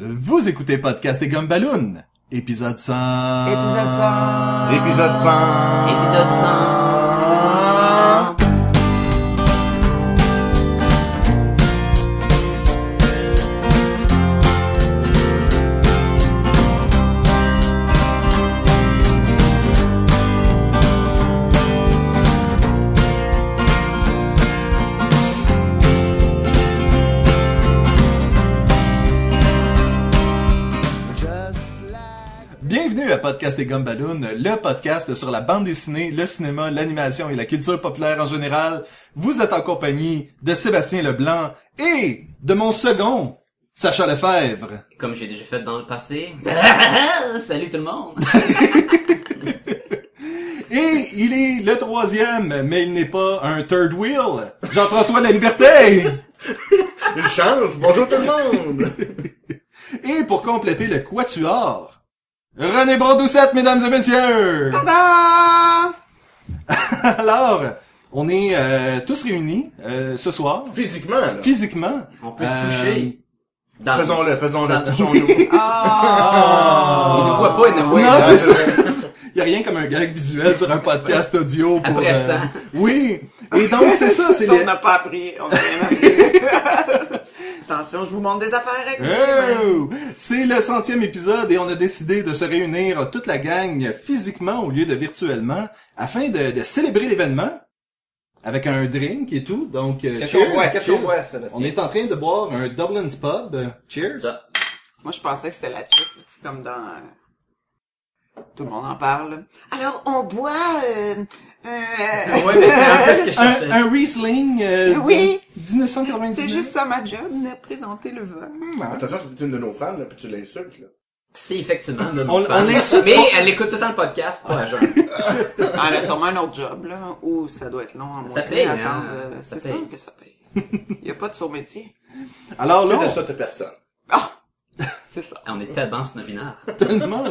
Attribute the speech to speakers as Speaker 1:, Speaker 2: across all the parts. Speaker 1: Vous écoutez Podcast et Gumballoon, épisode 100.
Speaker 2: Épisode 100.
Speaker 3: Épisode 100.
Speaker 2: Épisode 100.
Speaker 1: Bienvenue à Podcast et Gumballoon, le podcast sur la bande dessinée, le cinéma, l'animation et la culture populaire en général. Vous êtes en compagnie de Sébastien Leblanc et de mon second, Sacha Lefebvre.
Speaker 2: Comme j'ai déjà fait dans le passé. Salut tout le monde.
Speaker 1: Et il est le troisième, mais il n'est pas un third wheel, Jean-François La Liberté.
Speaker 3: Une chance. Bonjour tout le monde.
Speaker 1: Et pour compléter le quatuor, René Brodoucette, mesdames et messieurs! Alors, on est euh, tous réunis euh, ce soir,
Speaker 3: Physiquement, là.
Speaker 1: physiquement.
Speaker 2: On peut
Speaker 3: Euh,
Speaker 2: se toucher. Dans...
Speaker 3: Faisons-le, faisons-le,
Speaker 1: Ah.
Speaker 2: Dans-
Speaker 3: touchons-nous.
Speaker 2: On ne Ah! voit pas une
Speaker 1: non, c'est ça. Ah! Il y a rien comme un gag visuel sur un podcast audio pour... euh,
Speaker 2: Après ça.
Speaker 1: Oui, et donc c'est ça, c'est
Speaker 4: Ça, on
Speaker 1: les...
Speaker 4: n'a pas appris. On n'a rien appris. Attention, je vous montre des affaires. avec
Speaker 1: Oh! C'est le centième épisode et on a décidé de se réunir toute la gang physiquement au lieu de virtuellement afin de, de célébrer l'événement avec un drink et tout. Donc, euh, cheers, cheers. On est en train de boire un Dublin's Pub. Euh, Cheers.
Speaker 2: Da-
Speaker 4: Moi, je pensais que c'était la chip, là, tu sais, comme dans... euh, Tout le monde en parle. Alors, on boit... Euh, euh,
Speaker 2: Ouais, mais c'est un peu ce que je
Speaker 1: Un,
Speaker 2: cherchais.
Speaker 1: un Riesling euh, du-
Speaker 4: Oui.
Speaker 1: 1999.
Speaker 4: c'est juste ça ma job, de présenter le vin.
Speaker 3: euh, Attention, c'est une de nos fans, là, puis tu l'insultes, là.
Speaker 2: C'est effectivement de
Speaker 1: On- on
Speaker 2: nos fans.
Speaker 1: l'insulte
Speaker 2: Mais
Speaker 1: pas.
Speaker 2: elle écoute tout le temps le podcast, pas à jeun.
Speaker 4: Ah, elle a sûrement un autre job, là, où ça doit être long en
Speaker 2: Ça
Speaker 4: moyenne,
Speaker 2: paye,
Speaker 4: attendre,
Speaker 2: hein,
Speaker 4: euh,
Speaker 2: ça
Speaker 4: C'est
Speaker 2: paye.
Speaker 4: sûr que ça paye. Il n'y a pas de surmétier.
Speaker 1: Alors là,
Speaker 3: Plus de
Speaker 1: on-
Speaker 3: ça, t'as personne.
Speaker 4: Ah! c'est ça.
Speaker 2: On est tellement snobinards.
Speaker 1: tellement.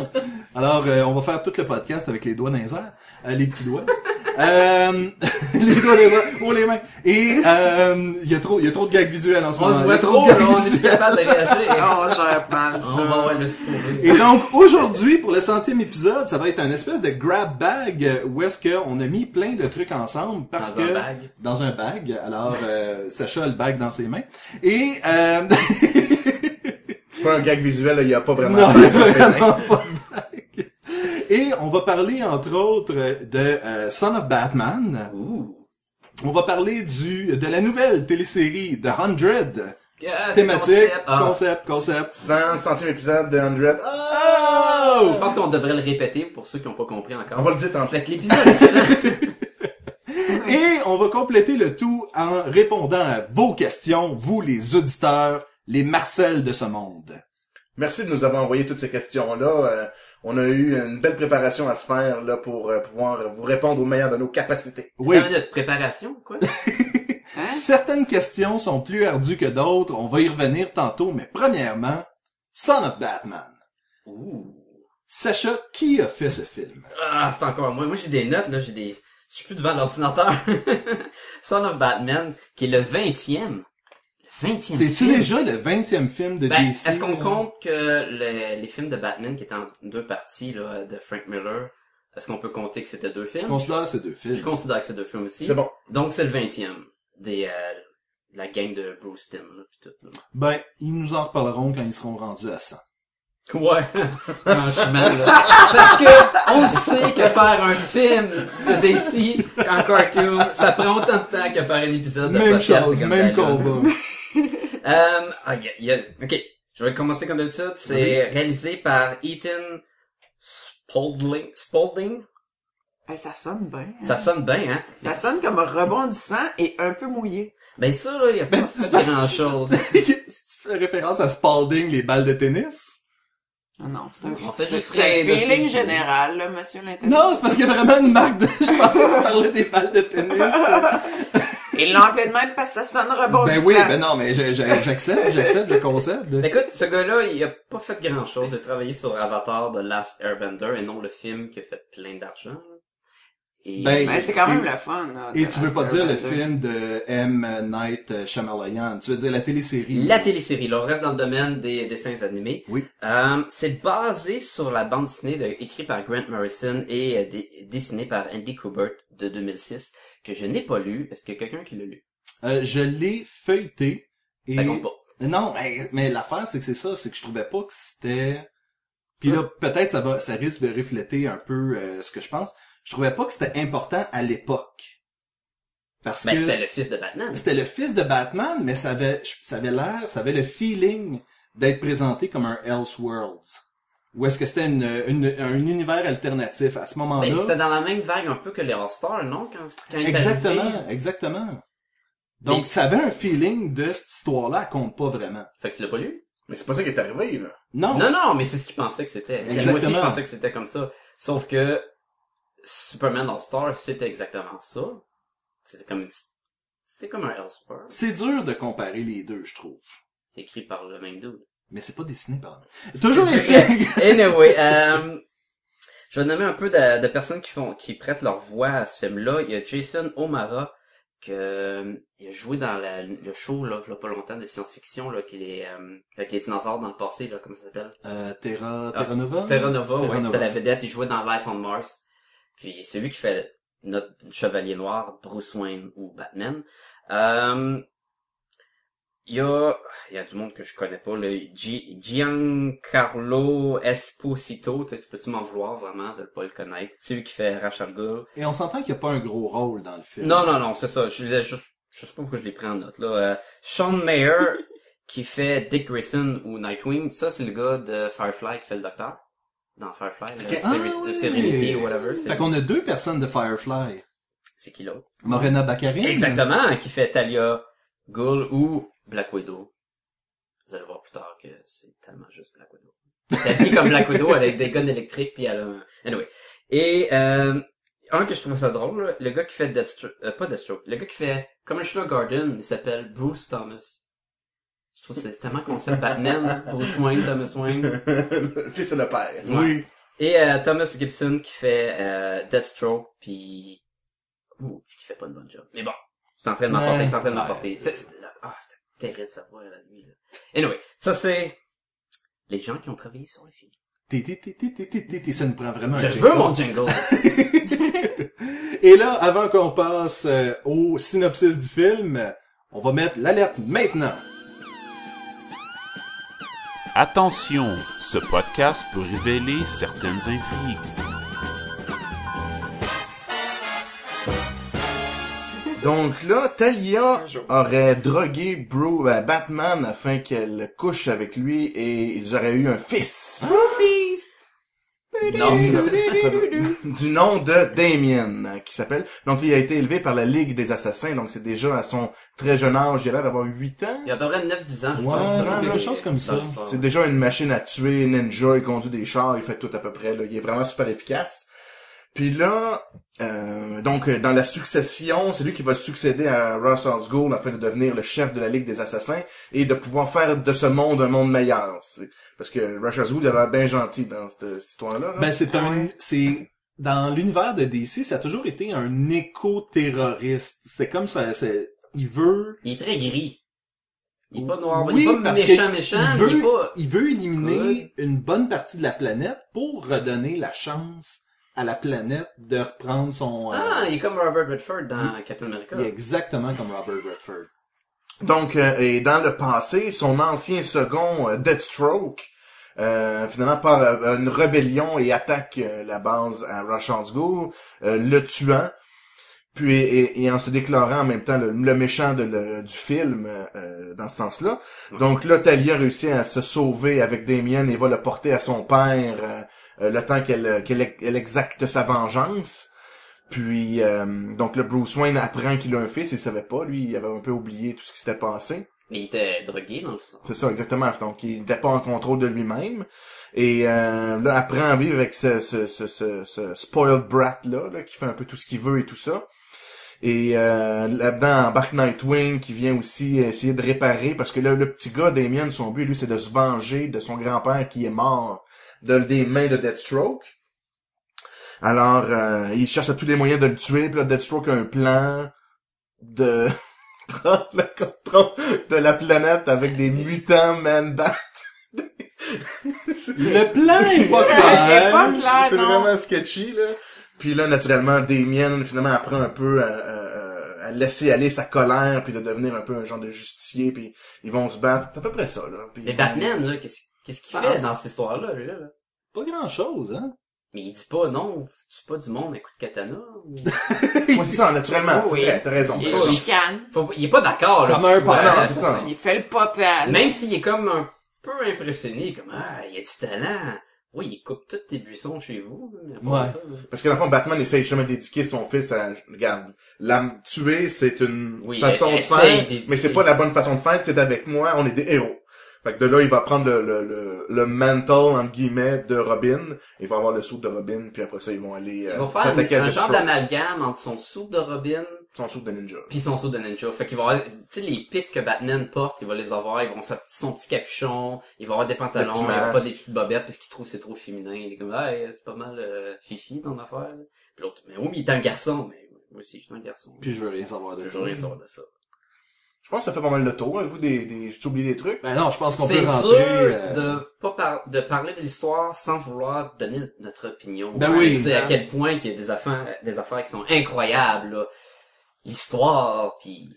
Speaker 1: Alors, euh, on va faire tout le podcast avec les doigts dans les airs. Euh, les petits doigts. Euh, les doigts dans les airs. Oh, les mains. Et euh, il y a trop il y a trop de gags visuels en ce
Speaker 2: On
Speaker 1: moment.
Speaker 2: se
Speaker 1: Il y
Speaker 2: voit
Speaker 1: a
Speaker 2: trop,
Speaker 1: de
Speaker 2: là,
Speaker 1: gags
Speaker 2: on est plus
Speaker 1: visuels.
Speaker 2: capable de réagir.
Speaker 4: Oh, j'aurais pas ça.
Speaker 2: On va voir le fourré.
Speaker 1: Et donc, aujourd'hui, pour le centième épisode, ça va être un espèce de grab bag euh, où est-ce qu'on a mis plein de trucs ensemble parce
Speaker 2: Dans un
Speaker 1: que...
Speaker 2: bag.
Speaker 1: Dans un bag. Alors, euh, Sacha a le bag dans ses mains. Et... Euh...
Speaker 3: C'est pas un gag visuel, là, il y a pas vraiment
Speaker 1: Non,
Speaker 3: de
Speaker 1: il y a
Speaker 3: fans.
Speaker 1: vraiment pas de blague. Et on va parler entre autres euh, de euh, Son of Batman. On va parler du de la nouvelle télésérie The Hundred.
Speaker 2: Que-
Speaker 1: Thématique,
Speaker 2: concept. Ah.
Speaker 1: concept, concept.
Speaker 3: 100 centième épisode de 100. Ah!
Speaker 1: Oh!
Speaker 2: Je pense qu'on devrait le répéter pour ceux qui n'ont pas compris
Speaker 3: On va
Speaker 2: encore.
Speaker 3: le dire tantôt.
Speaker 2: Fait que l'épisode 100,
Speaker 1: Et on va compléter le tout en répondant à vos questions, vous les auditeurs, les Marcel de ce monde.
Speaker 3: Merci de nous avoir envoyé toutes ces questions-là. Euh, on a eu une belle préparation à se faire, là, pour euh, pouvoir vous répondre au meilleur de nos capacités.
Speaker 1: Oui.
Speaker 2: de préparation, quoi.
Speaker 4: Hein?
Speaker 1: Certaines questions sont plus ardues que d'autres, on va y revenir tantôt, mais premièrement, Son of Batman.
Speaker 2: Ouh.
Speaker 1: Sacha, qui a fait ce film?
Speaker 2: Ah, c'est encore moi. Moi, j'ai des notes, là, j'ai des... Je suis plus devant l'ordinateur. Son of Batman, qui est le 20e. Le 20e
Speaker 1: C'est-tu
Speaker 2: film.
Speaker 1: déjà le 20e film de
Speaker 2: Ben,
Speaker 1: DC?
Speaker 2: est-ce qu'on compte que le- les films de Batman qui étaient en deux parties là, de Frank Miller, est-ce qu'on peut compter que c'était deux
Speaker 1: Je
Speaker 2: films?
Speaker 1: considère ces deux
Speaker 2: Je
Speaker 1: films.
Speaker 2: considère que c'est deux films aussi.
Speaker 3: C'est bon.
Speaker 2: Donc c'est le 20e des euh, de la gang de Bruce Timm là, pis tout. Là.
Speaker 1: Ben, ils nous en reparleront quand ils seront rendus à 100.
Speaker 2: Ouais. Franchement là. Parce que on le sait que faire un film de DC en cartoon, ça prend autant de temps que faire un épisode de
Speaker 1: Même
Speaker 2: podcast,
Speaker 1: chose,
Speaker 2: c'est comme
Speaker 1: même
Speaker 2: ça, là.
Speaker 1: combat.
Speaker 2: Euh, ah, y a- y a- ok, je vais commencer comme d'habitude. C'est réalisé par Ethan Spalding. Spalding?
Speaker 4: Eh, ça sonne bien. hein.
Speaker 2: Ça sonne bien, hein?
Speaker 4: Ça sonne comme rebondissant et un peu mouillé.
Speaker 2: Ben ça, là, y a pas
Speaker 1: Ben, c'est
Speaker 2: fait
Speaker 1: parce-
Speaker 2: grand-chose.
Speaker 1: si tu fais référence à Spalding, les balles de tennis?
Speaker 4: Non, Ah non, c'est un,
Speaker 2: On fait
Speaker 4: c'est
Speaker 2: juste
Speaker 4: un
Speaker 2: rien de
Speaker 4: feeling
Speaker 2: spécial.
Speaker 4: général, là, monsieur l'intelligent.
Speaker 1: Non, c'est parce qu'il y a vraiment une marque de... Je pensais que tu parlais des balles de tennis.
Speaker 4: Ils l'ont appelé de même parce que ça sonne rebondissant.
Speaker 1: ben oui, ben non, mais je- je- j'accepte, j'accepte, je concède.
Speaker 2: Écoute, ce gars-là, il a pas fait grand-chose. Il a travaillé sur Avatar de Last Airbender et non le film qui a fait plein d'argent.
Speaker 4: Et,
Speaker 1: Ben,
Speaker 4: ben, c'est quand même
Speaker 1: et-
Speaker 4: le fun. là,
Speaker 1: Et
Speaker 4: de
Speaker 1: tu veux pas dire le
Speaker 4: Master Bender.
Speaker 1: film de M. Night Shyamalan. Tu veux dire la télésérie.
Speaker 2: La télésérie, là, on reste dans le domaine des dessins animés.
Speaker 1: Oui.
Speaker 2: Euh, c'est basé sur la bande dessinée de, écrite par Grant Morrison et euh, dé- dessinée par Andy Kubert de 2006, que je n'ai pas lu. Est-ce qu'il y a quelqu'un qui l'a lu?
Speaker 1: Euh, je l'ai feuilleté. Et...
Speaker 2: Ça compte pas.
Speaker 1: Non, mais, mais l'affaire, c'est que c'est ça, c'est que je trouvais pas que c'était. Puis là, peut-être ça va, ça risque de refléter un peu euh, ce que je pense. Je trouvais pas que c'était important à l'époque, parce
Speaker 2: Ben,
Speaker 1: que
Speaker 2: c'était le fils de Batman.
Speaker 1: c'était le fils de Batman, mais ça avait, ça avait l'air, ça avait le feeling d'être présenté comme un Elseworlds, ou est-ce que c'était une, une- un univers alternatif à ce moment-là
Speaker 2: Ben, c'était dans la même vague un peu que les All-Stars, non? Quand, quand il est arrivé.
Speaker 1: Exactement, exactement. Donc,
Speaker 2: Mais-
Speaker 1: ça avait un feeling de cette histoire-là, elle compte pas vraiment.
Speaker 2: Fait que tu l'as pas lu?
Speaker 3: Mais c'est pas ça qui est arrivé, là.
Speaker 2: Non, non, mais c'est ce qu'il pensait que c'était. Puis Moi aussi, je
Speaker 1: Exactement.
Speaker 2: pensais que c'était comme ça. Sauf que Superman All-Star, c'était exactement ça. C'était comme une... C'était comme un All-Star.
Speaker 1: C'est dur de comparer les deux, je trouve.
Speaker 2: C'est écrit par le même dude.
Speaker 1: Mais c'est pas dessiné par Toujours
Speaker 2: C'est
Speaker 1: est-il
Speaker 2: Anyway, euh, je vais nommer un peu de, de personnes qui font, qui prêtent leur voix à ce film-là. Il y a Jason O'Mara, que, euh, il a joué dans la- le show, là, il y a pas longtemps, de science-fiction, là, qui est, euh, avec les dinosaures dans le passé, là, comment ça s'appelle?
Speaker 1: euh, Terra, Terra Nova?
Speaker 2: Ah, Terra Nova,
Speaker 1: Terra
Speaker 2: ouais,
Speaker 1: Nova.
Speaker 2: c'était la vedette, il jouait dans Life on Mars. Puis c'est lui qui fait notre Chevalier Noir, Bruce Wayne ou Batman. Euh, Il y, a, il y a du monde que je connais pas, le Gi- Giancarlo Esposito, tu sais, tu peux-tu m'en vouloir vraiment de pas le connaître? C'est lui qui fait Rachel Gould.
Speaker 1: Et on s'entend qu'il n'y a pas un gros rôle dans le film.
Speaker 2: Non, non, non, c'est ça. Je, voulais juste- je, sais pas pourquoi je les prends en note, là. Euh, Sean Mayer, qui fait Dick Grayson ou Nightwing, ça, c'est le gars de Firefly qui fait le docteur. Dans Firefly, la
Speaker 3: Ok.
Speaker 1: Ah,
Speaker 2: série-
Speaker 1: oui.
Speaker 2: la Sérénité ou whatever. c'est-
Speaker 1: Fait qu'on a deux personnes de Firefly.
Speaker 2: C'est qui l'autre?
Speaker 1: Morena Baccarin.
Speaker 2: Exactement, qui fait Talia Ghoul ou Black Widow. Vous allez voir plus tard que c'est tellement juste Black Widow. Elle est habillée comme Black Widow avec des guns électriques puis elle a un... Anyway. Et euh, un que je trouve ça drôle, là, le gars qui fait Deathstroke... euh, pas Deathstroke, le gars qui fait Commissioner Garden, il s'appelle Bruce Thomas. Je trouve que c'est tellement concept Batman, Bruce Wayne, Thomas Wayne.
Speaker 3: Le Fils et le père.
Speaker 2: Ouais. Et euh, Thomas Gibson qui fait euh, Deathstroke, puis... Ouh, c'est qu'il fait pas de bon job. Mais bon, je suis en train de m'emporter, je suis en train de
Speaker 1: Ouais.
Speaker 2: m'emporter. C'est- c'est- là- Ah, c'était terrible sa voix la nuit. Là. Anyway, ça c'est les gens qui ont travaillé sur le film.
Speaker 1: Ti, ti, ti, ti, ti, ti, ti, ti, ça nous prend vraiment
Speaker 2: Je
Speaker 1: un
Speaker 2: veux mon jingle.
Speaker 1: Et là, avant qu'on passe euh, au synopsis du film, on va mettre l'alerte maintenant.
Speaker 5: Attention, ce podcast peut révéler certaines intrigues.
Speaker 3: Donc là, Talia
Speaker 4: Un jour.
Speaker 3: aurait drogué Bro euh, Batman afin qu'elle couche avec lui et ils auraient eu un fils.
Speaker 2: non, c'est
Speaker 3: Ça doit- du nom de Damien euh, qui s'appelle. Donc il a été élevé par la Ligue des Assassins, donc c'est déjà à son très jeune âge, il a l'air d'avoir 8 ans.
Speaker 2: Il y a à peu près 9-10 ans, je
Speaker 1: Ouais,
Speaker 2: pense.
Speaker 1: c'est quelque chose comme ça.
Speaker 3: C'est déjà une machine à tuer, ninja, il conduit des chars, il fait tout à peu près, là. Il est vraiment super efficace. Puis là, euh, donc euh, dans la succession, c'est lui qui va succéder à Russ Gould afin de devenir le chef de la Ligue des Assassins et de pouvoir faire de ce monde un monde meilleur. C'est- Parce que Russ Gould avait l'air bien gentil dans cette histoire-là. là.
Speaker 1: Ben, c'est un, c'est, dans l'univers de DC, ça a toujours été un éco-terroriste. C'est comme ça, c'est, il veut,
Speaker 2: Il est très gris. Il est pas noir,
Speaker 1: Oui,
Speaker 2: il est pas
Speaker 1: parce que
Speaker 2: méchant, méchant,
Speaker 1: il
Speaker 2: il,
Speaker 1: veut-
Speaker 2: est pas...
Speaker 1: il veut éliminer une bonne partie de la planète pour redonner la chance à la planète de reprendre son, euh,
Speaker 2: Ah, il est comme Robert Redford dans Captain America.
Speaker 1: il est exactement comme Robert Redford.
Speaker 3: Donc, euh, et dans le passé, son ancien second, euh, Deathstroke, euh, finalement par euh, une rébellion et attaque euh, la base à Russian's Gould, euh, le tuant, puis et, et en se déclarant en même temps le, le méchant de le- du film euh, euh, dans ce sens-là. Donc là, Talia réussit à se sauver avec Damien et va le porter à son père euh, euh, le temps qu'elle euh, qu'elle ex- elle exacte sa vengeance. Puis euh, donc le Bruce Wayne apprend qu'il a un fils, il savait pas, lui, il avait un peu oublié tout ce qui s'était passé.
Speaker 2: Mais il était drogué dans le sens.
Speaker 3: C'est ça, exactement. Donc il n'était pas en contrôle de lui-même. Et euh, là, apprend à vivre avec ce, ce, ce, ce, ce spoiled brat là, là, qui fait un peu tout ce qu'il veut et tout ça. Et euh, là-dedans, embarque Nightwing qui vient aussi essayer de réparer parce que là, le petit gars Damien, son but, lui, c'est de se venger de son grand-père qui est mort de, des mains de Deathstroke. Alors, euh, il cherche à tous les moyens de le tuer. Puis là, Deathstroke a un plan de prendre le contrôle de la planète avec des mutants man-bat.
Speaker 1: Le plan est pas
Speaker 4: est pas
Speaker 1: clair.
Speaker 4: clair,
Speaker 3: C'est
Speaker 4: non.
Speaker 3: vraiment sketchy, là. Puis là, naturellement, Damien, finalement, apprend un peu à, à- à laisser aller sa colère, puis de devenir un peu un genre de justicier, puis ils vont se battre. C'est à peu près ça, là. Puis-
Speaker 2: Mais Batman, là, qu'est-ce qu'est-ce qu'il
Speaker 4: Ça
Speaker 2: fait
Speaker 4: en-
Speaker 2: dans cette histoire-là, lui, là?
Speaker 1: Pas grand chose, hein.
Speaker 2: Mais il dit pas, non, tue pas du monde à coup de katana. ou-
Speaker 3: Ouais, c'est ça, naturellement.
Speaker 2: Oui.
Speaker 3: C'est vrai, t'as raison.
Speaker 2: Il
Speaker 4: Il
Speaker 3: T'as raison.
Speaker 4: chicane.
Speaker 2: Faut pas- il est pas d'accord, là.
Speaker 1: Comme un
Speaker 2: souvent,
Speaker 1: parent,
Speaker 2: là,
Speaker 3: c'est
Speaker 2: ça,
Speaker 3: ça.
Speaker 4: Il fait le pop-up.
Speaker 2: Même s'il est comme un peu impressionné, comme, ah, il a du talent. Oui, il coupe tous tes buissons chez vous, mais à part
Speaker 1: Ouais.
Speaker 2: ça, là.
Speaker 3: Parce que dans le fond, Batman essaie justement d'éduquer son fils à, regarde, la tuer, c'est une
Speaker 2: Oui,
Speaker 3: façon de
Speaker 2: essaie
Speaker 3: faire,
Speaker 2: d'éduquer.
Speaker 3: mais c'est pas la bonne façon de faire, t'es avec moi, on est des héros. Fait que de là, il va prendre le, le, le, le mantle, entre guillemets, de Robin, il va avoir le sou de Robin, puis après ça, ils vont aller,
Speaker 2: Il
Speaker 3: euh,
Speaker 2: va faire
Speaker 3: s'attaquer à
Speaker 2: un, un genre
Speaker 3: Deathstroke,
Speaker 2: d'amalgame entre son soupe de Robin
Speaker 3: son sou de ninja.
Speaker 2: puis son saut de ninja. Fait qu'il va avoir, tu sais, les pics que Batman porte, il va les avoir, ils vont sa petite- son petit capuchon, il va avoir des pantalons,
Speaker 3: Le petit
Speaker 2: il va pas
Speaker 3: masque.
Speaker 2: des petites bobettes parce qu'il trouve que c'est trop féminin. Il est comme, ah, c'est pas mal euh, fifi ton affaire. là. Puis l'autre, mais oui, mais il est un garçon, mais moi aussi, je suis un garçon.
Speaker 1: Puis je veux rien savoir de
Speaker 2: Je
Speaker 1: ça.
Speaker 2: veux rien savoir de ça.
Speaker 3: Je pense que ça fait pas mal le tour, hein, vous, des, des, j'ai oublié des trucs.
Speaker 1: Ben non, je pense qu'on
Speaker 2: C'est
Speaker 1: peut
Speaker 2: dur
Speaker 1: rentrer. euh,
Speaker 2: de pas par- de parler de l'histoire sans vouloir donner notre opinion.
Speaker 1: Ben
Speaker 2: Ouais,
Speaker 1: oui.
Speaker 2: tu sais, à quel point qu'il y a des affaires, des affaires qui sont incroyables. là. L'histoire, puis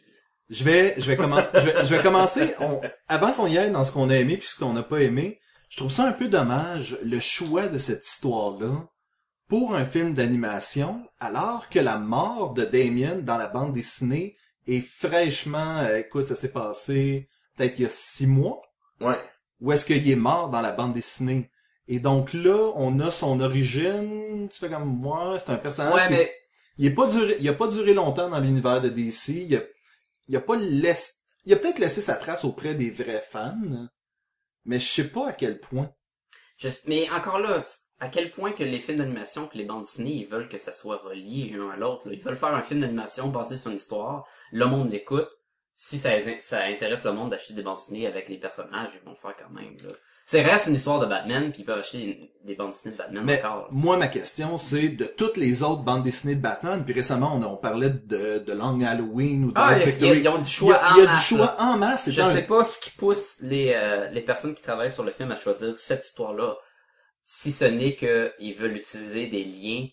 Speaker 1: Je vais, je vais, commen- je vais, je vais commencer. On- avant qu'on y aille dans ce qu'on a aimé puis ce qu'on n'a pas aimé, je trouve ça un peu dommage le choix de cette histoire-là pour un film d'animation, alors que la mort de Damien dans la bande dessinée est fraîchement, euh, écoute, ça s'est passé peut-être il y a six mois,
Speaker 3: Ouais.
Speaker 1: ou est-ce qu'il est mort dans la bande dessinée? Et donc là, on a son origine, tu fais comme moi, Ah, c'est un personnage
Speaker 2: Ouais,
Speaker 1: qui-
Speaker 2: mais
Speaker 1: il est pas duré, il a pas duré longtemps dans l'univers de DC. Il a, il a pas laissé, il a peut-être laissé sa trace auprès des vrais fans, mais je sais pas à quel point.
Speaker 2: je- mais encore là, c- à quel point que les films d'animation puis les bandes dessinées, ils veulent que ça soit relié l'un à l'autre. là. Ils veulent faire un film d'animation basé sur une histoire. Le monde l'écoute. Si ça, les in- ça intéresse le monde d'acheter des bandes dessinées avec les personnages, ils vont le faire quand même. Là. C'est reste une histoire de Batman, puis ils peuvent acheter une- des bandes dessinées de Batman
Speaker 1: Mais
Speaker 2: encore. là.
Speaker 1: moi, ma question, c'est de toutes les autres bandes dessinées de Batman, puis récemment, on, on parlait de, de Long Halloween ou de
Speaker 2: Ah,
Speaker 1: Dark
Speaker 2: il y a-
Speaker 1: Victory.
Speaker 2: il y a- ils ont du choix
Speaker 1: Il y a, il y a
Speaker 2: en
Speaker 1: du
Speaker 2: masse,
Speaker 1: choix
Speaker 2: là.
Speaker 1: en masse. c'est
Speaker 2: Je
Speaker 1: un-
Speaker 2: sais pas ce qui pousse les, euh, les personnes qui travaillent sur le film à choisir cette histoire-là, si ce n'est que ils veulent utiliser des liens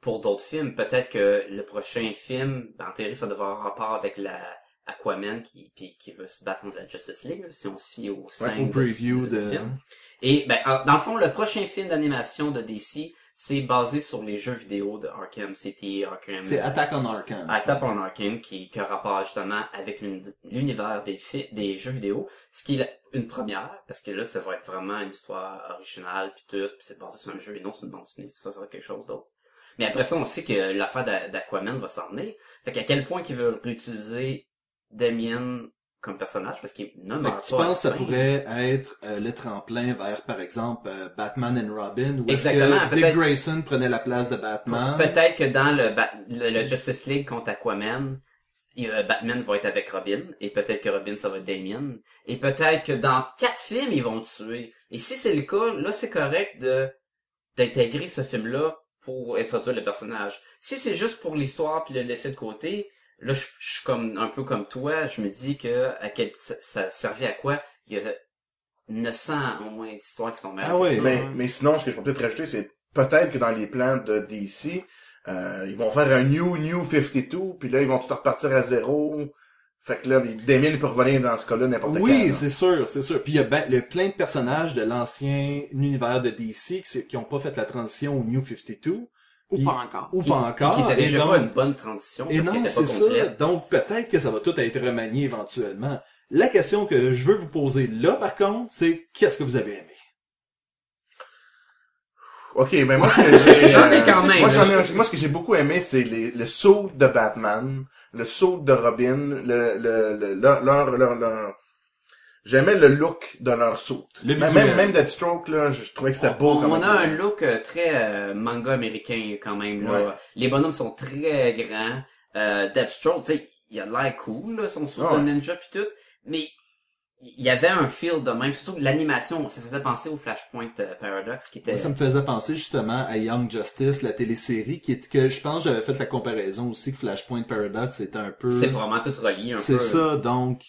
Speaker 2: pour d'autres films. Peut-être que le prochain film, ben, en théorie, ça devrait avoir rapport avec la Aquaman qui, puis qui veut se battre contre la Justice League, là, si on se fie aux scènes
Speaker 1: au
Speaker 2: de-
Speaker 1: preview
Speaker 2: de-
Speaker 1: de,
Speaker 2: du film. Et ben, en- dans le fond, le prochain film d'animation de DC, c'est basé sur les jeux vidéo de Arkham City, Arkham...
Speaker 1: c'est Attack on Arkham.
Speaker 2: I Tap on Arkham qui, qui a rapport justement avec l'uni- l'univers des, fi- des jeux vidéo, ce qui est la- une première, parce que là, ça va être vraiment une histoire originale, puis tout, puis c'est basé sur un jeu et non sur une bande dessinée, ça, ça va être quelque chose d'autre. Mais après ça, on sait que l'affaire d'A- d'Aquaman va s'en venir, fait qu'à quel point qu'ils veulent réutiliser Damien comme personnage, parce qu'il ne
Speaker 1: Fait
Speaker 2: meurt
Speaker 1: que
Speaker 2: pas.
Speaker 1: tu penses que ça
Speaker 2: à la fin.
Speaker 1: pourrait être euh, le tremplin vers, par exemple, euh, Batman and Robin, ou est-ce
Speaker 2: Exactement,
Speaker 1: que Dick
Speaker 2: peut-être-
Speaker 1: Grayson prenait la place de Batman?
Speaker 2: Peut-être que dans le, Bat- le, le Justice League contre Aquaman, il y a- euh, Batman va être avec Robin, et peut-être que Robin, ça va être Damien. Et peut-être que dans quatre films, ils vont tuer. Et si c'est le cas, là, c'est correct de d'intégrer ce film-là pour introduire le personnage. Si c'est juste pour l'histoire puis le laisser de côté, là, je je suis comme un peu comme toi, je me dis que à quel, ça, ça servait à quoi? Il y a 900 au moins d'histoires qui sont meilleures
Speaker 1: Ah
Speaker 2: que
Speaker 1: ouais,
Speaker 2: ça.
Speaker 3: Mais, mais sinon, ce que je peux peut-être rajouter, c'est peut-être que dans les plans de DC, euh, ils vont faire un New New 52, puis là, ils vont tout repartir à zéro. Fait que là, Damien peut revenir dans ce cas-là n'importe quand.
Speaker 1: Oui,
Speaker 3: là.
Speaker 1: c'est sûr, c'est sûr. Puis il y a ben- le, plein de personnages de l'ancien univers de DC qui, s- qui ont pas fait la transition au New 52,
Speaker 4: Ou pas encore.
Speaker 1: ou
Speaker 2: Qui-
Speaker 1: pas encore.
Speaker 2: Qui était
Speaker 1: et
Speaker 2: déjà
Speaker 1: donc-
Speaker 2: pas une bonne transition
Speaker 1: et
Speaker 2: parce qu'elle
Speaker 1: non,
Speaker 2: était
Speaker 1: c'est
Speaker 2: pas
Speaker 1: ça.
Speaker 2: complète.
Speaker 1: Donc peut-être que ça va tout être remanié éventuellement. La question que je veux vous poser là, par contre, c'est qu'est-ce que vous avez aimé?
Speaker 3: Ok, ben moi ce que j'ai,
Speaker 2: J'en ai
Speaker 3: euh,
Speaker 2: quand même,
Speaker 3: Moi,
Speaker 2: là.
Speaker 3: j'en ai- moi, ce que j'ai beaucoup aimé, c'est les- le saut de Batman, le saut de Robin, le, le, le- leur, leur, leur- leur- J'aimais le look de leur saut.
Speaker 1: Le
Speaker 3: même,
Speaker 1: visuel.
Speaker 3: Ben, même, même Deathstroke, là, je, je trouvais que c'était beau.
Speaker 2: on,
Speaker 3: comme
Speaker 2: on a un look euh, très euh, manga américain quand même. Là.
Speaker 3: Ouais.
Speaker 2: Les bonhommes sont très grands. Euh, Deathstroke, tu sais, il a l'air cool, là, son saut
Speaker 3: Ouais.
Speaker 2: de ninja pis tout. Mais il y avait un feel de même. Surtout que l'animation, ça faisait penser au Flashpoint euh, Paradox qui était...
Speaker 1: Moi, ça me faisait penser justement à Young Justice, la télésérie, qui est, que je pense j'avais fait la comparaison aussi que Flashpoint Paradox était un peu...
Speaker 2: C'est vraiment tout relié un peu.
Speaker 1: C'est
Speaker 3: euh,
Speaker 1: ça, donc...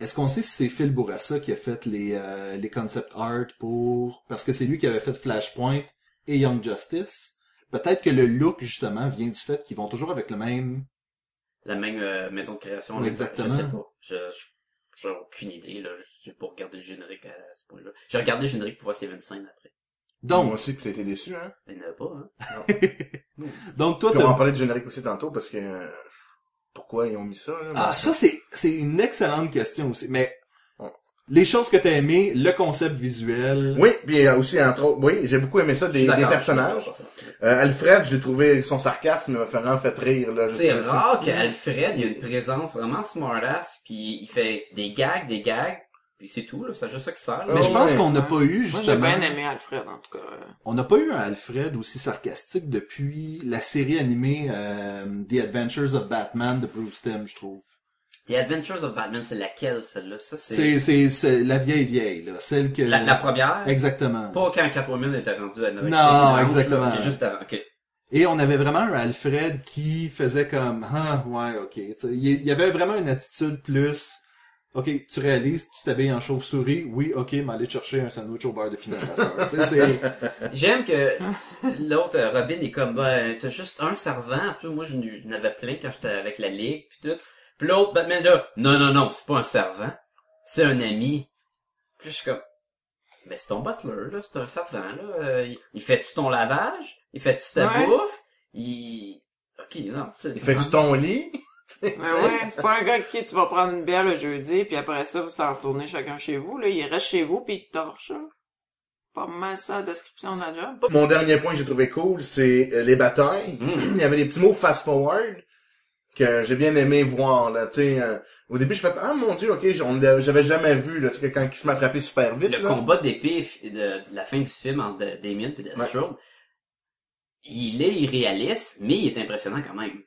Speaker 1: Est-ce qu'on sait si c'est Phil Bourassa qui a fait les, euh, les concept art pour... Parce que c'est lui qui avait fait Flashpoint et Young Justice. Peut-être que le look, justement, vient du fait qu'ils vont toujours avec le même...
Speaker 2: La même euh, maison de création.
Speaker 1: Oui,
Speaker 2: là,
Speaker 1: exactement.
Speaker 2: Je sais pas. Je, je- j'ai aucune idée, là. J'ai pas regardé le générique à ce point-là. J'ai regardé le générique pour voir ces mêmes scènes après.
Speaker 1: Donc,
Speaker 3: Moi aussi, puis t'as été déçu, hein.
Speaker 2: Il n'y en avait pas, hein.
Speaker 1: donc toi,
Speaker 3: Puis on va en
Speaker 1: t'as...
Speaker 3: parler du générique aussi tantôt parce que euh, pourquoi ils ont mis ça là?
Speaker 1: Ah, ça, c'est, c'est une excellente question aussi, mais...
Speaker 3: Ouais.
Speaker 1: Les choses que t'as aimées, le concept visuel...
Speaker 3: Oui, puis euh, aussi entre autres, oui, j'ai beaucoup aimé ça
Speaker 2: Je
Speaker 3: des,
Speaker 2: suis
Speaker 3: des
Speaker 2: d'accord,
Speaker 3: personnages.
Speaker 2: je suis d'accord.
Speaker 3: Euh, Alfred, je l'ai trouvé son sarcasme m'a vraiment fait rire là. je
Speaker 2: C'est
Speaker 3: sais pas si-
Speaker 2: rare qu'Alfred, il a une présence vraiment smartass, puis il fait des gags, des gags, puis c'est tout, là. C'est juste ça qui sert. là.
Speaker 1: Mais je
Speaker 3: Oh,
Speaker 1: pense
Speaker 3: ouais.
Speaker 1: qu'on n'a pas eu,
Speaker 4: Moi,
Speaker 1: justement...
Speaker 4: j'ai bien aimé Alfred, en tout cas.
Speaker 1: On n'a pas eu un Alfred aussi sarcastique depuis la série animée euh, The Adventures of Batman de Bruce Timm, je trouve.
Speaker 2: The Adventures of Batman, c'est laquelle, celle-là? Ça, c'est
Speaker 1: C'est c'est c'est la vieille vieille là, celle que
Speaker 2: la, la première?
Speaker 1: exactement.
Speaker 2: Pas quand Catwoman était rendue à 9
Speaker 1: Non, exactement.
Speaker 2: juste avant. ok.
Speaker 1: Et on avait vraiment un Alfred qui faisait comme ah ouais ok. Tu sais, Il il y avait vraiment une attitude plus ok tu réalises tu t'habilles en chauve-souris oui ok mais aller chercher un sandwich au beurre de pinot à soeur. Tu sais, c'est-
Speaker 2: J'aime que l'autre, euh, Robin, est comme, ben, t'as juste un servant, tu vois, moi, je n'ai- je n'avais plein quand j'étais avec la Ligue, pis tout. Pis l'autre, Batman, là, non, non, non, c'est pas un servant, c'est un ami. Puis je suis comme, ben, c'est ton butler, là, c'est un servant, là, euh, il, il fait-tu ton lavage? Il fait-tu ta
Speaker 4: Ouais.
Speaker 2: bouffe? Il... Ok, non, c'est...
Speaker 3: Il fait que tu ton lit.
Speaker 4: Mais ouais, Ben c'est pas un gars qui tu vas prendre une bière le jeudi, puis après ça, vous s'en retournez chacun chez vous. Là, il reste chez vous, puis il te torche. là. Pas mal ça, la description de la job.
Speaker 3: Mon dernier point que j'ai trouvé cool, c'est euh, les batailles.
Speaker 2: Mm.
Speaker 3: Il y avait des petits mots fast forward que j'ai bien aimé voir là. Tu sais, euh, au début, je fait ah mon dieu, ok, j- on l'a- j'avais jamais vu là. Tu sais, que quand il se m'a frappé super vite.
Speaker 2: le
Speaker 3: là.
Speaker 2: combat d'épée fi- de, de la fin du film entre Da- Damien et Deathstroke, il est irréaliste, mais il est impressionnant quand même.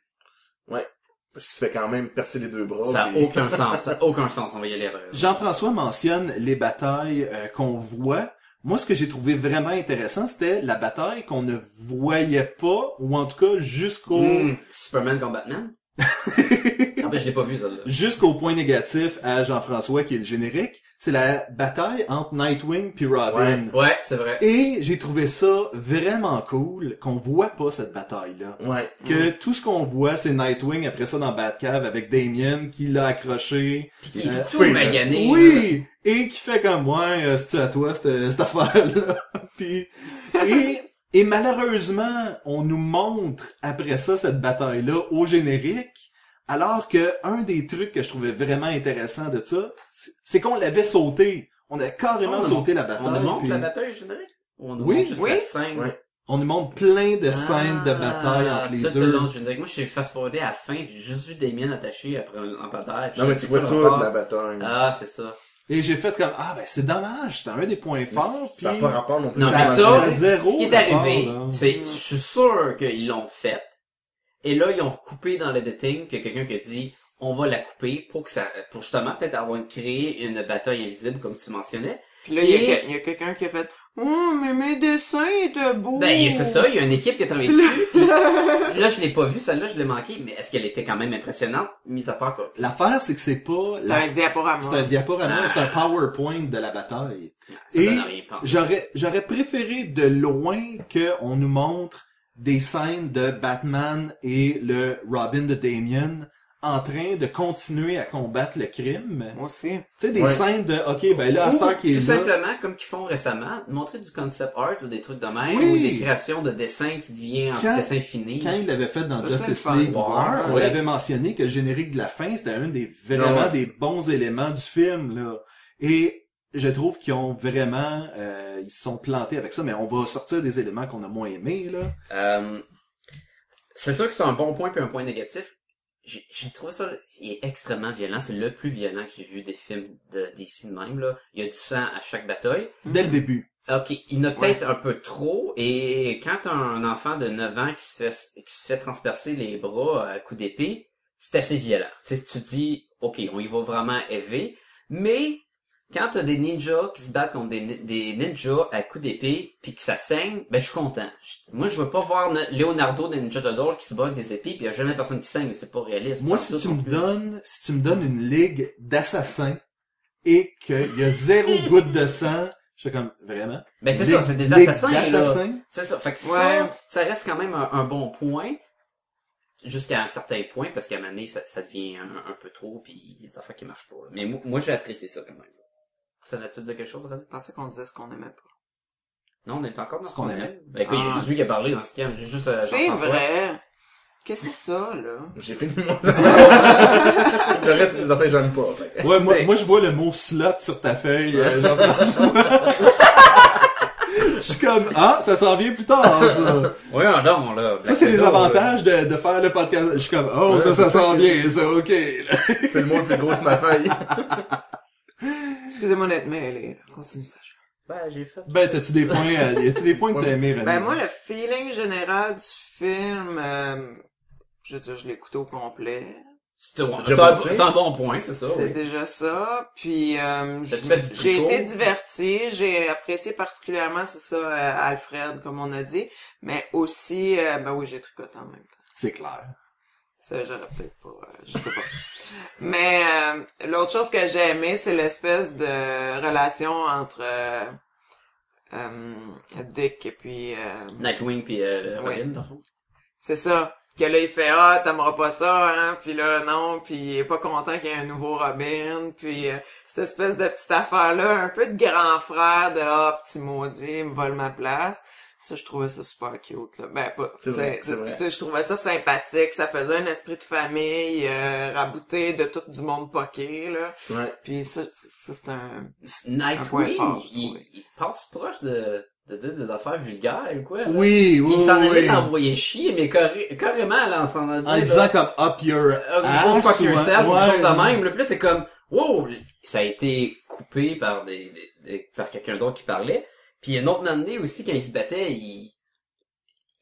Speaker 3: Parce qu'il se fait quand même percer les deux bras.
Speaker 2: Ça a
Speaker 3: puis-
Speaker 2: aucun sens, ça a aucun sens, on va y aller après.
Speaker 1: Jean-François mentionne les batailles euh, qu'on voit. Moi, ce que j'ai trouvé vraiment intéressant, c'était la bataille qu'on ne voyait pas, ou en tout cas jusqu'au
Speaker 2: Hmm, Superman contre Batman? Ah ben, je l'ai pas vu, celle-là.
Speaker 1: jusqu'au point négatif à Jean-François qui est le générique. C'est la bataille entre Nightwing puis Robin.
Speaker 2: Ouais, c'est vrai.
Speaker 1: Et j'ai trouvé ça vraiment cool qu'on voit pas cette bataille-là.
Speaker 3: Ouais.
Speaker 1: Que
Speaker 2: Hmm.
Speaker 1: tout ce qu'on voit, c'est Nightwing après ça dans Batcave avec Damien qui l'a accroché.
Speaker 2: Puis qui est
Speaker 1: Euh,
Speaker 2: tout
Speaker 3: oui,
Speaker 2: magané.
Speaker 1: Oui! Et qui fait comme moi, euh, c'est-tu à toi cette, cette affaire-là? Puis, et, et malheureusement, on nous montre après ça cette bataille-là au générique, alors que un des trucs que je trouvais vraiment intéressant de ça, c'est- c'est qu'on l'avait sauté. On a carrément
Speaker 2: On nous-
Speaker 1: sauté la
Speaker 2: là.
Speaker 1: bataille.
Speaker 2: On nous montre
Speaker 1: puis
Speaker 2: la bataille générique? On nous
Speaker 1: Oui,
Speaker 2: montre juste
Speaker 4: oui.
Speaker 2: la scène.
Speaker 3: Ouais.
Speaker 1: on nous montre plein de scènes de bataille entre les
Speaker 2: Ah, tout
Speaker 1: deux.
Speaker 2: Le Ah, long du générique. Moi, je suis fast-forwardé à la fin, puis j'ai juste vu Damien attaché après un lampadaire. puis
Speaker 3: Non
Speaker 2: je
Speaker 3: mais tu
Speaker 2: sais
Speaker 3: vois
Speaker 2: pas
Speaker 3: toute
Speaker 2: rapport.
Speaker 3: la bataille.
Speaker 2: Ah, c'est ça.
Speaker 1: Et j'ai fait comme, ah ben c'est dommage, c'était un des points
Speaker 3: Mais
Speaker 1: forts.
Speaker 3: ça n'a
Speaker 1: puis
Speaker 3: pas rapport non plus.
Speaker 2: Non,
Speaker 1: ça-
Speaker 2: mais ça,
Speaker 1: ça zéro hein.
Speaker 2: ce qui est
Speaker 1: rapport,
Speaker 2: arrivé,
Speaker 1: là.
Speaker 2: c'est, je suis sûr qu'ils l'ont fait. Et là, ils ont coupé dans l'editing, puis il y a quelqu'un qui a dit, on va la couper pour que ça, pour justement peut-être avoir créé une bataille invisible comme tu mentionnais.
Speaker 4: Puis là, il y a
Speaker 2: Et-
Speaker 4: que- il y a, quelqu'un qui a fait « Oh, mais mes dessins étaient beaux! »
Speaker 2: Ben, il- c'est ça, il y a une équipe qui a travaillé dessus. puis là, je l'ai pas vue, celle-là, je l'ai manquée, mais est-ce qu'elle était quand même impressionnante, mis à part quoi?
Speaker 1: L'affaire, c'est que c'est pas
Speaker 4: C'est
Speaker 1: la-
Speaker 4: un diaporama.
Speaker 1: C'est un diaporama, c'est un PowerPoint de la bataille.
Speaker 2: Ah. Ça
Speaker 1: Et
Speaker 2: donne rien, pas.
Speaker 1: J'aurais, j'aurais préféré de loin qu'on nous montre des scènes de Batman et le Robin de Damien en train de continuer à combattre le crime.
Speaker 4: Moi aussi.
Speaker 1: Tu sais, des
Speaker 3: Ouais.
Speaker 1: scènes de, ok, ben là, à cette heure qui
Speaker 2: Ou,
Speaker 1: est
Speaker 2: tout
Speaker 1: là.
Speaker 2: simplement, comme qu'ils font récemment, montrer du concept art ou des trucs de même,
Speaker 1: Oui.
Speaker 2: ou des créations de dessins qui deviennent
Speaker 1: Quand-
Speaker 2: en dessin fini.
Speaker 1: Quand il l'avait fait dans
Speaker 4: Ça,
Speaker 1: Justice
Speaker 4: c'est le fun.
Speaker 1: League War, on
Speaker 2: Ouais.
Speaker 1: avait mentionné que le générique de la fin, c'était un des vraiment
Speaker 3: Ouais.
Speaker 1: des bons éléments du film, là. Et je trouve qu'ils ont vraiment, euh, ils se sont plantés avec ça, mais on va sortir des éléments qu'on a moins aimés, là.
Speaker 2: Euh, c'est sûr que c'est un bon point puis un point négatif. J'ai j'ai trouvé ça il est extrêmement violent. C'est le plus violent que j'ai vu des films de DC de même. Là. Il y a du sang à chaque bataille.
Speaker 1: Dès le début.
Speaker 2: Ah, Ok, il y en a peut-être un peu trop. Et quand t'as un enfant de 9 ans qui se fait, qui se fait transpercer les bras à coups d'épée, c'est assez violent. Tu sais, tu dis, ok, on y va vraiment élevé. Mais quand t'as des ninjas qui se battent contre des, ni- des ninjas à coups d'épée, puis que ça saigne, ben je suis content. Je- moi, je veux pas voir no- Leonardo des Ninja Turtles qui se bat avec des épées, puis y a jamais personne qui saigne, mais c'est pas réaliste.
Speaker 1: Moi,
Speaker 2: Dans
Speaker 1: si
Speaker 2: ça,
Speaker 1: tu
Speaker 2: non
Speaker 1: me
Speaker 2: plus.
Speaker 1: donnes, si tu me donnes une ligue d'assassins et qu'il y a zéro goutte de sang, je suis comme, vraiment?
Speaker 2: Ben c'est
Speaker 1: Ligue-
Speaker 2: ça, c'est des
Speaker 1: ligue
Speaker 2: assassins. là.
Speaker 1: d'assassins?
Speaker 2: C'est ça. Fait que
Speaker 6: Ouais.
Speaker 2: ça, ça reste quand même un, un bon point. Jusqu'à un certain point, parce qu'à un moment donné, ça, ça devient un, un peu trop, puis il y a des affaires qui marchent pas. là. Mais moi, moi, j'ai apprécié ça quand même. Ça n'a-tu dit quelque chose, René?
Speaker 6: Je pensais qu'on disait ce qu'on aimait pas.
Speaker 2: Non, on est encore dans
Speaker 1: Ce qu'on
Speaker 2: aime.
Speaker 1: aimait.
Speaker 2: Ben écoute, il y a
Speaker 6: Ah.
Speaker 2: juste lui qui a parlé dans ce camp. J'ai juste... euh,
Speaker 6: C'est
Speaker 2: Jean-François.
Speaker 6: vrai. Qu'est-ce que c'est ça, là?
Speaker 3: J'ai fini mon Le reste des affaires, j'aime pas. fait que-
Speaker 1: Ouais, moi, moi, je vois le mot slot sur ta feuille, euh, Jean-François. Je suis comme, ah, ça s'en vient plus tard, ça.
Speaker 2: Oui, on dort, là.
Speaker 1: Ça, Ah, c'est les avantages de, de faire le podcast. Je suis comme, oh, ça, ça s'en vient, ça, ok. là.
Speaker 3: C'est le mot le plus gros sur ma feuille.
Speaker 6: Excusez-moi d'être mêlé. là. Continue, Sacha.
Speaker 2: Ben, j'ai fait.
Speaker 1: Ben, t'as-tu des points, euh, y tu des points que t'as aimés, René?
Speaker 6: Ben moi, le feeling général du film, euh, je veux dire, je l'ai écouté au complet.
Speaker 2: C'est un,
Speaker 3: déjà
Speaker 2: c'est un-
Speaker 3: bon,
Speaker 2: c'est un bon point, c'est ça.
Speaker 6: C'est
Speaker 2: oui.
Speaker 6: déjà ça. Puis euh,
Speaker 2: T'as-tu
Speaker 6: j'ai-
Speaker 2: fait du
Speaker 6: j'ai
Speaker 2: tricot?
Speaker 6: été diverti. J'ai apprécié particulièrement, c'est ça, euh, Alfred, comme on a dit. Mais aussi, euh, ben oui, j'ai tricoté en même temps.
Speaker 1: C'est clair.
Speaker 6: Ça, j'aurais peut-être pas, euh, je sais pas. Mais euh, l'autre chose que j'ai aimé, c'est l'espèce de relation entre euh, euh, Dick et puis... euh,
Speaker 2: Nightwing puis euh,
Speaker 6: Ouais.
Speaker 2: Robin, dans le fond.
Speaker 6: c'est ça. Que là, il fait « Ah, t'aimeras pas ça, hein? » Puis là, non. Puis il est pas content qu'il y ait un nouveau Robin. Puis euh, cette espèce de petite affaire-là, un peu de grand frère de « Ah, petit maudit, il me vole ma place. » Ça, je trouvais ça super cute, là. Ben, pas...
Speaker 3: C'est vrai,
Speaker 6: t'sais,
Speaker 3: c'est vrai.
Speaker 6: t'sais, Je trouvais ça sympathique. Ça faisait un esprit de famille euh, rabouté de tout du monde poqué, là.
Speaker 3: Ouais.
Speaker 6: Puis ça, ça c'est un... Un point
Speaker 2: Nightwing,
Speaker 6: fort, je
Speaker 2: il,
Speaker 6: trouvais.
Speaker 2: il passe proche de, de dire des affaires vulgaires ou quoi. là.
Speaker 1: Oui, oui,
Speaker 2: Il s'en allait
Speaker 1: oui.
Speaker 2: l'envoyer chier, mais carré- carrément, là, on s'en allait
Speaker 1: En
Speaker 2: là,
Speaker 1: disant comme up your
Speaker 2: Euh, Go
Speaker 1: ass
Speaker 2: fuck
Speaker 1: ou,
Speaker 2: yourself, ou
Speaker 1: Ah, ouais,
Speaker 2: quelque chose de même. Là, Puis là, t'es comme, wow, ça a été coupé par des, des- des- par quelqu'un d'autre qui parlait. Puis un autre moment donné aussi, quand il se battait, il,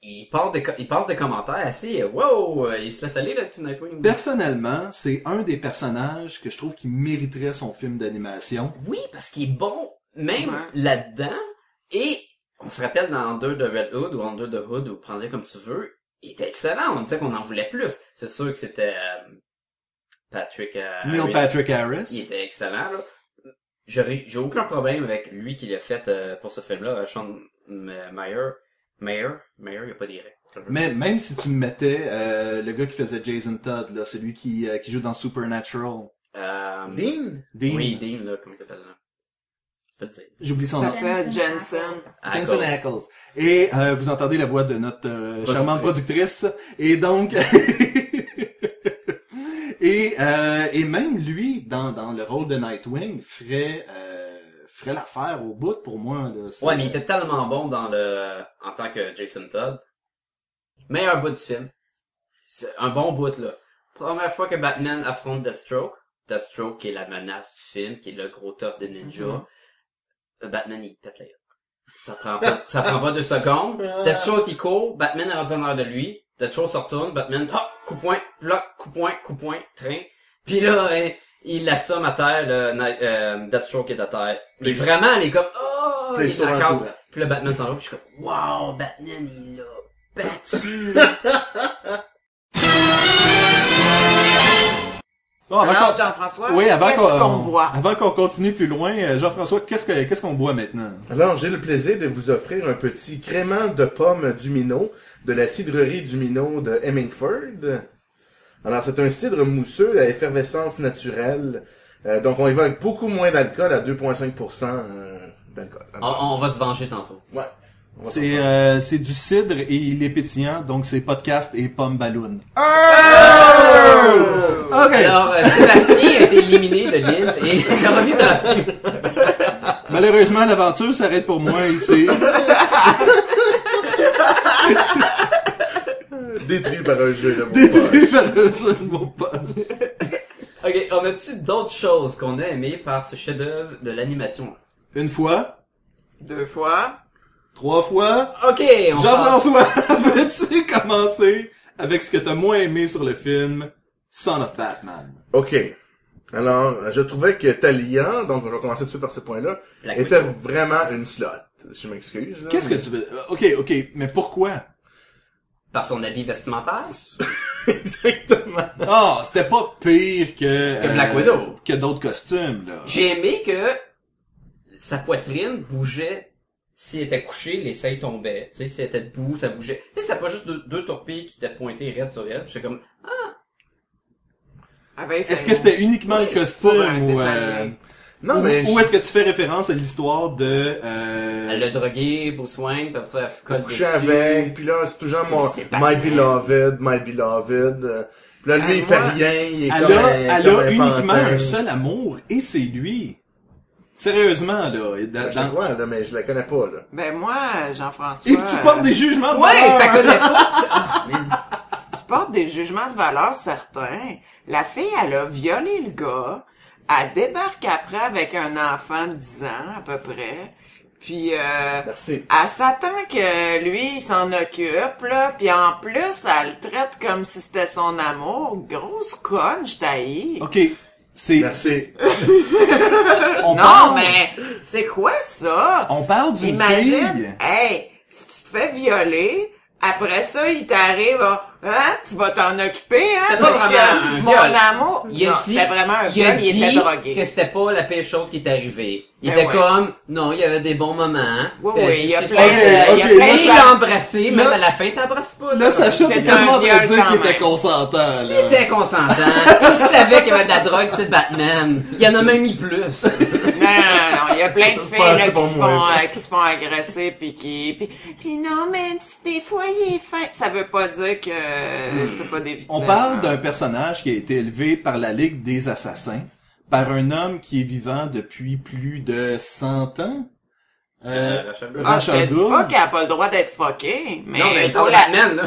Speaker 2: il passe des, co- il passe des commentaires assez, euh, wow, euh, il se laisse aller, le petit Nightwing.
Speaker 1: Personnellement, c'est un des personnages que je trouve qui mériterait son film d'animation.
Speaker 2: Oui, parce qu'il est bon, même
Speaker 6: Ouais.
Speaker 2: là-dedans. Et on se rappelle dans Under the Red Hood ou Under the Hood, ou prends-le comme tu veux, il était excellent. On disait qu'on en voulait plus. C'est sûr que c'était euh, Patrick euh,
Speaker 1: Neil
Speaker 2: Harris.
Speaker 1: Patrick
Speaker 2: Il
Speaker 1: Harris.
Speaker 2: était excellent, là. J'aurais- J'ai aucun problème avec lui qui l'a fait euh, pour ce film-là, euh, Sean M- Meyer. Meyer? Meyer, il a pas direct.
Speaker 1: Mais même si tu me mettais euh, le gars qui faisait Jason Todd, là, celui qui, euh, qui joue dans Supernatural,
Speaker 2: Euh,
Speaker 3: Dean?
Speaker 1: Dean,
Speaker 2: Oui, Dean, là, comment il s'appelle, là? Je peux le dire.
Speaker 1: j'oublie son
Speaker 6: Ça
Speaker 1: nom,
Speaker 6: s'appelle
Speaker 4: Jensen.
Speaker 6: Jensen.
Speaker 2: Ah,
Speaker 1: Jensen
Speaker 2: Ackles.
Speaker 1: Ackles. Et euh, vous entendez la voix de notre euh, charmante productrice. Et donc... et, euh, et même lui, dans, dans le rôle de Nightwing, ferait, euh, ferait l'affaire au bout pour moi. Là, C'est-
Speaker 2: Ouais, mais il était tellement bon dans le, en tant que Jason Todd. Meilleur bout du film. C'est un bon bout, là. Première fois que Batman affronte Deathstroke. Deathstroke, qui est la menace du film, qui est le gros top des ninjas. Euh, Batman, il pète la gueule. Ça prend pas, ça prend pas deux secondes. Deathstroke, il court. Batman est rendu en arrière de lui. Deathstroke se retourne. Batman, ah, coup de poing, bloc, coup de poing, coup de poing, train. Puis là, hein, il l'assomme à terre, le, Ni- euh, Deathstroke est à terre. Mais vraiment, les gars, oh,
Speaker 3: Puis
Speaker 2: il
Speaker 3: il
Speaker 2: est
Speaker 3: sauve un
Speaker 2: encore.
Speaker 3: coup, là.
Speaker 2: Puis là, Batman s'en va, puis je suis comme, wow, Batman, il l'a battu. là.
Speaker 1: Bon, avant
Speaker 6: Alors,
Speaker 1: qu'on-
Speaker 6: Jean-François,
Speaker 1: Oui, avant
Speaker 6: Oh, qu'est-ce
Speaker 1: qu'on
Speaker 6: qu'on boit?
Speaker 1: Avant qu'on continue plus loin, euh, Jean-François, qu'est-ce que qu'est-ce qu'on boit maintenant
Speaker 3: Alors, j'ai le plaisir de vous offrir un petit crément de pommes du Minot de la cidrerie du Minot de Hemingford. Alors, c'est un cidre mousseux à effervescence naturelle. Euh, donc, on y va avec beaucoup moins d'alcool, à 2,5% euh, d'alcool. Euh,
Speaker 2: on, on va se venger tantôt.
Speaker 3: Ouais. On va
Speaker 1: C'est euh, c'est du cidre et il est pétillant, donc c'est podcast et pomme ballon. Ok.
Speaker 2: Alors, euh, Sébastien a été éliminé de l'île et il a remis dans
Speaker 1: Malheureusement, l'aventure s'arrête pour moi ici.
Speaker 3: s'en- détruit par un jeu de mots.
Speaker 1: Détruit par le jeu de mon pote.
Speaker 2: Ok, on a-tu d'autres choses qu'on a aimées par ce chef-d'œuvre de l'animation?
Speaker 1: Une fois,
Speaker 6: Deux fois.
Speaker 1: trois fois.
Speaker 2: Ok, on passe.
Speaker 1: Jean-François, veux-tu commencer avec ce que t'as moins aimé sur le film Son of Batman
Speaker 3: OK. Alors, je trouvais que Talia, donc je vais commencer dessus par ce point-là,
Speaker 2: Black
Speaker 3: était
Speaker 2: Widow.
Speaker 3: vraiment une slot. Je m'excuse. là,
Speaker 1: Qu'est-ce que
Speaker 3: mais-
Speaker 1: tu veux? euh, Ok, ok, mais pourquoi?
Speaker 2: Par son habit vestimentaire?
Speaker 3: Exactement.
Speaker 1: Ah, c'était pas pire que... euh,
Speaker 2: Que Black Widow.
Speaker 1: Que d'autres costumes, là.
Speaker 2: J'ai aimé que sa poitrine bougeait. S'il était couché, les seins tombaient. Tu sais, si elle était debout, ça bougeait. Tu sais, c'était pas juste deux, deux torpilles qui étaient pointées raides sur elle. J'étais comme,
Speaker 6: Ah ben, c'est-
Speaker 1: Est-ce que c'était uniquement le
Speaker 2: Oui,
Speaker 6: pour un
Speaker 1: costume ou...
Speaker 6: dessin
Speaker 1: euh,
Speaker 6: animé.
Speaker 3: Non,
Speaker 1: ou-
Speaker 3: mais...
Speaker 1: ou
Speaker 3: je-
Speaker 1: est-ce que tu fais référence à l'histoire de... euh,
Speaker 2: elle l'a drogué pour soin, puis après ça, elle se colle dessus.
Speaker 3: couché avec, puis là, c'est toujours mon
Speaker 2: C'est pas
Speaker 3: My
Speaker 2: vrai.
Speaker 3: Beloved, My Beloved. euh, Puis là, lui,
Speaker 6: Ah,
Speaker 3: il fait
Speaker 6: moi,
Speaker 3: rien, il est
Speaker 1: Elle
Speaker 3: comme
Speaker 1: a,
Speaker 3: un-
Speaker 1: elle
Speaker 3: comme
Speaker 1: a
Speaker 3: un
Speaker 1: uniquement
Speaker 3: pantin.
Speaker 1: un seul amour et c'est lui. Sérieusement, là. et dans-
Speaker 3: Je la
Speaker 1: dans-
Speaker 3: crois, là, mais je la connais pas, là.
Speaker 6: Ben moi, Jean-François...
Speaker 1: Et tu portes des jugements de
Speaker 2: Ouais,
Speaker 1: valeur.
Speaker 2: t'as connais pas! Mais
Speaker 6: tu portes euh, des jugements de valeur certains. La fille, elle a violé le gars. Elle débarque après avec un enfant de 10 ans, à peu près. Puis, euh,
Speaker 3: Merci.
Speaker 6: elle s'attend que lui, il s'en occupe, là. Puis en plus, elle le traite comme si c'était son amour. Grosse conne, je t'haïs.
Speaker 1: Ok, c'est...
Speaker 3: Merci.
Speaker 1: On
Speaker 6: Non,
Speaker 1: parle,
Speaker 6: mais c'est quoi ça?
Speaker 1: On parle d'une fille.
Speaker 6: Imagine, hey, si tu te fais violer, après ça, il t'arrive, ah, hein, tu vas t'en occuper, hein,
Speaker 2: C'était pas
Speaker 6: parce
Speaker 2: vraiment un
Speaker 6: que mon
Speaker 2: viol.
Speaker 6: amour,
Speaker 2: il a
Speaker 6: non,
Speaker 2: dit,
Speaker 6: c'était vraiment un
Speaker 2: il
Speaker 6: viol,
Speaker 2: a
Speaker 6: il était
Speaker 2: dit
Speaker 6: drogué.
Speaker 2: que c'était pas la pire chose qui est arrivée. Il
Speaker 6: Ben
Speaker 2: était
Speaker 6: ouais.
Speaker 2: comme, non, il y avait des bons moments.
Speaker 6: Oui,
Speaker 2: Puis elle
Speaker 6: oui,
Speaker 2: dit,
Speaker 6: il y a
Speaker 2: c'est
Speaker 6: plein
Speaker 2: ça,
Speaker 1: de-
Speaker 2: euh, il y a
Speaker 1: ok,
Speaker 2: plein
Speaker 1: là,
Speaker 2: de
Speaker 1: ça-
Speaker 2: l'ont embrassé, même
Speaker 1: là-
Speaker 2: à la fin, t'embrasses pas.
Speaker 1: Là, Sacha,
Speaker 6: C'est
Speaker 1: t'es quasiment
Speaker 6: un
Speaker 1: en train de
Speaker 6: viol
Speaker 1: dire
Speaker 6: quand
Speaker 1: qu'il était
Speaker 6: même.
Speaker 1: consentant, là.
Speaker 2: Il était consentant. Il savait qu'il y avait de la drogue, c'est Batman. Il en a même mis plus.
Speaker 6: Non, non, non, non, il y a plein de
Speaker 3: C'est
Speaker 6: filles
Speaker 3: pas
Speaker 6: là,
Speaker 3: assez
Speaker 6: qui,
Speaker 3: pour
Speaker 6: se
Speaker 3: moi,
Speaker 6: font,
Speaker 3: ça.
Speaker 6: euh, qui se font agresser puis qui puis, puis non mais tu- des fois il est fin. Ça veut pas dire que euh, c'est pas des victimes.
Speaker 1: On parle d'un
Speaker 6: hein.
Speaker 1: personnage qui a été élevé par la Ligue des Assassins, par un homme qui est vivant depuis plus de 100 ans. Euh,
Speaker 2: Rachel
Speaker 1: Gould.
Speaker 6: Ah, je te
Speaker 2: ben,
Speaker 1: Rachel
Speaker 6: dis
Speaker 1: Gould.
Speaker 6: pas qu'elle a pas le droit d'être fuckée, mais,
Speaker 2: non, mais il faut
Speaker 6: faut la...
Speaker 2: Batman, là.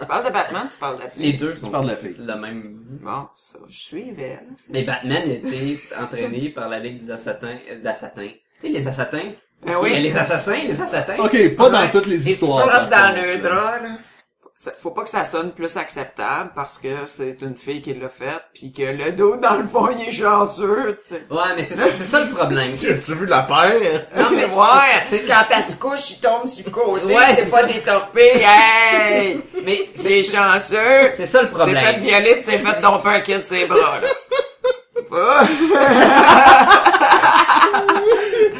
Speaker 6: tu parles de Batman, tu parles de la fille.
Speaker 2: Les deux sont
Speaker 1: parles de la fille.
Speaker 2: c'est la même.
Speaker 6: Bon, ça, je suis elle.
Speaker 2: Mais Batman était entraîné par la Ligue des Assassins. euh, des assassins. Tu sais, les assassins.
Speaker 6: Ben oui.
Speaker 2: Il y a les assassins, les assassins.
Speaker 1: Ok, pas dans
Speaker 6: Ouais.
Speaker 1: toutes les
Speaker 6: Et
Speaker 1: histoires.
Speaker 6: tu frappes
Speaker 1: par
Speaker 6: dans
Speaker 1: contre,
Speaker 6: le
Speaker 1: là.
Speaker 6: drap, là. Faut- ça- Faut pas que ça sonne plus acceptable parce que c'est une fille qui l'a faite puis que le dos dans le fond il est chanceux, tu sais.
Speaker 2: Ouais, mais c'est ça, c'est ça le problème.
Speaker 3: Tu as vu la paire?
Speaker 2: Non, mais
Speaker 6: ouais,
Speaker 2: c'est-
Speaker 6: quand elle se couche, il tombe sur le côté,
Speaker 2: Ouais, c'est
Speaker 6: c'est pas
Speaker 2: ça.
Speaker 6: des torpilles, hey!
Speaker 2: Mais
Speaker 6: C'est
Speaker 2: c'est
Speaker 6: chanceux!
Speaker 2: c'est ça le
Speaker 6: C'est fait
Speaker 2: problème.
Speaker 6: violer pis c'est fait domper un kid ses bras, là. Ah!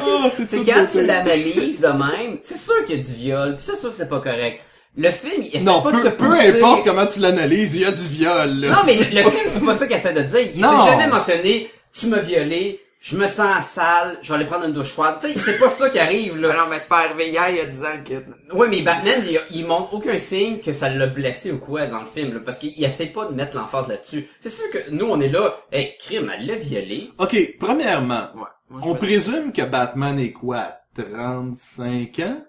Speaker 1: Ah, c'est
Speaker 2: C'est
Speaker 1: tout
Speaker 2: quand
Speaker 1: beauté.
Speaker 2: tu l'analyses de même, c'est sûr qu'il y a du viol, pis c'est sûr que c'est pas correct. Le film, il essaie
Speaker 1: Non,
Speaker 2: pas
Speaker 1: peu,
Speaker 2: de te
Speaker 1: peu
Speaker 2: pousser-
Speaker 1: importe comment tu l'analyses, il y a du viol. là.
Speaker 2: Non, mais le film, c'est pas ça qu'il essaie de dire. Il
Speaker 1: Non.
Speaker 2: s'est jamais mentionné, tu m'as violé, je me sens sale, je vais aller prendre une douche froide. Tu sais, c'est pas ça qui arrive, là.
Speaker 6: non, mais c'est pas arrivé hier, il y a 10 ans, le kid.
Speaker 2: Ouais, mais Batman, il, il montre aucun signe que ça l'a blessé ou quoi dans le film, là, parce qu'il essaie pas de mettre l'emphase là-dessus. C'est sûr que nous, on est là, hey, crime, elle l'a violé.
Speaker 1: Ok, premièrement,
Speaker 6: Ouais. Moi, je
Speaker 1: on
Speaker 6: me-
Speaker 1: présume que Batman est quoi, à 35 ans?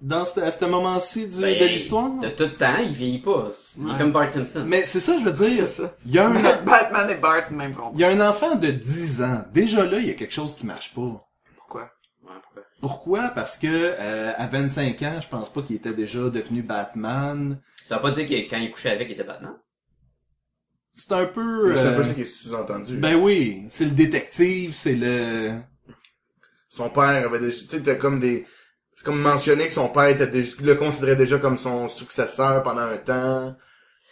Speaker 1: Dans ce, à ce moment-ci du, de
Speaker 2: Ben,
Speaker 1: l'histoire?
Speaker 2: De tout temps, il vieillit pas. Il est comme Bart Simpson.
Speaker 1: Mais c'est ça, je veux
Speaker 6: C'est
Speaker 1: dire.
Speaker 6: ça.
Speaker 1: Il y a un,
Speaker 6: Batman et Bart, même combat.
Speaker 1: il y a un enfant de 10 ans. Déjà là, il y a quelque chose qui marche pas.
Speaker 6: Pourquoi?
Speaker 2: Ouais, pourquoi?
Speaker 1: Pourquoi? Parce que euh, à 25 ans, je pense pas qu'il était déjà devenu Batman.
Speaker 2: Ça veut pas dire que quand il couchait avec, il était Batman.
Speaker 1: C'est un peu...
Speaker 3: C'est un peu
Speaker 1: euh,
Speaker 3: ce qui est sous-entendu.
Speaker 1: ben oui, c'est le détective, c'est le...
Speaker 3: Son père avait déjà, tu sais, t'as comme des, c'est comme mentionné que son père était déjà, le considérait déjà comme son successeur pendant un temps.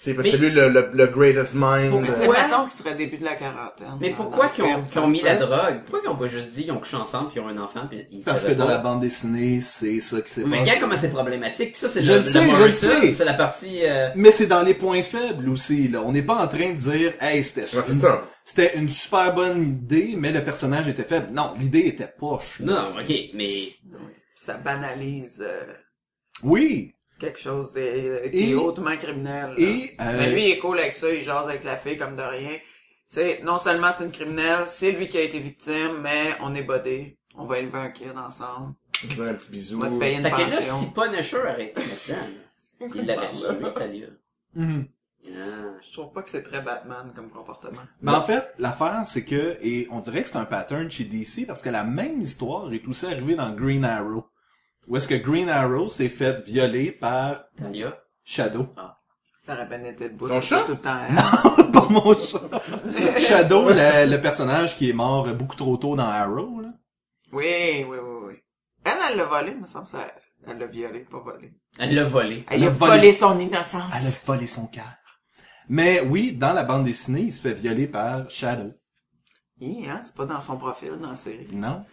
Speaker 3: Tu sais, parce que
Speaker 2: Mais-
Speaker 3: lui, le, le, le greatest mind.
Speaker 6: Mais
Speaker 3: euh,
Speaker 6: c'est
Speaker 2: Ouais.
Speaker 6: mettons qu'il serait début de la quarantaine.
Speaker 2: Mais
Speaker 6: dans-
Speaker 2: pourquoi
Speaker 6: dans le
Speaker 2: qu'ils
Speaker 6: film,
Speaker 2: ont, qu'ils
Speaker 6: Ah, ça
Speaker 2: ont
Speaker 6: se
Speaker 2: mis la
Speaker 6: peut.
Speaker 2: drogue? Pourquoi qu'ils ont pas juste dit qu'ils ont couché ensemble, puis ils ont un enfant, puis ils
Speaker 1: Parce que
Speaker 2: savaient
Speaker 1: dans
Speaker 2: pas?
Speaker 1: la bande dessinée, c'est ça qui s'est
Speaker 2: Mais
Speaker 1: passé.
Speaker 2: quand comment c'est problématique, puis ça c'est
Speaker 1: Je
Speaker 2: le,
Speaker 1: le sais, je le
Speaker 2: Morrison,
Speaker 1: sais.
Speaker 2: c'est la partie... euh,
Speaker 1: Mais c'est dans les points faibles aussi, là. On n'est pas en train de dire, hey, c'était
Speaker 3: Ouais, c'est ça.
Speaker 1: c'était une super bonne idée, mais le personnage était faible. Non, l'idée était poche. là.
Speaker 2: Non, ok, mais...
Speaker 6: Ça banalise euh,
Speaker 1: Oui.
Speaker 6: quelque chose de, euh, qui
Speaker 1: Et-
Speaker 6: est hautement criminel. là.
Speaker 1: Et, euh,
Speaker 6: Mais lui, il est cool avec ça, il jase avec la fille comme de rien. C'est non seulement c'est une criminelle, c'est lui qui a été victime, mais on est bodé. On va élever un kid ensemble.
Speaker 3: Je donne un petit bisou.
Speaker 6: On va te payer une
Speaker 2: T'as que là, si
Speaker 6: pension.
Speaker 2: Punisher arrêtait là-dedans, là, il l'avait tué, Talia.
Speaker 1: Mhm.
Speaker 2: Ah,
Speaker 6: Je trouve pas que c'est très Batman comme comportement.
Speaker 1: Mais Ben, en fait, l'affaire, c'est que, et on dirait que c'est un pattern chez DC, parce que la même histoire est aussi arrivée dans Green Arrow. Où est-ce que Green Arrow s'est fait violer par
Speaker 2: Talia.
Speaker 1: Shadow.
Speaker 6: Ça aurait bien été le bout.
Speaker 3: Ton
Speaker 6: ça serait
Speaker 3: chat?
Speaker 6: Tout le temps. hein.
Speaker 1: Pas mon chat. Shadow, la- le personnage qui est mort beaucoup trop tôt dans Arrow, là.
Speaker 6: Oui, oui, oui, oui. Elle, elle l'a volé, me semble ça. Elle l'a violé, pas volé.
Speaker 2: Elle l'a volé.
Speaker 6: Elle,
Speaker 1: Elle a
Speaker 6: a volé,
Speaker 1: volé
Speaker 6: son
Speaker 1: Elle a
Speaker 6: innocence.
Speaker 1: volé son cœur. Mais oui, dans la bande dessinée, il se fait violer par Shadow.
Speaker 6: Hi, hein, c'est pas dans son profil, dans la série.
Speaker 1: Non?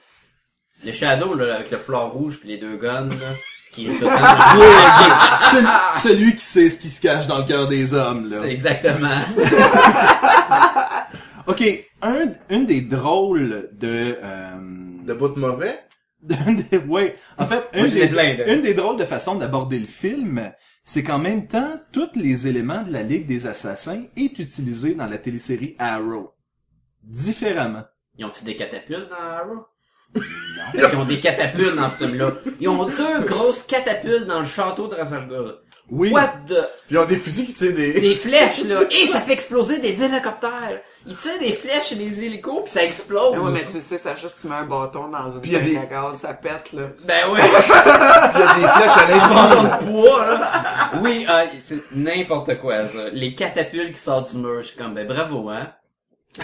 Speaker 2: Le Shadow, là, avec le fleur rouge puis les deux guns, là, qui est totalement
Speaker 1: Celui, celui qui sait ce qui se cache dans le cœur des hommes, là.
Speaker 2: C'est exactement.
Speaker 1: Ok, un, une des drôles de... euh,
Speaker 3: De bout de mauvais.
Speaker 1: Une des- ouais. En fait,
Speaker 2: Moi,
Speaker 1: une,
Speaker 2: je l'ai
Speaker 1: des,
Speaker 2: plein, là.
Speaker 1: une des drôles de façons d'aborder le film, c'est qu'en même temps, tous les éléments de la Ligue des Assassins est utilisé dans la télésérie Arrow. Différemment.
Speaker 2: Ils ont-tu des catapultes dans Arrow? Parce qu'ils ont des catapultes dans ce film-là. Ils ont deux grosses catapultes dans le château de Razalgul.
Speaker 1: Oui.
Speaker 2: What the...
Speaker 3: Puis ils ont des fusils qui tirent des...
Speaker 2: Des flèches, là. Et ça fait exploser des hélicoptères. Ils tirent des flèches et des hélicos puis ça explose.
Speaker 6: Ah ouais, mais tu sais, ça juste tu mets un bâton dans une
Speaker 3: Puis y a
Speaker 6: tank
Speaker 3: des-
Speaker 6: à gaz, ça pète, là.
Speaker 2: Ben oui.
Speaker 3: Puis il y a des flèches à
Speaker 2: Abandon
Speaker 3: l'intérieur.
Speaker 2: de poids, là. Oui, ah, c'est n'importe quoi, ça. Les catapultes qui sortent du mur, je suis comme, ben bravo, hein.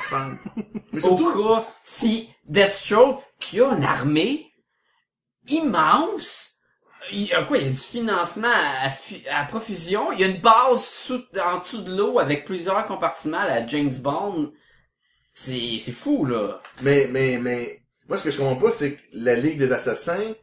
Speaker 6: Bon.
Speaker 3: Mais
Speaker 2: Au
Speaker 3: surtout,
Speaker 2: cas, si Deathstroke, qui a une armée immense, il y a quoi, il y a du financement à, fu- à profusion, il y a une base sous, en dessous de l'eau avec plusieurs compartiments à la James Bond. C'est, c'est fou, là.
Speaker 3: mais, mais, mais, moi, ce que je comprends pas, c'est que la Ligue des Assassins,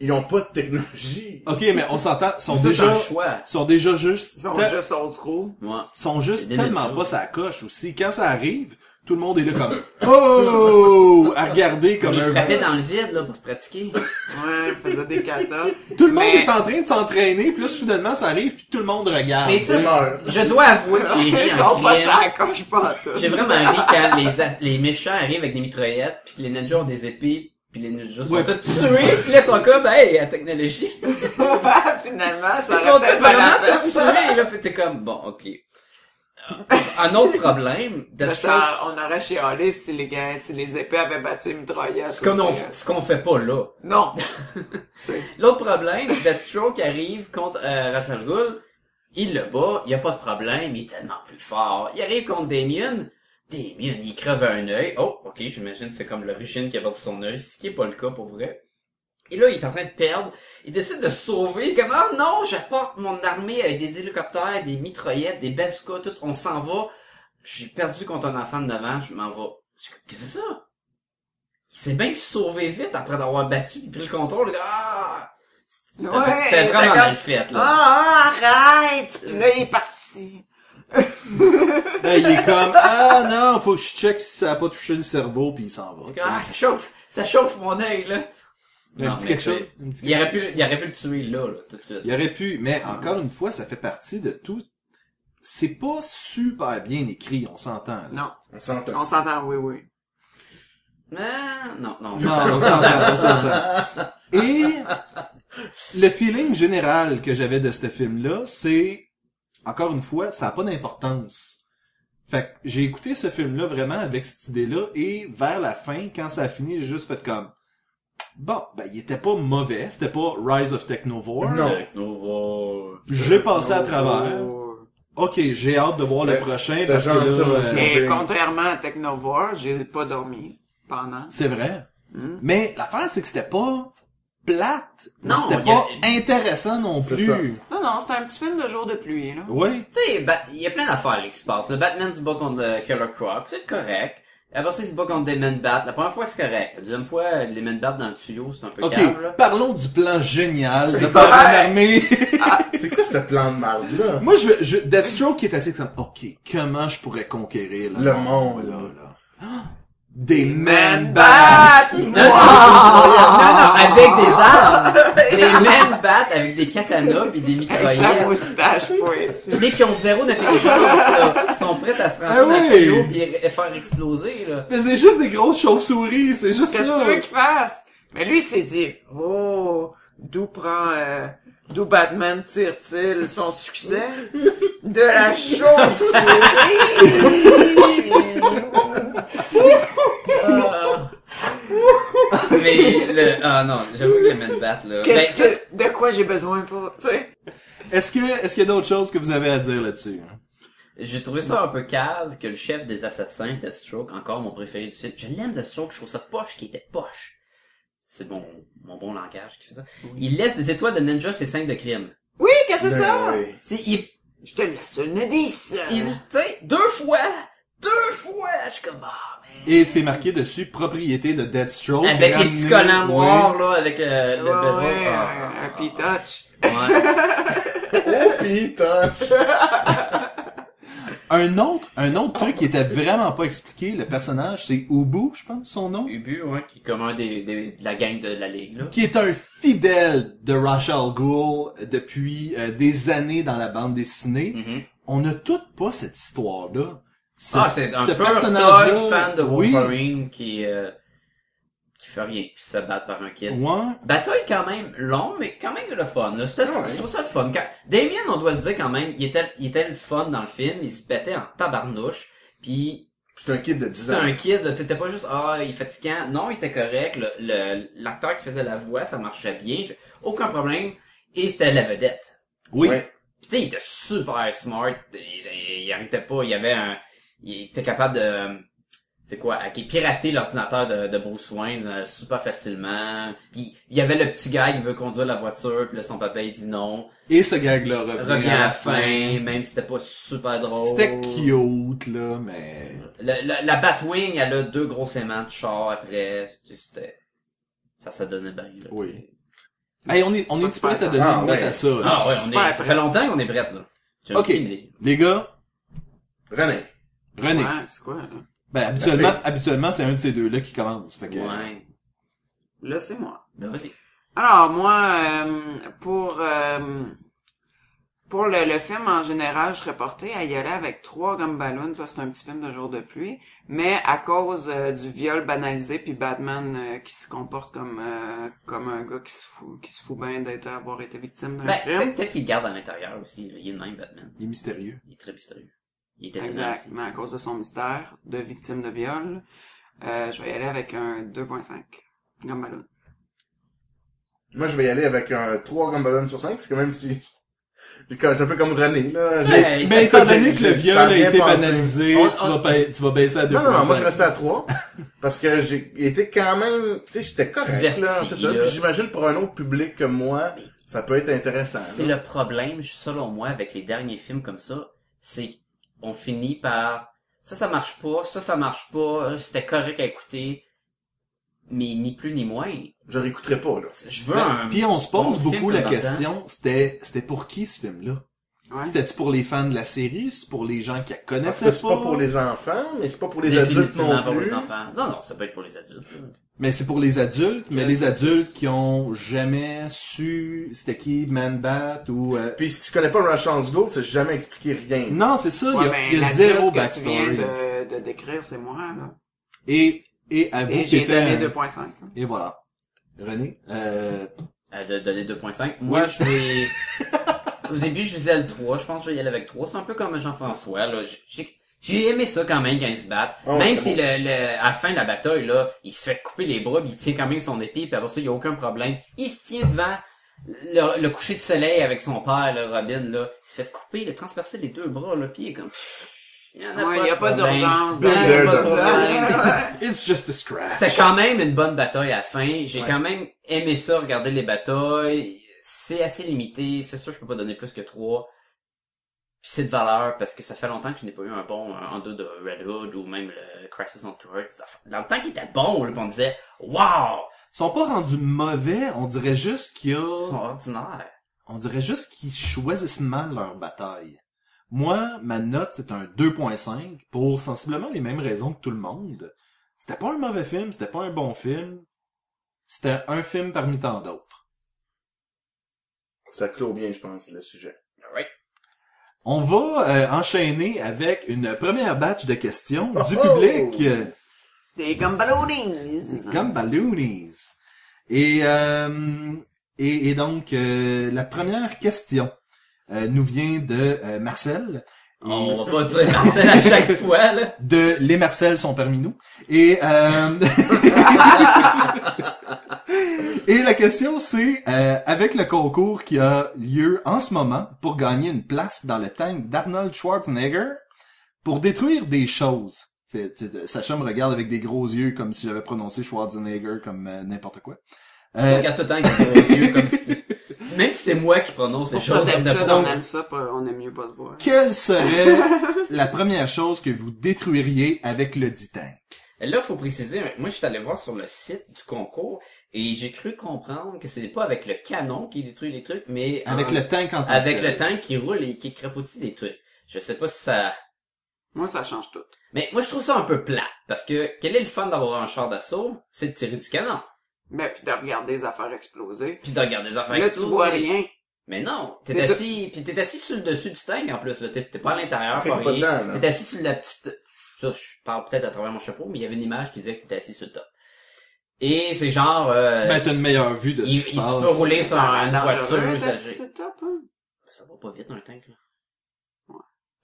Speaker 3: ils ont pas de technologie.
Speaker 1: Ok, mais on s'entend, sont
Speaker 2: Ça, c'est
Speaker 1: déjà,
Speaker 2: un choix.
Speaker 1: sont déjà juste,
Speaker 6: Ils sont
Speaker 1: te-
Speaker 6: juste old school.
Speaker 2: Moi.
Speaker 1: sont juste
Speaker 2: C'est débile,
Speaker 1: tellement
Speaker 2: ça.
Speaker 1: pas sa coche aussi. Quand ça arrive, tout le monde est là comme, oh! à regarder comme
Speaker 2: Il
Speaker 1: un,
Speaker 2: frappait dans le vide, là, pour se pratiquer.
Speaker 6: Ouais, ils faisaient des katas.
Speaker 1: tout le monde
Speaker 6: Mais-
Speaker 1: est en train de s'entraîner, puis là, soudainement, ça arrive, puis tout le monde regarde.
Speaker 2: Mais ça,
Speaker 3: Ils meurent.
Speaker 2: je dois avouer que j'ai
Speaker 6: Ils
Speaker 2: ri
Speaker 6: sont
Speaker 2: en
Speaker 6: pas
Speaker 2: crime.
Speaker 6: ça à coche pas tout.
Speaker 2: J'ai vraiment ri quand les, a- les méchants arrivent avec des mitraillettes, puis que les ninjas ont des épées, puis les ninjas sont
Speaker 1: Ouais.
Speaker 2: tous tués, puis là, ils sont comme, hey, la technologie.
Speaker 6: Finalement, ça
Speaker 2: Ils sont hein.
Speaker 6: aurait
Speaker 2: tous
Speaker 6: peut-être pas la
Speaker 2: vraiment
Speaker 6: peine.
Speaker 2: tous tués, là, puis t'es comme, bon, ok. Euh, Un autre problème,
Speaker 6: Parce
Speaker 2: Deathstroke,
Speaker 6: que on aurait chialé si les gars, si les épées avaient battu une mitraillette.
Speaker 2: ce qu'on
Speaker 6: aussi,
Speaker 2: on-
Speaker 6: hein.
Speaker 2: ce qu'on fait pas là.
Speaker 6: Non. C'est-
Speaker 2: L'autre problème, Deathstroke arrive contre euh, Ra's al Ghul, il le bat, il y a pas de problème, il est tellement plus fort. Il arrive contre Damien, Damien, il creve un œil. Oh, ok, j'imagine que c'est comme l'origine qui a perdu son œil, ce qui est pas le cas pour vrai. Et là, il est en train de perdre. Il décide de se sauver. Comme, ah non, j'apporte mon armée avec des hélicoptères, des mitraillettes, des bazookas, tout. On s'en va. J'ai perdu contre un enfant de 9 ans, je m'en vais. Je suis comme, qu'est-ce que c'est ça? Il s'est bien sauvé vite après d'avoir battu, puis pris le contrôle. Ah! C'était
Speaker 6: Ouais,
Speaker 2: c'était vraiment
Speaker 6: d'accord.
Speaker 2: mal fait, là.
Speaker 6: Ah, ah, arrête! Puis là, il est parti.
Speaker 1: Là, il est comme ah non, faut que je check si ça a pas touché le cerveau puis il s'en va.
Speaker 2: Ah, ça chauffe! Ça chauffe mon œil, là!
Speaker 1: Un
Speaker 2: Non,
Speaker 1: petit
Speaker 2: mais
Speaker 1: quelque
Speaker 2: c'est-
Speaker 1: chose, un petit
Speaker 2: Il aurait pu, il aurait pu le tuer là, là, tout de suite.
Speaker 1: Il aurait pu, mais encore une fois, ça fait partie de tout. C'est pas super bien écrit, on s'entend. là.
Speaker 6: Non.
Speaker 3: On s'entend.
Speaker 6: On s'entend, oui, oui.
Speaker 2: Ah, non, non.
Speaker 1: Non, on s'entend, on s'entend. Et le feeling général que j'avais de ce film-là, c'est encore une fois, ça a pas d'importance. Fait que j'ai écouté ce film-là vraiment avec cette idée-là et vers la fin, quand ça a fini, j'ai juste fait comme bon, ben il était pas mauvais, c'était pas Rise of Technovore.
Speaker 3: Non.
Speaker 2: Nova.
Speaker 1: J'ai passé à
Speaker 6: Oh.
Speaker 1: travers. Ok, j'ai hâte de voir le
Speaker 3: Ouais,
Speaker 1: prochain
Speaker 3: Ben, c'était
Speaker 1: parce que
Speaker 3: genre
Speaker 1: là,
Speaker 3: ça,
Speaker 1: euh,
Speaker 3: aussi.
Speaker 6: Et
Speaker 3: fait-
Speaker 6: contrairement à Technovore, j'ai pas dormi pendant.
Speaker 1: c'est vrai.
Speaker 6: Hmm.
Speaker 1: Mais l'affaire c'est que c'était pas plate, mais
Speaker 2: Non,
Speaker 1: c'était
Speaker 2: il y
Speaker 1: pas
Speaker 2: a-
Speaker 1: intéressant non
Speaker 3: C'est
Speaker 1: plus.
Speaker 6: Non, non, c'est un petit film de jour de pluie, là.
Speaker 1: Oui.
Speaker 2: Tu sais, Bat- il y a plein d'affaires là, qui se passent. Le Batman se bat contre le Killer Croc, c'est correct. Après ça, il se bat contre Demon Bat. La première fois, c'est correct. La deuxième fois, les Men Bat dans le tuyau, c'est un peu
Speaker 1: Ok,
Speaker 2: calme, là.
Speaker 1: parlons du plan génial de
Speaker 3: C'est
Speaker 1: faire
Speaker 3: pas
Speaker 1: une armée.
Speaker 3: C'est quoi ce plan de mal là?
Speaker 1: Moi, je, je Deathstroke qui est assez comme, ok, comment je pourrais conquérir le,
Speaker 3: Le monde.
Speaker 1: là, là. Ah! Des man bats.
Speaker 6: Bat!
Speaker 2: Non, non, non, avec des armes. Les Men Bat avec des katanas puis des
Speaker 6: Avec sa
Speaker 2: mitraillettes.
Speaker 6: moustache, oui.
Speaker 2: Dès qu'ils ont zéro d'intelligence, là, ils sont prêts à se rentrer
Speaker 1: Ah
Speaker 2: dans
Speaker 1: oui.
Speaker 2: le tuyau puis faire exploser, là.
Speaker 1: Mais c'est juste des grosses chauves-souris, c'est juste
Speaker 6: Qu'est-ce
Speaker 1: ça.
Speaker 6: que tu veux qu'il fasse? Mais lui, il s'est dit, oh, d'où prend, euh, d'où Batman tire-t-il son succès? De la chauve-souris!
Speaker 2: Ah. Mais le, ah non, j'avoue que le Men Bat, là.
Speaker 6: Qu'est-ce
Speaker 2: Ben,
Speaker 6: que, de quoi j'ai besoin pour, tu sais?
Speaker 1: Est-ce que, est-ce qu'il y a d'autres choses que vous avez à dire là-dessus? hein?
Speaker 2: J'ai trouvé ça un peu cave que le chef des assassins, Deathstroke, encore mon préféré du site. Je l'aime Deathstroke, je trouve ça poche qui était poche. C'est bon, mon bon langage qui fait ça. Il laisse des étoiles de ninja ses scènes de crime.
Speaker 4: Oui, qu'est-ce que c'est ça?
Speaker 3: Ben oui.
Speaker 2: Tu sais, il,
Speaker 4: Je te laisse une 10.
Speaker 1: Ah.
Speaker 2: il, tu sais, deux fois, deux fois, je suis comme, ah, man.
Speaker 1: Et c'est marqué dessus propriété de Deathstroke.
Speaker 2: Avec les petits
Speaker 1: Ramené-
Speaker 2: collants noirs, là, avec euh, le
Speaker 4: Ouais,
Speaker 2: bébé.
Speaker 4: ouais, un, un P-Touch.
Speaker 2: Ouais.
Speaker 3: Oh, pis touch!
Speaker 1: Un autre, un autre
Speaker 2: Ah,
Speaker 1: truc qui
Speaker 2: bah,
Speaker 1: était vraiment pas expliqué, le personnage, c'est Ubu, je pense, son nom.
Speaker 2: Ubu, ouais, qui est comme un des, des- de la gang de la ligue, là.
Speaker 1: Qui est un fidèle de Rachel Gould depuis euh, des années dans la bande dessinée.
Speaker 2: Mhm.
Speaker 1: On n'a toutes pas cette histoire-là. Ce-
Speaker 2: Ah, c'est un
Speaker 1: ce
Speaker 2: peu
Speaker 1: personnage-là,
Speaker 2: fan de
Speaker 1: oui,
Speaker 2: Wolverine qui, euh, qui fait rien, puis se fait battre par un kid.
Speaker 1: ouais.
Speaker 2: Bataille quand même long, mais quand même le fun. Là. C'était-
Speaker 3: Ouais.
Speaker 2: Je trouve ça le fun. Quand... Damien, on doit le dire quand même, il était, il était le fun dans le film, il se pétait en tabarnouche, puis
Speaker 3: C'est un kid de 10
Speaker 2: c'était
Speaker 3: ans.
Speaker 2: un kid, t'étais pas juste « Ah, il est fatigant ». Non, il était correct, le- le- l'acteur qui faisait la voix, ça marchait bien, j'ai aucun problème, et c'était la vedette.
Speaker 1: Oui.
Speaker 3: Ouais.
Speaker 2: Puis tu sais, il était super smart. Il, il, il arrêtait pas. Il avait un. Il était capable de. C'est quoi? Qui pirater l'ordinateur de, de Bruce Wayne euh, super facilement. Puis il y avait le petit gars qui veut conduire la voiture, puis là, son papa il dit non.
Speaker 1: Et ce gag-là revient, Oh.
Speaker 2: Revient à la fin, même si c'était pas super drôle.
Speaker 1: C'était cute, là, mais...
Speaker 2: Le- le- la Batwing, elle a deux gros aimants de char après. Tu sais, C'était. Ça, ça donnait bien. Là,
Speaker 1: Oui.
Speaker 2: tu sais.
Speaker 1: Hey, on est, on est prêt à donner
Speaker 3: Ah,
Speaker 1: une note
Speaker 3: ouais.
Speaker 1: à ça. là?
Speaker 2: Ah ouais, on est,
Speaker 4: Super
Speaker 2: ça fait longtemps qu'on est prêts là. J'ai
Speaker 1: Ok.
Speaker 2: aucune idée.
Speaker 1: Les gars,
Speaker 3: René.
Speaker 1: René.
Speaker 4: Ouais, c'est quoi, là?
Speaker 1: Ben, habituellement, habituellement, c'est un de ces deux-là qui commence. Fait que...
Speaker 2: Ouais.
Speaker 4: Là, c'est moi.
Speaker 2: Ben vas-y.
Speaker 4: Alors moi, euh, pour euh, pour le, le film en général, je serais portée à y aller avec trois gommes ballons. Ça c'est un petit film de jour de pluie, mais à cause euh, du viol banalisé puis Batman euh, qui se comporte comme euh, comme un gars qui se fout qui se fout bien d'être avoir été victime d'un
Speaker 2: Ben,
Speaker 4: crime.
Speaker 2: peut- peut-être qu'il le garde à l'intérieur aussi. là. Il est le même, Batman.
Speaker 1: Il est mystérieux.
Speaker 2: Il est très mystérieux. Il est étonnant
Speaker 4: Exact.
Speaker 2: aussi.
Speaker 4: Mais à cause de son mystère de victime de viol, euh, je vais y aller avec un 2.5 gomme ballon.
Speaker 3: Moi, je vais y aller avec un 3 gumballones sur 5, parce que même si... J'ai quand- j'ai un peu comme René, là. j'ai-
Speaker 2: Ouais,
Speaker 1: Mais
Speaker 2: ça-
Speaker 1: étant donné que
Speaker 3: j'ai-
Speaker 1: le
Speaker 3: j'ai-
Speaker 1: viol
Speaker 3: ça a
Speaker 1: a
Speaker 3: bien
Speaker 1: été
Speaker 3: passé.
Speaker 1: banalisé,
Speaker 2: On-
Speaker 1: tu,
Speaker 2: on-
Speaker 1: vas pa- tu vas baisser à 2.5.
Speaker 3: Non, non, non, moi, je restais à 3. Parce que j'ai été quand même, tu sais, j'étais correct,
Speaker 2: Diverti,
Speaker 3: là. C'est ça.
Speaker 2: là.
Speaker 3: Puis j'imagine pour un autre public que moi, ça peut être intéressant.
Speaker 2: C'est
Speaker 3: là.
Speaker 2: le problème, selon moi, avec les derniers films comme ça. C'est on finit par ça, ça marche pas, ça, ça marche pas, euh, c'était correct à écouter, mais ni plus ni moins.
Speaker 3: Je réécouterai pas, là.
Speaker 2: Je veux
Speaker 1: Ben,
Speaker 2: un.
Speaker 1: Puis on se
Speaker 2: bon
Speaker 1: pose
Speaker 2: film
Speaker 1: beaucoup la
Speaker 2: comme Batman.
Speaker 1: question, c'était c'était pour qui ce film-là?
Speaker 4: Ouais.
Speaker 1: C'était-tu pour les fans de la série? C'est pour les gens qui la
Speaker 3: Parce
Speaker 1: connaissaient
Speaker 3: que c'est
Speaker 1: pas?
Speaker 3: pas pour les enfants, mais c'est pas pour les adultes
Speaker 2: définitivement
Speaker 3: non
Speaker 2: pas pour
Speaker 3: plus.
Speaker 2: les enfants. Non, non, ça peut être pour les adultes.
Speaker 1: Mais c'est pour les adultes, mais
Speaker 3: Ouais.
Speaker 1: les adultes qui ont jamais su c'était qui, Man-Bat ou... euh,
Speaker 3: Puis si tu connais pas Russian's Gold, c'est jamais expliqué rien.
Speaker 1: Non, c'est ça, il y a,
Speaker 4: Ouais, ben,
Speaker 1: il y a
Speaker 4: l'adulte
Speaker 1: zéro
Speaker 4: que
Speaker 1: backstory.
Speaker 4: Tu viens de, de décrire, c'est moi, là.
Speaker 1: Et, et à vous
Speaker 4: Et
Speaker 1: qui
Speaker 4: j'ai
Speaker 1: était
Speaker 4: donné
Speaker 1: un-
Speaker 4: 2.5.
Speaker 1: Et voilà. René, euh,
Speaker 2: Euh, de donner 2.5. Moi,
Speaker 1: Oui.
Speaker 2: je vais... Au début, je disais le 3. Je pense que je vais y aller avec 3. C'est un peu comme Jean-François, là. J- J'ai j'ai aimé ça quand même quand ils se battent.
Speaker 3: Ah ouais,
Speaker 2: même
Speaker 3: c'est
Speaker 2: si le, le, à la fin de la bataille, là, il se fait couper les bras, puis il tient quand même son épée, puis après ça, il n'y a aucun problème. Il se tient devant le, le coucher du soleil avec son père, le Robin, là. Il se fait couper, le transpercer les deux bras, là, puis il est comme... Il n'y en
Speaker 4: Ouais, y a pas
Speaker 2: problème.
Speaker 4: d'urgence.
Speaker 2: Ouais,
Speaker 4: là,
Speaker 2: y a
Speaker 3: There's
Speaker 2: pas
Speaker 3: a
Speaker 2: de problème.
Speaker 4: Ah,
Speaker 1: it's just a scratch.
Speaker 2: C'était quand même une bonne bataille à la fin. J'ai
Speaker 3: Ouais.
Speaker 2: quand même aimé ça, regarder les batailles. C'est assez limité. C'est sûr, je peux pas donner plus que trois. Puis c'est de valeur parce que ça fait longtemps que je n'ai pas eu un bon euh, en deux de Red Hood ou même le Crisis on Tour. Dans le temps qu'il était bon, là, puis on disait Wow!
Speaker 1: Ils sont pas rendus mauvais, on dirait juste qu'il y a...
Speaker 2: Ils sont ordinaires.
Speaker 1: On dirait juste qu'ils choisissent mal leur bataille. Moi, ma note, c'est un 2.5 pour sensiblement les mêmes raisons que tout le monde. C'était pas un mauvais film, c'était pas un bon film. C'était un film parmi tant d'autres.
Speaker 3: Ça clôt bien, je pense, le sujet.
Speaker 2: Right.
Speaker 1: On va euh, enchaîner avec une première batch de questions du
Speaker 3: Oh oh!
Speaker 1: public. euh,
Speaker 4: Des gumballoonies.
Speaker 1: Comme Balloonies. Et, euh, et, et donc, euh, la première question euh, nous vient de euh, Marcel.
Speaker 2: On va pas dire Marcel à chaque fois, là.
Speaker 1: de Les Marcel sont parmi nous. Et, euh, Et la question, c'est, euh, avec le concours qui a lieu en ce moment pour gagner une place dans le tank d'Arnold Schwarzenegger, pour détruire des choses. C'est- c'est- Sacha me regarde avec des gros yeux comme si j'avais prononcé Schwarzenegger comme euh, n'importe quoi.
Speaker 2: Je
Speaker 1: Euh,
Speaker 2: regarde tout le temps avec des gros yeux, comme si... Même si c'est moi qui prononce les
Speaker 4: Pour ça,
Speaker 2: choses comme de
Speaker 4: d'habitude, on
Speaker 2: Donc,
Speaker 4: aime ça, pas- on aime mieux pas se voir.
Speaker 1: quelle serait la première chose que vous détruiriez avec le dit tank?
Speaker 2: Là, faut préciser, moi, je suis allé voir sur le site du concours et j'ai cru comprendre que ce n'est pas avec le canon qui détruit les trucs, mais
Speaker 1: Avec
Speaker 2: en-
Speaker 1: le tank euh. en tant
Speaker 2: Euh, avec
Speaker 1: que
Speaker 2: le
Speaker 1: tel.
Speaker 2: tank qui roule et qui crapotille des trucs. Je sais pas si ça...
Speaker 4: Moi, ça change tout.
Speaker 2: Mais moi, je trouve ça un peu plat, parce que quel est le fun d'avoir un char d'assaut? C'est de tirer du canon,
Speaker 4: Ben, puis de regarder les affaires exploser.
Speaker 2: puis de regarder les affaires
Speaker 4: Là, tu
Speaker 2: exploser.
Speaker 4: vois rien.
Speaker 2: Mais non, t'es
Speaker 4: T'es-
Speaker 2: assis, puis t'es assis sur le dessus du tank en plus, là. T'es, t'es pas à l'intérieur,
Speaker 3: T'es
Speaker 2: Ah, pas
Speaker 3: pas
Speaker 2: rien.
Speaker 3: dedans, là.
Speaker 2: T'es assis sur la petite, ça, je parle peut-être à travers mon chapeau, mais il y avait une image qui disait que t'étais assis sur le top. Et c'est genre, euh,
Speaker 1: Ben, t'as une meilleure vue de ce
Speaker 2: il,
Speaker 1: qui se
Speaker 2: il-
Speaker 1: passe.
Speaker 2: tu peux rouler sur
Speaker 4: Ça
Speaker 2: une
Speaker 4: rend dangereux, Ben,
Speaker 2: voiture
Speaker 4: t'as
Speaker 2: usagée.
Speaker 4: ce top, hein.
Speaker 2: Ben, Ça va pas vite, un tank, là.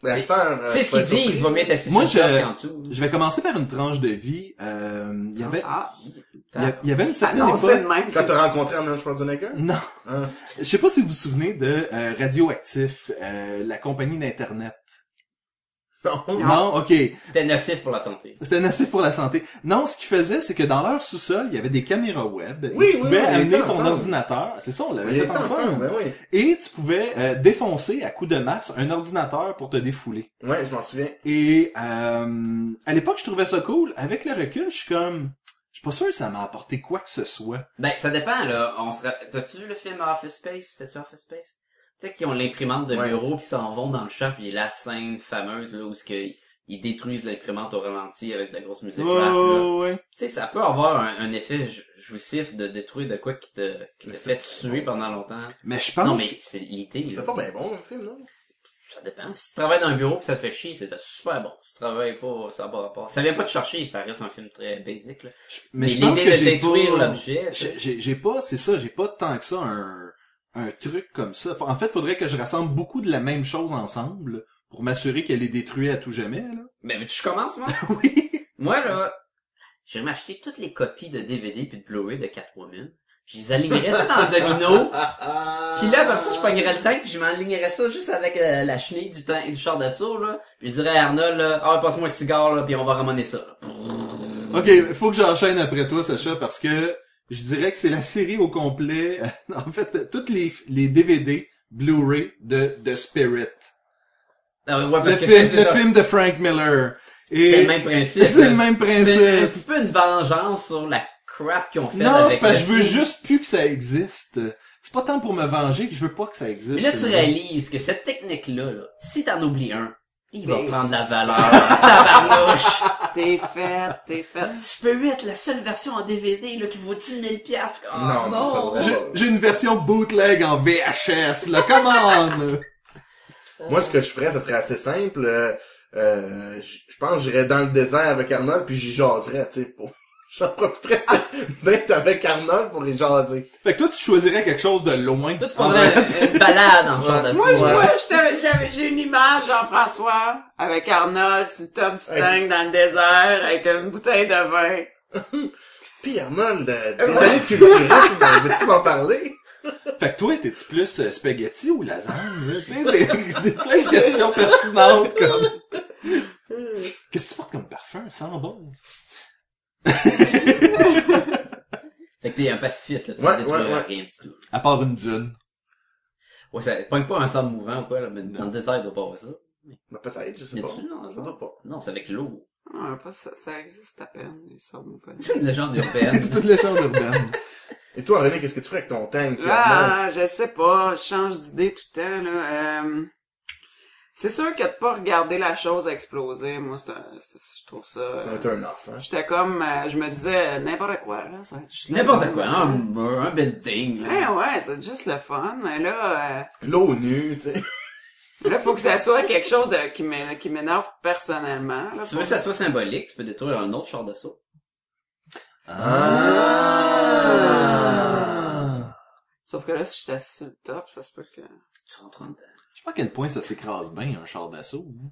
Speaker 3: Ben,
Speaker 2: C'est-
Speaker 3: c'est un, euh,
Speaker 2: tu sais ce
Speaker 3: pas
Speaker 2: qu'ils disent,
Speaker 3: surpris.
Speaker 2: il va mieux être assis
Speaker 1: Moi,
Speaker 2: sur le
Speaker 1: je-
Speaker 2: top qu'en dessous.
Speaker 1: Je vais commencer par une tranche de vie. Euh, il y avait,
Speaker 4: Ah,
Speaker 1: il y a- il y avait une certaine
Speaker 3: ah,
Speaker 4: non, c'est
Speaker 1: époque.
Speaker 4: le même.
Speaker 3: Quand
Speaker 4: c'est-
Speaker 3: t'as rencontré Arnold Schwarzenegger?
Speaker 1: Non.
Speaker 3: Hein?
Speaker 1: Je sais pas si vous vous souvenez de euh, Radioactif, euh, la compagnie d'internet.
Speaker 3: Non.
Speaker 4: Non.
Speaker 1: Non, ok.
Speaker 2: C'était nocif pour la santé.
Speaker 1: C'était nocif pour la santé. Non, ce qu'ils faisaient, c'est que dans leur sous-sol, il y avait des caméras web.
Speaker 3: Oui,
Speaker 1: et tu
Speaker 3: oui,
Speaker 1: pouvais
Speaker 3: oui, on
Speaker 1: amener
Speaker 3: était
Speaker 1: ton
Speaker 3: ensemble.
Speaker 1: ordinateur. C'est ça, on l'avait
Speaker 3: Il
Speaker 1: fait
Speaker 3: est ensemble,
Speaker 1: ensemble.
Speaker 3: ben oui.
Speaker 1: Et tu pouvais euh, défoncer à coups de masse un ordinateur pour te défouler.
Speaker 3: Ouais, je m'en souviens.
Speaker 1: Et euh, à l'époque, je trouvais ça cool. Avec le recul, je suis comme... Je suis pas sûr que ça m'a apporté quoi que ce soit.
Speaker 2: Ben, ça dépend, là. On sera... T'as-tu vu le film Office Space? C'était-tu Office Space? Tu sais qu'ils ont l'imprimante de
Speaker 3: Ouais.
Speaker 2: bureau qui s'en vont dans le champ, puis la scène fameuse, là, où ce que ils détruisent l'imprimante au ralenti avec la grosse musique rap, là.
Speaker 1: ouais, ouais.
Speaker 2: Tu sais, ça peut avoir un, un effet jou- jouissif de détruire de quoi qui te, qui te fait tuer pendant longtemps.
Speaker 1: Mais je
Speaker 2: Non,
Speaker 1: pense...
Speaker 2: mais c'est l'idée, là.
Speaker 3: C'était pas bien bon, le film, non?
Speaker 2: Ça dépend. Si tu travailles dans un bureau pis ça te fait chier, c'est super bon. Si tu travailles pas, ça n'a pas rapport. Ça vient pas te chercher, ça reste un film très basic, là.
Speaker 1: mais je
Speaker 2: l'idée
Speaker 1: pense que
Speaker 2: de
Speaker 1: j'ai
Speaker 2: détruire
Speaker 1: pas-
Speaker 2: l'objet. tu sais.
Speaker 1: J'ai- J'ai j'ai pas, c'est ça, j'ai pas tant que ça un, un truc comme ça. Faut- En fait, faudrait que je rassemble beaucoup de la même chose ensemble pour m'assurer qu'elle est détruite à tout jamais. Là.
Speaker 2: Mais veux-tu que je commence, moi?
Speaker 1: Oui.
Speaker 2: Moi, là, j'aimerais acheter toutes les copies de DVD puis de Blu-ray de Catwoman. Puis je les alignerais tout en
Speaker 3: Oh!
Speaker 2: domino. Puis là, par ça, je pognerais le tank puis je m'alignerais ça juste avec euh, la chenille du, tank, du char d'assaut, là. Puis je dirais à Arnold, là, ah, passe-moi un cigare, là, puis on va ramener ça, là. Mm.
Speaker 1: Ok, faut que j'enchaîne après toi, Sacha, parce que je dirais que c'est la série au complet. En fait, toutes les, les DVD Blu-ray de The Spirit.
Speaker 2: Ah, ouais,
Speaker 1: Le
Speaker 2: parce que
Speaker 1: film,
Speaker 2: c'est
Speaker 1: le
Speaker 2: ça.
Speaker 1: film de Frank Miller. Et
Speaker 2: C'est le même principe.
Speaker 1: C'est le
Speaker 2: là.
Speaker 1: même
Speaker 2: C'est un
Speaker 1: principe.
Speaker 2: petit peu une vengeance sur la crap qu'ils ont fait
Speaker 1: Non, c'est
Speaker 2: avec
Speaker 1: parce que
Speaker 2: le
Speaker 1: je veux
Speaker 2: film.
Speaker 1: juste plus que ça existe. C'est pas tant pour me venger que je veux pas que ça existe.
Speaker 2: Mais là, tu
Speaker 1: celui-là.
Speaker 2: réalises que cette technique-là, là, si t'en oublies un, il va
Speaker 4: Ben.
Speaker 2: prendre la valeur. Tabarnouche!
Speaker 4: T'es fait, t'es fait.
Speaker 2: Spirit, la seule version en DVD, là, qui vaut 10 000 piastres. Oh,
Speaker 3: Non, non, ça vaut-
Speaker 1: J'ai- J'ai une version bootleg en VHS, là. Come on! là.
Speaker 3: Moi, ce que je ferais, ça serait assez simple. Euh, euh, j- je pense que j'irais dans le désert avec Arnold, puis j'y jaserais, tu sais, pour... J'en profiterais d'être avec Arnold pour les jaser.
Speaker 1: Fait que toi, tu choisirais quelque chose de loin.
Speaker 2: Toi, tu prendrais une, une balade en genre
Speaker 3: Ouais.
Speaker 2: d'assaut.
Speaker 4: Moi, je
Speaker 3: Ouais.
Speaker 4: vois, je t'avais- j'avais- j'ai une image, Jean-François, avec Arnold sur le top du
Speaker 3: Hey.
Speaker 4: tank dans le désert, avec une bouteille de vin.
Speaker 3: Puis Arnold, euh, désolé de culturisme, mais veux-tu m'en parler?
Speaker 1: Fait que toi, t'es-tu plus euh, spaghetti ou lasagne, là? Tu sais, c'est des- plein de questions pertinentes, comme... Qu'est-ce que tu portes comme parfum? Ça sent bon.
Speaker 2: Fait que t'es un pacifiste, là, tu
Speaker 3: Ouais,
Speaker 2: ne détruiras
Speaker 3: ouais, ouais.
Speaker 2: rien du tout.
Speaker 1: À part une dune.
Speaker 2: Ouais, ça pogne pas un sable mouvant ou quoi, là, mais dans le désert, il doit pas avoir ça.
Speaker 3: Ben, peut-être, je sais
Speaker 2: Y
Speaker 3: pas.
Speaker 2: a-tu, non,
Speaker 3: Ça doit pas.
Speaker 2: Non, c'est avec l'eau.
Speaker 4: Ah, pas ça, ça existe à peine, les sortes nouvelles.
Speaker 2: C'est une légende urbaine.
Speaker 1: C'est toute légende urbaine.
Speaker 3: Et toi, René, qu'est-ce que tu ferais avec ton tank? puis Arnold?
Speaker 4: Là, je sais pas, je change d'idée tout le temps, là. Euh, c'est sûr que de pas regarder la chose exploser, moi, c'est un, c'est- c'est- je trouve ça...
Speaker 3: C'est
Speaker 4: euh,
Speaker 3: un turn-off, hein?
Speaker 4: J'étais comme, euh, je me disais euh, n'importe quoi, là. ça va être juste le fun.
Speaker 2: N'importe quoi, hein. un mur, un building, là.
Speaker 4: Ouais, ouais, c'est juste le fun, mais là,
Speaker 3: L'ONU, tu sais.
Speaker 4: euh, là, faut que ça soit quelque chose de, qui m'é- qui m'énerve personnellement.
Speaker 6: Ah,
Speaker 4: là,
Speaker 2: Si tu veux
Speaker 4: pour-
Speaker 2: que ça soit symbolique, tu peux détruire un autre char d'assaut.
Speaker 3: Ah.
Speaker 4: Sauf que là, si j'étais assis sur le top, ça se peut que...
Speaker 2: Tu rentres en dedans.
Speaker 1: Je sais pas à quel point ça s'écrase bien, un char d'assaut. hein.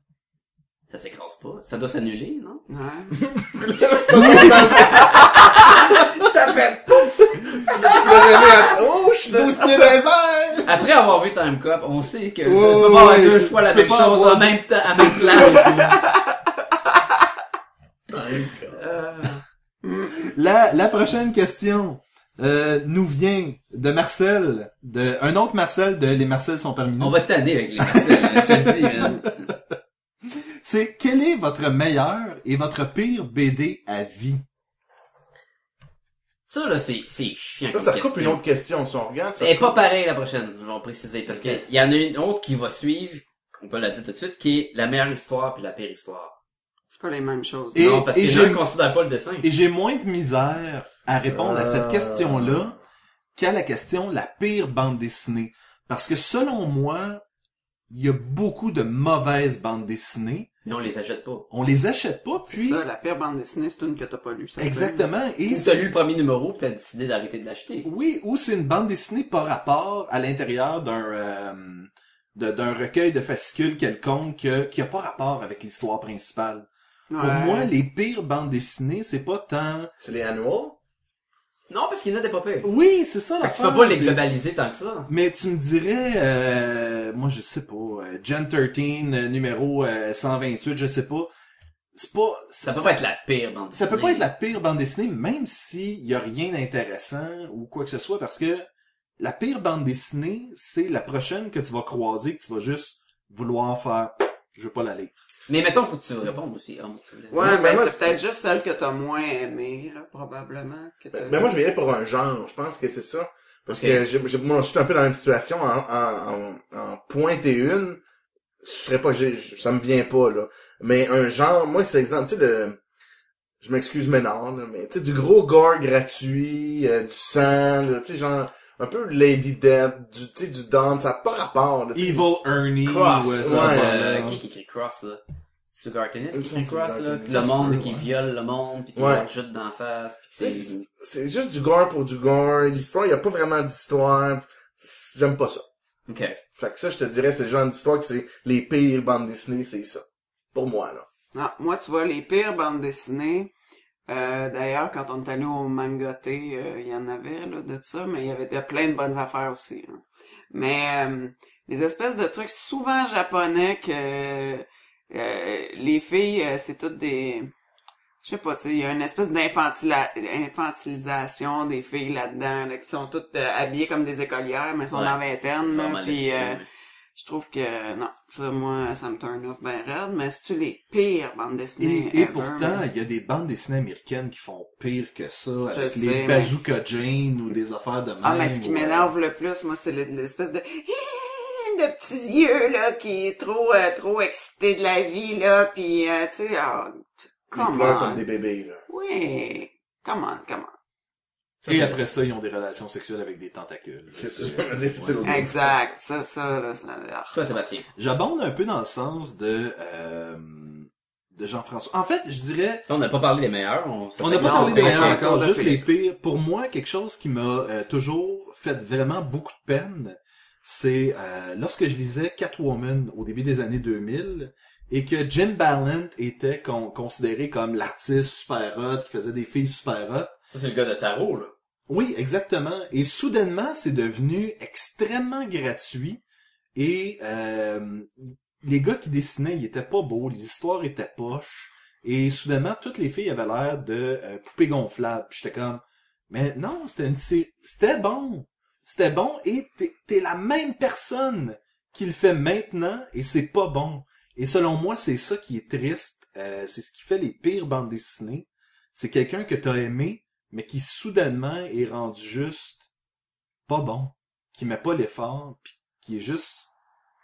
Speaker 2: Ça s'écrase pas. Ça doit s'annuler, non?
Speaker 4: Ouais.
Speaker 3: Ça doit pas dans le-
Speaker 4: ça fait...
Speaker 3: donner à... Oh, je suis 12 pieds dans les airs!
Speaker 2: Après avoir vu Time Cop, on sait que tu
Speaker 1: Ouais,
Speaker 2: peux pas avoir
Speaker 1: ouais,
Speaker 2: deux
Speaker 1: tu-
Speaker 2: fois la
Speaker 1: tu peux
Speaker 2: même
Speaker 1: pas
Speaker 2: chose
Speaker 1: avoir-
Speaker 2: en même temps, à même place. Euh,
Speaker 1: La, la prochaine question euh, nous vient de Marcel, de un autre Marcel de Les Marcel sont parmi nous.
Speaker 2: on va se tanner avec les Marcel, je te le dis, man.
Speaker 1: C'est quel est votre meilleur et votre pire BD à vie?
Speaker 2: Ça, là, c'est, c'est chiant.
Speaker 3: Ça,
Speaker 2: comme
Speaker 3: ça coupe
Speaker 2: question.
Speaker 3: une autre question, si on regarde. ça
Speaker 2: Et
Speaker 3: recoupe-
Speaker 2: pas pareil la prochaine, je vais en préciser, parce qu'il y en a une autre qui va suivre, on peut la dire tout de suite, qui est la meilleure histoire puis la pire histoire.
Speaker 6: C'est pas les mêmes choses.
Speaker 1: Et-
Speaker 2: non, parce que je
Speaker 1: j'ai-
Speaker 2: ne considère pas le dessin.
Speaker 1: Et j'ai moins de misère à répondre à cette
Speaker 3: Euh.
Speaker 1: question-là qu'à la question la pire bande dessinée. Parce que selon moi, il y a beaucoup de mauvaises bandes dessinées.
Speaker 2: Mais on les achète pas.
Speaker 1: On les achète pas, puis...
Speaker 6: C'est ça, la pire bande dessinée, c'est une que t'as pas lue. ça.
Speaker 1: Exactement. Et
Speaker 2: Ou t'as lu le premier numéro pis t'as décidé d'arrêter de l'acheter.
Speaker 1: Oui, ou c'est une bande dessinée par rapport à l'intérieur d'un euh, de- d'un recueil de fascicules quelconque euh, qui a pas rapport avec l'histoire principale.
Speaker 6: Ouais.
Speaker 1: Pour moi, les pires bandes dessinées, c'est pas tant.
Speaker 3: C'est les annuals.
Speaker 2: Non, parce qu'il y en a des pas pires.
Speaker 1: Oui, c'est ça.
Speaker 2: Fait que tu
Speaker 1: l'affaire,
Speaker 2: peux pas les
Speaker 1: c'est-
Speaker 2: globaliser tant que ça.
Speaker 1: Mais tu me dirais, euh, moi je sais pas, euh, Gen 13 euh, numéro euh, 128, je sais pas. C'est pas.
Speaker 2: Ça peut pas être la pire bande
Speaker 1: Ça
Speaker 2: dessinée.
Speaker 1: peut pas être la pire bande dessinée, même s'il y a rien d'intéressant ou quoi que ce soit, parce que la pire bande dessinée, c'est la prochaine que tu vas croiser, que tu vas juste vouloir faire. Je veux pas la lire.
Speaker 2: Mais mettons, faut que tu répondes aussi. Ah, mon Dieu.
Speaker 6: Ouais,
Speaker 3: Mais
Speaker 6: mais
Speaker 3: ben, moi,
Speaker 6: c'est peut-être juste celle que t'as moins aimée, là, probablement. Que t'as-
Speaker 3: Ben, ben, moi, je vais pour un genre. Je pense que c'est ça. Parce
Speaker 2: Ok.
Speaker 3: que j'ai- j'ai- moi, je suis un peu dans la même situation. En, en, en, en pointer une, je serais pas, j'ai- j- ça me vient pas, là. Mais un genre, moi, c'est exemple, tu sais, le, je m'excuse, mais non, là, mais tu sais, du gros gore gratuit, euh, du sang, là, tu sais, genre, un peu Lady Death, du, tu sais, du Dawn, ça n'a pas rapport, là, tu sais.
Speaker 1: Evil Ernie.
Speaker 2: Cross,
Speaker 1: ou, euh,
Speaker 2: là,
Speaker 1: ça,
Speaker 3: ouais,
Speaker 1: voilà.
Speaker 2: euh, qui, qui écrit Cross, là. Sugar Tennis qui
Speaker 3: Une
Speaker 2: écrit
Speaker 3: petite
Speaker 2: Cross, là.
Speaker 3: Gartenis,
Speaker 2: Le monde
Speaker 3: ouais.
Speaker 2: qui viole le monde, pis qui
Speaker 3: Ouais.
Speaker 2: leur jette d'en face, pis que c'est...
Speaker 3: C'est- C'est juste du gore pour du gore. L'histoire, il n'y a pas vraiment d'histoire. J'aime pas ça.
Speaker 2: Ok.
Speaker 3: Fait que ça, je te dirais, c'est le genre d'histoire que c'est les pires bandes dessinées, c'est ça. Pour moi, là.
Speaker 6: Ah, moi, tu vois, les pires bandes dessinées, euh, d'ailleurs, quand on est allé au Mangoté, euh, il y en avait, là, de ça, mais il y avait de- plein de bonnes affaires aussi. hein. Mais euh, les espèces de trucs souvent japonais que euh, les filles, euh, c'est toutes des... Je sais pas, tu sais, il y a une espèce d'infantila- infantilisation des filles là-dedans, là, qui sont toutes euh, habillées comme des écolières, mais sont
Speaker 2: Ouais.
Speaker 6: en
Speaker 2: C'est
Speaker 6: vingtaine, là,
Speaker 2: vraiment
Speaker 6: puis...
Speaker 2: le
Speaker 6: euh,
Speaker 2: système.
Speaker 6: je trouve que non, ça moi ça me turn off ben raide, mais c'est-tu les pires bandes dessinées
Speaker 1: Et, et
Speaker 6: ever,
Speaker 1: pourtant,
Speaker 6: man?
Speaker 1: il y a des bandes dessinées américaines qui font pire que ça, avec
Speaker 6: sais,
Speaker 1: les
Speaker 6: mais-
Speaker 1: Bazooka Jane ou des affaires de même.
Speaker 6: Ah mais ce qui
Speaker 1: ou, euh,
Speaker 6: m'énerve le plus, moi, c'est le- l'espèce de de petits yeux là qui est trop euh, trop excité de la vie là, puis euh, tu sais, ah, t-
Speaker 3: Ils
Speaker 6: come
Speaker 3: pleurent comme
Speaker 6: on,
Speaker 3: des bébés, là.
Speaker 6: oui, come on, come
Speaker 1: Et après ça, ils ont des relations sexuelles avec des tentacules. Euh,
Speaker 3: C'est ça, je veux dire, c'est
Speaker 6: on,
Speaker 3: ça.
Speaker 6: exact, ça ça là, ça, ah.
Speaker 2: Toi, Sébastien.
Speaker 1: J'abonde un peu dans le sens de euh, de Jean-François. En fait, je dirais,
Speaker 2: On n'a pas parlé des meilleurs. On
Speaker 1: on n'a pas
Speaker 6: Non,
Speaker 1: parlé des
Speaker 6: on
Speaker 1: meilleurs
Speaker 6: fait
Speaker 1: encore,
Speaker 6: encore
Speaker 1: juste
Speaker 6: de
Speaker 1: les pires. Pour moi, quelque chose qui m'a euh, toujours fait vraiment beaucoup de peine, c'est euh, lorsque je lisais Catwoman au début des années 2000 et que Jim Ballant était con- considéré comme l'artiste super hot qui faisait des filles super hot.
Speaker 2: Ça, c'est le gars de Tarot, là.
Speaker 1: Oui, exactement. Et soudainement, c'est devenu extrêmement gratuit. Et euh, les gars qui dessinaient, ils étaient pas beaux, les histoires étaient poches. Et soudainement, toutes les filles avaient l'air de euh, poupées gonflables. Puis J'étais comme, mais non, c'était une série- c'était bon, c'était bon. Et t'es t'es la même personne qui le fait maintenant, et c'est pas bon. Et selon moi, c'est ça qui est triste. Euh, c'est ce qui fait les pires bandes dessinées. C'est quelqu'un que t'as aimé, mais qui soudainement est rendu juste pas bon, qui met pas l'effort, puis qui est juste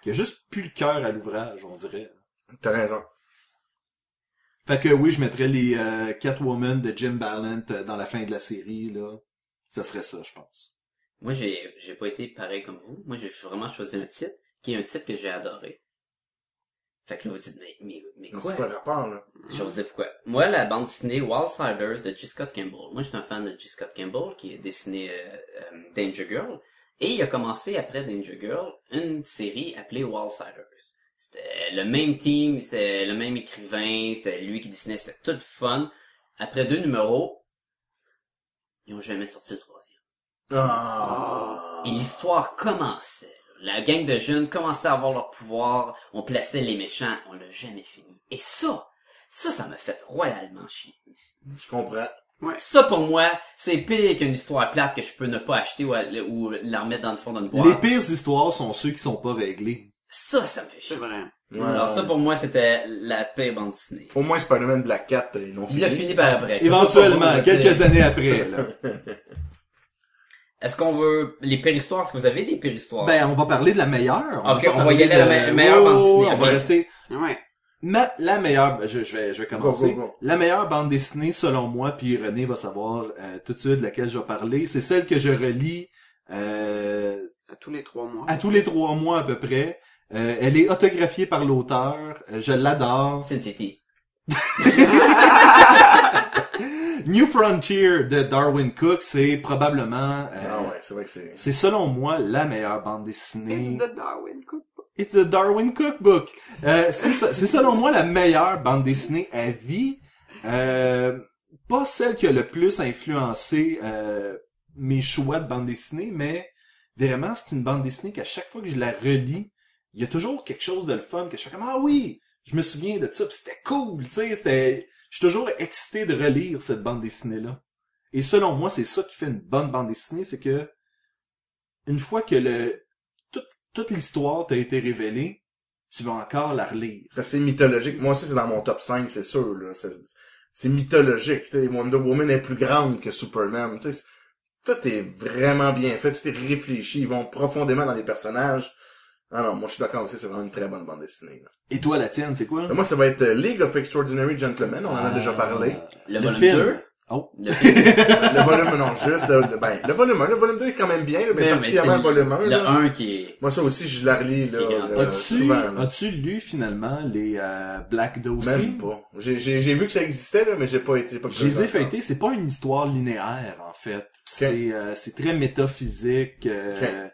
Speaker 1: qui a juste plus le cœur à l'ouvrage, on dirait.
Speaker 3: T'as raison.
Speaker 1: Fait que oui, je mettrais les euh, Catwoman de Jim Ballant euh, dans la fin de la série là. Ça serait ça, je pense.
Speaker 2: Moi, j'ai, j'ai pas été pareil comme vous. Moi, j'ai vraiment choisi un titre, qui est un titre que j'ai adoré. Fait que là, vous dites, mais, mais, mais
Speaker 3: Mais
Speaker 2: quoi?
Speaker 3: C'est quoi le rapport, là?
Speaker 2: Je vais vous dire pourquoi. Moi, la bande dessinée Wildsiders de G. Scott Campbell. Moi, j'étais un fan de G. Scott Campbell, qui a dessiné euh, euh, Danger Girl. Et il a commencé, après Danger Girl, une série appelée Wildsiders. C'était le même team, c'était le même écrivain, c'était lui qui dessinait, c'était tout fun. Après deux numéros, ils ont jamais sorti le troisième.
Speaker 3: Ah.
Speaker 2: Et l'histoire commençait. La gang de jeunes commençait à avoir leur pouvoir, on plaçait les méchants, on l'a jamais fini. Et ça, ça, ça me fait royalement chier.
Speaker 3: Je comprends.
Speaker 2: Ça, pour moi, c'est pire qu'une histoire plate que je peux ne pas acheter ou, à- ou la remettre dans le fond d'une boîte.
Speaker 1: Les pires histoires sont ceux qui sont pas réglés.
Speaker 2: Ça, ça me fait
Speaker 7: C'est
Speaker 2: chier.
Speaker 7: vrai.
Speaker 3: Ouais.
Speaker 2: Alors ça, pour moi, c'était la pire bande dessinée.
Speaker 3: Au moins Spider-Man Black Cat, ils l'ont
Speaker 2: Il a fini par après.
Speaker 1: Éventuellement,
Speaker 2: Ça, c'est pas bon,
Speaker 1: quelques années après. là.
Speaker 2: Est-ce qu'on veut les pires histoires? Est-ce que vous avez des pires histoires?
Speaker 1: Ben, on va parler de la meilleure.
Speaker 2: Ok,
Speaker 1: pas
Speaker 2: on va
Speaker 1: parler Oh,
Speaker 2: y aller à la me- meilleure bande dessinée,
Speaker 1: On
Speaker 2: ok.
Speaker 1: va rester.
Speaker 7: Ouais.
Speaker 1: Ma, la meilleure, ben, je, je vais, je vais commencer.
Speaker 3: Go, go, go.
Speaker 1: La meilleure bande dessinée, selon moi, puis René va savoir euh, tout de suite de laquelle je vais parler, c'est celle que je relis euh,
Speaker 7: À tous les trois mois.
Speaker 1: à tous les trois mois à peu près. Euh, elle est autographiée par l'auteur. Euh, je l'adore.
Speaker 2: Sin City.
Speaker 1: New Frontier de Darwin Cook, c'est probablement, euh,
Speaker 3: Ah ouais, c'est vrai que c'est...
Speaker 1: c'est selon moi la meilleure bande dessinée.
Speaker 6: It's the Darwin cookbook.
Speaker 1: It's the Darwin Cookbook. Euh, c'est ça- c'est selon moi la meilleure bande dessinée à vie. Euh, pas celle qui a le plus influencé euh, mes choix de bande dessinée, mais vraiment c'est une bande dessinée qu'à chaque fois que je la relis, il y a toujours quelque chose de le fun que je fais comme ah oui, je me souviens de ça, puis c'était cool, tu sais, c'était, je suis toujours excité de relire cette bande dessinée là. Et selon moi, c'est ça qui fait une bonne bande dessinée, c'est que une fois que le toute, toute l'histoire t'a été révélée, tu vas encore la relire.
Speaker 3: C'est assez mythologique. Moi aussi, c'est dans mon top 5, c'est sûr. Là. C'est, c'est mythologique. tu sais. Wonder Woman est plus grande que Superman. tu sais. Tout est vraiment bien fait. Tout est réfléchi. Ils vont profondément dans les personnages. Ah non, moi je suis d'accord aussi, c'est vraiment une très bonne bande dessinée. là.
Speaker 1: Et toi, la tienne, c'est quoi?
Speaker 3: Mais Moi, ça va être euh, League of Extraordinary Gentlemen, on en a déjà parlé.
Speaker 2: Le,
Speaker 1: Le
Speaker 2: volume
Speaker 1: film.
Speaker 2: 2.
Speaker 1: Oh.
Speaker 2: Le film.
Speaker 3: Le volume, non, juste, le, le- ben, le volume 1, le volume 2 est quand même bien, là, mais,
Speaker 2: Ben, Mais- mais c'est
Speaker 3: particulièrement le volume 1.
Speaker 2: Le
Speaker 3: là.
Speaker 2: 1 qui est...
Speaker 3: Moi, ça aussi, je la relis, là,
Speaker 2: Qui est grand.
Speaker 3: là,
Speaker 1: As-tu,
Speaker 3: Euh, souvent. là.
Speaker 1: as-tu lu finalement les euh, Black Dossier?
Speaker 3: Même pas. J'ai, j'ai, j'ai vu que ça existait, là, mais j'ai pas été... Pas
Speaker 1: Je les ai feuilletés, c'est pas une histoire linéaire en fait. C'est euh, c'est très métaphysique. euh,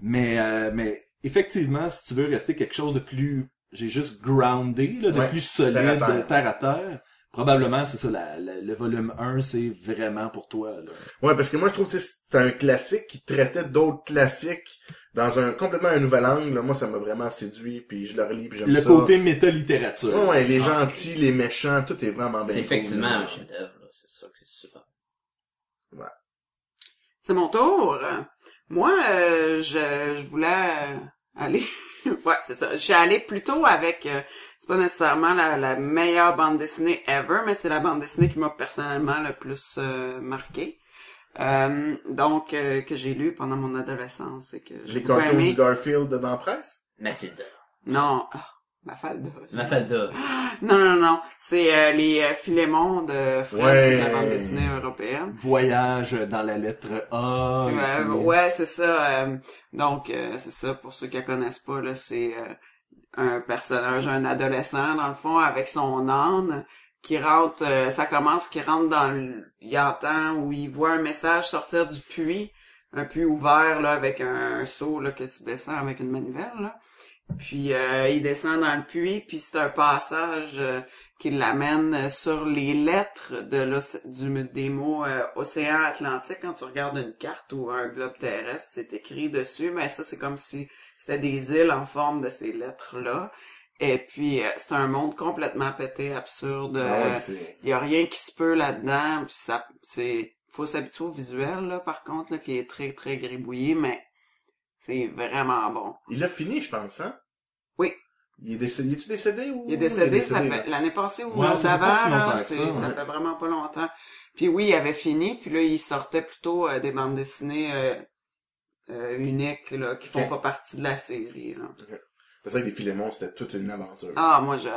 Speaker 1: Mais euh, mais effectivement, si tu veux rester quelque chose de plus, j'ai juste groundé, là, de
Speaker 3: Ouais,
Speaker 1: plus solide,
Speaker 3: terre à
Speaker 1: terre
Speaker 3: terre.
Speaker 1: à terre, probablement c'est ça. la- la- le volume 1, c'est vraiment pour toi. Là.
Speaker 3: Ouais, parce que moi, je trouve que c'est un classique qui traitait d'autres classiques dans un complètement un nouvel angle. Moi, ça m'a vraiment séduit, puis je le relis, puis j'aime
Speaker 1: Le
Speaker 3: ça.
Speaker 1: côté métalittérature.
Speaker 3: Ouais, ouais, les gentils, les méchants, tout est vraiment bien.
Speaker 2: C'est effectivement
Speaker 3: cool, là.
Speaker 2: un chef-d'œuvre, là. c'est sûr que c'est super.
Speaker 7: C'est mon tour.
Speaker 6: Moi, euh, je, je voulais euh, aller... ouais, c'est ça. J'ai allé plutôt avec... euh, c'est pas nécessairement la, la meilleure bande dessinée ever, mais c'est la bande dessinée qui m'a personnellement le plus euh, marqué. Euh, donc, euh, que j'ai lu pendant mon adolescence et que j'ai
Speaker 3: Les
Speaker 6: beaucoup
Speaker 3: cartoons
Speaker 6: aimé.
Speaker 3: du Garfield dans la presse?
Speaker 2: Mathilda.
Speaker 6: Non, ah, ma falde.
Speaker 2: Mafalda.
Speaker 6: Non, non, non. C'est euh, les euh, Philémon de Fred,
Speaker 3: Ouais.
Speaker 6: c'est de la bande dessinée européenne.
Speaker 1: Voyage dans la lettre A. et
Speaker 6: Euh,
Speaker 1: puis-
Speaker 6: ouais, c'est ça. euh, donc, euh, c'est ça, pour ceux qui la connaissent pas, là, c'est euh, un personnage, un adolescent, dans le fond, avec son âne, qui rentre, euh, ça commence, qui rentre dans le... Il entend ou il voit un message sortir du puits, un puits ouvert, là, avec un, un seau, là, que tu descends avec une manivelle, là. Puis, euh, il descend dans le puits, puis c'est un passage... euh, qui l'amène euh, sur les lettres de l'oc- du, des mots euh, océan Atlantique. Quand tu regardes une carte ou un globe terrestre, c'est écrit dessus, mais ça, c'est comme si c'était des îles en forme de ces lettres-là. Et puis, euh, c'est un monde complètement pété, absurde.
Speaker 3: Ah ouais,
Speaker 6: euh,
Speaker 3: c'est...
Speaker 6: il y a rien qui se peut là-dedans, puis ça c'est faut s'habituer au visuel là par contre là qui est très très gribouillé mais c'est vraiment bon.
Speaker 3: Il l'a fini, je pense, hein?
Speaker 6: Oui.
Speaker 3: Il est décédé, il est-tu décédé ou?
Speaker 6: Il est décédé, ça
Speaker 3: là.
Speaker 6: fait l'année passée ou
Speaker 1: Ouais,
Speaker 6: l'année
Speaker 1: ça fait pas
Speaker 6: d'avant,
Speaker 1: si
Speaker 6: là,
Speaker 1: longtemps que
Speaker 6: c'est-
Speaker 1: ça, ouais.
Speaker 6: ça fait vraiment pas longtemps. Puis oui, il avait fini, puis là il sortait plutôt euh, des bandes dessinées euh, euh, uniques là qui font
Speaker 3: Ok.
Speaker 6: pas partie de la série là.
Speaker 3: C'est vrai que les Philémons, c'était toute une aventure.
Speaker 6: Ah, moi j'ai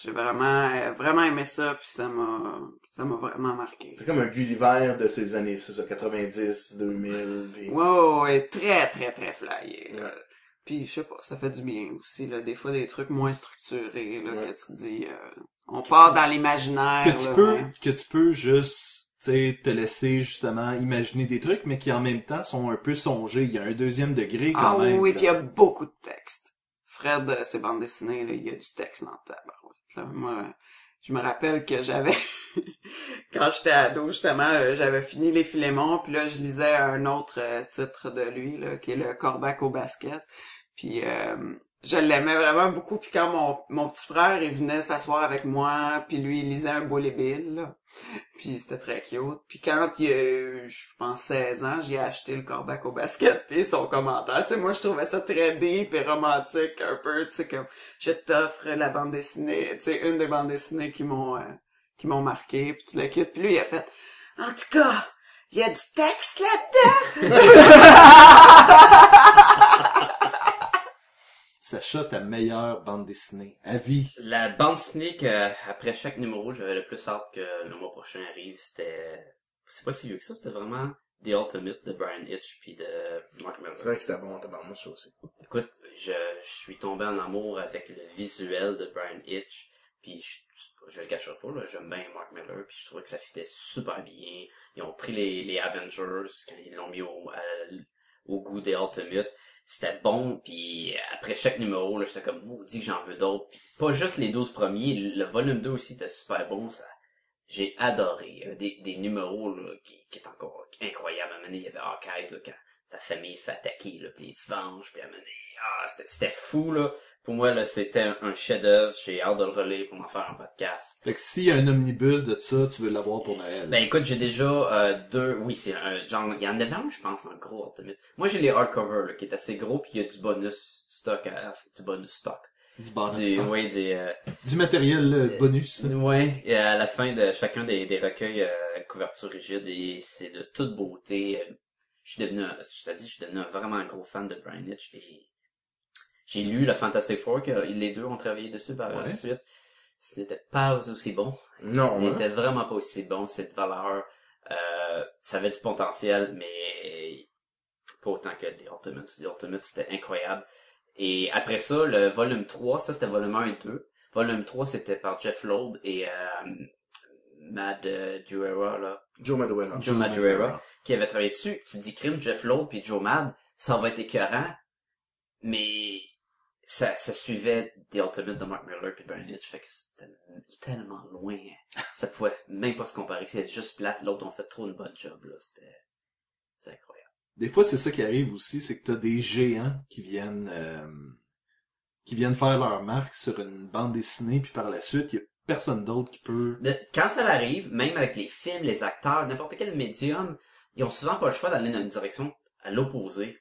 Speaker 6: j'ai vraiment euh, vraiment aimé ça puis ça m'a ça m'a vraiment marqué.
Speaker 3: C'est comme un Gulliver de ces années, c'est ça, 90, 2000, puis...
Speaker 6: Wow, elle est très très très flyé. là.
Speaker 3: Ouais.
Speaker 6: Puis je sais pas, ça fait du bien aussi là, des fois des trucs moins structurés là
Speaker 3: Ouais.
Speaker 6: que tu te dis euh, on part dans l'imaginaire
Speaker 1: que tu
Speaker 6: là,
Speaker 1: peux
Speaker 6: mais-
Speaker 1: que tu peux juste tu sais, te laisser justement imaginer des trucs mais qui en même temps sont un peu songés il y a un deuxième degré quand
Speaker 6: Ah
Speaker 1: même
Speaker 6: oui,
Speaker 1: là.
Speaker 6: puis il y a beaucoup de texte. Fred, euh, ses bandes dessinées, là, il y a du texte dans le tabarouette. Là. Moi, euh,
Speaker 4: je me rappelle que j'avais quand j'étais ado justement euh, j'avais fini les Philémons puis là je lisais un autre euh, titre de lui là qui est le Corbac au basket puis euh, je l'aimais vraiment beaucoup puis quand mon, mon petit frère il venait s'asseoir avec moi puis lui il lisait un Bully Bill là. puis c'était très cute puis quand il a eu, je pense 16 ans j'ai acheté le Corbac au basket puis son commentaire tu sais moi je trouvais ça très deep et romantique un peu tu sais comme je t'offre la bande dessinée, tu sais, une des bandes dessinées qui m'ont euh, qui m'ont marqué, puis tout le kit. Puis lui, il a fait En tout cas, il y a du texte là-dedans!
Speaker 1: Sacha, ta meilleure bande dessinée. À vie.
Speaker 2: La bande dessinée que, après chaque numéro, j'avais le plus hâte que le mois prochain arrive, c'était, c'est pas si vieux que ça, c'était vraiment The Ultimate de Brian Hitch puis de Mark
Speaker 3: C'est
Speaker 2: Miller.
Speaker 3: vrai que c'était bon, tabarnouche, ça aussi.
Speaker 2: Écoute, je, je suis tombé en amour avec le visuel de Brian Hitch, puis je, je le cacherai pas, là, j'aime bien Mark Miller, puis je trouvais que ça fitait super bien. Ils ont pris les, les Avengers, quand ils l'ont mis au, à- au goût des Ultimate, c'était bon, puis après chaque numéro, là, j'étais comme, vous dit que j'en veux d'autres, puis pas juste les 12 premiers, le volume 2 aussi était super bon, ça, j'ai adoré. Il y avait des, des numéros là, qui, qui est encore incroyable. À un moment donné, il y avait Hawkeye, là, quand sa famille se fait attaquer, là, puis il se venge, puis à un moment donné, ah, c'était- c'était fou, là. Pour moi, là, c'était un, un chef-d'œuvre. J'ai hâte de le relire pour m'en faire un podcast.
Speaker 1: Fait que s'il y a un omnibus de ça, tu veux l'avoir pour Noël.
Speaker 2: Ben écoute, j'ai déjà euh, deux. Oui, c'est un genre. Il y en avait un, je pense, en gros, Ultimate. Moi, j'ai les hardcover, là, qui est assez gros, puis il y a du bonus stock, à- du bonus stock.
Speaker 1: du bonus.
Speaker 2: Du,
Speaker 1: stock.
Speaker 2: ouais, des, euh,
Speaker 1: Du matériel euh, bonus.
Speaker 2: Ouais, et à la fin de chacun des, des recueils, euh, couverture rigide, et c'est de toute beauté. Euh, Je suis devenu, un- je t'ai dit, je suis devenu un vraiment gros fan de Brian Hitch, et j'ai lu le Fantastic Four, que les deux ont travaillé dessus par la
Speaker 1: Ouais.
Speaker 2: suite. Ce n'était pas aussi bon. Ce
Speaker 3: Non, hein?
Speaker 2: n'était vraiment pas aussi bon, cette valeur. Euh, ça avait du potentiel, mais pas autant que The Ultimate. The Ultimate, c'était incroyable. Et après ça, le volume 3, ça c'était volume 1 et 2. Volume 3, c'était par Jeff Loeb et euh, Mad euh, Duera, là,
Speaker 3: Joe Maduela.
Speaker 2: Joe Madureira, qui avait travaillé dessus. Tu dis crime, Jeff Loeb puis Joe Mad, ça va être écœurant, mais ça, ça suivait The Ultimate de Mark Miller puis Brian Hitch, fait que c'était tellement loin. Ça pouvait même pas se comparer. C'était juste plate. L'autre, on fait trop une bonne job, là. C'était, c'est incroyable.
Speaker 1: Des fois, c'est ça qui arrive aussi, c'est que t'as des géants qui viennent euh, qui viennent faire leur marque sur une bande dessinée, puis par la suite, il y a personne d'autre qui peut.
Speaker 2: Le- quand ça arrive, même avec les films, les acteurs, n'importe quel médium, ils ont souvent pas le choix d'aller dans une direction à l'opposé.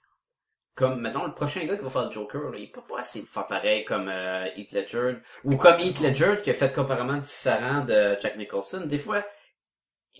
Speaker 2: Comme, mettons, le prochain gars qui va faire le Joker, là, il peut pas essayer de faire pareil comme euh, Heath Ledger, ou comme Heath Ledger qui a fait complètement différent de Jack Nicholson. Des fois,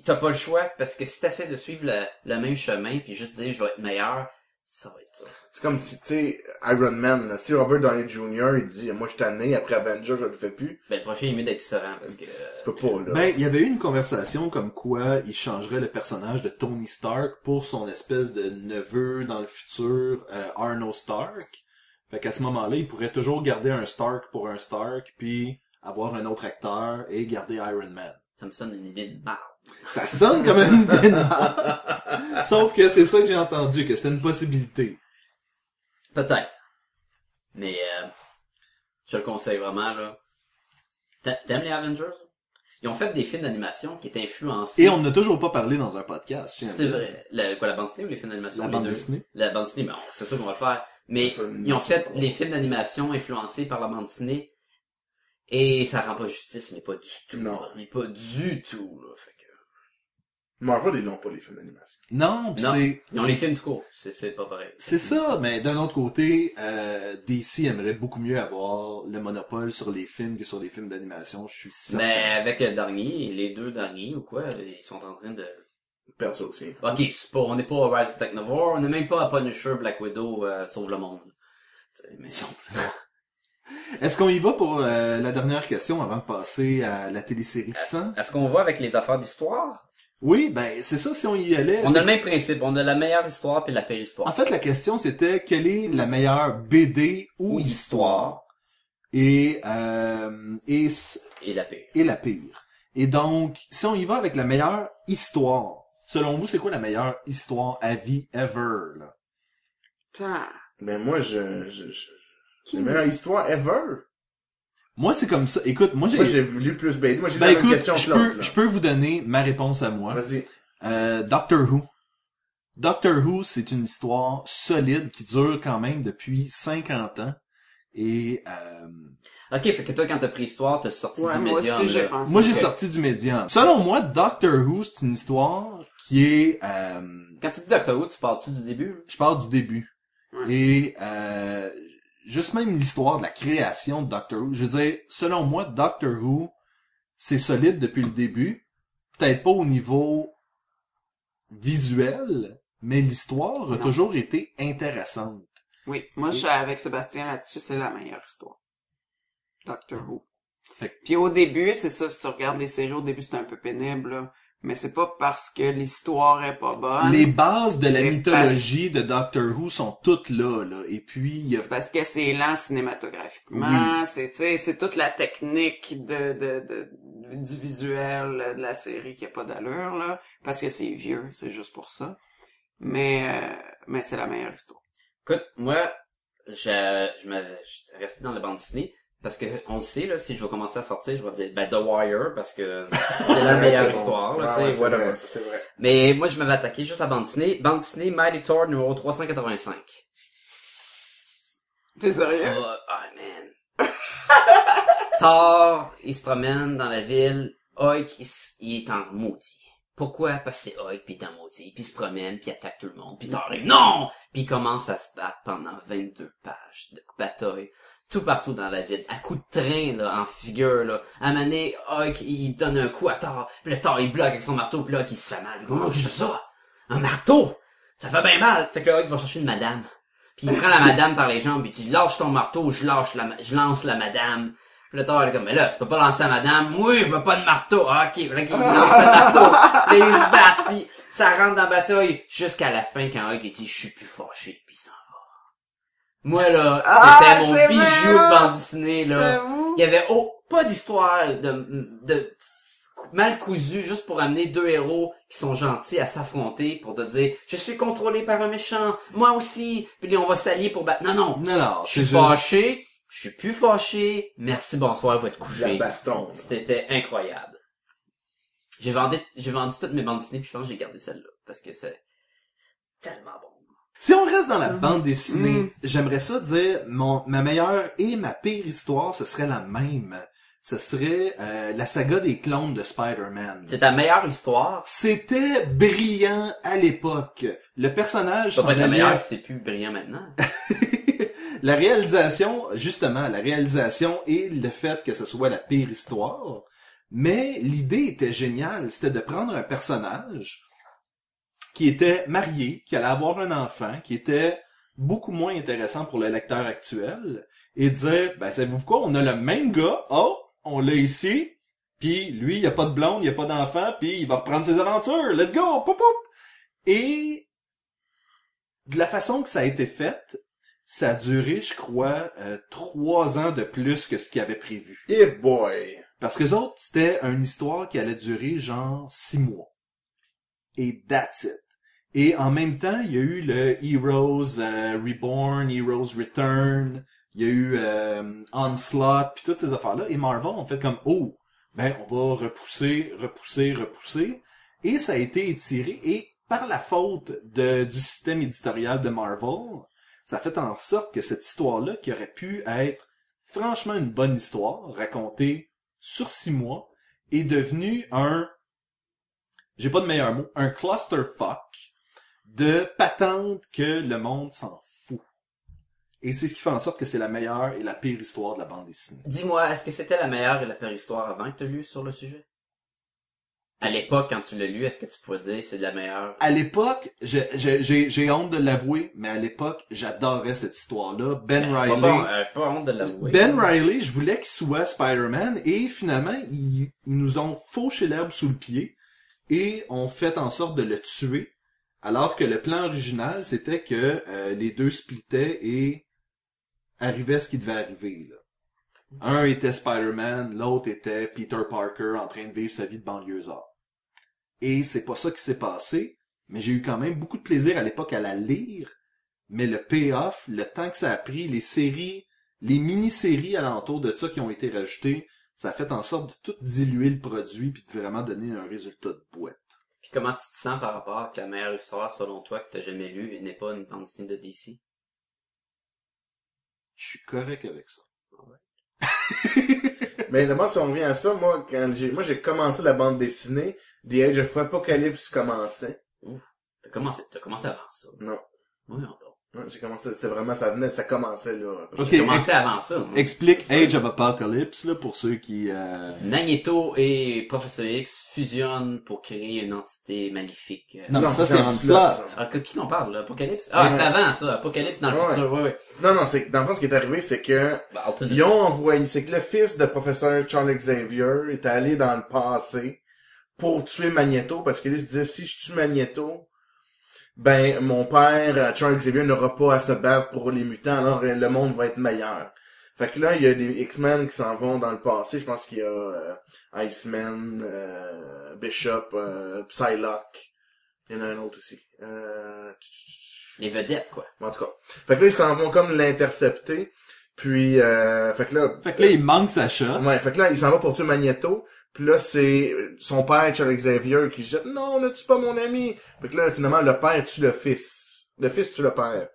Speaker 2: t'as pas le choix, parce que si t'essaies de suivre le, le même chemin, puis juste dire « je vais être meilleur », ça va être ça.
Speaker 3: C'est comme si, tu sais, Iron Man, là, si Robert Downey Jr., il dit, moi, je suis tanné, après Avenger, je le fais plus.
Speaker 2: Ben, le prochain est mieux d'être différent, parce que...
Speaker 3: Tu peux pas, là.
Speaker 1: Ben, il y avait eu une conversation comme quoi il changerait le personnage de Tony Stark pour son espèce de neveu dans le futur, euh, Arno Stark. Fait qu'à ce moment-là, il pourrait toujours garder un Stark pour un Stark, puis avoir un autre acteur et garder Iron Man.
Speaker 2: Ça me sonne une idée de marre.
Speaker 1: Ça sonne comme une idée de merde. Sauf que c'est ça que j'ai entendu, que c'était une possibilité.
Speaker 2: Peut-être. Mais euh, je le conseille vraiment là. T'a- T'aimes les Avengers? Ils ont fait des films d'animation qui étaient influencés.
Speaker 1: Et on n'a toujours pas parlé dans un podcast. je tiens à
Speaker 2: C'est
Speaker 1: dire.
Speaker 2: vrai. La, quoi, la bande dessinée ou les films d'animation?
Speaker 1: La
Speaker 2: les
Speaker 1: bande
Speaker 2: deux?
Speaker 1: dessinée.
Speaker 2: La bande dessinée, ben, on- c'est sûr qu'on va le faire. Mais ils ont fait les films d'animation influencés par la bande dessinée. Et ça rend pas justice, mais pas du tout.
Speaker 3: Non.
Speaker 2: là. Mais pas du tout, là. Fait que...
Speaker 3: Marvel, ils l'ont pas, les films d'animation.
Speaker 1: Non, pis
Speaker 2: Non.
Speaker 1: c'est...
Speaker 2: Ils ont les films tout court. C'est, c'est pas pareil.
Speaker 1: C'est ça, mais d'un autre côté, euh, DC aimerait beaucoup mieux avoir le monopole sur les films que sur les films d'animation, je suis certain.
Speaker 2: Mais avec le dernier, les deux derniers ou quoi, ils sont en train de
Speaker 3: Perdre ça aussi.
Speaker 2: Ok, c'est pas, on n'est pas à Rise of Technovore, on n'est même pas à Punisher, Black Widow, euh, Sauve le Monde. Tu sais, Mais...
Speaker 1: Est-ce qu'on y va pour euh, la dernière question avant de passer à la télésérie 100?
Speaker 2: Est-ce qu'on voit avec les affaires d'histoire?
Speaker 1: Oui, ben c'est ça, si on y allait...
Speaker 2: On
Speaker 1: c'est-
Speaker 2: a le même principe, on a la meilleure histoire puis la pire
Speaker 1: En
Speaker 2: histoire.
Speaker 1: fait, la question c'était quelle est la meilleure BD ou,
Speaker 2: Ou
Speaker 1: histoire et euh, et s-
Speaker 2: Et la pire.
Speaker 1: et la pire. Et donc, si on y va avec la meilleure histoire, selon vous, c'est quoi la meilleure histoire à vie ever là?
Speaker 6: Putain.
Speaker 3: Ben, moi, je, je, je-
Speaker 6: Qui
Speaker 3: la meilleure histoire ever.
Speaker 1: Moi, c'est comme ça. Écoute, moi, j'ai...
Speaker 3: Moi, j'ai voulu plus BD. Moi, j'ai
Speaker 1: ben
Speaker 3: la même
Speaker 1: écoute,
Speaker 3: question
Speaker 1: je
Speaker 3: que l'autre,
Speaker 1: peux,
Speaker 3: là.
Speaker 1: je peux vous donner ma réponse à moi.
Speaker 3: Vas-y.
Speaker 1: Euh, Doctor Who. Doctor Who, c'est une histoire solide qui dure quand même depuis 50 ans. Et euh,
Speaker 2: Ok, fait que toi, quand t'as pris histoire, t'as sorti
Speaker 6: Ouais,
Speaker 2: du
Speaker 6: moi
Speaker 2: médium.
Speaker 6: aussi,
Speaker 2: là.
Speaker 6: j'ai pensé.
Speaker 1: moi, j'ai
Speaker 2: Ok.
Speaker 1: sorti du médium. Selon moi, Doctor Who, c'est une histoire qui est... euh,
Speaker 2: Quand tu dis Doctor Who, tu pars-tu du début?
Speaker 1: je pars du début.
Speaker 6: Ouais.
Speaker 1: Et euh, juste même l'histoire de la création de Doctor Who. Je veux dire, selon moi, Doctor Who, c'est solide depuis le début. Peut-être pas au niveau visuel, mais l'histoire a
Speaker 6: Non.
Speaker 1: toujours été intéressante.
Speaker 6: Oui, moi, je suis avec Sébastien là-dessus, c'est la meilleure histoire. Doctor Who.
Speaker 1: Ah. Fait que-
Speaker 6: Puis au début, c'est ça, si tu regardes les séries, au début, c'est un peu pénible, là. Mais c'est pas parce que l'histoire est pas bonne.
Speaker 1: Les bases de la
Speaker 6: C'est
Speaker 1: mythologie de Doctor Who sont toutes là, là. Et puis, il y a-
Speaker 6: C'est parce que c'est lent cinématographiquement, c'est tu sais, c'est toute la technique de, de, de- du visuel de la série qui a pas d'allure là, parce que c'est vieux, c'est juste pour ça. Mais euh, mais c'est la meilleure histoire.
Speaker 2: Écoute, moi, je, je me, je restais dans la bande dessinée. Parce que, on le sait, là, si je vais commencer à sortir, je vais dire, ben, The Wire, parce que c'est la meilleure histoire, là, tu sais,
Speaker 3: c'est
Speaker 2: whatever.
Speaker 3: vrai, ça, c'est vrai.
Speaker 2: Mais moi, je m'avais attaqué juste à bande dessinée. Bande dessinée, Mighty Thor numéro 385.
Speaker 6: T'es
Speaker 2: Oh,
Speaker 6: sérieux?
Speaker 2: oh, man. Thor, il se promène dans la ville. Hulk, il, s- il est en maudit. Pourquoi? Parce que c'est Hulk, puis il est en maudit, puis il se promène, puis il attaque tout le monde, puis Thor arrive. Non! Puis il commence à se battre pendant 22 pages de bataille, tout partout dans la ville, à coups de train, là, en figure, là. À un moment donné, Hulk, il donne un coup à Thor, puis le Thor, il bloque avec son marteau, puis là, Hulk, il se fait mal. Comment tu fais ça? Un marteau! Ça fait bien mal! Fait que là, Hulk va chercher une madame. Puis il prend la madame par les jambes, puis il dit lâche ton marteau, je lâche la, ma- je lance la madame. Puis le Thor il est comme mais là, tu peux pas lancer la madame. Oui, je veux pas de marteau. Ah, ok, là, il lance le marteau. Puis ils se battent, puis ça rentre dans la bataille jusqu'à la fin quand Hulk il dit je suis plus fâché, puis il s'en va. Moi là,
Speaker 4: Ah,
Speaker 2: c'était mon
Speaker 4: c'est
Speaker 2: bijou
Speaker 4: vrai,
Speaker 2: de
Speaker 4: hein?
Speaker 2: bande dessinée là.
Speaker 4: J'avoue.
Speaker 2: Il y avait oh, pas d'histoire de, de mal cousu juste pour amener deux héros qui sont gentils à s'affronter pour te dire je suis contrôlé par un méchant, moi aussi, puis on va s'allier pour battre. Non non,
Speaker 1: Non, non,
Speaker 2: je
Speaker 1: Ah, c'est
Speaker 2: suis
Speaker 1: juste...
Speaker 2: fâché, je suis plus fâché. Merci bonsoir, va te
Speaker 3: La
Speaker 2: coucher.
Speaker 3: baston. là.
Speaker 2: C'était incroyable. J'ai vendu j'ai vendu toutes mes bandes dessinées puis je pense que j'ai gardé celle-là parce que c'est tellement bon.
Speaker 1: Si on reste dans la
Speaker 2: Mm-hmm.
Speaker 1: bande dessinée,
Speaker 2: Mm.
Speaker 1: j'aimerais ça dire mon ma meilleure et ma pire histoire, ce serait la même. Ce serait euh, la saga des clones de Spider-Man.
Speaker 2: C'est ta meilleure histoire.
Speaker 1: C'était brillant à l'époque. Le personnage
Speaker 2: Ça
Speaker 1: s'en
Speaker 2: peut pas être la
Speaker 1: allait-
Speaker 2: meilleure si c'est plus brillant maintenant.
Speaker 1: la réalisation, justement, la réalisation et le fait que ce soit la pire histoire. Mais l'idée était géniale. C'était de prendre un personnage qui était marié, qui allait avoir un enfant, qui était beaucoup moins intéressant pour le lecteur actuel, et dire, ben, savez-vous quoi, on a le même gars, oh, on l'a ici, puis lui, il a pas de blonde, il a pas d'enfant, puis il va reprendre ses aventures, let's go, poup, poup. Et de la façon que ça a été faite, ça a duré, je crois, euh, trois ans de plus que ce qu'ils avaient prévu.
Speaker 3: Eh boy.
Speaker 1: Parce que les autres, c'était une histoire qui allait durer genre six mois. Et that's it. Et en même temps, il y a eu le Heroes euh, Reborn, Heroes Return, il y a eu euh, Onslaught, puis toutes ces affaires-là. Et Marvel ont fait comme, oh, ben on va repousser, repousser, repousser. Et ça a été étiré. Et par la faute de, du système éditorial de Marvel, ça a fait en sorte que cette histoire-là, qui aurait pu être franchement une bonne histoire, racontée sur six mois est devenu un, j'ai pas de meilleur mot, un clusterfuck de patente que le monde s'en fout. Et c'est ce qui fait en sorte que c'est la meilleure et la pire histoire de la bande dessinée.
Speaker 2: Dis-moi, est-ce que c'était la meilleure et la pire histoire avant que tu lu sur le sujet? À l'époque, quand tu l'as lu, est-ce que tu pouvais dire c'est la meilleure?
Speaker 1: À l'époque, je- je- j'ai j'ai honte de l'avouer, mais à l'époque, j'adorais cette histoire-là. Ben
Speaker 2: Pas
Speaker 1: Riley.
Speaker 2: bon, euh, pas honte de l'avouer.
Speaker 1: Ben Riley, je voulais qu'il soit Spider-Man et finalement, ils, ils nous ont fauché l'herbe sous le pied et ont fait en sorte de le tuer. Alors que le plan original, c'était que euh, les deux splittaient et arrivait ce qui devait arriver. Là. Un était Spider-Man, l'autre était Peter Parker en train de vivre sa vie de banlieusard. Et c'est pas ça qui s'est passé, mais j'ai eu quand même beaucoup de plaisir à l'époque à la lire. Mais le payoff, le temps que ça a pris, les séries les mini-séries alentour de ça qui ont été rajoutées, ça a fait en sorte de tout diluer le produit puis de vraiment donner un résultat de boîte.
Speaker 2: Puis comment tu te sens par rapport à que la meilleure histoire, selon toi, que t'as jamais lue et n'est pas une bande dessinée de DC?
Speaker 1: Je suis correct avec ça.
Speaker 3: Mais d'abord, si on revient à ça, moi, quand j'ai, moi, j'ai commencé la bande dessinée, The Age of Apocalypse commençait.
Speaker 2: T'as commencé, t'as commencé avant ça.
Speaker 3: Non.
Speaker 2: Oui, non, non.
Speaker 3: Ouais, J'ai commencé, c'était vraiment, ça venait, ça commençait, là.
Speaker 1: Ok,
Speaker 2: T'as commencé avant ça. moi.
Speaker 1: Explique Age of Apocalypse là, pour ceux qui... euh,
Speaker 2: Magneto et Professeur X fusionnent pour créer une entité maléfique. euh,
Speaker 1: Non, mais ça c'est
Speaker 3: dans
Speaker 1: un
Speaker 3: le slot,
Speaker 1: slot.
Speaker 3: ça.
Speaker 2: Ah, que- qui qu'on parle, là? Apocalypse? Ah, c'est
Speaker 3: Ouais.
Speaker 2: avant ça, Apocalypse dans le
Speaker 3: Ouais.
Speaker 2: futur, ouais, ouais.
Speaker 3: Non, non, c'est, que, dans le fond, ce qui est arrivé, c'est que,
Speaker 2: Bah, Alton-
Speaker 3: ils ont envoyé, c'est que le fils de professeur Charles Xavier est allé dans le passé pour tuer Magneto, parce qu'il se disait, si je tue Magneto, ben, mon père, euh, Charles Xavier, n'aura pas à se battre pour les mutants, alors euh, le monde va être meilleur. Fait que là, il y a des X-Men qui s'en vont dans le passé. Je pense qu'il y a euh, Iceman, euh, Bishop, euh, Psylocke. Il y en a un autre aussi. Euh,
Speaker 2: Les vedettes, quoi.
Speaker 3: en tout cas. Fait que là, ils s'en vont comme l'intercepter. Puis, euh, fait que là...
Speaker 1: Fait que là, il manque Sacha.
Speaker 3: Ouais, fait que là, il s'en va pour tuer Magneto. Puis là, c'est euh, son père, Charles Xavier, qui se jette « Non, ne tue pas mon ami! » Fait que là, finalement, le père tue le fils. Le fils tue le père.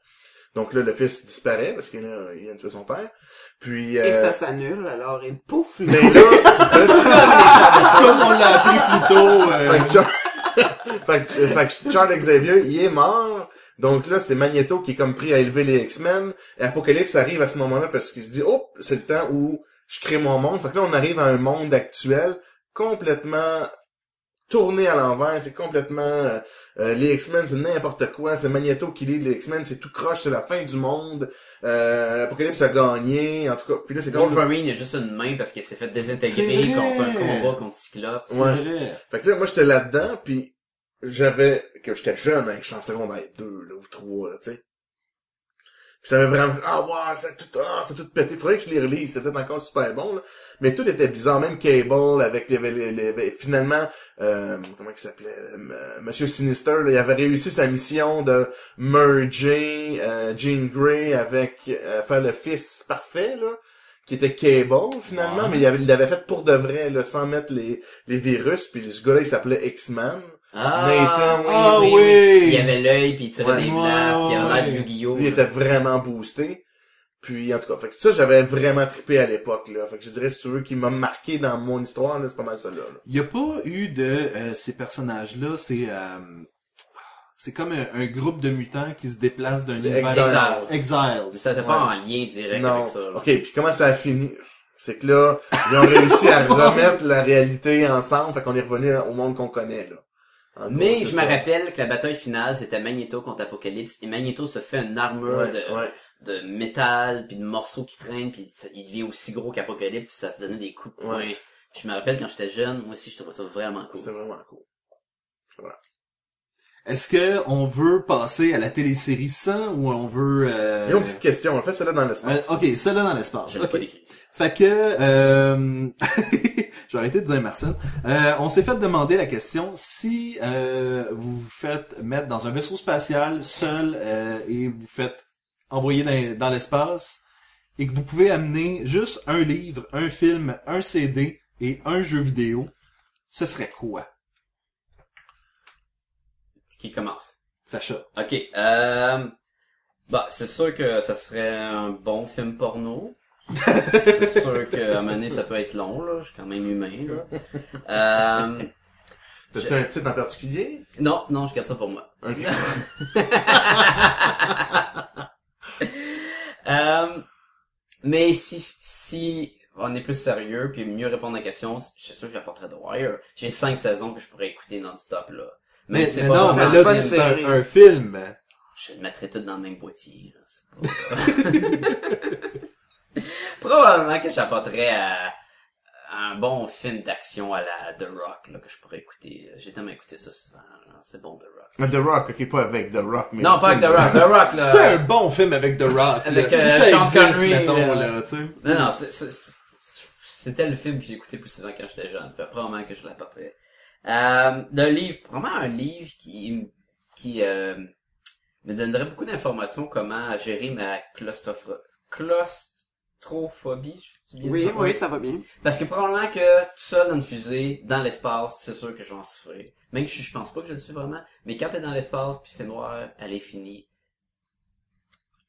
Speaker 3: Donc là, le fils disparaît, parce qu'il a- il vient de tuer son père. Puis...
Speaker 4: Et
Speaker 3: euh,
Speaker 4: ça s'annule, alors il pouf,
Speaker 1: Ben,
Speaker 4: là.
Speaker 3: mais là,
Speaker 1: Comme on l'a appris plus tôt. euh,
Speaker 3: fait, que Char- fait que- fait que Charles Xavier, il est mort. Donc là, c'est Magneto qui est comme pris à élever les X-Men. Et Apocalypse arrive à ce moment-là parce qu'il se dit, oh, c'est le temps où je crée mon monde. Fait que là, on arrive à un monde actuel complètement tourné à l'envers. C'est complètement... euh, euh, les X-Men, c'est n'importe quoi. C'est Magneto qui lit les X-Men. C'est tout croche. C'est la fin du monde. Euh, Apocalypse a gagné. En tout cas, puis là, c'est comme...
Speaker 2: Wolverine a juste une main parce qu'il s'est fait
Speaker 1: C'est
Speaker 2: désintégrer
Speaker 1: vrai.
Speaker 2: contre un combat contre Cyclope.
Speaker 1: c'est
Speaker 3: Ouais.
Speaker 1: vrai.
Speaker 3: Fait que là, moi, j'étais là-dedans, puis j'avais... que J'étais jeune, hein, que j'étais en secondaire 2, là, ou 3, là, tu sais. Puis ça m'avait vraiment... Ah, wow, c'est tout... Ah, c'est tout pété. Faudrait que je les relise. C'est peut-être encore super bon, là. Mais tout était bizarre. Même Cable, avec les... les- les- les- finalement, euh, comment il s'appelait? euh, Monsieur Sinister, là, il avait réussi sa mission de merger euh, Jean Grey avec... euh, faire le fils parfait, là qui était Cable finalement,
Speaker 2: Ouais.
Speaker 3: mais il avait- il l'avait fait pour de vrai, là, sans mettre les, les virus, puis ce gars-là, il s'appelait X-Man. Nathan,
Speaker 1: ah oui.
Speaker 2: Il avait l'œil, puis il tirait
Speaker 3: Ouais.
Speaker 2: des blasts, puis il avait l'air de
Speaker 1: Ouais.
Speaker 2: Yu-Gi-Oh!
Speaker 3: Lui, il était vraiment boosté. Puis, en tout cas, fait que ça, j'avais vraiment trippé à l'époque, là. Fait que je dirais, si tu veux, qui m'a marqué dans mon histoire, là, c'est pas mal ça, là. là.
Speaker 1: Il n'y a pas eu de euh, ces personnages-là. C'est euh, c'est comme un, un groupe de mutants qui se déplacent d'un univers... à l'autre.
Speaker 2: Exiles.
Speaker 1: Exiles.
Speaker 2: Ça n'était pas en lien direct
Speaker 3: Non.
Speaker 2: avec ça, là.
Speaker 3: OK, puis comment ça a fini? C'est que là, ils ont réussi à remettre la réalité ensemble, fait qu'on est revenu au monde qu'on connaît, là. En gros,
Speaker 2: Mais
Speaker 3: c'est
Speaker 2: je
Speaker 3: ça.
Speaker 2: me rappelle que la bataille finale, c'était Magneto contre Apocalypse, et Magneto se fait une armure
Speaker 3: Ouais,
Speaker 2: de,
Speaker 3: ouais.
Speaker 2: de métal, puis de morceaux qui traînent, puis ça- il devient aussi gros qu'Apocalypse, puis ça se donnait des coups de poing.
Speaker 3: Ouais.
Speaker 2: Puis je me rappelle quand j'étais jeune, moi aussi je trouvais ça vraiment cool.
Speaker 3: C'était vraiment cool.
Speaker 1: Est-ce que on veut passer à la télésérie 100 ou on veut... euh,
Speaker 3: Ils ont une petite question, on fait celle-là dans
Speaker 1: euh,
Speaker 3: l'espace.
Speaker 1: ok, celle-là dans l'espace.
Speaker 2: Je l'ai
Speaker 1: Ok.
Speaker 2: pas décrit.
Speaker 1: Fait que, euh, je vais arrêter de dire Marcel. Euh, on s'est fait demander la question si euh, vous vous faites mettre dans un vaisseau spatial seul euh, et vous faites envoyer dans, dans l'espace et que vous pouvez amener juste un livre, un film, un CD et un jeu vidéo, ce serait quoi,
Speaker 2: Qui commence.
Speaker 1: Sacha?
Speaker 2: Ok, euh... Bah, c'est sûr que ça serait un bon film porno. c'est sûr qu'à un moment donné, ça peut être long, là. Je suis quand même humain, là. Euh...
Speaker 3: T'as-tu un titre en particulier?
Speaker 2: Non, non, je garde ça pour moi.
Speaker 3: Ok.
Speaker 2: Euh, mais si, si on est plus sérieux puis mieux répondre à la question, je suis sûr que j'apporterai The Wire. J'ai cinq saisons que je pourrais écouter non-stop, là. Même si c'est pas Euh,
Speaker 1: non,
Speaker 2: vraiment
Speaker 1: mais
Speaker 2: un
Speaker 1: là,
Speaker 2: film,
Speaker 1: c'est un, un film.
Speaker 2: Je le mettrais tout dans le même boîtier, là. C'est pas- Probablement que j'apporterais à à un bon film d'action à la The Rock, là, que je pourrais écouter. J'ai tellement écouté ça souvent, là. C'est bon, The Rock.
Speaker 3: Ah, The Rock, ok, pas avec The Rock, mais...
Speaker 2: Non, pas avec The Rock. The Rock, là.
Speaker 1: Tu sais, un bon film avec The Rock,
Speaker 2: Avec,
Speaker 1: là,
Speaker 2: euh,
Speaker 1: si ça
Speaker 2: Sean
Speaker 1: existe,
Speaker 2: Connery,
Speaker 1: mettons,
Speaker 2: là.
Speaker 1: là, tu sais.
Speaker 2: Non, non, c'est- c'est- c'est- c'était le film que j'ai écouté plus souvent quand j'étais jeune. Fait probablement que je l'apporterais. Euh, le livre, vraiment un livre qui, m- qui euh, me donnerait beaucoup d'informations comment gérer ma claustrophobie. électrophobie, je suis bien
Speaker 6: Oui,
Speaker 2: ça,
Speaker 6: oui, ça va bien.
Speaker 2: Parce que probablement que tout seul dans une fusée, dans l'espace, c'est sûr que je vais en souffrir. Même si je pense pas que je le suis vraiment, mais quand t'es dans l'espace puis c'est noir à l'infini,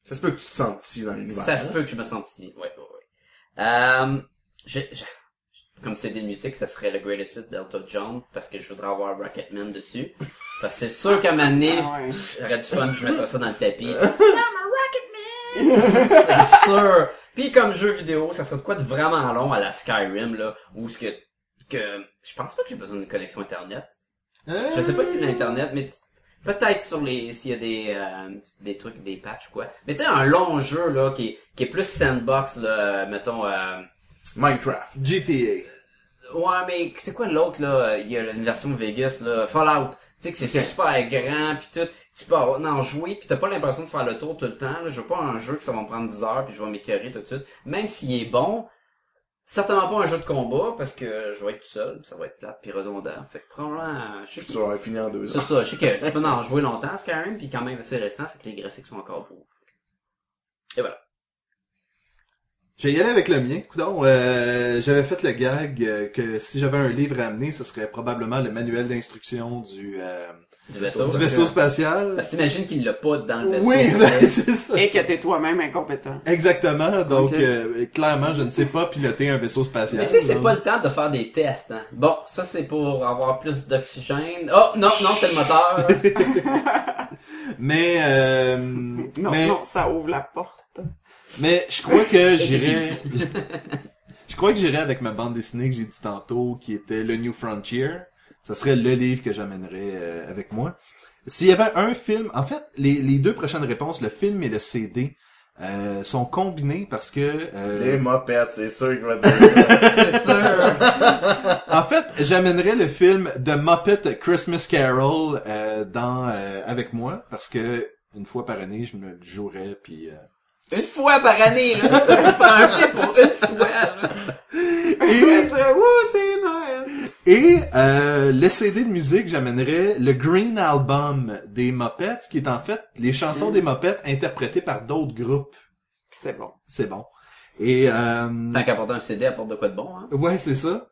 Speaker 3: Ça se peut que tu te sentes petit dans l'univers. hein?
Speaker 2: ça se peut que je me sente petit. Ouais, ouais, ouais. Euh, je, je- comme c'est des musiques, ça serait le Greatest Hit d'Elton John parce que je voudrais avoir Rocketman dessus. Parce que c'est sûr qu'à un moment donné,
Speaker 6: Ah ouais.
Speaker 2: j'aurais du fun, je mettrais ça dans le tapis. Non, Rocketman! c'est sûr! Puis comme jeu vidéo, ça serait de quoi de vraiment long à la Skyrim, là, où ce que, que, je pense pas que j'ai besoin d'une connexion Internet. Je sais pas si c'est l'internet, mais peut-être sur les s'il y a des euh, des trucs, des patchs ou quoi. Mais tu sais un long jeu là qui est, qui est plus sandbox là, euh, mettons. euh,
Speaker 3: Minecraft.
Speaker 1: GTA.
Speaker 2: ouais, mais c'est quoi l'autre là Il y a une version Vegas là, Fallout. Tu sais que c'est super grand puis tout. Tu peux en en jouer puis t'as pas l'impression de faire le tour tout le temps. Là. Je veux pas un jeu que ça va me prendre 10 heures puis je vais m'écœurer tout de suite. Même s'il est bon, certainement pas un jeu de combat parce que je vais être tout seul, puis ça va être plate puis redondant. Fait que probablement, je sais que-
Speaker 3: Tu vas finir en deux
Speaker 2: c'est
Speaker 3: ans.
Speaker 2: ça, je sais que tu peux en jouer longtemps, Skyrim, puis quand même assez récent, fait que les graphiques sont encore beaux. Et voilà.
Speaker 1: Je vais y aller avec le mien. Coudon, euh, j'avais fait le gag euh, que si j'avais un livre à amener, ce serait probablement le manuel d'instruction du, euh,
Speaker 2: Du vaisseau.
Speaker 1: du vaisseau spatial.
Speaker 2: Parce que t'imagines qu'il l'a pas dans le vaisseau.
Speaker 1: Oui, ben, c'est ça.
Speaker 6: Et que
Speaker 1: c'est-
Speaker 6: t'es toi-même incompétent.
Speaker 1: Exactement. Donc,
Speaker 6: Ok.
Speaker 1: euh, clairement, je ne sais pas piloter un vaisseau spatial.
Speaker 2: Mais tu sais, c'est
Speaker 1: Donc,
Speaker 2: pas le temps de faire des tests, hein. Bon, ça c'est pour avoir plus d'oxygène. Oh, non, non, c'est le moteur.
Speaker 1: Mais, euh,
Speaker 6: Non,
Speaker 1: mais,
Speaker 6: non, ça ouvre la porte.
Speaker 1: mais je crois que j'irai.
Speaker 2: c'est
Speaker 1: je crois que j'irai avec ma bande dessinée que j'ai dit tantôt, qui était le New Frontier. Ça serait le livre que j'amènerais euh, avec moi. S'il y avait un film, en fait, les, les deux prochaines réponses, le film et le CD, euh, sont combinés parce que euh,
Speaker 3: Ah, Les mopettes, c'est sûr qu'il va dire ça.
Speaker 2: c'est sûr.
Speaker 1: En fait, j'amènerais le film The Muppet Christmas Carol euh, dans euh, avec moi parce que une fois par année, je me le jouerais puis euh,
Speaker 2: Une fois par année, là. C'est c'est pas un film pour une fois, là.
Speaker 6: Elle dirait, ouh, c'est Noël!
Speaker 1: et euh, le CD de musique, j'amènerais le Green Album des Muppets qui est en fait les chansons des Muppets interprétées par d'autres groupes.
Speaker 6: C'est bon.
Speaker 1: C'est bon. Et euh,
Speaker 2: Tant qu'à porter un CD, apporte de quoi de bon, hein.
Speaker 1: Ouais, c'est ça.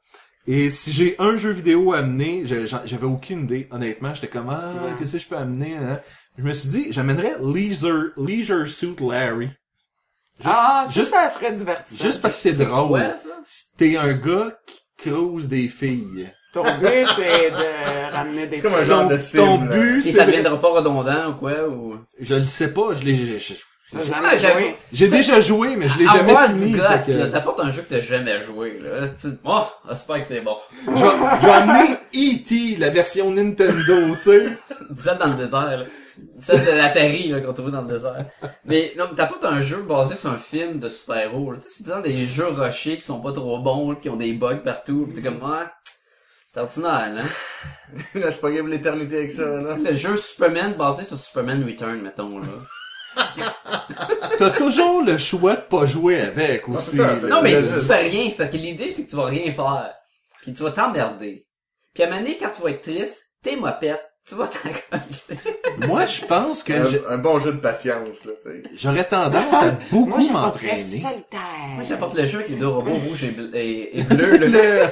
Speaker 1: Et si j'ai un jeu vidéo à amener, je- j'en- j'avais aucune idée, honnêtement. J'étais comme, ah,
Speaker 6: Ouais.
Speaker 1: qu'est-ce que je peux amener? hein? Je me suis dit, j'amènerais Leisure, Leisure Suit Larry.
Speaker 6: ah, juste,
Speaker 1: juste-
Speaker 6: ça serait divertissant.
Speaker 1: Juste parce que c'est drôle.
Speaker 2: Ouais, ça.
Speaker 1: T'es un gars qui crouse des filles.
Speaker 6: Ton but, c'est de ramener des
Speaker 3: C'est comme un genre
Speaker 1: Ton,
Speaker 3: de
Speaker 1: ton
Speaker 3: film.
Speaker 1: but,
Speaker 2: Et ça
Speaker 1: c'est...
Speaker 2: deviendra pas redondant ou quoi, ou...
Speaker 1: Je le sais pas, je l'ai... je- je-
Speaker 6: T'as
Speaker 2: Ah,
Speaker 6: jamais
Speaker 2: j'avoue.
Speaker 6: joué.
Speaker 1: J'ai déjà joué, mais je l'ai jamais
Speaker 2: avoir
Speaker 1: fini.
Speaker 2: du glace,
Speaker 1: fait que-
Speaker 2: là. T'apportes un jeu que t'as jamais joué, là. Tu- Oh, j'espère que c'est bon.
Speaker 1: Je vais- je vais amener E.T., la version Nintendo, tu sais.
Speaker 2: Celle dans le désert, là. Celle de l'Atari, là, qu'on trouvait dans le désert. Mais, non, mais t'apportes un jeu basé sur un film de super-héros, là. Tu sais, c'est dans des jeux rushés qui sont pas trop bons, qui ont des bugs partout, pis t'es comme, ah, c'est ordinaire, là.
Speaker 3: Là, je paguais pour l'éternité avec ça, là.
Speaker 2: Le jeu Superman basé sur Superman Return, mettons, là.
Speaker 1: T'as toujours le choix de pas jouer avec aussi.
Speaker 3: ça,
Speaker 1: là.
Speaker 2: Non, mais
Speaker 3: C'est-
Speaker 2: si tu fais rien, c'est parce que l'idée, c'est que tu vas rien faire. Puis tu vas t'emmerder. Puis à un moment donné, quand tu vas être triste, t'es mopette, tu vas t'en coller.
Speaker 1: Moi, je pense que... je-
Speaker 3: Un, un bon jeu de patience, là, tu sais.
Speaker 1: J'aurais tendance à
Speaker 6: Moi,
Speaker 1: beaucoup
Speaker 6: j'ai pas très
Speaker 1: m'entraîner.
Speaker 2: Moi,
Speaker 6: solitaire.
Speaker 2: j'apporte le jeu avec les deux robots rouges et, bleu et, et bleus. là.
Speaker 1: Le-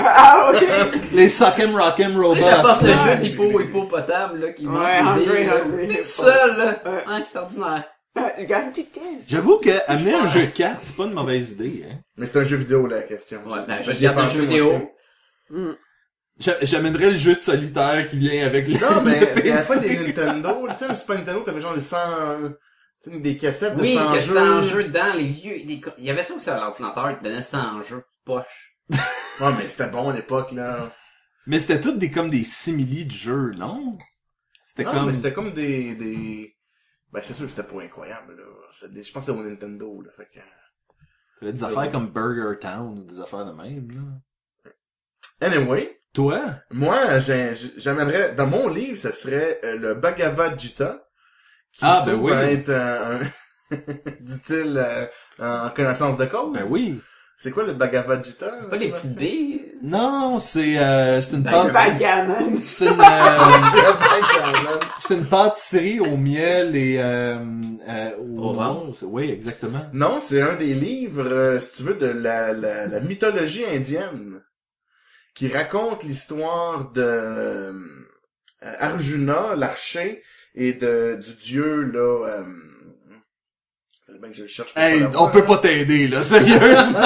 Speaker 6: Ah, ok.
Speaker 1: les Sock'em Rock'em
Speaker 2: Moi,
Speaker 1: Robots.
Speaker 2: j'apporte le jeu
Speaker 6: Ouais.
Speaker 2: d'hippo hippopotames là, qui
Speaker 6: Ouais,
Speaker 2: mange des
Speaker 6: hungry,
Speaker 2: billes, là.
Speaker 6: hungry
Speaker 2: T'es tout
Speaker 6: hippo.
Speaker 2: seul, là.
Speaker 6: Ouais.
Speaker 2: Hein, c'est ordinaire.
Speaker 6: Regarde, tu testes.
Speaker 1: J'avoue que amener un jeu de cartes, c'est pas une mauvaise idée. hein.
Speaker 3: Mais c'est un jeu vidéo, la question.
Speaker 2: Ouais,
Speaker 3: J'ai-
Speaker 2: ben, je
Speaker 3: j'ai
Speaker 2: regarde un
Speaker 3: pensé,
Speaker 2: jeu
Speaker 3: moi
Speaker 2: vidéo.
Speaker 3: aussi.
Speaker 1: J'a- J'amènerais le jeu de solitaire qui vient avec le
Speaker 3: Non, mais
Speaker 1: le
Speaker 3: mais à
Speaker 1: PC.
Speaker 3: la fois des Nintendo, tu sais, le Super Nintendo, t'avais genre les 100... tu sais, Des cassettes de
Speaker 2: Oui,
Speaker 3: 100
Speaker 2: que
Speaker 3: jeux.
Speaker 2: 100 jeux dedans, les vieux. des co- Il y avait ça aussi à l'ordinateur, ils te donnaient 100 jeux poche.
Speaker 3: Ouais, mais c'était bon à l'époque, là.
Speaker 1: Mais c'était toutes des comme des simili de jeu, non? C'était
Speaker 3: Non,
Speaker 1: comme...
Speaker 3: mais c'était comme des, des... Ben, c'est sûr que c'était pas incroyable, là. C'était des- Je pense que c'était au Nintendo, là. Fait que...
Speaker 1: t'avais des affaires comme Burger Town ou des affaires de même. là.
Speaker 3: Anyway,
Speaker 1: Toi?
Speaker 3: moi, j'ai- j'amènerais... Dans mon livre, ce serait euh, le Bhagavad Gita. Qui
Speaker 1: Ah,
Speaker 3: se
Speaker 1: ben
Speaker 3: trouve
Speaker 1: oui.
Speaker 3: à être euh, un... dit-il euh, en connaissance de cause.
Speaker 1: Ben oui.
Speaker 3: C'est quoi le Bhagavad Gita?
Speaker 2: C'est pas des petites billes.
Speaker 1: Non, c'est euh, c'est une
Speaker 3: Ah,
Speaker 2: Baguette.
Speaker 1: pâte,
Speaker 6: Backgammon.
Speaker 1: c'est une euh,
Speaker 3: Backgammon.
Speaker 1: c'est une pâtisserie au miel et euh, euh,
Speaker 2: Au vin.
Speaker 1: rose. Oui, exactement.
Speaker 3: Non, c'est un des livres, euh, si tu veux, de la, la, la mythologie indienne qui raconte l'histoire de euh, Arjuna, l'archer, et de du dieu là. Euh, faudrait bien que je le cherche. pour
Speaker 1: Hey,
Speaker 3: pas l'avoir,
Speaker 1: on peut
Speaker 3: là.
Speaker 1: pas t'aider là, sérieusement.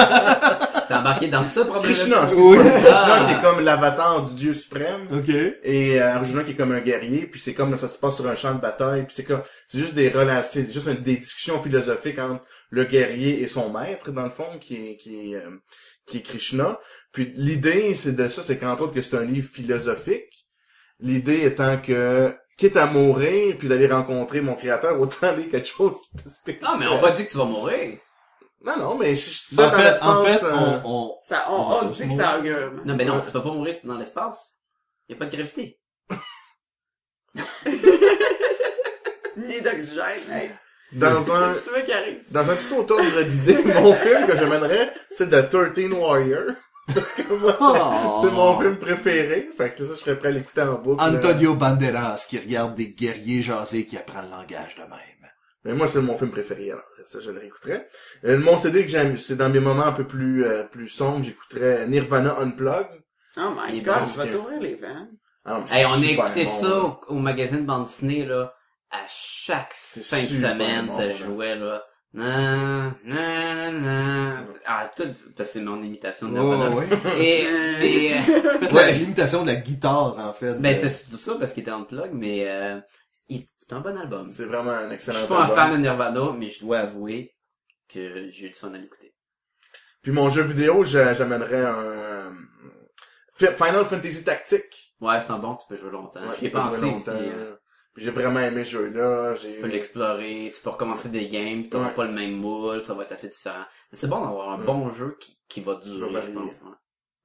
Speaker 2: T'es embarqué dans ce problème
Speaker 3: Krishna,
Speaker 1: Oui.
Speaker 3: excuse-moi, c'est Krishna
Speaker 2: Ah.
Speaker 3: qui est comme l'avatar du dieu suprême.
Speaker 1: ok.
Speaker 3: Et euh, Arjuna qui est comme un guerrier, puis c'est comme ça se passe sur un champ de bataille, puis c'est comme c'est juste des relations, c'est juste une- des discussions philosophiques entre le guerrier et son maître dans le fond qui est qui est euh, qui est Krishna. Puis l'idée c'est de ça, c'est qu'entre autres que c'est un livre philosophique. L'idée étant que quitte à mourir puis d'aller rencontrer mon créateur, autant aller quelque chose de spirituel.
Speaker 1: Ah,
Speaker 2: Non, Ah, mais on va dire que tu vas mourir.
Speaker 3: Non non, mais je je suis
Speaker 1: Ben, En
Speaker 3: dans
Speaker 1: fait, en fait,
Speaker 3: l'espace, euh,
Speaker 1: on, on-
Speaker 6: Ça, on,
Speaker 1: On va
Speaker 6: on se dit que ça
Speaker 1: tous
Speaker 6: augure.
Speaker 2: Non, mais non, tu peux pas mourir si t'es dans l'espace. Y a pas de gravité.
Speaker 6: Ni d'oxygène, hey.
Speaker 3: dans un
Speaker 6: Qu'est-ce que tu veux qu'il arrive?
Speaker 3: Dans un tout autre ordre d'idée, mon film que je mènerais, c'est The 13 Warrior. Parce que moi, c'est,
Speaker 1: Oh.
Speaker 3: c'est mon film préféré. Fait que ça, je serais prêt à l'écouter en boucle. euh,
Speaker 1: Antonio Banderas qui regarde des guerriers jaser qui apprend le langage de même.
Speaker 3: Mais moi, c'est mon film préféré, alors. Ça, je le réécouterais. Euh, mon CD que j'aime, c'est dans mes moments un peu plus, euh, plus sombres, j'écouterais Nirvana Unplugged.
Speaker 6: Oh my
Speaker 2: Il
Speaker 6: god,
Speaker 3: pense
Speaker 6: tu vas
Speaker 3: que-
Speaker 6: t'ouvrir les vannes.
Speaker 3: Ah, mais c'est
Speaker 2: Hey, on a
Speaker 3: super
Speaker 2: écouté
Speaker 3: bon,
Speaker 2: ça
Speaker 3: là.
Speaker 2: au, au magazine bande dessinée, là, à chaque
Speaker 3: C'est
Speaker 2: fin de
Speaker 3: super
Speaker 2: semaine,
Speaker 3: bon,
Speaker 2: ça
Speaker 3: là.
Speaker 2: jouait, là. Nan, nan, nan. Ah, tout, parce que c'est mon imitation de Nirvana.
Speaker 1: Oh, ouais.
Speaker 2: Et, et, euh,
Speaker 1: Faites la
Speaker 2: Ouais.
Speaker 1: limitation de la guitare, en fait.
Speaker 2: ben, c'est surtout ça parce qu'il était en plug, mais, euh, il- c'est un bon album.
Speaker 3: C'est vraiment un
Speaker 2: Je
Speaker 3: excellent
Speaker 2: suis pas un
Speaker 3: album.
Speaker 2: fan de Nirvana, mais je dois avouer que j'ai eu du fun à l'écouter.
Speaker 3: Puis mon jeu vidéo, j'a- j'amènerais un... euh, Fi- Final Fantasy Tactique.
Speaker 2: Ouais, c'est un bon, que tu peux jouer longtemps.
Speaker 3: Ouais,
Speaker 2: J'y ai
Speaker 3: j'ai joué
Speaker 2: pensé aussi.
Speaker 3: longtemps.
Speaker 2: euh,
Speaker 3: Puis j'ai vraiment aimé ce jeu-là. J'ai...
Speaker 2: Tu peux l'explorer, tu peux recommencer des games, tu
Speaker 3: Ouais.
Speaker 2: pas le même moule, ça va être assez différent. Mais c'est bon d'avoir un
Speaker 3: Ouais.
Speaker 2: bon jeu qui, qui va durer,
Speaker 3: Qui va
Speaker 2: je
Speaker 3: varier.
Speaker 2: pense. ouais.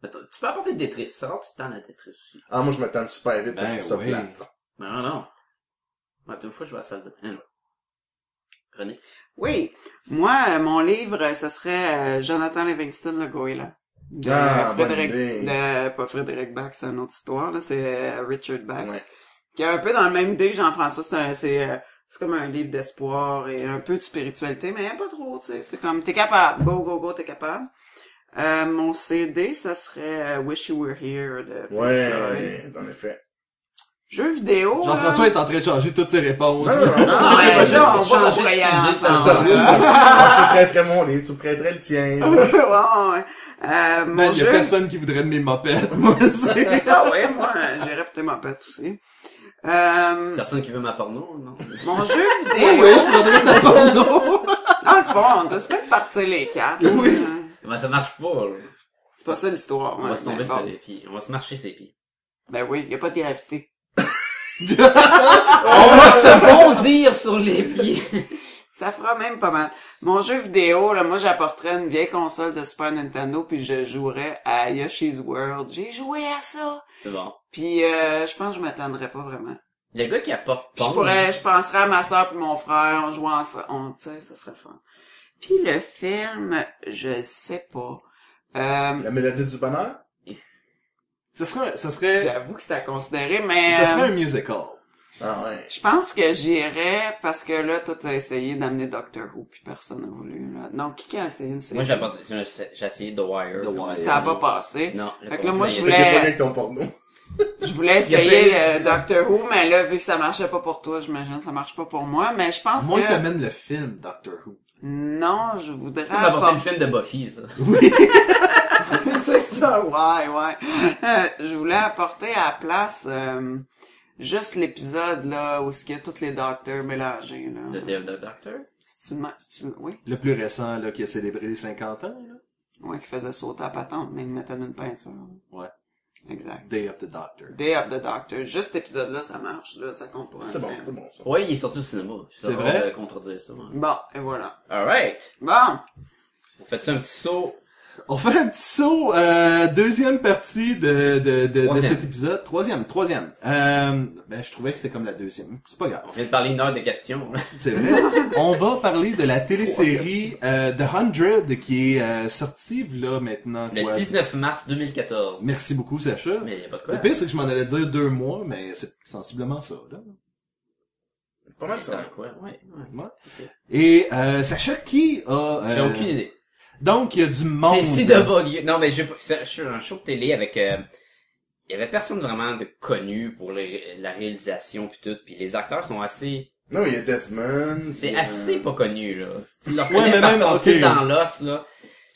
Speaker 2: Mais t'as- tu peux apporter des Tetris, ça rend du temps la Tetris aussi.
Speaker 3: Ah, moi, je m'attends super vite parce que
Speaker 1: Ben
Speaker 3: je trouve ça
Speaker 1: oui.
Speaker 3: plate.
Speaker 2: Mais non, non. Ouais, deux fois, je vais à la salle de bain. là. René.
Speaker 6: Oui. Moi, euh, mon livre, euh, ce serait euh, Jonathan Livingston le goéland. De
Speaker 3: Ah,
Speaker 6: Frédéric,
Speaker 3: bonne idée.
Speaker 6: de- pas Frédéric Bach, c'est une autre histoire, là, c'est euh, Richard Bach.
Speaker 3: Ouais.
Speaker 6: Qui est un peu dans le même idée que Jean-François, c'est un- c'est euh, c'est comme un livre d'espoir et un peu de spiritualité, mais pas trop, tu sais. C'est comme, t'es capable, go, go, go, t'es capable. Euh, mon CD, ça serait euh, Wish You Were Here de Pink Floyd.
Speaker 3: Ouais, en effet.
Speaker 6: Jeux vidéo. là.
Speaker 1: Jean-François est en train de changer toutes ses réponses.
Speaker 3: Non, non, non.
Speaker 2: Non,
Speaker 6: mais
Speaker 2: ouais,
Speaker 6: moi,
Speaker 2: je-
Speaker 6: là, on
Speaker 2: je-
Speaker 6: va
Speaker 2: changer
Speaker 6: au
Speaker 2: de sujet,
Speaker 6: voyage.
Speaker 2: ça en
Speaker 3: Ça,
Speaker 2: va.
Speaker 3: plus, moi, je te prêterais mon livre, tu me prêterais le tien.
Speaker 6: Ouais, ouais. Euh,
Speaker 1: Man,
Speaker 6: mon
Speaker 1: Ben, y a
Speaker 6: jeu.
Speaker 1: personne qui voudrait de mes mopettes, moi, c'est...
Speaker 6: Ah ouais, moi, j'irais peut-être ma pète aussi. Euh,
Speaker 2: Personne qui veut ma porno, non?
Speaker 6: mon jeu
Speaker 1: Oui, oui,
Speaker 6: vidéo.
Speaker 1: je prendrais ta porno.
Speaker 6: Dans le fond, on doit se faire partir les quatre.
Speaker 1: Oui.
Speaker 6: Euh,
Speaker 2: Ben, ça marche pas, là.
Speaker 6: C'est pas ça l'histoire.
Speaker 2: On
Speaker 6: ouais,
Speaker 2: va se tomber
Speaker 6: mais bon.
Speaker 2: sur les pieds. On va se marcher sur les pieds.
Speaker 6: Ben oui, y a pas de gravité.
Speaker 2: On va se bondir sur les pieds.
Speaker 6: Ça fera même pas mal. Mon jeu vidéo, là, moi, j'apporterais une vieille console de Super Nintendo puis je jouerais à Yoshi's World. J'ai joué à ça.
Speaker 2: C'est bon.
Speaker 6: Puis, euh, je pense que je m'attendrais pas vraiment.
Speaker 2: Le gars qui apporte
Speaker 6: Puis Je
Speaker 2: porno,
Speaker 6: pourrais, je penserais à ma soeur puis mon frère, on jouait ensemble, on, tu sais, ça serait le fun. Puis le film, je sais pas. Euh,
Speaker 3: La mélodie du bonheur?
Speaker 1: Ça serait, ça serait,
Speaker 6: J'avoue que c'est à considérer, mais
Speaker 1: ça serait un
Speaker 6: euh,
Speaker 1: musical.
Speaker 3: Ah ouais.
Speaker 6: je pense que j'irais parce que là, toi, t'as essayé d'amener Doctor Who, puis personne n'a voulu. Là. Non, qui qui a essayé une série?
Speaker 2: Moi, j'ai apporté, j'ai essayé The Wire.
Speaker 1: The Wire.
Speaker 6: Ça a pas passé.
Speaker 2: Non. le
Speaker 6: Fait que là, moi, je
Speaker 2: conseil-
Speaker 3: Fait que t'es
Speaker 6: voulais-
Speaker 3: pas avec ton porno.
Speaker 6: Je voulais
Speaker 2: Il y a
Speaker 6: essayer
Speaker 2: plein-
Speaker 6: euh, Doctor Who, mais là, vu que ça marchait pas pour toi, j'imagine que ça marche pas pour moi, mais je pense
Speaker 1: Moi,
Speaker 6: que...
Speaker 1: il t'amène le film, Doctor Who.
Speaker 6: Non, je voudrais...
Speaker 2: C'est comme apporter
Speaker 6: apporter-
Speaker 2: le film de Buffy, ça.
Speaker 6: C'est ça, ouais, ouais. Euh, Je voulais apporter à la place euh, juste l'épisode là où ce qu'il y a tous les docteurs mélangés
Speaker 2: The
Speaker 6: là.
Speaker 2: Day of the Doctor.
Speaker 6: C'est-tu ma- c'est-tu- oui,
Speaker 1: Le plus récent, là, qui a célébré les 50 ans, là.
Speaker 6: ouais, qui faisait sauter à patente, mais il mettait une peinture. là.
Speaker 1: Ouais.
Speaker 6: Exact.
Speaker 1: Day of the Doctor.
Speaker 6: Day of the Doctor. Juste cet épisode-là, ça marche, là, ça compte pas.
Speaker 3: C'est bon, c'est bon, ça.
Speaker 2: Oui, il est sorti au cinéma. Je suis
Speaker 1: C'est
Speaker 2: d'accord
Speaker 1: vrai?
Speaker 2: de contredire ça. moi.
Speaker 6: Bon, et voilà.
Speaker 2: Alright.
Speaker 6: Bon,
Speaker 2: On fait un petit saut
Speaker 1: On fait un petit saut, euh, deuxième partie de, de, de, de
Speaker 2: Troisième.
Speaker 1: cet épisode. Troisième, troisième. Euh, ben, je trouvais que c'était comme la deuxième. C'est pas grave.
Speaker 2: On vient de parler une heure de questions.
Speaker 1: C'est vrai. On va parler de la télésérie euh, The Hundred qui est euh, sortie là maintenant.
Speaker 2: Le
Speaker 1: quoi.
Speaker 2: 19 mars 2014. Mais
Speaker 1: Merci beaucoup Sacha.
Speaker 2: il n'y a pas de quoi.
Speaker 1: Le pire c'est que je m'en allais dire deux mois, mais c'est sensiblement ça. Là.
Speaker 3: Pas mal
Speaker 2: C'est
Speaker 3: ça.
Speaker 2: dans quoi, ouais, ouais.
Speaker 1: Et euh, Sacha qui a... euh,
Speaker 2: J'ai aucune idée.
Speaker 1: Donc il y a du monde.
Speaker 2: C'est si de bug. Non, mais j'ai pas- c'est- je suis un show de télé avec. euh, Il y avait personne vraiment de connu pour les- la réalisation puis tout. Puis les acteurs sont assez.
Speaker 3: Non, il y a Desmond.
Speaker 2: C'est
Speaker 3: puis,
Speaker 2: assez
Speaker 3: euh,
Speaker 2: pas connu là. Tu le
Speaker 1: Ouais,
Speaker 2: reconnais
Speaker 1: mais
Speaker 2: par
Speaker 1: même,
Speaker 2: son
Speaker 1: ok.
Speaker 2: titre dans l'os là.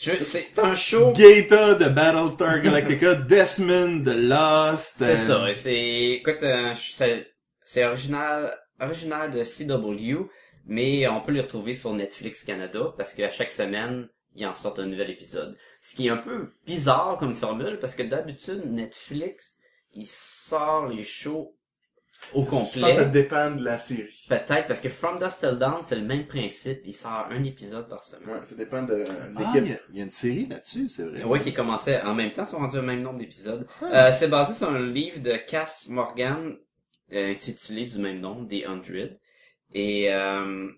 Speaker 2: Je- C'est c'est un show.
Speaker 1: Gaeta de Battlestar Galactica, Desmond de Lost.
Speaker 2: C'est
Speaker 1: euh,
Speaker 2: ça. et C'est écoute, euh, je- c'est c'est original original de CW, mais on peut le retrouver sur Netflix Canada parce qu'à chaque semaine ils en sortent un nouvel épisode. Ce qui est un peu bizarre comme formule parce que d'habitude Netflix il sort les shows au
Speaker 3: Je pense que ça
Speaker 2: complet.
Speaker 3: dépend de la série.
Speaker 2: Peut-être parce que From Dust Till Dawn c'est le même principe, il sort un épisode par semaine.
Speaker 3: Ouais, ça dépend de
Speaker 1: Ah, il y,
Speaker 3: l'équipe.
Speaker 1: a- il y a une série là-dessus, c'est vrai.
Speaker 2: Oui, qui commençait en même temps, sont rendus au même nombre d'épisodes.
Speaker 1: Ah.
Speaker 2: Euh, c'est basé sur un livre de Cass Morgan euh, intitulé du même nom, The Hundred. Et euh,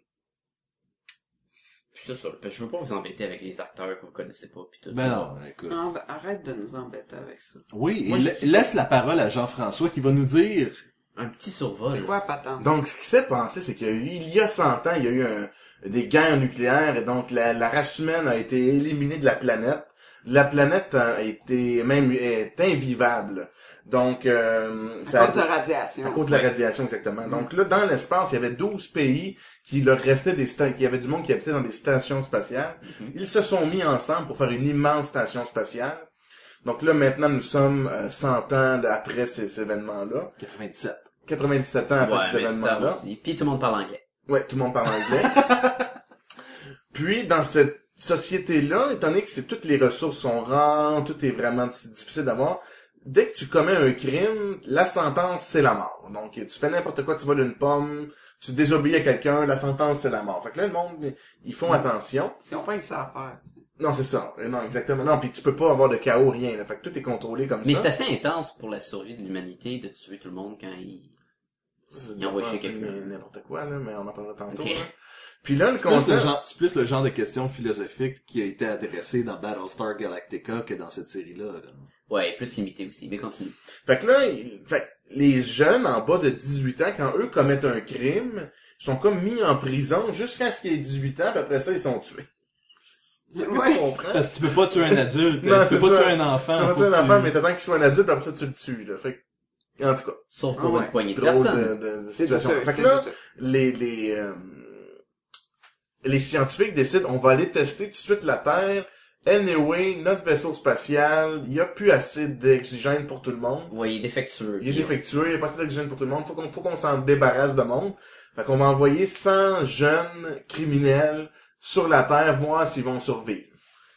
Speaker 2: c'est ça. Je veux pas vous embêter avec les acteurs que vous connaissez pas puis tout.
Speaker 1: Ben non, écoute.
Speaker 6: Non, ben, arrête de nous embêter avec ça.
Speaker 1: Oui,
Speaker 2: Moi,
Speaker 1: et
Speaker 2: je
Speaker 1: la-
Speaker 2: sais pas.
Speaker 1: laisse la parole à Jean-François qui va nous dire
Speaker 2: Un petit survol.
Speaker 6: C'est quoi la patente?
Speaker 3: Donc, ce qui s'est passé, c'est qu'il y a eu, il y a 100 ans, il y a eu un- des guerres nucléaires et donc la, la race humaine a été éliminée de la planète. La planète a été même est invivable. Donc, euh,
Speaker 6: à cause de radiation.
Speaker 3: À cause de la radiation, exactement. Donc là, dans l'espace, il y avait 12 pays qui leur restaient des stations, qui avaient du monde qui habitait dans des stations spatiales. Ils se sont mis ensemble pour faire une immense station spatiale. Donc là, maintenant, nous sommes euh, 100 ans après ces, ces événements-là.
Speaker 1: 97.
Speaker 3: 97 ans
Speaker 2: Ouais,
Speaker 3: après ces
Speaker 2: mais c'est
Speaker 3: événements-là.
Speaker 2: arrondi. Puis tout le monde parle anglais.
Speaker 3: Ouais, tout le monde parle anglais. Puis, dans cette société-là, étant donné que c'est toutes les ressources sont rares, tout est vraiment di- difficile d'avoir, dès que tu commets un crime, la sentence, c'est la mort. Donc, tu fais n'importe quoi, tu voles une pomme, tu désobéis à quelqu'un, la sentence, c'est la mort. Fait que là, le monde, ils
Speaker 2: Mm.
Speaker 3: font attention.
Speaker 6: Si on fait que ça à faire, tu sais.
Speaker 3: Non, c'est ça. Euh, Non, exactement. Non, puis tu peux pas avoir de chaos, rien. là. Fait que tout est contrôlé comme
Speaker 2: Mais c'est
Speaker 3: ça.
Speaker 2: assez intense pour la survie de l'humanité de tuer tout le monde quand il.
Speaker 3: C'est
Speaker 2: ils envoient chez quelqu'un.
Speaker 3: N'importe quoi, là, mais on en parlera tantôt.
Speaker 2: Ok.
Speaker 3: là. Puis là, le
Speaker 1: C'est plus, le
Speaker 3: concept...
Speaker 1: genre, c'est plus le genre de question philosophique qui a été adressée dans Battlestar Galactica que dans cette série-là. là.
Speaker 2: Ouais, plus limité aussi. Mais continue.
Speaker 3: Fait que là, il- fait que les jeunes en bas de 18 ans, quand eux commettent un crime, sont comme mis en prison jusqu'à ce qu'ils aient 18 ans, puis après ça, ils sont tués. C'est ce que
Speaker 6: Ouais.
Speaker 3: tu comprends?
Speaker 1: Parce que tu peux pas tuer un adulte,
Speaker 3: Non,
Speaker 1: tu
Speaker 3: c'est
Speaker 1: peux pas
Speaker 3: ça.
Speaker 1: tuer un enfant.
Speaker 3: Ça
Speaker 1: faut
Speaker 3: va tuer un
Speaker 1: que tu-
Speaker 3: enfant, mais t'attends qu'il soit un adulte, puis après ça, tu le tues. Là. Fait que, en tout cas,
Speaker 2: Sauf
Speaker 6: Ah
Speaker 2: pour
Speaker 6: ouais,
Speaker 2: une poignée de
Speaker 3: drôle
Speaker 2: personnes.
Speaker 3: de, de- de
Speaker 6: C'est
Speaker 3: situation.
Speaker 6: douteux,
Speaker 3: Fait que
Speaker 6: c'est
Speaker 3: là,
Speaker 6: douteux.
Speaker 3: les les euh, les scientifiques décident on va aller tester tout de suite la Terre. Anyway, notre vaisseau spatial, il n'y a plus assez d'oxygène pour tout le monde.
Speaker 2: Ouais, il est défectueux.
Speaker 3: Il est
Speaker 2: puis on-
Speaker 3: défectueux, il n'y a pas assez d'oxygène pour tout le monde. Faut qu'on, faut qu'on s'en débarrasse de monde. Fait qu'on va envoyer 100 jeunes criminels sur la Terre, voir s'ils vont survivre.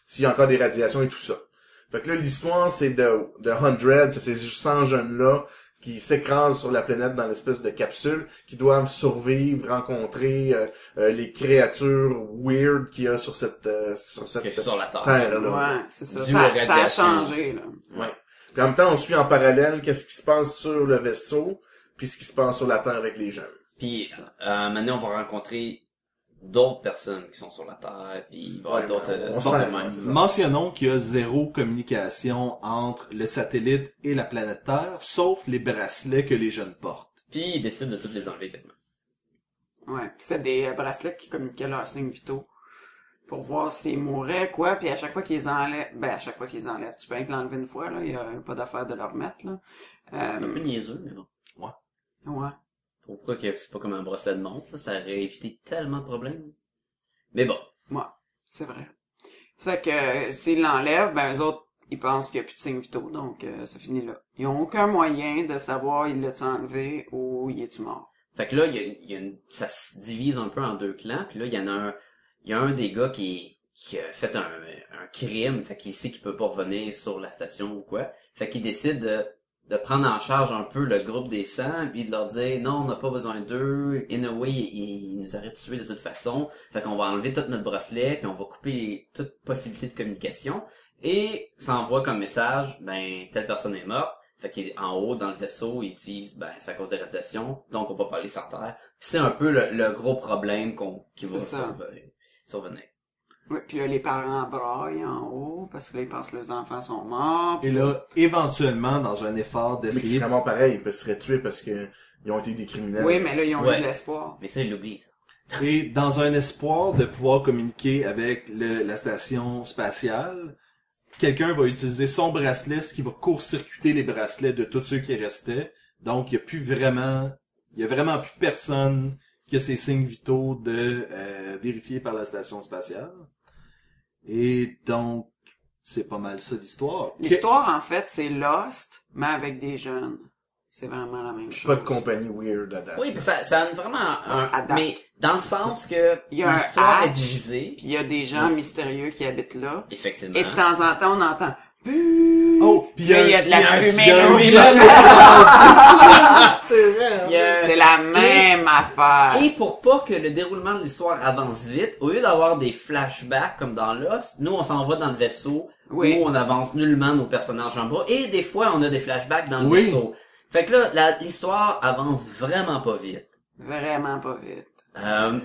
Speaker 3: S'il y a encore des radiations et tout ça. Fait que là, l'histoire, c'est de, de 100, c'est ces 100 jeunes-là qui s'écrasent sur la planète dans l'espèce de capsule, qui doivent survivre, rencontrer euh, euh, les créatures weird qu'il y a sur cette, euh, sur
Speaker 2: que
Speaker 3: cette
Speaker 2: sur la terre.
Speaker 3: Terre-là.
Speaker 6: Ouais, c'est ça.
Speaker 2: Dû aux
Speaker 6: Ça, ça a
Speaker 2: radiations.
Speaker 6: changé, là.
Speaker 2: Ouais.
Speaker 3: Puis en même temps, on suit en parallèle qu'est-ce qui se passe sur le vaisseau, puis ce qui se passe sur la Terre avec les jeunes.
Speaker 2: Puis euh, maintenant, on va rencontrer d'autres personnes qui sont sur la Terre, puis il va y avoir
Speaker 3: Ouais,
Speaker 2: d'autres...
Speaker 3: ben, on
Speaker 2: euh,
Speaker 3: sent,
Speaker 2: d'autres mêmes.
Speaker 3: ouais, c'est ça.
Speaker 1: Mentionnons qu'il y a zéro communication entre le satellite et la planète Terre, sauf les bracelets que les jeunes portent.
Speaker 2: Puis ils décident de toutes les enlever quasiment.
Speaker 6: Ouais. Puis c'est des euh, bracelets qui communiquaient leurs signes vitaux pour voir s'ils mouraient, quoi. Puis à chaque fois qu'ils enlèvent, ben à chaque fois qu'ils enlèvent, tu peux rien que l'enlever une fois, là. Il y a pas d'affaire de le remettre, là.
Speaker 2: C'est un peu
Speaker 3: Mm.
Speaker 6: Euh,
Speaker 2: niaiseux, mais bon.
Speaker 6: ouais.
Speaker 2: Pourquoi que c'est pas comme un bracelet de montre, là, ça aurait évité tellement de problèmes. Mais bon,
Speaker 6: C'est vrai. Ça fait que euh, s'ils l'enlèvent, ben eux autres, ils pensent qu'il n'y a plus de signes vitaux, donc euh, ça finit là. Ils ont aucun moyen de savoir il l'a-tu enlevé ou il est-tu mort.
Speaker 2: fait que là, il y a, il y a une- ça se divise un peu en deux clans, puis là, il y en a un, il y a un des gars qui, qui a fait un, un crime, fait qu'il sait qu'il peut pas revenir sur la station ou quoi, fait qu'il décide de de prendre en charge un peu le groupe des 100, puis de leur dire, non, on n'a pas besoin d'eux, anyway, ils, ils nous auraient tués de toute façon, fait qu'on va enlever tout notre bracelet, puis on va couper toute possibilité de communication, et ça envoie comme message, ben, telle personne est morte, fait qu'en haut, dans le vaisseau, ils disent, ben, c'est à cause des radiations, donc on peut pas aller sans terre. Puis c'est un peu le, le gros problème qu'on, qui va
Speaker 6: C'est ça.
Speaker 2: surve- survenir.
Speaker 6: Oui, puis là, les parents braillent en haut parce que là, ils pensent que leurs enfants sont morts.
Speaker 1: Et là, éventuellement, dans un effort
Speaker 3: Mais qui
Speaker 1: d'essayer...
Speaker 3: serait mort pareil, parce qu'ils seraient tués parce que ils ont été des criminels.
Speaker 6: Oui, mais là, ils ont
Speaker 2: Ouais.
Speaker 6: eu de l'espoir.
Speaker 2: Mais ça, ils l'oublient, ça.
Speaker 1: Et dans un espoir de pouvoir communiquer avec le- la station spatiale, quelqu'un va utiliser son bracelet, ce qui va court-circuiter les bracelets de tous ceux qui restaient. Donc, il n'y a plus vraiment... Il y a vraiment plus personne qui a ces signes vitaux de euh, vérifier par la station spatiale. Et donc, c'est pas mal ça l'histoire.
Speaker 6: L'histoire, en fait, c'est Lost, mais avec des jeunes. C'est vraiment la même
Speaker 3: Pas
Speaker 6: chose.
Speaker 3: de compagnie weird à date.
Speaker 2: Oui, puis ça, ça a vraiment un,
Speaker 6: Adapt.
Speaker 2: mais dans le sens que
Speaker 6: Il y a un
Speaker 2: l'histoire
Speaker 6: hack.
Speaker 2: est digisée.
Speaker 6: Puis il y a des gens mystérieux qui habitent là.
Speaker 2: Effectivement.
Speaker 6: Et de temps en temps, on entend... Buuuuh
Speaker 1: Oh, puis
Speaker 6: Puis là, il y a de la
Speaker 1: il y a un-
Speaker 6: fumée
Speaker 1: il y a un
Speaker 6: rouge.
Speaker 2: Il y a-
Speaker 6: C'est la même affaire.
Speaker 2: Et pour pas que le déroulement de l'histoire avance vite, au lieu d'avoir des flashbacks comme dans Lost, nous on s'en va dans le vaisseau
Speaker 6: Oui.
Speaker 2: où on avance nullement nos personnages en bas et des fois on a des flashbacks dans le
Speaker 1: Oui.
Speaker 2: vaisseau. Fait que là, la- l'histoire avance vraiment pas vite.
Speaker 6: Vraiment pas vite.
Speaker 2: Euh,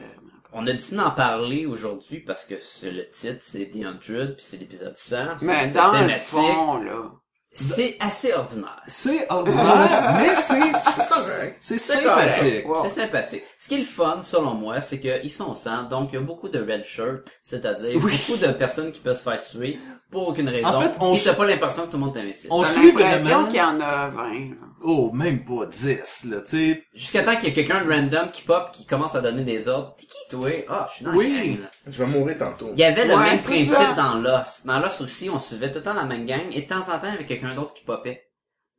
Speaker 2: on a décidé d'en parler aujourd'hui parce que c'est le titre, c'est The 100 puis c'est l'épisode 100. c'est
Speaker 6: Mais
Speaker 2: une
Speaker 6: dans le
Speaker 2: thématique.
Speaker 6: fond, là...
Speaker 2: c'est assez ordinaire.
Speaker 1: C'est ordinaire, mais c'est
Speaker 6: Ah,
Speaker 2: correct.
Speaker 1: c'est
Speaker 2: C'est
Speaker 1: sympathique.
Speaker 2: correct.
Speaker 6: Wow.
Speaker 2: C'est sympathique. Ce qui est le fun, selon moi, c'est qu'ils sont 100, donc il y a beaucoup de red shirts, c'est-à-dire beaucoup de personnes qui peuvent se faire tuer pour aucune raison.
Speaker 1: En fait, on
Speaker 2: Et t'as
Speaker 1: s-
Speaker 2: pas l'impression que tout le monde t'investit.
Speaker 1: On
Speaker 6: T'as
Speaker 1: suit
Speaker 6: l'impression
Speaker 1: vraiment...
Speaker 6: qu'il y en a 20. là.
Speaker 1: Oh, même pas 10, là, tu sais.
Speaker 2: Jusqu'à temps qu'il y ait quelqu'un de random qui pop, qui commence à donner des ordres. T'es qui, toi? Ah, je suis dans
Speaker 1: Oui.
Speaker 2: la gang, là.
Speaker 3: Je vais mourir tantôt.
Speaker 2: Il y avait le
Speaker 6: Ouais,
Speaker 2: même
Speaker 6: c'est
Speaker 2: principe
Speaker 6: ça.
Speaker 2: dans Lost. Dans Lost aussi, on suivait tout le temps la même gang, et de temps en temps, avec quelqu'un d'autre qui popait.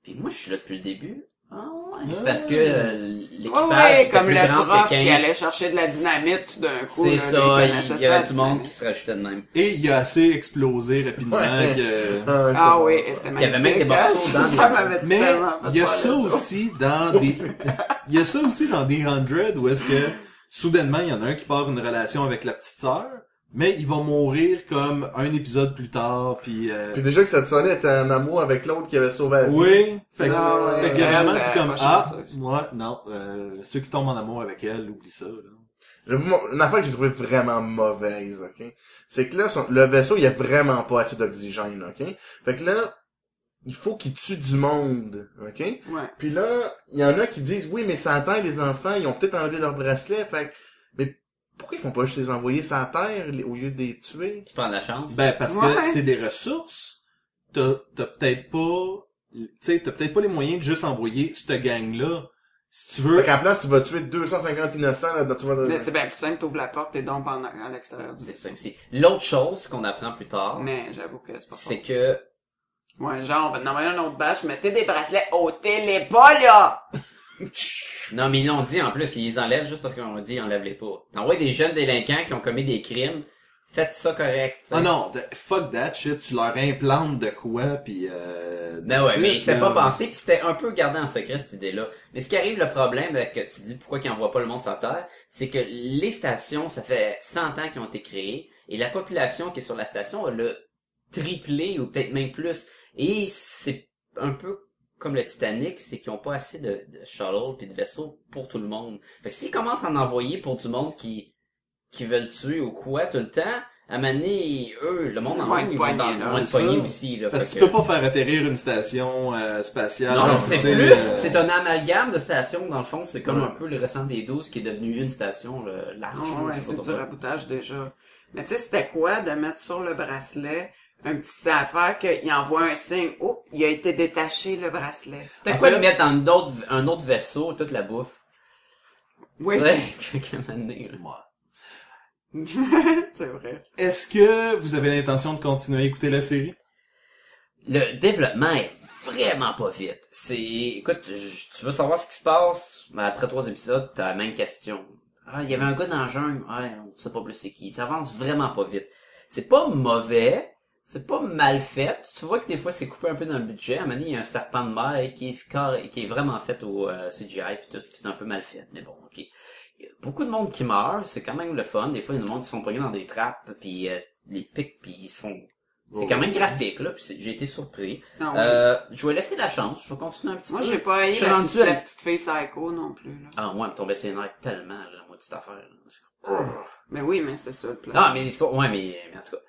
Speaker 2: Puis moi, je suis là depuis le début. Ah ouais.
Speaker 1: Ah.
Speaker 2: Parce que euh,
Speaker 6: Ouais,
Speaker 2: l'équipage
Speaker 6: ouais,
Speaker 2: était
Speaker 6: comme
Speaker 2: plus
Speaker 6: le
Speaker 2: grand
Speaker 6: prof
Speaker 2: que 15.
Speaker 6: qui allait chercher de la dynamite tout d'un coup.
Speaker 2: C'est
Speaker 6: là,
Speaker 1: hein,
Speaker 2: ça,
Speaker 6: il
Speaker 2: il
Speaker 6: connaissait
Speaker 2: il y avait
Speaker 6: ça,
Speaker 2: du monde
Speaker 6: la
Speaker 2: qui se rajoutait de même.
Speaker 1: Et il a assez explosé rapidement
Speaker 3: Ouais.
Speaker 1: que...
Speaker 3: Ah,
Speaker 6: Ah oui, et c'était
Speaker 2: Il y
Speaker 6: magnifique.
Speaker 2: avait même des morceaux
Speaker 6: hein,
Speaker 2: dans
Speaker 6: ça,
Speaker 2: les-
Speaker 6: ça m'avait
Speaker 1: Mais
Speaker 6: tellement fait
Speaker 1: il y a
Speaker 6: mal,
Speaker 1: ça aussi dans des... Il y a ça aussi dans des 100 où est-ce que soudainement, il y en a un qui part une relation avec la petite sœur, mais il va mourir comme un épisode plus tard, puis... euh,
Speaker 3: Puis déjà que cette sonnette était en amour avec l'autre qui avait sauvé la vie.
Speaker 1: Oui, fait que,
Speaker 6: Ah ouais,
Speaker 1: fait que
Speaker 6: elle,
Speaker 1: vraiment,
Speaker 6: elle
Speaker 1: tu
Speaker 6: est
Speaker 1: comme,
Speaker 6: pas
Speaker 1: ah,
Speaker 6: chanceuse.
Speaker 1: moi, non, euh, ceux qui tombent en amour avec elle, oublie ça, là.
Speaker 3: Je vous montre- Une affaire que j'ai trouvé vraiment mauvaise, ok? C'est que là, son- le vaisseau, il y a vraiment pas assez d'oxygène, ok? Fait que là, il faut qu'il tue du monde, ok?
Speaker 6: Ouais.
Speaker 3: Puis là, il y en a qui disent, oui, mais ça terre, les enfants, ils ont peut-être enlevé leur bracelet, fait que- mais pourquoi ils font pas juste les envoyer sur la terre les- au lieu de les tuer?
Speaker 2: Tu prends de la chance.
Speaker 1: Ben parce que
Speaker 6: Ouais.
Speaker 1: c'est des ressources. T'as t'as peut-être pas, tu sais, t'as peut-être pas les moyens de juste envoyer cette gang là. Si tu veux,
Speaker 3: Fait qu'à la place, tu vas tuer 250 innocents, là, dans- tu vas dans-
Speaker 6: Mais c'est bien plus simple, t'ouvres la porte, t'es donc en- à l'extérieur du
Speaker 2: c'est ça aussi. L'autre chose qu'on apprend plus tard,
Speaker 6: Mais j'avoue que c'est pas
Speaker 2: c'est que
Speaker 6: fort. Ouais, genre, on va te demander un autre bâche, mettez des bracelets, ôtez les pas, là!
Speaker 2: non mais ils l'ont dit en plus, ils les enlèvent juste parce qu'on dit enlève-les pas. T'envoies des jeunes délinquants qui ont commis des crimes, faites ça correct. t'sais.
Speaker 1: ah non, t- fuck that shit, tu leur implantes de quoi puis. Euh,
Speaker 2: Ben ouais,
Speaker 1: that's
Speaker 2: mais
Speaker 1: it,
Speaker 2: c'était pas
Speaker 1: là.
Speaker 2: pensé, puis c'était un peu gardé en secret cette idée-là. Mais ce qui arrive, le problème avec que tu dis pourquoi qu'ils envoient pas le monde sur Terre, c'est que les stations, ça fait 100 ans qu'ils ont été créées, et la population qui est sur la station elle a le triplé ou peut-être même plus. Et c'est un peu comme le Titanic, c'est qu'ils ont pas assez de, de shuttle puis de vaisseaux pour tout le monde. Fait que s'ils commencent à en envoyer pour du monde qui qui veulent tuer ou quoi tout le temps, à un moment donné, eux, le monde en
Speaker 6: Moins
Speaker 2: haut,
Speaker 6: de
Speaker 2: ils vont
Speaker 6: poignée,
Speaker 2: dans
Speaker 6: là,
Speaker 2: moins de
Speaker 1: c'est ça.
Speaker 2: poignée aussi. Là,
Speaker 1: Parce que
Speaker 2: Fait
Speaker 1: tu
Speaker 2: que-
Speaker 1: peux pas faire atterrir une station euh, spatiale.
Speaker 2: non,
Speaker 3: non,
Speaker 2: mais
Speaker 1: dans
Speaker 2: c'est
Speaker 1: une-
Speaker 2: plus,
Speaker 1: euh,
Speaker 2: c'est un amalgame de stations, dans le fond, c'est comme
Speaker 3: Ouais.
Speaker 2: un peu le récent des 12 qui est devenu une station, le, l'arche,
Speaker 6: Non, Ah ouais,
Speaker 2: je sais pas
Speaker 6: c'est du
Speaker 2: trop.
Speaker 6: raboutage, déjà. Mais tu sais, c'était quoi de mettre sur le bracelet un petit affaire qu'il envoie un signe, oh, il a été détaché, le bracelet.
Speaker 2: C'était
Speaker 1: En
Speaker 2: quoi
Speaker 1: fait-
Speaker 2: de mettre en autre, un autre vaisseau, toute la bouffe?
Speaker 6: Oui.
Speaker 2: Ouais, qu'à un moment donné, là.
Speaker 1: Ouais.
Speaker 6: c'est vrai.
Speaker 1: Est-ce que vous avez l'intention de continuer à écouter la série?
Speaker 2: Le développement est vraiment pas vite. C'est, écoute, j- tu veux savoir ce qui se passe, mais après trois épisodes, t'as la même question. Ah, il y avait un gars dans la jungle, ouais, on sait pas plus c'est qui. Ça avance vraiment pas vite. C'est pas mauvais, c'est pas mal fait. Tu vois que des fois, c'est coupé un peu dans le budget. À un moment donné, il y a un serpent de mer qui est, carré- qui est vraiment fait au euh, CGI, puis tout, puis c'est un peu mal fait. Mais bon, OK. Il y a beaucoup de monde qui meurt, c'est quand même le fun. Des fois, il y a du monde qui sont pris dans des trappes, puis euh, les pics, puis ils se font... C'est quand même graphique, là, puis c'est- j'ai été surpris.
Speaker 6: Non, Ah oui.
Speaker 2: Euh, je vais laisser la chance, je vais continuer un petit
Speaker 6: Moi,
Speaker 2: peu.
Speaker 6: j'ai pas
Speaker 2: je
Speaker 6: aimé
Speaker 2: suis
Speaker 6: la,
Speaker 2: rendu
Speaker 6: la
Speaker 2: à-
Speaker 6: petite fille psycho non plus. Là.
Speaker 2: Ah, moi, elle me tombait ses nerfs tellement, là, la maudite affaire. là. C'est comme-
Speaker 6: Mais oui, mais c'est ça le plan.
Speaker 2: Ah, mais l'histoire, ouais, mais, mais en tout cas.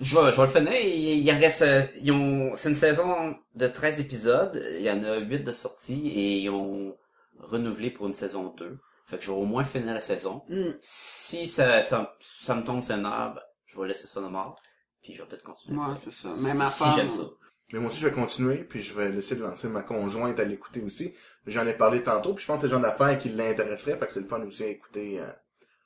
Speaker 2: Je vais, je vais le finir. Il, il en reste, euh, ils ont, c'est une saison de 13 épisodes. Il y en a 8 de sortie et ils ont renouvelé pour une saison 2. Fait que je vais au moins finir la saison.
Speaker 6: Mm.
Speaker 2: Si ça, ça, ça me tombe sur un arbre, je vais laisser ça de mort. Puis je vais peut-être continuer.
Speaker 6: Ouais, c'est ça. Même
Speaker 2: si
Speaker 6: affaire.
Speaker 2: j'aime
Speaker 6: moi.
Speaker 2: ça.
Speaker 3: Mais moi aussi, je vais continuer, puis je vais laisser de lancer ma conjointe à l'écouter aussi. J'en ai parlé tantôt, puis je pense que c'est le genre d'affaires qui l'intéresserait, fait que c'est le fun aussi à écouter. euh.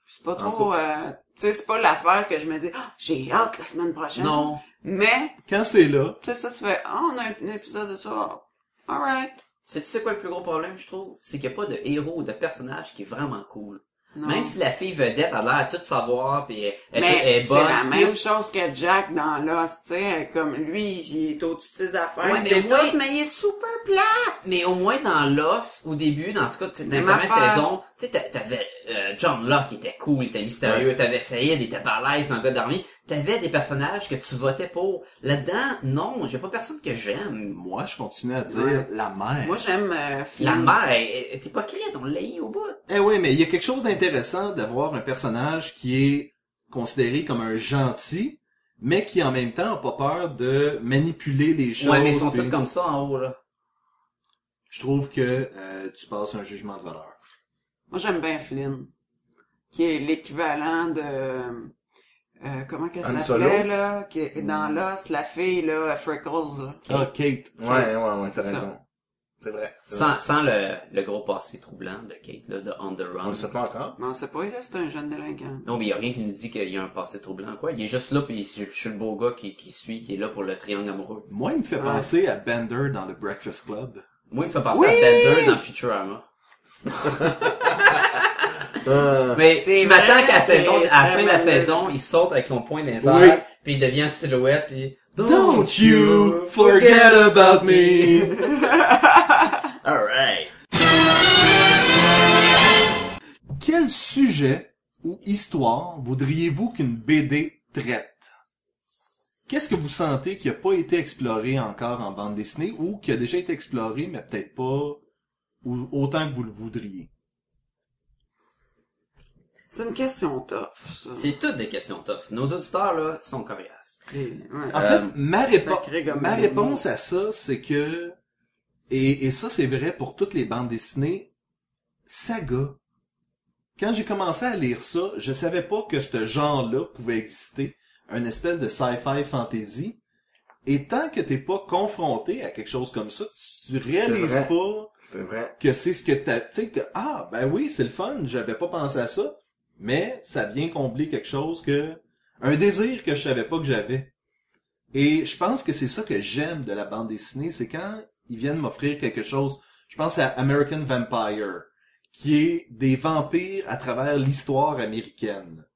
Speaker 6: C'est pas trop,
Speaker 3: couple.
Speaker 6: euh, tu sais, c'est pas l'affaire que je me dis, Ah, j'ai hâte la semaine prochaine.
Speaker 2: Non.
Speaker 6: Mais,
Speaker 1: Quand c'est là,
Speaker 6: tu sais, ça, tu fais, ah, on a un, un épisode de ça. Alright.
Speaker 2: C'est tu sais quoi le plus gros problème, je trouve? C'est qu'il n'y a pas de héros ou de personnage qui est vraiment cool.
Speaker 6: Non.
Speaker 2: Même si la fille vedette a l'air à tout savoir, puis elle, elle- elle
Speaker 6: mais
Speaker 2: est
Speaker 6: c'est
Speaker 2: bonne.
Speaker 6: la
Speaker 2: puis
Speaker 6: même
Speaker 2: tout.
Speaker 6: chose que Jack dans Lost, tu sais, comme lui, il est au-dessus de ses affaires,
Speaker 2: Ouais, mais
Speaker 6: c'est
Speaker 2: oui.
Speaker 6: tout, mais il est super plate!
Speaker 2: Mais au moins dans l'os, au début, dans, en tout cas, tu sais, dans la
Speaker 6: Même
Speaker 2: première
Speaker 6: affaire.
Speaker 2: saison, tu sais, t'a- t'avais euh, John Locke qui était cool, il était mystérieux, t'avais Saïd, il était balèze, un gars d'armée. T'avais des personnages que tu votais pour. Là-dedans, non, j'ai pas personne que j'aime.
Speaker 1: moi, je continue à dire
Speaker 6: Ouais.
Speaker 1: la mère.
Speaker 6: Moi, j'aime, euh,
Speaker 2: La
Speaker 6: Flynn.
Speaker 2: mère, elle, elle- elle est hypocrite, on l'a eu au bout.
Speaker 1: Eh oui, mais il y a quelque chose d'intéressant d'avoir un personnage qui est considéré comme un gentil, mais qui en même temps n'a pas peur de manipuler les choses.
Speaker 2: Ouais, mais ils sont
Speaker 1: puis
Speaker 2: tous comme ça en haut, là.
Speaker 1: Je trouve que euh, tu passes un jugement de valeur.
Speaker 6: Moi, j'aime bien Flynn, qui est l'équivalent de... euh, comment qu'elle
Speaker 3: Han
Speaker 6: s'appelait,
Speaker 3: Solo?
Speaker 6: là? Qui est
Speaker 2: Mm.
Speaker 6: dans Lost, la fille, là, Freckles, là.
Speaker 1: Ah, Kate.
Speaker 3: Ouais, ouais, ouais, t'as
Speaker 6: Ça.
Speaker 3: raison. C'est vrai. c'est vrai.
Speaker 2: Sans, sans le, le gros passé troublant de Kate, là, de On the
Speaker 3: On
Speaker 2: Run.
Speaker 3: le sait pas encore.
Speaker 6: Mais on sait pas, là, c'est un jeune délinquant.
Speaker 2: Non, mais il y a rien qui nous dit qu'il y a un passé troublant, quoi. Il est juste là, puis je je suis le beau gars qui, qui suit, qui est là pour le triangle amoureux.
Speaker 1: Moi, il me fait
Speaker 6: Ouais.
Speaker 1: penser à Bender dans le Breakfast Club.
Speaker 2: Moi, il me fait penser
Speaker 6: Oui!
Speaker 2: à Bender dans Futurama.
Speaker 1: Ah,
Speaker 3: Euh,
Speaker 2: Mais
Speaker 6: C'est
Speaker 2: je m'attends
Speaker 6: vrai,
Speaker 2: qu'à la
Speaker 6: c'est
Speaker 2: saison, à la fin de la
Speaker 6: vraiment
Speaker 2: saison, il saute avec son poing dans les
Speaker 1: Oui.
Speaker 2: airs, puis il devient silhouette, puis
Speaker 1: Don't you forget about me.
Speaker 2: Alright.
Speaker 1: Quel sujet ou histoire voudriez-vous qu'une BD traite? Qu'est-ce que vous sentez qui n'a pas été exploré encore en bande dessinée ou qui a déjà été exploré mais peut-être pas ou autant que vous le voudriez?
Speaker 6: C'est une question tough, ça.
Speaker 2: C'est toutes des questions tough. Nos auditeurs, là, sont coriaces.
Speaker 6: Ouais.
Speaker 3: Ah,
Speaker 1: En
Speaker 2: Euh,
Speaker 1: fait, ma, répo-
Speaker 6: sacré gomme
Speaker 1: ma
Speaker 6: de
Speaker 1: réponse à ça, c'est que, et, et ça c'est vrai pour toutes les bandes dessinées, saga. Quand j'ai commencé à lire ça, je savais pas que ce genre-là pouvait exister, une espèce de sci-fi fantasy. Et tant que t'es pas confronté à quelque chose comme ça, tu réalises
Speaker 3: C'est vrai.
Speaker 1: pas
Speaker 3: c'est vrai.
Speaker 1: que c'est ce que t'as, tu sais que ah ben oui c'est le fun, j'avais pas pensé à ça, mais ça vient combler quelque chose que un désir que je savais pas que j'avais. Et je pense que c'est ça que j'aime de la bande dessinée, c'est quand ils viennent m'offrir quelque chose. Je pense à American Vampire, qui est des vampires à travers l'histoire américaine.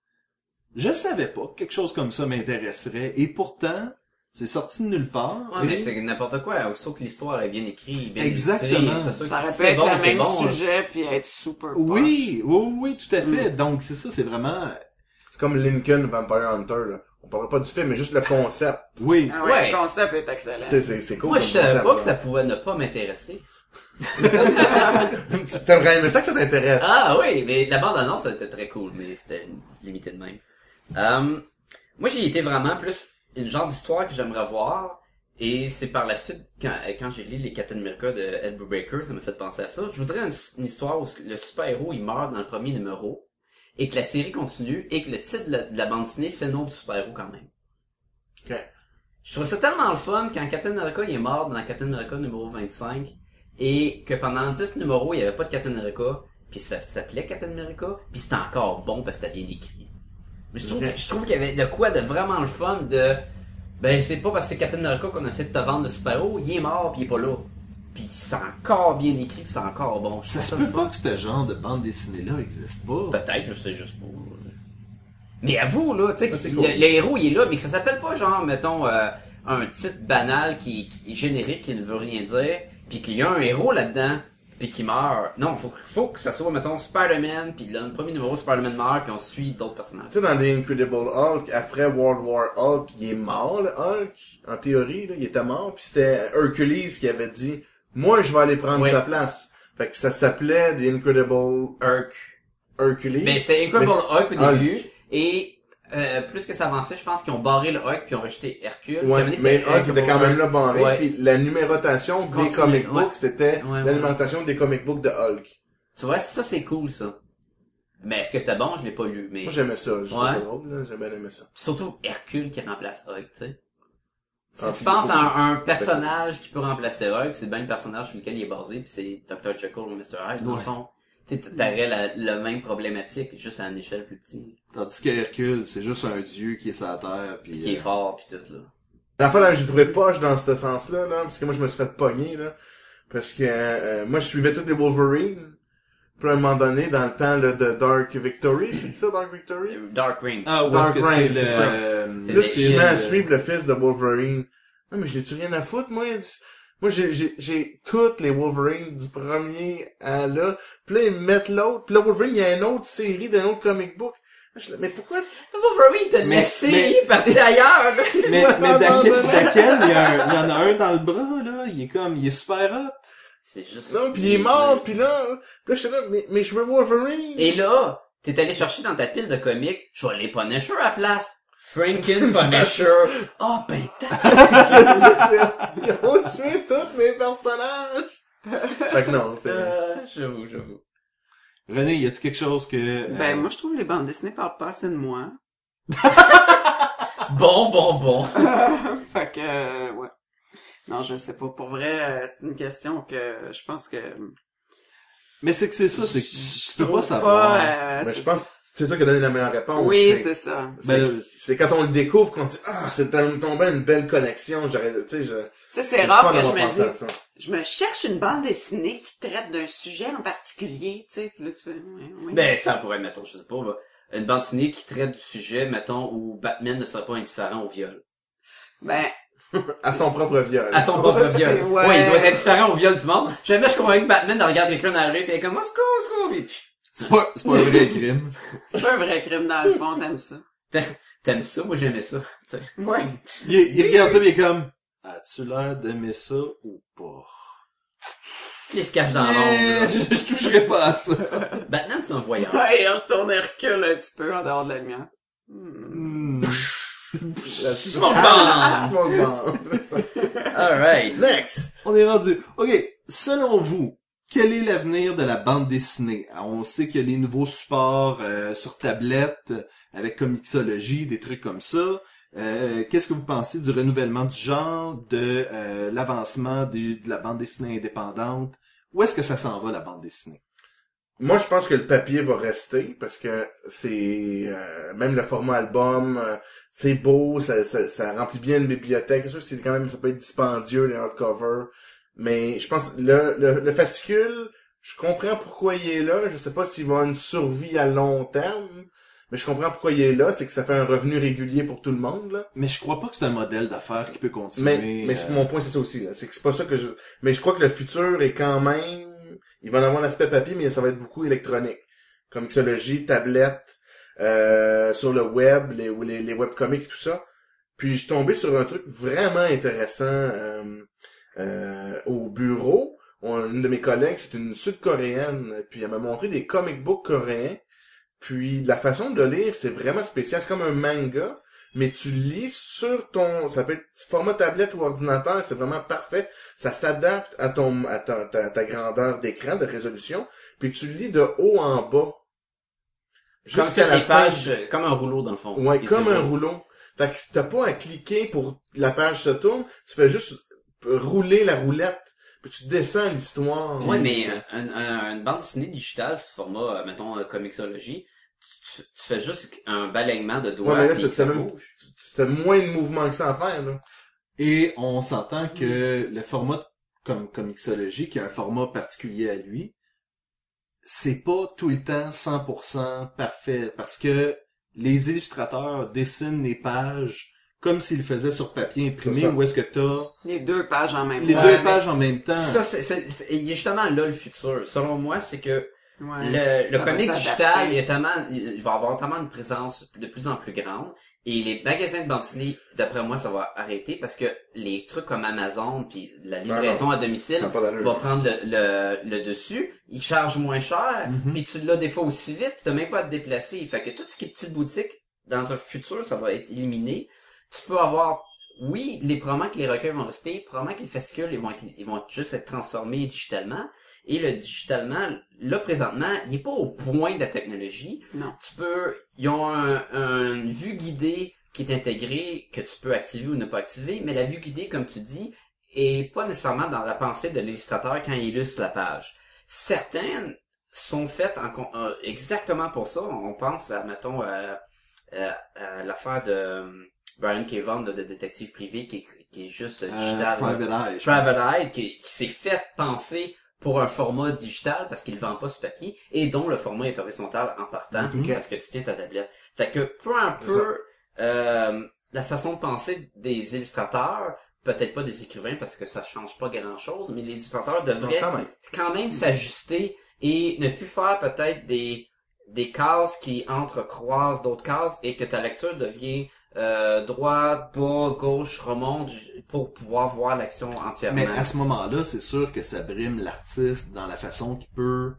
Speaker 1: Je savais pas que quelque chose comme ça m'intéresserait, et pourtant c'est sorti de nulle part.
Speaker 2: Ouais,
Speaker 1: et-
Speaker 2: mais c'est n'importe quoi. Aussitôt que l'histoire est bien écrite, bien
Speaker 1: Exactement.
Speaker 2: illustrée, c'est sûr que
Speaker 6: Ça
Speaker 2: si
Speaker 6: aurait pu
Speaker 2: c'est
Speaker 6: être
Speaker 2: bon,
Speaker 6: le
Speaker 2: c'est
Speaker 6: même
Speaker 2: bon.
Speaker 6: sujet, puis être super
Speaker 1: Oui, oui, oui, tout à fait.
Speaker 2: Mm.
Speaker 1: Donc c'est ça, c'est vraiment
Speaker 3: C'est comme Lincoln Vampire Hunter, là. On parlera pas du film, mais juste le concept.
Speaker 1: oui.
Speaker 6: poche. Ah ouais,
Speaker 2: Ouais.
Speaker 6: le concept est excellent.
Speaker 3: Tu sais, c'est, c'est cool.
Speaker 2: Moi, je
Speaker 3: comme
Speaker 2: savais
Speaker 3: concept,
Speaker 2: pas que ça
Speaker 3: là.
Speaker 2: pouvait ne pas m'intéresser.
Speaker 3: Tu t'aimerais aimé ça que ça t'intéresse.
Speaker 2: Ah oui, mais la bande annonce elle était très cool, mais c'était limité de même. Euh, moi j'ai été vraiment plus une genre d'histoire que j'aimerais voir. Et c'est par la suite, quand, quand j'ai lu les Captain America de Ed Brubaker, ça m'a fait penser à ça. Je voudrais une, une histoire où le super-héros, il meurt dans le premier numéro, et que la série continue, et que le titre de la, de la bande dessinée, c'est le nom du super-héros quand même.
Speaker 3: Ok.
Speaker 2: Je trouve ça tellement le fun quand Captain America il est mort dans Captain America numéro 25 et que pendant 10 numéros il n'y avait pas de Captain America puis ça s'appelait Captain America puis c'était encore bon parce que c'était bien écrit. Mais je trouve,
Speaker 3: Ok.
Speaker 2: je trouve qu'il y avait de quoi de vraiment le fun de ben c'est pas parce que c'est Captain America qu'on essaie de te vendre le super-héros, il est mort puis il est pas là. Puis c'est encore bien écrit puis c'est encore bon. Je
Speaker 1: Ça
Speaker 2: trouve
Speaker 1: se
Speaker 2: le
Speaker 1: peut
Speaker 2: fun.
Speaker 1: pas que ce genre de bande dessinée-là existe pas.
Speaker 2: Peut-être, je sais juste pas. Mais à vous, là, tu sais,
Speaker 1: Ah, c'est
Speaker 2: qu'il-
Speaker 1: cool.
Speaker 2: le, le héros, il est là, mais que ça s'appelle pas, genre, mettons, euh, un titre banal qui, qui est générique, qui ne veut rien dire, puis qu'il y a un héros là-dedans, puis qui meurt. Non, faut, faut que ça soit, mettons, Spider-Man, puis dans le premier numéro, Spider-Man meurt, puis on suit d'autres personnages.
Speaker 3: Tu sais, dans The Incredible Hulk, après World War Hulk, il est mort, le Hulk, en théorie, là, il était mort, puis c'était Hercules qui avait dit « Moi, je vais aller prendre
Speaker 2: Ouais.
Speaker 3: sa place ». Fait que ça s'appelait The Incredible
Speaker 2: Herc.
Speaker 3: Hercules.
Speaker 2: Mais Ben, c'était Incredible
Speaker 3: Mais
Speaker 2: Hulk au
Speaker 3: Hulk.
Speaker 2: début, et euh, plus que ça avançait, je pense qu'ils ont barré le Hulk, puis ils ont rejeté Hercule. Puis à un
Speaker 3: Ouais,
Speaker 2: moment donné,
Speaker 3: mais
Speaker 2: c'était
Speaker 3: Hulk était quand même là barré,
Speaker 2: Ouais.
Speaker 3: puis la numérotation
Speaker 2: Continue,
Speaker 3: des comic
Speaker 2: ouais.
Speaker 3: books, c'était
Speaker 2: Ouais, ouais,
Speaker 3: l'alimentation des comic books de Hulk.
Speaker 2: Tu vois, ça, c'est cool, ça. Mais est-ce que c'était bon? Je l'ai pas lu, mais...
Speaker 3: Moi, j'aimais ça, je
Speaker 2: Ouais.
Speaker 3: trouvais ça drôle, là, j'ai bien aimé ça.
Speaker 2: Surtout Hercule qui remplace Hulk, tu sais. Si
Speaker 3: Ah,
Speaker 2: tu
Speaker 3: puis
Speaker 2: penses à
Speaker 3: beaucoup.
Speaker 2: un, un personnage qui peut remplacer Hulk, c'est bien le personnage sur lequel il est basé, puis c'est Dr. Jekyll ou Mr. Hyde, dans le fond. Tu sais, t'aurais la, la même problématique, juste à une échelle plus petite,
Speaker 1: Tandis que Hercule, c'est juste un dieu qui est sur la terre, puis...
Speaker 2: qui est
Speaker 1: euh,
Speaker 2: fort, puis tout, là.
Speaker 3: La fois, là, j'ai trouvé poche dans ce sens-là, là, parce que moi, je me suis fait pogner, là, parce que euh, moi, je suivais tous les Wolverine. Puis à un moment donné, dans le temps là, de Dark Victory, c'est ça, Dark Victory?
Speaker 2: Dark Ring.
Speaker 1: Ah, où est-ce
Speaker 3: Dark
Speaker 1: que
Speaker 3: Reign,
Speaker 1: c'est le...
Speaker 3: c'est ça.
Speaker 1: euh,
Speaker 2: C'est
Speaker 3: Là,
Speaker 2: le
Speaker 3: tu
Speaker 2: fils
Speaker 3: te mets à
Speaker 1: de-
Speaker 3: suivre le fils de Wolverine. Non, mais je l'ai-tu rien à foutre, moi? Du- Moi, j'ai, j'ai, j'ai toutes les Wolverine du premier à là. Puis là, ils mettent l'autre. Puis là, Wolverine, il y a une autre série d'un autre comic book. Là, je suis là, mais pourquoi tu...
Speaker 2: Wolverine, t'as
Speaker 1: Mais-
Speaker 2: laissé,
Speaker 1: mais-
Speaker 2: il est parti ailleurs!
Speaker 1: Mais,
Speaker 3: Ouais,
Speaker 1: mais
Speaker 3: non,
Speaker 1: Daken,
Speaker 3: non, non.
Speaker 1: Daken, il y, a un- il y en a un dans le bras, là. Il est comme, il est super hot.
Speaker 2: c'est juste...
Speaker 3: Non, puis il est mort, puis là... Puis là, je suis là, mais, mais je veux Wolverine!
Speaker 2: Et là, t'es allé chercher dans ta pile de comics, je vais aller Punisher à la place. Franken Punisher. Oh,
Speaker 3: Ah,
Speaker 2: ben, t'as...
Speaker 3: Ils ont tué tous mes personnages! fait que non, c'est...
Speaker 2: Euh, J'avoue, j'avoue.
Speaker 1: René, y a-tu quelque chose que... euh,
Speaker 6: Ben, moi, je trouve que les bandes dessinées parlent pas assez de moi.
Speaker 2: Bon, bon, bon.
Speaker 6: fait que, euh, ouais. Non, je sais pas. Pour vrai, euh, c'est une question que je pense que...
Speaker 1: Mais c'est que c'est ça, c'est que tu peux
Speaker 6: trouve
Speaker 1: pas savoir.
Speaker 6: pas, euh,
Speaker 3: Mais
Speaker 6: c'est-
Speaker 3: Ben, je pense que c'est toi qui as donné la meilleure réponse.
Speaker 6: Oui,
Speaker 3: c'est...
Speaker 6: c'est ça.
Speaker 3: c'est-
Speaker 1: Ben,
Speaker 3: c'est quand on le découvre qu'on dit ah c'est tellement tombé une belle connexion j'aurais tu sais je j'ai
Speaker 6: Tu sais, c'est
Speaker 3: pas
Speaker 6: rare que je
Speaker 3: d'avoir
Speaker 6: me
Speaker 3: pensé à
Speaker 6: dise,
Speaker 3: ça.
Speaker 6: je me cherche une bande dessinée qui traite d'un sujet en particulier, tu sais. Puis là, tu fais, ouais, ouais.
Speaker 2: Ben, ça pourrait être, mettons, je sais pas, là, une bande dessinée qui traite du sujet, mettons, où Batman ne serait pas indifférent au viol.
Speaker 6: Ben,
Speaker 3: à son propre viol
Speaker 2: À son propre viol.
Speaker 6: Ouais.
Speaker 2: Ouais. il doit être indifférent au viol du monde. Jamais je convainc que Batman de regarder quelqu'un dans la rue pis il est comme, oh, secours, secours, pis pff,
Speaker 1: C'est pas, c'est pas un vrai crime.
Speaker 6: c'est pas un vrai crime dans le fond, t'aimes ça.
Speaker 2: t'aimes ça, moi j'aimais ça. Tu sais.
Speaker 6: Ouais.
Speaker 1: Il, il regarde ça, mais il est comme, as-tu l'air d'aimer ça ou pas?
Speaker 2: Il se cache dans
Speaker 1: Eh,
Speaker 2: l'ombre.
Speaker 1: je, je toucherai pas à ça.
Speaker 2: là. Batman, c'est un voyant.
Speaker 6: Ouais, il retourne et recule un petit peu en dehors de la lumière.
Speaker 1: Hmm.
Speaker 3: La-
Speaker 2: Smoke
Speaker 3: Ah,
Speaker 2: bomb!
Speaker 3: smoke bomb. Ça.
Speaker 2: Alright.
Speaker 3: next
Speaker 1: On est rendu. OK. Selon vous, quel est l'avenir de la bande dessinée? Ah, On sait qu'il y a les nouveaux supports euh, sur tablette, euh, avec Comixology, des trucs comme ça. Euh, Qu'est-ce que vous pensez du renouvellement du genre, de euh, l'avancement du- de la bande dessinée indépendante? Où est-ce que ça s'en va, la bande dessinée?
Speaker 3: moi je pense que le papier va rester parce que c'est euh, même le format album euh, c'est beau ça, ça, ça remplit bien une bibliothèque c'est sûr que c'est quand même ça peut être dispendieux les hardcovers mais je pense le le, le fascicule je comprends pourquoi il est là. Je sais pas s'il va avoir une survie à long terme, mais je comprends pourquoi il est là. C'est que ça fait un revenu régulier pour tout le monde. Là.
Speaker 1: Mais je crois pas que c'est un modèle d'affaires qui peut continuer.
Speaker 3: Mais, mais
Speaker 1: euh,
Speaker 3: c'est- mon point, c'est ça aussi. là. C'est que c'est pas ça que je... Mais je crois que le futur est quand même... Il va en avoir l'aspect papier, mais ça va être beaucoup électronique. Comme Mixology, tablette, euh, sur le web, les, ou les, les webcomics et tout ça. Puis je suis tombé sur un truc vraiment intéressant euh, euh, au bureau. On- une de mes collègues, c'est une sud-coréenne, puis elle m'a montré des comic books coréens. Puis la façon de lire, c'est vraiment spécial. C'est comme un manga, mais tu lis sur ton... Ça peut être format tablette ou ordinateur, c'est vraiment parfait. Ça s'adapte à ton à ta, ta- ta grandeur d'écran, de résolution. Puis tu lis de haut en bas.
Speaker 2: Comme
Speaker 3: Jusqu'à la
Speaker 2: des
Speaker 3: fin
Speaker 2: pages, euh, comme un rouleau dans le fond.
Speaker 3: Ouais,
Speaker 2: Qui
Speaker 3: comme
Speaker 2: se
Speaker 3: un
Speaker 2: roule.
Speaker 3: rouleau. Fait que si t'as pas à cliquer pour que la page se tourne, tu fais juste rouler la roulette, puis tu descends l'histoire.
Speaker 2: Ouais, mais euh, un, un- une bande dessinée digitale sous format, euh, mettons, euh, Comixology, tu, tu- tu fais juste un balayement de doigts
Speaker 3: Ouais, mais là,
Speaker 2: puis
Speaker 3: t'as-
Speaker 2: que ça
Speaker 3: t'as même-
Speaker 2: bouge.
Speaker 3: C'est moins de mouvement que ça à faire, là.
Speaker 1: Et on s'entend que le format comme Comixology, qui a un format particulier à lui, c'est pas tout le temps 100% parfait parce que les illustrateurs dessinent les pages comme s'ils faisaient sur papier
Speaker 3: C'est
Speaker 1: imprimé
Speaker 3: ça.
Speaker 1: ou est-ce que t'as
Speaker 6: Les deux pages en même
Speaker 1: les
Speaker 6: temps.
Speaker 2: Ouais,
Speaker 1: deux
Speaker 2: mais-
Speaker 1: pages en même temps.
Speaker 2: Ça, c'est, c'est- c'est- il y a justement là le futur. Selon moi, c'est que
Speaker 6: Ouais.
Speaker 2: le,
Speaker 6: Ça
Speaker 2: le
Speaker 6: va
Speaker 2: comic
Speaker 6: s'adapter.
Speaker 2: digital il, est tellement- il va avoir tellement une présence de plus en plus grande. Et les magasins de bande dessinée, d'après moi, ça va arrêter parce que les trucs comme Amazon puis la
Speaker 3: Non,
Speaker 2: livraison à
Speaker 3: Ça
Speaker 2: domicile
Speaker 3: n'a pas d'allure.
Speaker 2: va prendre le, le, le dessus. Ils chargent moins cher.
Speaker 1: Mhm.
Speaker 2: Puis tu l'as des fois aussi vite, puis t'as même pas à te déplacer. Fait que tout ce qui est petite boutique, dans un futur, ça va être éliminé. Tu peux avoir, oui, les probablement que les recueils vont rester, probablement que les fascicules, ils vont être, ils vont juste être transformés digitalement. Et le digitalement, là, présentement, il est pas au point de la technologie.
Speaker 6: Non.
Speaker 2: Tu peux, ils ont un, une vue guidée qui est intégrée, que tu peux activer ou ne pas activer, mais la vue guidée, comme tu dis, est pas nécessairement dans la pensée de l'illustrateur quand il illustre la page. Certaines sont faites en, con- euh, exactement pour ça. On pense à, mettons, euh, euh, à l'affaire de euh, Brian K. Vaughan, de, de détective privé, qui, est- qui est juste
Speaker 1: Euh,
Speaker 2: digital. là.
Speaker 1: Private Eye. je pense.
Speaker 2: Private Eye qui, qui s'est fait penser pour un format digital parce qu'il vend pas sur papier et dont le format est horizontal en partant
Speaker 3: Ok.
Speaker 2: parce que tu tiens ta tablette. Fait que peu un
Speaker 3: Mhm. C'est ça.
Speaker 2: peu euh, la façon de penser des illustrateurs, peut-être pas des écrivains parce que ça change pas grand chose, mais les illustrateurs
Speaker 3: Non,
Speaker 2: devraient
Speaker 3: quand même.
Speaker 2: quand même s'ajuster et ne plus faire peut-être des des cases qui entrecroisent d'autres cases et que ta lecture devient euh, droite, bas, gauche, remonte j- pour pouvoir voir l'action entièrement.
Speaker 1: Mais à ce moment-là, c'est sûr que ça brime l'artiste dans la façon qu'il peut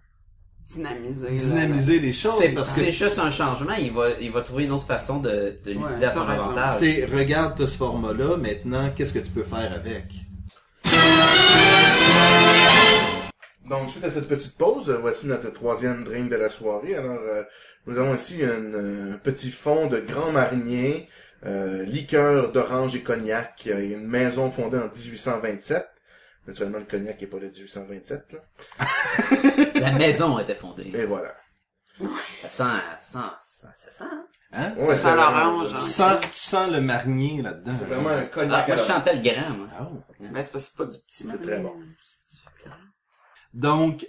Speaker 6: Dynamiser. là.
Speaker 1: dynamiser les choses
Speaker 2: c'est
Speaker 1: parce
Speaker 2: c'est
Speaker 1: que
Speaker 2: juste un changement, il va il va trouver une autre façon de, de l'utiliser à
Speaker 6: t'as
Speaker 2: son
Speaker 6: raison.
Speaker 2: avantage.
Speaker 1: c'est regarde t'as ce format-là, maintenant qu'est-ce que tu peux faire avec?
Speaker 3: Donc, suite à cette petite pause, euh, voici notre troisième drink de la soirée. Alors, euh, nous avons ici un euh, petit fond de Grand Marnier, euh, liqueur d'orange et cognac. Euh, une maison fondée en 1827. Naturellement, le cognac n'est pas de 1827. Là.
Speaker 2: La maison était fondée.
Speaker 3: Et voilà.
Speaker 2: Ça sent, ça sent, ça, ça sent. hein?
Speaker 1: Hein?
Speaker 3: Ouais,
Speaker 6: sent
Speaker 3: c'est-
Speaker 6: l'orange,
Speaker 1: Tu
Speaker 6: hein.
Speaker 1: sens, tu sens le marnier là-dedans.
Speaker 3: C'est vraiment un
Speaker 2: Ah,
Speaker 3: cognac.
Speaker 2: moi
Speaker 3: à
Speaker 2: je
Speaker 3: l'orange.
Speaker 2: chantais le grand. moi.
Speaker 1: Ah, oh.
Speaker 4: Ben,
Speaker 6: Mais c'est pas, c'est pas du petit.
Speaker 3: C'est très bon.
Speaker 1: Donc,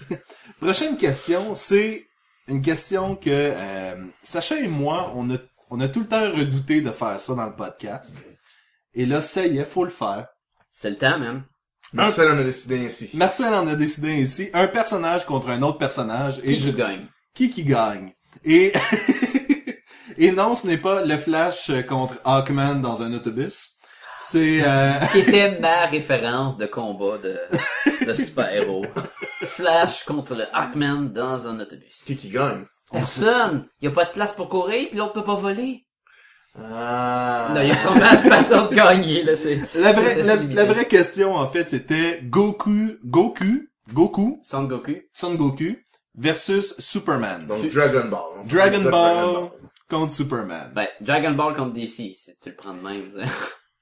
Speaker 1: prochaine question, c'est une question que euh, Sacha et moi, on a, on a tout le temps redouté de faire ça dans le podcast. Et là, ça y est, faut le faire.
Speaker 2: C'est le temps même.
Speaker 3: Marcel en a décidé ainsi.
Speaker 1: Marcel en a décidé ainsi, un personnage contre un autre personnage. Et
Speaker 2: Qui, qui gagne?
Speaker 1: qui qui gagne. Et, et non, ce n'est pas le Flash contre Hawkman dans un autobus. C'est... euh,
Speaker 2: qui était ma référence de combat de, de super-héros. Flash contre le Hawkman dans un autobus.
Speaker 3: Qui qui gagne?
Speaker 2: Personne! Y a pas de place pour courir, puis l'autre peut pas voler.
Speaker 3: Ah.
Speaker 2: Non, y a sûrement une façon de gagner, là, c'est...
Speaker 1: la,
Speaker 2: c'est-
Speaker 1: vraie,
Speaker 2: c'est
Speaker 1: la,
Speaker 2: limité.
Speaker 1: la vraie question, en fait, c'était Goku, Goku, Goku,
Speaker 2: Son Goku.
Speaker 1: Son Goku versus Superman.
Speaker 3: Donc,
Speaker 2: Tu-
Speaker 3: Dragon Ball.
Speaker 1: Dragon Ball contre Superman.
Speaker 2: Ben, Dragon Ball contre DC, si tu le prends de même. ça.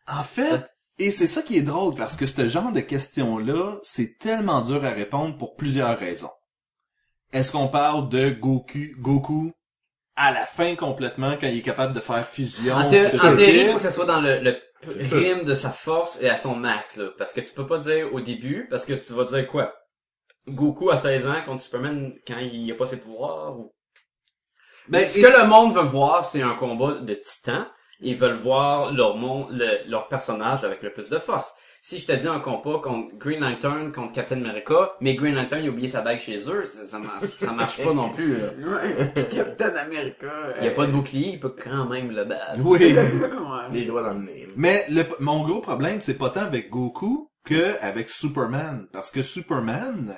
Speaker 1: En fait, et c'est ça qui est drôle parce que ce genre de questions-là, c'est tellement dur à répondre pour plusieurs raisons. Est-ce qu'on parle de Goku, Goku à la fin complètement quand il est capable de faire fusion?
Speaker 2: En, thé-
Speaker 1: c'est
Speaker 2: en
Speaker 1: ça.
Speaker 2: théorie, il faut que ça soit dans le, le
Speaker 3: C'est sûr.
Speaker 2: rythme de sa force et à son max, là. Parce que tu peux pas dire au début, parce que tu vas dire quoi? Goku à 16 ans contre Superman quand il a pas ses pouvoirs, ou
Speaker 1: Ben,
Speaker 2: ce
Speaker 1: et-
Speaker 2: que le monde veut voir, c'est un combat de titans. Ils veulent voir leur monde, le- leur personnage avec le plus de force. Si je te dis un combat contre Green Lantern, contre Captain America, mais Green Lantern, il a oublié sa bague chez eux, ça, ça, marche, ça marche pas non plus. là.
Speaker 6: Ouais. Captain America.
Speaker 2: Il y a pas de bouclier, il peut quand même le battre.
Speaker 1: Oui.
Speaker 6: Ouais.
Speaker 3: Les doigts dans le nez.
Speaker 1: Mais le- mon gros problème, c'est pas tant avec Goku que avec Superman. Parce que Superman...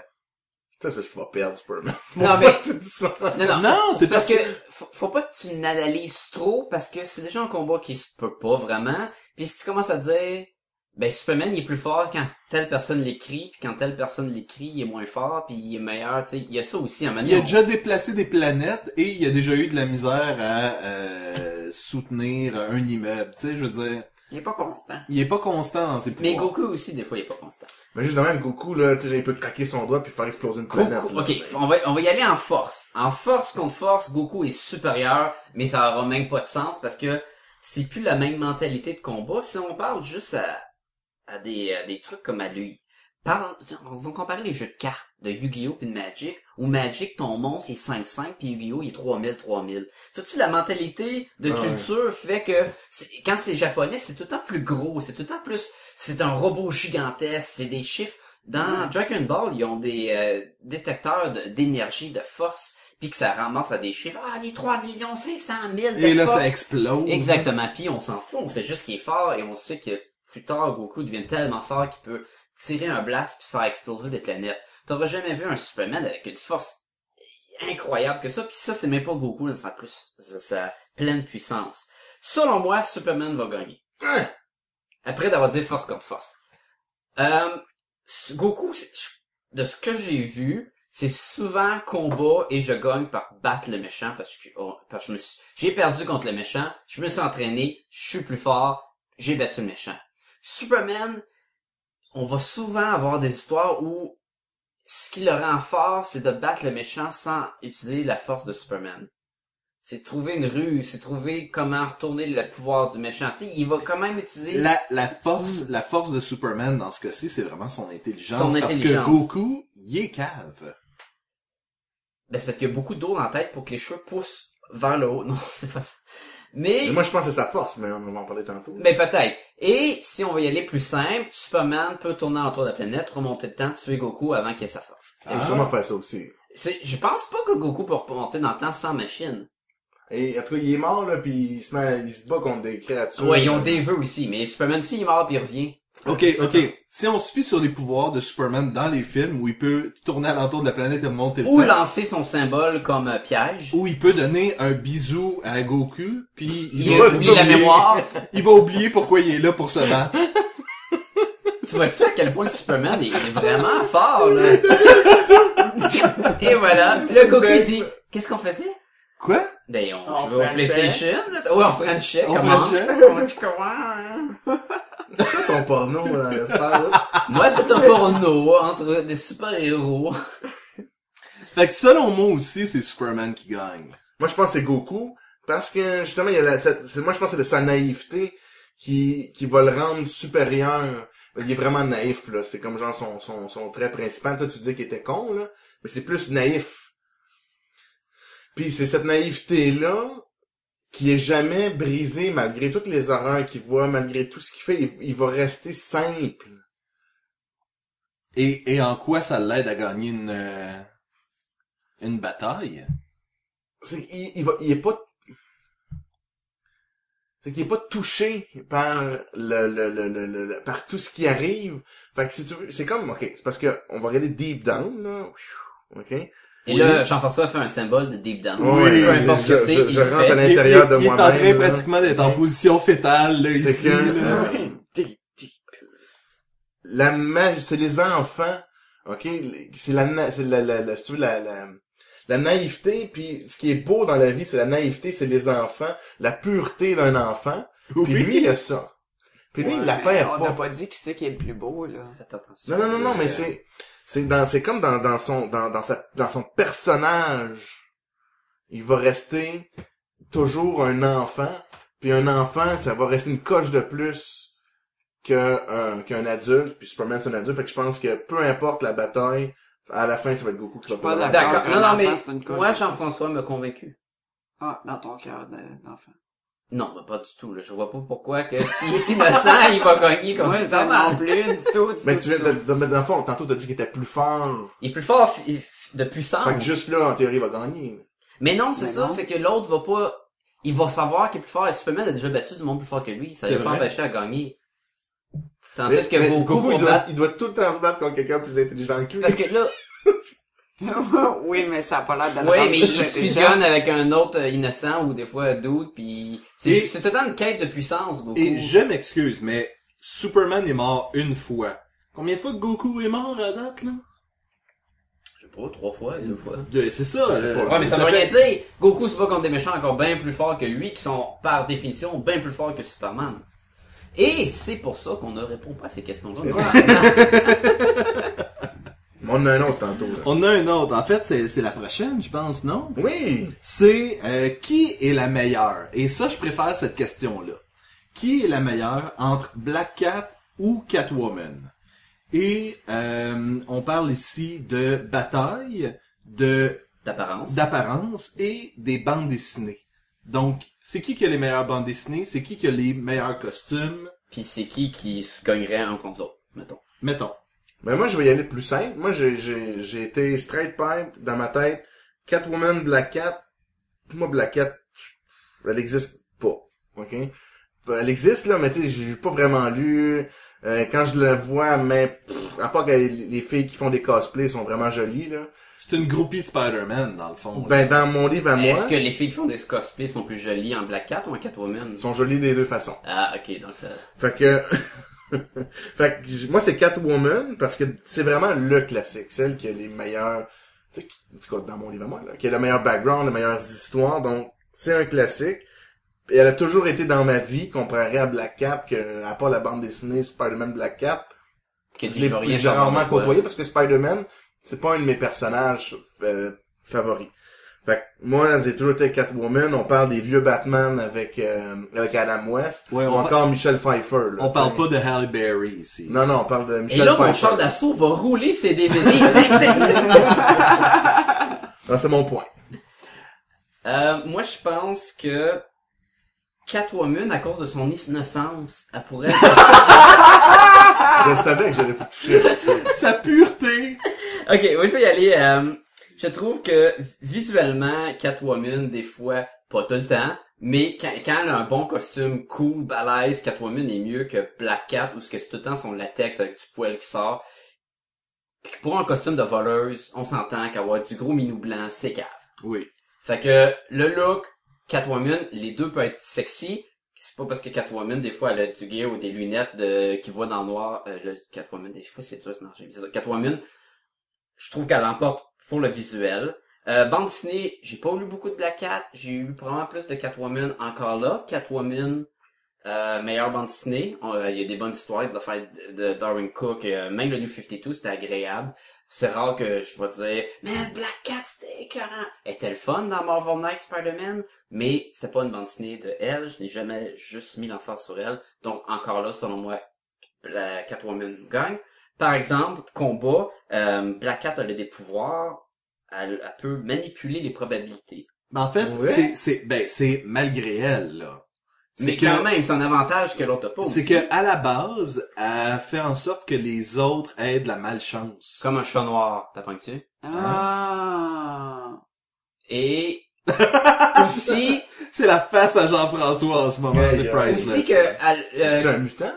Speaker 3: Ça, c'est parce qu'il va perdre Superman. C'est
Speaker 2: Non,
Speaker 3: pour ça que tu dis ça.
Speaker 2: Non, non.
Speaker 1: Non, c'est
Speaker 2: Parce que faut, faut pas que tu l'analyses trop parce que c'est déjà un combat qui se peut pas vraiment. Puis si tu commences à dire ben Superman il est plus fort quand telle personne l'écrit, puis quand telle personne l'écrit, il est moins fort, puis il est meilleur, tu sais, il y a ça aussi à
Speaker 1: Il a
Speaker 2: manière.
Speaker 1: déjà déplacé des planètes et il a déjà eu de la misère à euh, soutenir un immeuble. Tu sais, je veux dire,
Speaker 6: Il est pas constant.
Speaker 1: il est pas constant dans ses
Speaker 2: Mais
Speaker 1: pouvoirs.
Speaker 2: Goku aussi des fois il est pas constant.
Speaker 3: Mais juste de même, Goku, là, tu sais, il peut craquer son doigt puis faire exploser une planète.
Speaker 2: Goku,
Speaker 3: là. ben.
Speaker 2: OK, on va on va y aller en force. En force contre force, Goku est supérieur, mais ça aura même pas de sens parce que c'est plus la même mentalité de combat si on parle juste à à des à des trucs comme à lui. Par- on va comparer les jeux de cartes de Yu-Gi-Oh! et de Magic, où Magic, ton monstre, il est 5-5, puis Yu-Gi-Oh! il est 3000-3000. Tout la mentalité de
Speaker 3: Ah ouais.
Speaker 2: culture fait que c'est- quand c'est japonais, c'est tout le temps plus gros, c'est tout le temps plus... C'est un robot gigantesque, c'est des chiffres. Dans Dragon Ball, ils ont des euh, détecteurs de- d'énergie, de force, puis que ça ramasse à des chiffres. Ah, des 3 millions, 500 000 de
Speaker 1: Et là,
Speaker 2: force.
Speaker 1: ça explose.
Speaker 2: Exactement. Puis on s'en fout, on sait juste qu'il est fort et on sait que plus tard Goku devient tellement fort qu'il peut tirer un blast puis faire exploser des planètes. T'auras jamais vu un Superman avec une force incroyable que ça. Puis ça, c'est même pas Goku dans sa plus sa- sa pleine puissance. Selon moi, Superman va gagner. Après d'avoir dit force contre force. Euh, s- Goku, c'est- je- de ce que j'ai vu, c'est souvent combat et je gagne par battre le méchant parce que, oh, parce que je me suis- j'ai perdu contre le méchant, je me suis entraîné, je suis plus fort, j'ai battu le méchant. Superman, on va souvent avoir des histoires où ce qui le rend fort, c'est de battre le méchant sans utiliser la force de Superman. C'est trouver une ruse, c'est trouver comment retourner le pouvoir du méchant. Tu sais, il va quand même utiliser...
Speaker 1: La, la force, la force de Superman dans ce cas-ci, c'est vraiment son intelligence.
Speaker 2: Mm. Son
Speaker 1: parce
Speaker 2: intelligence.
Speaker 1: que Goku, il est cave.
Speaker 2: Ben, c'est parce qu'il y a beaucoup d'eau dans la tête pour que les cheveux poussent vers le haut. Non, c'est pas ça. Mais,
Speaker 3: Mais Moi, je pense que c'est sa force, mais on va en parler tantôt.
Speaker 2: ben, peut-être. Et, si on va y aller plus simple, Superman peut tourner autour de la planète, remonter le temps, tuer Goku avant qu'il ait sa force.
Speaker 3: Il
Speaker 1: Ah.
Speaker 3: va sûrement faire ça aussi.
Speaker 2: C'est- Je pense pas que Goku peut remonter dans le temps sans machine.
Speaker 3: Et en tout cas, il est mort, là, puis il se, met, il se bat contre des créatures.
Speaker 2: Ouais, ils ont des vœux aussi, mais Superman aussi, il est mort puis il revient.
Speaker 1: Ah. Ok, ok. Si on se fie sur les pouvoirs de Superman dans les films où il peut tourner alentour de la planète et remonter le
Speaker 2: Ou
Speaker 1: temps,
Speaker 2: lancer son symbole comme euh, piège.
Speaker 1: où il peut donner un bisou à Goku, puis il,
Speaker 2: Il
Speaker 1: va,
Speaker 2: oublie la
Speaker 1: oublier-
Speaker 2: mémoire.
Speaker 1: il va oublier pourquoi il est là pour se battre.
Speaker 2: Tu vois-tu à quel point Superman est, est vraiment fort, là? Et voilà. Le Goku il dit, qu'est-ce qu'on faisait?
Speaker 1: Quoi?
Speaker 2: Ben, on,
Speaker 4: On
Speaker 2: je vais au
Speaker 4: Frenchait.
Speaker 2: PlayStation. Ouais, on Frenchait,
Speaker 1: On
Speaker 2: comment?
Speaker 1: fait
Speaker 4: Comment tu comprends?
Speaker 3: C'est ça ton porno dans l'espace. là?
Speaker 2: Moi, c'est un porno hein, entre des super-héros.
Speaker 1: le- Fait que selon moi aussi, c'est Superman qui gagne.
Speaker 3: moi, je pense que c'est Goku, parce que, justement, il y a la, cette- c'est- moi, je pense que c'est de sa naïveté qui, qui va le rendre supérieur. Il est vraiment naïf, là. C'est comme, genre, son, son, son trait principal. Toi, tu dis qu'il était con, là. Mais c'est plus naïf. Puis c'est cette naïveté-là qui est jamais brisée malgré toutes les horreurs qu'il voit, malgré tout ce qu'il fait. Il, il va rester simple.
Speaker 1: Et, et en quoi ça l'aide à gagner une, euh, une bataille?
Speaker 3: c'est qu'il il va, il est pas c'est qu'il est pas touché par le, le, le, le, le- le- par tout ce qui arrive. Fait que si tu veux, c'est comme OK, c'est parce que on va regarder deep down là. OK.
Speaker 2: Et
Speaker 3: Oui.
Speaker 2: là, Jean-François fait un symbole de Deep Down.
Speaker 3: Oui,
Speaker 2: Peu importe ce
Speaker 3: je-
Speaker 2: que c'est,
Speaker 3: je-
Speaker 2: il
Speaker 3: je
Speaker 2: le
Speaker 3: rentre
Speaker 2: fait.
Speaker 3: à l'intérieur
Speaker 1: Il-
Speaker 3: de
Speaker 1: il est en
Speaker 3: moi-même,
Speaker 1: train
Speaker 3: là.
Speaker 1: pratiquement d'être en position fétale, là,
Speaker 3: C'est
Speaker 1: ici.
Speaker 3: que
Speaker 1: là.
Speaker 3: euh, la magie, c'est les enfants. OK, c'est la na- c'est la la, la, si tu veux, la, la la naïveté puis ce qui est beau dans la vie, c'est la naïveté, c'est les enfants, la pureté d'un enfant. Puis
Speaker 1: Oui.
Speaker 3: lui, il a ça. Puis lui, il la perd
Speaker 4: On
Speaker 3: pas.
Speaker 4: n'a pas dit qui c'est qui est le plus beau, là.
Speaker 2: Faites attention.
Speaker 3: Non, non, non, non,
Speaker 6: Euh,
Speaker 3: mais c'est, c'est dans, c'est comme dans, dans son, dans, dans sa, dans son personnage. Il va rester toujours un enfant, puis un enfant, ça va rester une coche de plus que euh, qu'un adulte, puis Superman c'est un adulte, fait que je pense que peu importe la bataille, à la fin, ça va être Goku qui va
Speaker 4: suis pas
Speaker 3: perdre.
Speaker 2: D'accord.
Speaker 4: Quand
Speaker 2: Non,
Speaker 4: un
Speaker 2: non,
Speaker 4: enfant,
Speaker 2: mais,
Speaker 4: c'est une coche.
Speaker 2: moi, Jean-François m'a convaincu.
Speaker 4: Ah, dans ton cœur de- d'enfant.
Speaker 2: Non, ben, pas du tout, là. Je vois pas pourquoi que s'il est innocent, il va gagner comme
Speaker 4: Moi,
Speaker 2: ça.
Speaker 4: ça non plus, du tout, du tout.
Speaker 3: Mais
Speaker 4: du
Speaker 3: tu viens
Speaker 4: tout.
Speaker 3: de, de, mais dans le fond, tantôt t'as dit qu'il était plus fort.
Speaker 2: Il est plus fort f- f- de puissance.
Speaker 3: Fait que juste là, en théorie, il va gagner.
Speaker 2: Mais Ah, non, c'est
Speaker 4: Mais
Speaker 2: ça,
Speaker 4: non.
Speaker 2: c'est que l'autre va pas, il va savoir qu'il est plus fort. Et Superman a déjà battu du monde plus fort que lui. Ça
Speaker 1: C'est
Speaker 2: l'a pas
Speaker 1: vrai.
Speaker 2: empêché à gagner.
Speaker 3: Mais-
Speaker 2: Tandis que
Speaker 3: mais
Speaker 2: Goku, va
Speaker 3: il doit,
Speaker 2: battre-
Speaker 3: il doit tout le temps se battre contre quelqu'un plus intelligent que lui.
Speaker 2: parce que là,
Speaker 4: oui, mais ça a pas l'air de le
Speaker 2: ouais,
Speaker 4: rendre
Speaker 2: mais
Speaker 4: plus
Speaker 2: il se
Speaker 4: intelligent.
Speaker 2: fusionne avec un autre euh, innocent ou des fois un doute puis c'est,
Speaker 1: Et-
Speaker 2: ju- c'est tout le temps une quête de puissance, Goku.
Speaker 1: Et je m'excuse, mais Superman est mort une fois. Combien de fois que Goku est mort à date, là?
Speaker 2: Je sais pas, trois fois, deux fois.
Speaker 1: De- C'est ça, euh,
Speaker 3: sais
Speaker 1: là.
Speaker 3: pas.
Speaker 2: Ouais, mais ça
Speaker 1: Ça
Speaker 2: veut rien
Speaker 1: fait-
Speaker 2: dire. Goku se bat contre des méchants encore bien plus forts que lui, qui sont, par définition, bien plus forts que Superman. Et c'est pour ça qu'on ne répond pas à ces questions-là.
Speaker 3: Mais On en a un autre tantôt, là.
Speaker 1: On a un autre. En fait, c'est c'est la prochaine, je pense, non?
Speaker 3: Oui!
Speaker 1: C'est euh, qui est la meilleure? Et ça, je préfère cette question-là. Qui est la meilleure entre Black Cat ou Catwoman? Et euh, on parle ici de bataille, de
Speaker 2: D'apparence.
Speaker 1: d'apparence et des bandes dessinées. Donc, c'est qui qui a les meilleures bandes dessinées, c'est qui qui a les meilleurs costumes,
Speaker 2: Puis c'est qui qui se gagnerait un contre l'autre, mettons.
Speaker 1: mettons.
Speaker 3: Ben moi, je vais y aller plus simple. Moi, j'ai, j'ai, j'ai été straight pipe dans ma tête. Catwoman, Black Cat. Moi, Black Cat, elle existe pas. OK? Ben, Elle existe, là, mais tu sais, j'ai pas vraiment lu. Euh, quand je la vois, mais pff, à part que les filles qui font des cosplays sont vraiment jolies, là.
Speaker 1: C'est une groupie de Spider-Man, dans le fond. là.
Speaker 3: Ben, dans mon livre à moi,
Speaker 2: Est-ce que les filles qui font des cosplays sont plus jolies en Black Cat ou en Catwoman?
Speaker 3: elles sont jolies des deux façons.
Speaker 2: Ah, ok, donc ça...
Speaker 3: Fait que... fait que j- moi, c'est Catwoman, parce que c'est vraiment le classique. Celle qui a les meilleurs... tu sais, qui- En tout cas, dans mon livre à moi, là, qui a le meilleur background, les meilleures histoires. Donc, c'est un classique. Et elle a toujours été dans ma vie, comparée à Black Cat, que, à part la bande dessinée Spider-Man Black Cat,
Speaker 2: Que
Speaker 3: je
Speaker 2: tu
Speaker 3: l'ai
Speaker 2: veux rien
Speaker 3: j'ai
Speaker 2: savoir
Speaker 3: rarement
Speaker 2: de toi.
Speaker 3: côtoyé parce que Spider-Man, c'est pas un de mes personnages euh, favoris. Fait que moi, j'ai toujours été Catwoman. On parle des vieux Batman avec euh, avec Adam West
Speaker 1: Ouais,
Speaker 3: ou
Speaker 1: on
Speaker 3: encore Michel Pfeiffer. là,
Speaker 1: On parle
Speaker 3: t'sais.
Speaker 1: pas de Halle Berry ici.
Speaker 3: ben, Non, non, on parle de
Speaker 2: Et
Speaker 3: Michel
Speaker 2: là, mon
Speaker 3: Pfeiffer.
Speaker 2: char d'assaut va rouler ses DVD.
Speaker 3: Ah, c'est mon point.
Speaker 2: Euh, moi, je pense que Catwoman, à cause de son innocence, elle pourrait...
Speaker 3: Je savais que j'allais vous toucher.
Speaker 2: Euh,
Speaker 1: Sa pureté!
Speaker 2: Ok, oui, je vais y aller. euh, je trouve que visuellement, Catwoman, des fois, pas tout le temps, mais quand, quand elle a un bon costume cool, balèze, Catwoman est mieux que Black Cat, où ce que c'est tout le temps son latex avec du poil qui sort. Puis pour un costume de voleuse, on s'entend qu'avoir du gros minou blanc, c'est cave.
Speaker 1: Oui.
Speaker 2: Fait que le look, Catwoman, les deux peuvent être sexy. C'est pas parce que Catwoman, des fois, elle a du gear ou des lunettes de, qui voit dans le noir. Euh, le Catwoman, des fois, c'est dur à se marcher. Mais c'est ça. Catwoman, je trouve qu'elle l'emporte pour le visuel. Euh, bande dessinée, j'ai pas lu beaucoup de Black Cat. J'ai eu probablement plus de Catwoman encore là. Catwoman, euh, meilleure bande dessinée. On- euh, Il y a des bonnes histoires, des affaires de, de Darwin Cook. euh, même le New 52, c'était agréable. C'est rare que je vais dire, man, Black Cat, c'était écœurant. Elle était le fun dans Marvel Knight Spider-Man, mais c'était pas une bande dessinée de elle. Je n'ai jamais juste mis l'emphase sur elle. Donc, encore là, selon moi, la Catwoman gagne. Par exemple, combat, euh, Black Cat, elle a des pouvoirs. Elle, elle peut manipuler les probabilités.
Speaker 1: Mais en fait,
Speaker 3: Ouais.
Speaker 1: c'est, c'est, ben, c'est malgré elle, là.
Speaker 2: Mais
Speaker 1: C'est que,
Speaker 2: quand même, c'est un avantage que l'autre a pas
Speaker 1: c'est
Speaker 2: aussi.
Speaker 1: que, à la base, elle fait en sorte que les autres aient de la malchance.
Speaker 2: Comme un chat noir, t'apprends-tu?
Speaker 6: Ah.
Speaker 2: Et aussi,
Speaker 1: C'est la face à Jean-François en ce moment,
Speaker 3: Ouais,
Speaker 1: c'est
Speaker 3: yeah.
Speaker 1: priceless.
Speaker 2: aussi que... elle, euh,
Speaker 3: C'est un mutant?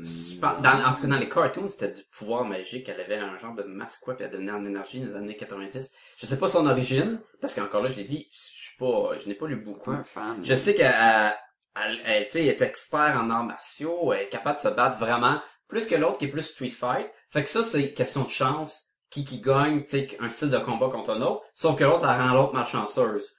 Speaker 2: Je pense- dans, en tout cas, dans les cartoons, c'était du pouvoir magique. Elle avait un genre de masque, quoi, puis elle donnait en énergie dans les années 90. Je sais pas son origine, parce qu'encore là, je l'ai dit, je suis pas, je n'ai pas lu beaucoup.
Speaker 6: Quoi, un fan.
Speaker 2: Je sais qu'elle, elle, elle- elle, tu sais, elle est expert en arts martiaux, elle est capable de se battre vraiment, plus que l'autre qui est plus street fight. Fait que ça, c'est question de chance, qui qui gagne, tu sais, un style de combat contre un autre, sauf que l'autre, elle rend l'autre malchanceuse.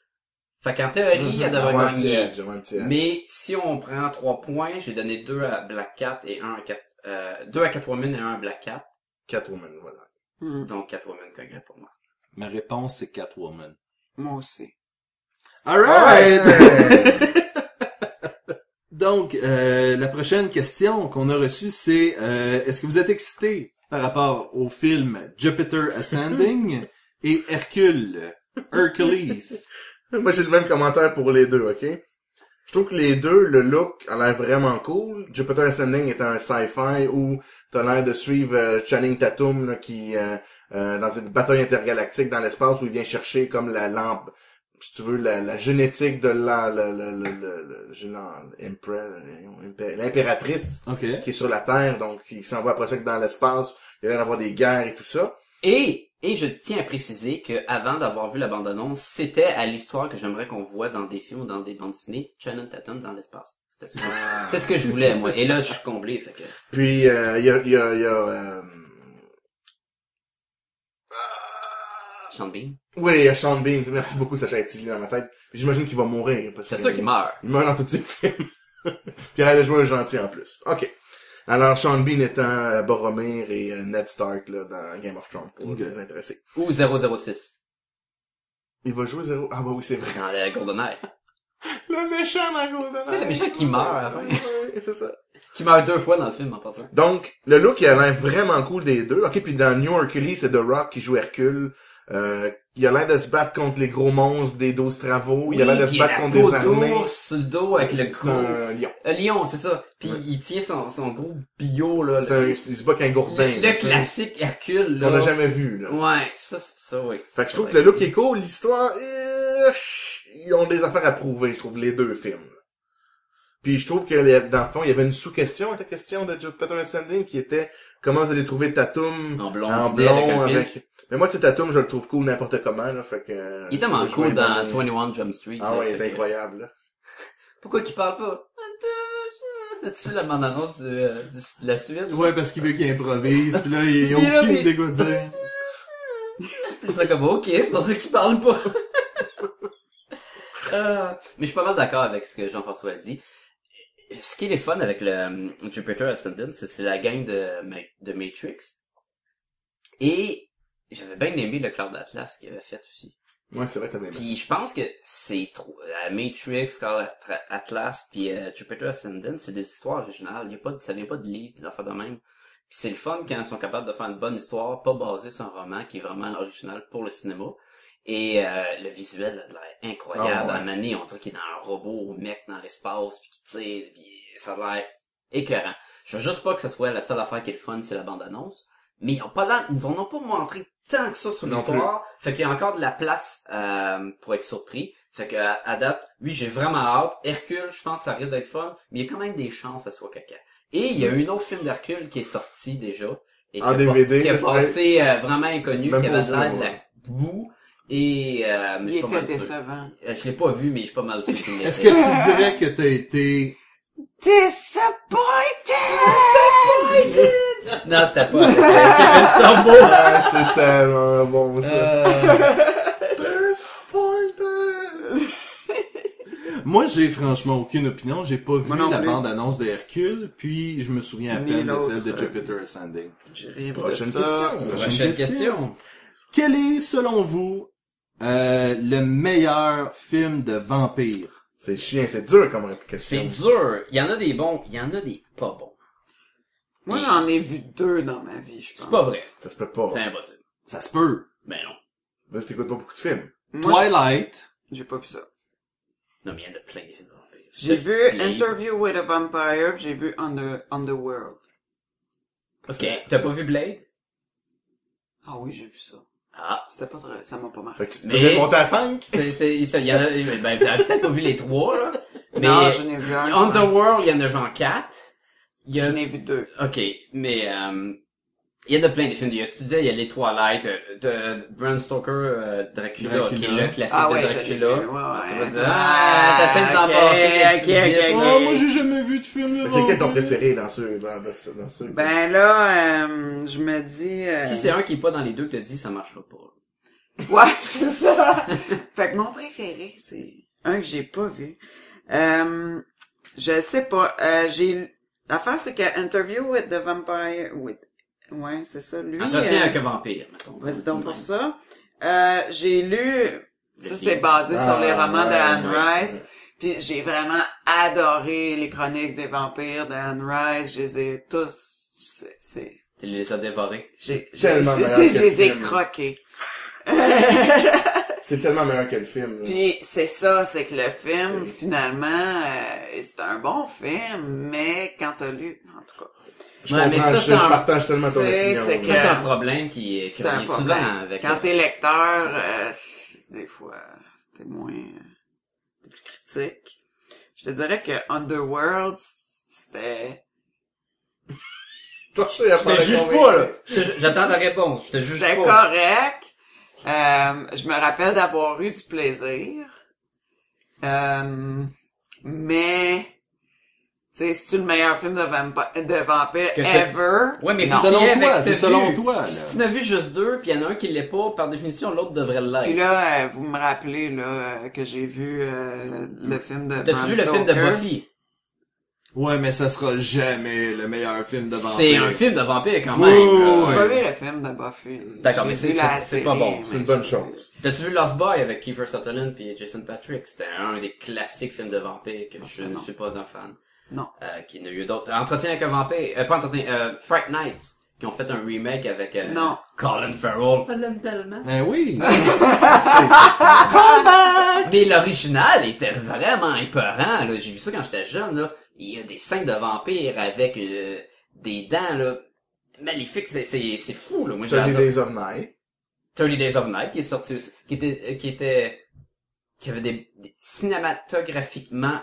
Speaker 2: Fait qu'en théorie, elle devrait
Speaker 3: J'aurais un petit
Speaker 2: gagner.
Speaker 3: edge, j'aurais un petit edge.
Speaker 2: Mais si on prend trois points, j'ai donné deux à Black Cat et un à Cat, euh, deux à Catwoman et un à Black Cat.
Speaker 3: Catwoman, voilà.
Speaker 6: Hmm,
Speaker 2: Donc Catwoman gagnerait pour moi.
Speaker 1: Ma réponse, c'est Catwoman.
Speaker 6: Moi aussi.
Speaker 1: Alright! Donc, euh, la prochaine question qu'on a reçue, c'est euh, est-ce que vous êtes excité par rapport au film Jupiter Ascending et Hercule, Hercules?
Speaker 3: Moi, j'ai le même commentaire pour les deux, ok? Je trouve que les deux, le look a l'air vraiment cool. Jupiter Ascending est un sci-fi où t'as l'air de suivre euh, Channing Tatum là, qui euh, euh, dans une bataille intergalactique dans l'espace où il vient chercher comme la lampe, si tu veux, la, la génétique de la, la, la, la- la- la- j'ai l'en- l'impré- l'impératrice
Speaker 1: Ok.
Speaker 3: qui est sur la Terre, donc il s'en va après ça que dans l'espace, il va y avoir des guerres et tout ça.
Speaker 2: Et, et je tiens à préciser que avant d'avoir vu la bande-annonce, c'était à l'histoire que j'aimerais qu'on voit dans des films ou dans des bandes dessinées, Shannon Tatum dans l'espace. C'était ça. C'est ce que je voulais, moi. Et là, je suis comblé, fait que...
Speaker 3: Puis euh, il y a, il y a, il y a, euh,
Speaker 2: Sean Bean.
Speaker 3: Oui, il y a Sean Bean. Merci beaucoup, Sacha Tilly dans ma tête. Puis J'imagine qu'il va mourir. parce
Speaker 2: C'est
Speaker 3: que-
Speaker 2: sûr qu'il meurt.
Speaker 3: Il meurt dans tous ses films. Puis elle a joué un gentil en plus. OK. Alors, Sean Bean étant euh, Boromir et euh, Ned Stark là, dans Game of Thrones, pour
Speaker 1: Ok.
Speaker 3: les intéresser.
Speaker 2: Ou 006.
Speaker 3: Il va jouer zéro... Ah bah oui, c'est vrai.
Speaker 2: Dans le GoldenEye.
Speaker 6: Le méchant dans Golden
Speaker 2: C'est le méchant qui meurt à la fin.
Speaker 6: C'est ça.
Speaker 2: Qui meurt deux fois dans le film, en passant.
Speaker 3: Donc, le look, il a l'air vraiment cool des deux. OK, puis dans New Hercules, c'est The Rock qui joue Hercule. Euh, il a l'air de se battre contre les gros monstres des 12 travaux. il a l'air de se
Speaker 2: puis il a
Speaker 3: battre
Speaker 2: la
Speaker 3: contre
Speaker 2: peau
Speaker 3: des armées.
Speaker 2: d'ours sur le dos avec le
Speaker 3: C'est
Speaker 2: gros...
Speaker 3: un lion.
Speaker 2: Un lion, c'est ça. Puis
Speaker 3: Ouais.
Speaker 2: il tient son, son gros bio, là.
Speaker 3: C'est
Speaker 2: le-
Speaker 3: un, il se bat qu'un gourdin.
Speaker 2: le,
Speaker 3: là,
Speaker 2: le
Speaker 3: tu sais,
Speaker 2: classique Hercule, là.
Speaker 3: Qu'on n'a jamais vu, là.
Speaker 2: Ouais, ça, c'est- ça, oui.
Speaker 3: Fait que je trouve que le look est cool, l'histoire, euh, ils ont des affaires à prouver, je trouve, les deux films. Puis je trouve que, les- dans le fond, il y avait une sous-question à ta question de Jupiter Ascending qui était comment vous allez trouver Tatum
Speaker 2: En blond,
Speaker 3: en
Speaker 2: Disney,
Speaker 3: blond
Speaker 2: avec un
Speaker 3: avec... Mais moi, tu sais, Tatum, je le trouve cool n'importe comment, là, fait que... euh,
Speaker 2: Il est tellement
Speaker 3: je
Speaker 2: cool
Speaker 3: vais
Speaker 2: dans
Speaker 3: donner-
Speaker 2: 21 Jump Street.
Speaker 3: Ah
Speaker 2: là,
Speaker 3: ouais, il
Speaker 2: fait
Speaker 3: est
Speaker 2: que-
Speaker 3: incroyable, là.
Speaker 2: Pourquoi qu'il parle pas? C'est-tu la bande-annonce du, euh, du- de la suite?
Speaker 1: Ouais, parce qu'il veut qu'il improvise, pis là, il a
Speaker 2: Il a
Speaker 1: aucune
Speaker 2: des-
Speaker 1: idée quoi dire.
Speaker 2: Puis c'est comme, ok, c'est pour ça qu'il parle pas. Euh, mais je suis pas mal d'accord avec ce que Jean-François a dit. Ce qui est fun avec le euh, Jupiter Ascendant, c'est c'est la gang de, Ma- de Matrix. Et j'avais bien aimé le Cloud Atlas qu'il avait fait aussi.
Speaker 3: Ouais, c'est vrai, t'avais aimé.
Speaker 2: Puis je pense que c'est trop. euh, Matrix, Call of Tra- Atlas, puis euh, Jupiter Ascendant, c'est des histoires originales. Y a pas, de- ça vient pas de livres, des affaires de même. Puis c'est le fun quand ils sont capables de faire une bonne histoire, pas basée sur un roman qui est vraiment original pour le cinéma. Et euh, le visuel a de l'air
Speaker 3: Ah,
Speaker 2: incroyable.
Speaker 3: ouais.
Speaker 2: À un moment donné, on dirait qu'il est dans un robot, mec dans l'espace, puis qui tire, puis ça a l'air écœurant. Je veux juste pas que ce soit la seule affaire qui est le fun, c'est la bande-annonce. Mais ils ont pas l'air- ils nous en ont pas montré tant que ça sur
Speaker 3: Non
Speaker 2: l'histoire. Fait qu'il y a encore de la place euh, pour être surpris. Fait que à à date, oui, j'ai vraiment hâte. Hercule, je pense que ça risque d'être fun, mais il y a quand même des chances que ça soit caca. Et il y a un autre film d'Hercule qui est sorti déjà. Et
Speaker 3: Mm. En
Speaker 2: qui a pas-
Speaker 3: DVD,
Speaker 2: Qui a
Speaker 3: le serait-
Speaker 2: passé euh, vraiment inconnu,
Speaker 3: Même
Speaker 2: qui
Speaker 3: pas
Speaker 2: avait
Speaker 3: au
Speaker 2: de l'air de
Speaker 3: cinéma.
Speaker 2: la boue. Et euh, mais je
Speaker 6: Il
Speaker 2: suis pas
Speaker 6: était
Speaker 2: mal sûr.
Speaker 6: décevant.
Speaker 2: Euh, Je l'ai pas vu, mais je suis pas mal sûr qu'il
Speaker 1: Est-ce que
Speaker 2: l'était.
Speaker 1: tu dirais que t'as été...
Speaker 2: Non, c'était pas.
Speaker 3: Euh,
Speaker 2: C'était Kevin Sorbo.
Speaker 3: Ah, c'est tellement bon, ça.
Speaker 2: Euh,
Speaker 1: Moi, j'ai franchement aucune opinion. J'ai pas vu
Speaker 6: Moi non
Speaker 1: la
Speaker 6: plus.
Speaker 1: bande-annonce de Hercule, puis je me souviens à
Speaker 6: Ni
Speaker 1: peine de
Speaker 6: l'autre.
Speaker 1: celle de Jupiter Ascending.
Speaker 6: J'ai rien vu de
Speaker 3: Prochaine
Speaker 6: ça.
Speaker 3: question.
Speaker 2: Prochaine question.
Speaker 1: Quel est, selon vous, euh, le meilleur film de vampire?
Speaker 3: C'est chiant, c'est dur comme
Speaker 2: C'est
Speaker 3: question.
Speaker 2: dur. Il y en a des bons, il y en a des pas bons.
Speaker 6: Moi, j'en ai vu deux dans ma vie, je pense.
Speaker 2: C'est pas vrai.
Speaker 3: Ça se peut pas.
Speaker 2: C'est impossible.
Speaker 1: Ça se peut.
Speaker 2: Ben non.
Speaker 3: Là, t'écoutes pas beaucoup de films.
Speaker 6: Moi,
Speaker 1: Twilight.
Speaker 6: J'ai pas vu ça.
Speaker 2: Non, mais il y en a plein des films de vampires.
Speaker 6: J'ai
Speaker 2: Je-
Speaker 6: vu
Speaker 2: il-
Speaker 6: Interview with a Vampire, puis j'ai vu Under, Underworld.
Speaker 2: Ok. T'as pas vu Blade?
Speaker 6: Ah oui, j'ai vu ça.
Speaker 2: Ah.
Speaker 6: C'était pas très... Ça m'a pas marqué.
Speaker 3: Fait que tu, tu
Speaker 2: Mais-
Speaker 3: veux monter à 5?
Speaker 2: C'est, c'est, il y en a, ben, t'as peut-être pas vu les trois, là. Mais,
Speaker 6: non, j'en ai vu un. je pense.
Speaker 2: Underworld, il y en a genre quatre. Il y a,
Speaker 6: J'en ai vu deux.
Speaker 2: ok, mais, euh, il y en a plein des films. Il y a, tu disais, il y a les Twilight, euh, de, de Bram Stoker, euh, Dracula,
Speaker 1: Dracula.
Speaker 2: qui est le classique
Speaker 6: Ah ouais,
Speaker 2: Ben, de
Speaker 6: je l'ai vu,
Speaker 2: Dracula.
Speaker 6: ouais, ouais.
Speaker 2: Tu vas dire,
Speaker 6: Ah,
Speaker 2: ah, t'essaies de s'en
Speaker 6: ok,
Speaker 2: passer. des
Speaker 6: ok,
Speaker 2: petites
Speaker 6: ok,
Speaker 2: bits.
Speaker 6: ok.
Speaker 3: Ah,
Speaker 1: Oh, moi, j'ai jamais vu de film de
Speaker 3: C'est quel ton
Speaker 1: vampire.
Speaker 3: préféré dans ceux, dans, dans, ceux- dans ceux?
Speaker 6: Ben là, euh, je me dis... euh,
Speaker 2: Si c'est un qui est pas dans les deux que t'as dit, ça marchera pas.
Speaker 6: Ouais, c'est ça. fait que mon préféré, c'est un que j'ai pas vu. Euh, je sais pas. Euh, j'ai l'affaire c'est que Interview with the Vampire with ouais c'est ça lui.
Speaker 2: Entretien
Speaker 6: euh,
Speaker 2: avec un vampire, mettons.
Speaker 6: Vas-y donc pour ça. Euh, j'ai lu ça
Speaker 2: Le
Speaker 6: c'est
Speaker 2: livre.
Speaker 6: basé sur les
Speaker 3: Ah,
Speaker 6: romans de
Speaker 3: ouais,
Speaker 6: Anne
Speaker 2: ouais,
Speaker 6: Rice. Puis j'ai vraiment adoré les chroniques des vampires de Anne Rice. Je les ai tous. c'est- C'est
Speaker 2: Tu les as dévorés.
Speaker 6: j'ai j'ai-
Speaker 3: Tellement
Speaker 6: je
Speaker 3: meilleur
Speaker 6: sais,
Speaker 3: que
Speaker 6: je les ai
Speaker 3: le film.
Speaker 6: croqués.
Speaker 3: C'est tellement meilleur que le film. là.
Speaker 6: Puis c'est ça, c'est que le film,
Speaker 3: C'est-
Speaker 6: finalement, euh, c'est un bon film, mais quand t'as lu, en tout cas.
Speaker 3: je
Speaker 2: Ouais,
Speaker 3: comprends,
Speaker 2: mais ça,
Speaker 3: je,
Speaker 2: c'est
Speaker 3: je
Speaker 2: un-
Speaker 3: partage tellement ton
Speaker 6: c'est-
Speaker 3: opinion.
Speaker 6: c'est
Speaker 3: là.
Speaker 2: Ça, c'est
Speaker 6: Euh,
Speaker 2: un problème qui, qui
Speaker 6: C'est un
Speaker 2: revient souvent
Speaker 6: problème.
Speaker 2: avec...
Speaker 6: Quand t'es lecteur, euh, des fois, t'es moins... euh, t'es plus critique. Je te dirais que Underworld, c'était...
Speaker 3: Attends, il y a
Speaker 2: Je te juge
Speaker 3: convaincu.
Speaker 2: pas, là. Je te- J'attends ta réponse. Je te juge
Speaker 6: C'était
Speaker 2: pas.
Speaker 6: correct. Euh, je me rappelle d'avoir eu du plaisir. Euh, mais... Tu sais, c'est-tu le meilleur film de, vampa- de vampire
Speaker 2: Que t'as-
Speaker 6: ever?
Speaker 2: Ouais, mais
Speaker 6: Non.
Speaker 2: faut
Speaker 1: Selon
Speaker 2: fier
Speaker 1: toi,
Speaker 2: avec
Speaker 1: c'est
Speaker 2: tes
Speaker 1: selon
Speaker 2: vues.
Speaker 1: toi, là.
Speaker 2: Si tu n'as vu juste deux, puis il y en a un qui l'est pas, par définition, l'autre devrait
Speaker 6: Puis
Speaker 2: l'être.
Speaker 6: là, euh, vous me rappelez là euh, que j'ai vu euh, le film de.
Speaker 2: T'as-tu
Speaker 6: Bram
Speaker 2: vu le film de
Speaker 6: Stoker.
Speaker 2: Buffy?
Speaker 1: Ouais, mais ça sera jamais le meilleur film de vampire.
Speaker 2: C'est un film de vampire quand
Speaker 1: Oui,
Speaker 2: même. là.
Speaker 1: oui,
Speaker 6: J'ai
Speaker 1: Ouais.
Speaker 6: pas vu le film de Buffy.
Speaker 2: D'accord,
Speaker 6: J'ai
Speaker 2: mais c'est-
Speaker 6: vu la
Speaker 2: c'est- c'est
Speaker 6: série,
Speaker 2: pas bon.
Speaker 6: mais
Speaker 3: C'est une bonne chose.
Speaker 2: T'as-tu vu Lost Boy avec Kiefer Sutherland puis Jason Patrick? C'était un des classiques films de vampires que je
Speaker 6: non.
Speaker 2: ne suis pas un fan.
Speaker 6: Non.
Speaker 2: Euh, qui n'a eu d'autres. Entretien avec un vampire. Euh, pas entretien, euh, Fright Night. Qui ont fait un remake avec, euh,
Speaker 6: Non.
Speaker 2: Colin Farrell. Je l'aime tellement.
Speaker 1: Ben
Speaker 2: Euh,
Speaker 1: oui.
Speaker 2: Mais l'original était vraiment épeurant, là. J'ai vu ça quand j'étais jeune, là. Il y a des scènes de vampires avec, euh, des dents, là. Maléfiques, c'est, c'est, c'est fou, là. Moi, j'ai
Speaker 3: Johnny
Speaker 2: adoré-
Speaker 3: Days of Night.
Speaker 2: 30 Days of Night qui est sorti aussi, qui était euh, qui était qui avait des, des- cinématographiquement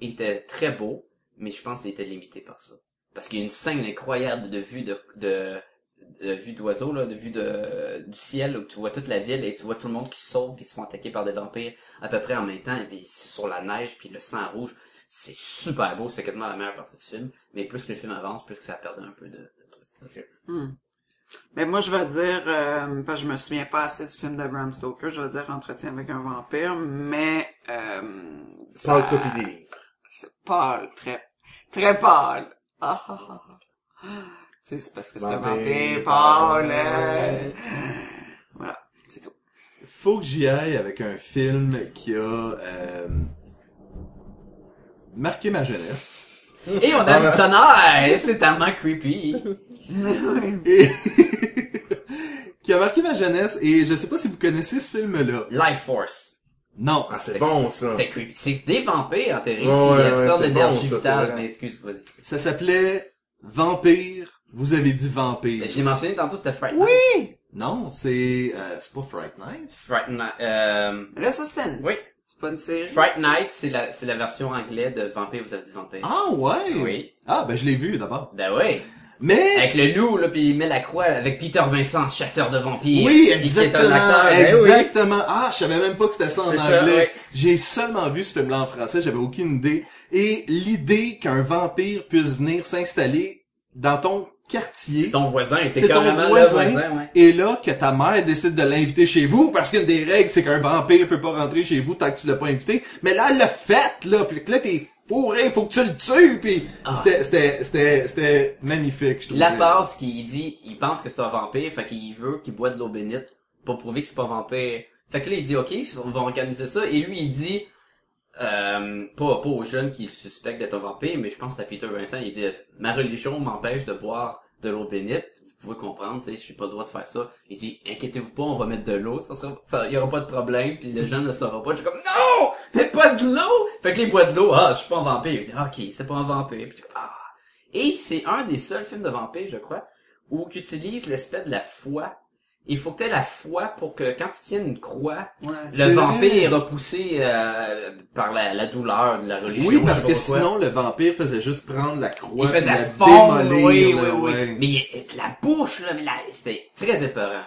Speaker 2: il était très beau, mais je pense qu'il était limité par ça. Parce qu'il y a une scène incroyable de vue de de, de vue d'oiseau là, de vue de du ciel où tu vois toute la ville et tu vois tout le monde qui sauve puis ils se font attaquer par des vampires à peu près en même temps et puis c'est sur la neige puis le sang rouge, c'est super beau, c'est quasiment la meilleure partie du film, mais plus que le film avance, plus que ça perd un peu de, de trucs.
Speaker 6: Mais Hmm. Ben, moi, je vais dire, euh, parce que je me souviens pas assez du film de Bram Stoker, je vais dire Entretien avec un vampire, mais euh,
Speaker 3: Paul
Speaker 6: ça-
Speaker 3: Copy Lee.
Speaker 6: c'est pâle, très, très pâle. Ah, ah, ah, ah. Tu sais, c'est parce que c'est un vampire, pâle. euh. Voilà, c'est tout.
Speaker 1: Faut que j'y aille avec un film qui a euh, marqué ma jeunesse.
Speaker 2: Et on a du tonnerre! C'est tellement creepy!
Speaker 1: Et- qui a marqué ma jeunesse et je sais pas si vous connaissez ce film là.
Speaker 2: Life Force.
Speaker 1: Non.
Speaker 3: Ah, c'est bon, ça.
Speaker 2: C'était creepy. C'est des vampires enterrés. s'il
Speaker 3: Ouais,
Speaker 2: y a
Speaker 3: ouais,
Speaker 2: une sorte
Speaker 3: c'est
Speaker 2: d'énergie
Speaker 3: bon, ça, c'est
Speaker 2: vitale.
Speaker 3: vrai.
Speaker 2: Mais excuse, vas-y.
Speaker 1: Ça s'appelait Vampire. Vous avez dit vampire.
Speaker 2: Ben, Je l'ai mentionné tantôt, c'était Fright Oui!
Speaker 1: Non, c'est euh, c'est pas Fright Night.
Speaker 2: Fright Night, euh,
Speaker 6: Mais Là, ça, c'est une...
Speaker 2: oui.
Speaker 6: c'est pas une série.
Speaker 2: Fright Night, c'est la, c'est la version anglaise de Vampire, vous avez dit Vampire.
Speaker 1: Ah ouais.
Speaker 2: Oui.
Speaker 1: Ah ben je l'ai vu d'abord.
Speaker 2: Ben oui.
Speaker 1: Mais
Speaker 2: Avec le loup, là, puis il met la croix avec Peter Vincent, chasseur de vampires.
Speaker 1: oui,
Speaker 2: puis qui est un
Speaker 1: exactement.
Speaker 2: acteur. Ben oui.
Speaker 1: exactement. Ah, je savais même pas que c'était ça en
Speaker 2: C'est
Speaker 1: anglais.
Speaker 2: ça, ouais.
Speaker 1: J'ai seulement vu ce film-là en français, j'avais aucune idée. Et l'idée qu'un vampire puisse venir s'installer dans ton quartier.
Speaker 2: Ton voisin, c'est
Speaker 1: C'est ton
Speaker 2: carrément
Speaker 1: voisin.
Speaker 2: le voisin, ouais.
Speaker 1: Et là, que ta mère décide de l'inviter chez vous, parce qu'une des règles, c'est qu'un vampire peut pas rentrer chez vous tant que tu l'as pas invité. Mais là, elle l'a fait, là. Puis que là, t'es fourré, faut que tu le tues. Puis
Speaker 2: Ah.
Speaker 1: c'était, c'était, c'était, c'était magnifique, je trouve.
Speaker 2: La passe qui dit, il pense que c'est un vampire, fait qu'il veut qu'il boit de l'eau bénite pour prouver que c'est pas un vampire. Fait que là, il dit, OK, on va organiser ça. Et lui, il dit, euh, pas, pas aux jeunes qui le suspectent d'être un vampire, mais je pense que c'est à Peter Vincent, il dit, ma religion m'empêche de boire de l'eau bénite. Vous pouvez comprendre, tu sais, je suis pas le droit de faire ça. Il dit, inquiétez-vous pas, on va mettre de l'eau, ça sera, ça, il y aura pas de problème, puis le jeune ne le saura pas. Je suis comme, non! Mais pas de l'eau! Fait que les bois de l'eau, ah, je suis pas un vampire. Il dit, OK, c'est pas un vampire. Puis je suis comme, ah. Et c'est un des seuls films de vampires, je crois, où qu'utilise l'espèce de la foi. Il faut que t'aies la foi pour que quand tu tiennes une croix,
Speaker 6: Ouais.
Speaker 1: C'est
Speaker 2: le vampire
Speaker 1: vrai.
Speaker 2: est repoussé euh, par la, la douleur de la religion.
Speaker 1: Oui, parce
Speaker 2: je
Speaker 1: que
Speaker 2: sais pas pourquoi.
Speaker 1: sinon, le vampire faisait juste prendre la croix.
Speaker 2: il
Speaker 1: puis
Speaker 2: faisait
Speaker 1: la
Speaker 2: fondre,
Speaker 1: démolir,
Speaker 2: oui, oui,
Speaker 1: là,
Speaker 2: oui.
Speaker 1: ouais.
Speaker 2: Mais il- il- la bouche, là, mais là, c'était très épeurant.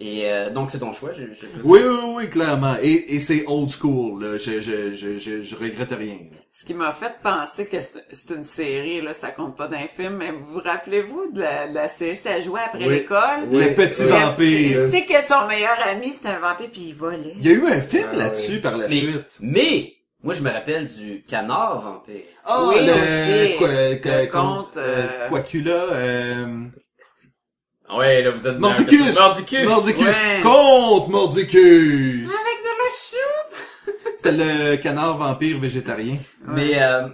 Speaker 2: Et euh, donc c'est ton choix, je, je
Speaker 1: Oui, oui, oui, clairement. Et, et c'est old school, là. Je, je, je, je, je regrette rien.
Speaker 6: Ce qui m'a fait penser que c'est c'est une série, là, ça compte pas d'un film, mais vous vous rappelez-vous de la, de la série, ça jouait après
Speaker 3: Oui.
Speaker 6: l'école?
Speaker 3: Oui,
Speaker 1: le petit
Speaker 3: oui.
Speaker 1: vampire.
Speaker 6: Tu sais que son meilleur ami, c'était un vampire, puis il hein. volait.
Speaker 1: Il y a eu un film
Speaker 3: Ah,
Speaker 1: là-dessus
Speaker 3: oui.
Speaker 1: par la
Speaker 2: mais,
Speaker 1: suite.
Speaker 2: mais moi je me rappelle du canard vampire.
Speaker 1: Ah,
Speaker 6: Oui,
Speaker 1: le,
Speaker 6: aussi.
Speaker 1: quoi- quoi-
Speaker 6: conte, euh,
Speaker 1: Quacula, euh,
Speaker 2: Ouais, là vous êtes
Speaker 1: Mordicus!
Speaker 2: Mordicus.
Speaker 1: Mordicus!
Speaker 6: ouais.
Speaker 1: Contre Mordicus!
Speaker 6: Avec de la chou!
Speaker 1: C'était le canard vampire végétarien.
Speaker 2: Mais euh,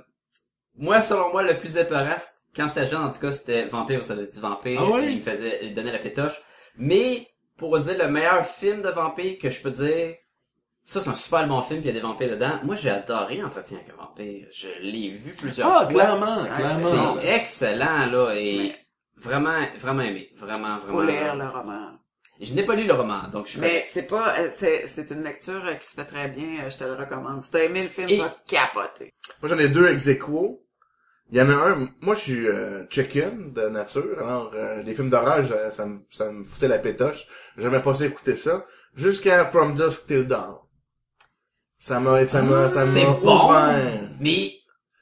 Speaker 2: moi, selon moi, le plus épeurant, c'est- quand j'étais jeune, en tout cas, c'était Vampire, ça veut dire Vampire.
Speaker 1: Ah ouais?
Speaker 2: puis Il me faisait, il me donnait la pétoche. Mais pour dire le meilleur film de vampire que je peux dire, ça c'est un super bon film, puis il y a des vampires dedans. Moi, j'ai adoré Entretien avec un vampire. Je l'ai vu plusieurs
Speaker 1: Ah,
Speaker 2: fois.
Speaker 1: clairement, clairement.
Speaker 2: C'est excellent là et
Speaker 6: Mais-
Speaker 2: vraiment, vraiment aimé, vraiment, vraiment.
Speaker 6: Faut lire le roman.
Speaker 2: Je n'ai pas lu le roman, donc je suis.
Speaker 6: Mais c'est pas, euh, c'est, c'est une lecture euh, qui se fait très bien, euh, je te le recommande. Si t'as aimé le film,
Speaker 2: Et-
Speaker 6: tu vas capoter.
Speaker 3: Moi, j'en ai deux ex aequo. Il y en a un, moi, je suis euh, chicken de nature. Alors, euh, les films d'orage, ça, ça me, ça me foutait la pétoche. J'aimais pas ça écouter ça. Jusqu'à From Dusk Till Dawn. Ça m'a, ça m'a, ça
Speaker 2: C'est
Speaker 3: m'a
Speaker 2: bon.
Speaker 3: ouvert.
Speaker 2: Mais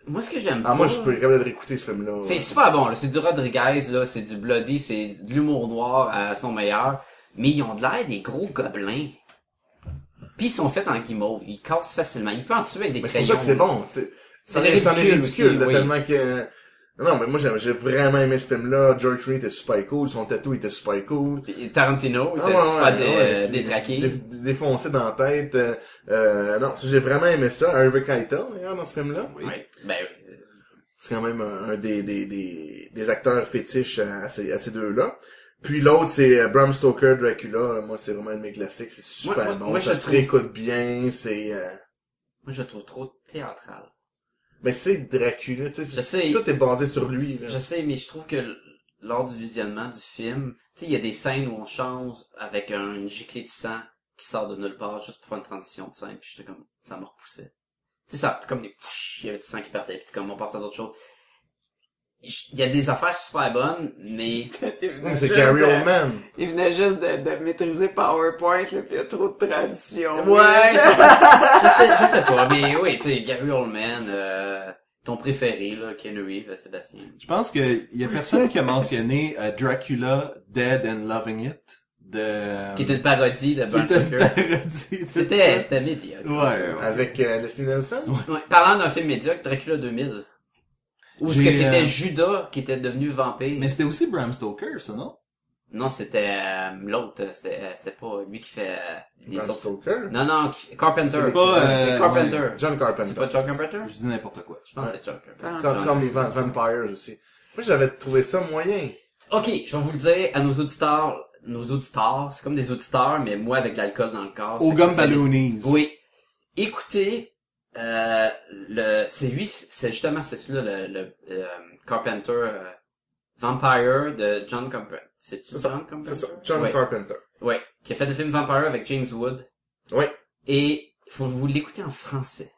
Speaker 2: moi, ce que j'aime.
Speaker 3: Ah, moi,
Speaker 2: pas-
Speaker 3: je peux capable de réécouter ce film-là.
Speaker 2: C'est super bon, là. C'est du Rodriguez, là. C'est du Bloody, c'est de l'humour noir à son meilleur. Mais ils ont de l'air des gros gobelins. Puis ils sont faits en guimauve. Ils cassent facilement. Ils peuvent en tuer avec des
Speaker 3: Mais c'est pour
Speaker 2: crayons.
Speaker 3: ça que c'est bon. C'est, Ça en
Speaker 2: C'est
Speaker 3: est ça en est
Speaker 2: ridicule
Speaker 3: ridicule,
Speaker 2: aussi,
Speaker 3: là,
Speaker 2: oui.
Speaker 3: tellement que... Non, mais moi, j'ai j'ai vraiment aimé ce film-là. George Reed était super cool, son tatou était super cool.
Speaker 2: Puis Tarantino, il
Speaker 3: Ah,
Speaker 2: était
Speaker 3: ouais,
Speaker 2: super
Speaker 3: ouais,
Speaker 2: dé-
Speaker 3: ouais,
Speaker 2: euh,
Speaker 3: c'est-
Speaker 2: détraqué.
Speaker 3: dé- dé- Défoncé dans la tête. euh, euh, non, ça, j'ai vraiment aimé ça. Harvey Keitel, d'ailleurs, dans ce film-là.
Speaker 1: Oui.
Speaker 2: Ouais. Ben oui. c'est-
Speaker 3: C'est quand même un, un des, des, des, des acteurs fétiches à, à ces, à ces deux-là. Puis l'autre, c'est euh, Bram Stoker, Dracula. Moi, c'est vraiment un de mes classiques. C'est super
Speaker 2: Moi- moi-
Speaker 3: bon.
Speaker 2: moi, je
Speaker 3: ça se
Speaker 2: trouve-
Speaker 3: réécoute bien. C'est... euh,
Speaker 2: Moi, je le trouve trop théâtral.
Speaker 3: Ben, c'est Dracula. tu
Speaker 2: Je
Speaker 3: sais,
Speaker 2: sais.
Speaker 3: Tout est basé sur lui. là.
Speaker 2: Je sais, mais je trouve que l- lors du visionnement du film, tu sais, il y a des scènes où on change avec un, une giclée de sang qui sort de nulle part juste pour faire une transition de scène, puis j'étais comme, ça me repoussait. Tu sais, ça, comme des, pfff, il y avait du sang qui partait, puis comme on passe à d'autres choses. Je- Il y a des affaires super bonnes, mais
Speaker 3: Hum, C'est Gary Oldman.
Speaker 4: Il venait juste de, de maîtriser PowerPoint, là, pis il y a trop de tradition.
Speaker 2: Ouais, je sais, je sais, je sais pas, mais oui, tu sais, Gary Oldman, euh, ton préféré, là, Ken Reeves, euh, Sébastien.
Speaker 1: Je pense qu'il y a personne qui a mentionné euh, Dracula Dead and Loving It de euh,
Speaker 2: Qui est une parodie de
Speaker 1: qui
Speaker 2: Bram
Speaker 1: était une
Speaker 2: Stoker.
Speaker 1: parodie de
Speaker 2: C'était,
Speaker 1: ça.
Speaker 2: c'était médiocre.
Speaker 1: Ouais, ouais.
Speaker 3: Avec euh, Leslie Nelson.
Speaker 2: Ouais, Parlant d'un film médiocre, Dracula 2000. Ou est-ce
Speaker 1: J'ai,
Speaker 2: que c'était
Speaker 1: euh,
Speaker 2: Judas qui était devenu vampire?
Speaker 1: Mais c'était aussi Bram Stoker, ça, non?
Speaker 2: Non, c'était euh, l'autre. C'était euh, c'était pas lui qui fait euh, les
Speaker 3: Bram
Speaker 2: autres.
Speaker 3: Stoker.
Speaker 2: Non, non, qui- Carpenter.
Speaker 3: C'est
Speaker 1: pas, euh,
Speaker 2: C'est Carpenter.
Speaker 3: John Carpenter.
Speaker 2: C'est pas John Carpenter?
Speaker 1: Je dis n'importe quoi.
Speaker 2: Je pense que c'est John Carpenter.
Speaker 3: Comme, comme Va- Vampires aussi. Moi, j'avais trouvé ça moyen.
Speaker 2: Ok, je vais vous le dire à nos auditeurs. Nos auditeurs, c'est comme des auditeurs, mais moi avec de l'alcool dans le corps.
Speaker 1: Au
Speaker 2: Fait que ça
Speaker 1: Gum
Speaker 2: fait des-
Speaker 1: Balloonies.
Speaker 2: Oui. Écoutez, euh, le, c'est lui, qui- c'est justement, c'est celui-là, le, le euh, Carpenter euh, Vampire de John Carpenter. C'est
Speaker 3: ça.
Speaker 2: John Carpenter?
Speaker 3: C'est ça. John
Speaker 2: ouais.
Speaker 3: Carpenter.
Speaker 2: Ouais. Qui a fait le film Vampire avec James Wood.
Speaker 3: Oui.
Speaker 2: Et il faut vous l'écouter en français.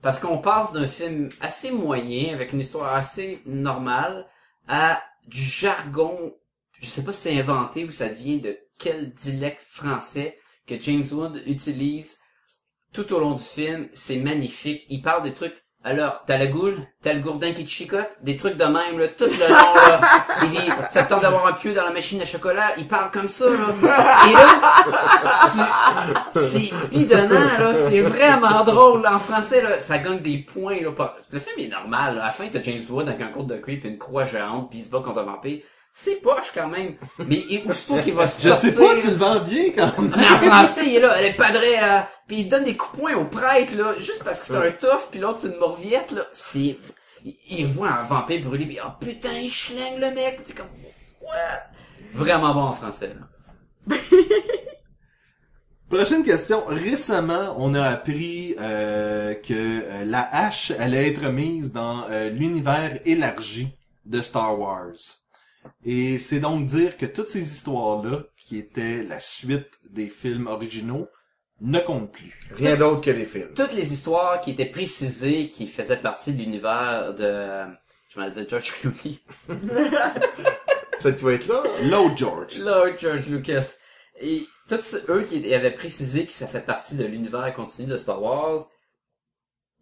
Speaker 2: Parce qu'on passe d'un film assez moyen, avec une histoire assez normale, à du jargon, je sais pas si c'est inventé ou ça vient de quel dialecte français que James Wood utilise tout au long du film. C'est magnifique. Il parle des trucs. Alors, t'as la goule, t'as le gourdin qui te chicote, des trucs de même, là, tout le long, là. Il dit, ça te tente d'avoir un pieu dans la machine à chocolat, il parle comme ça, là. Et là, tu- c'est bidonnant, là. C'est vraiment drôle, là. En français, là, ça gagne des points, là. par- Le film est normal, là. À la fin, t'as James Wood avec un cours de cuir puis une croix géante, puis il se bat contre un vampire. C'est poche, quand même. Mais, et aussitôt qu'il va
Speaker 1: Je
Speaker 2: sortir...
Speaker 1: sais pas, tu le vends bien quand même.
Speaker 2: Ah, Mais en français, il est là, elle est padrée, là. Puis il donne des coups de poing au prêtre, là, juste parce que c'est un tough, puis l'autre c'est une morviette, là. C'est... Il, il voit un vampire brûlé, puis oh putain, il schlingue le mec. C'est comme... What? Vraiment bon en français, là.
Speaker 1: Prochaine question. Récemment, on a appris euh, que euh, la hache allait être mise dans euh, l'univers élargi de Star Wars. Et c'est donc dire que toutes ces histoires-là, qui étaient la suite des films originaux, ne comptent plus.
Speaker 3: Rien d'autre que les films.
Speaker 2: Toutes les histoires qui étaient précisées, qui faisaient partie de l'univers de... Je m'en dire George Clooney.
Speaker 3: Peut-être qu'il va être là.
Speaker 1: Low George.
Speaker 2: Lord George Lucas. Et tous ceux- eux qui avaient précisé que ça fait partie de l'univers continu de Star Wars,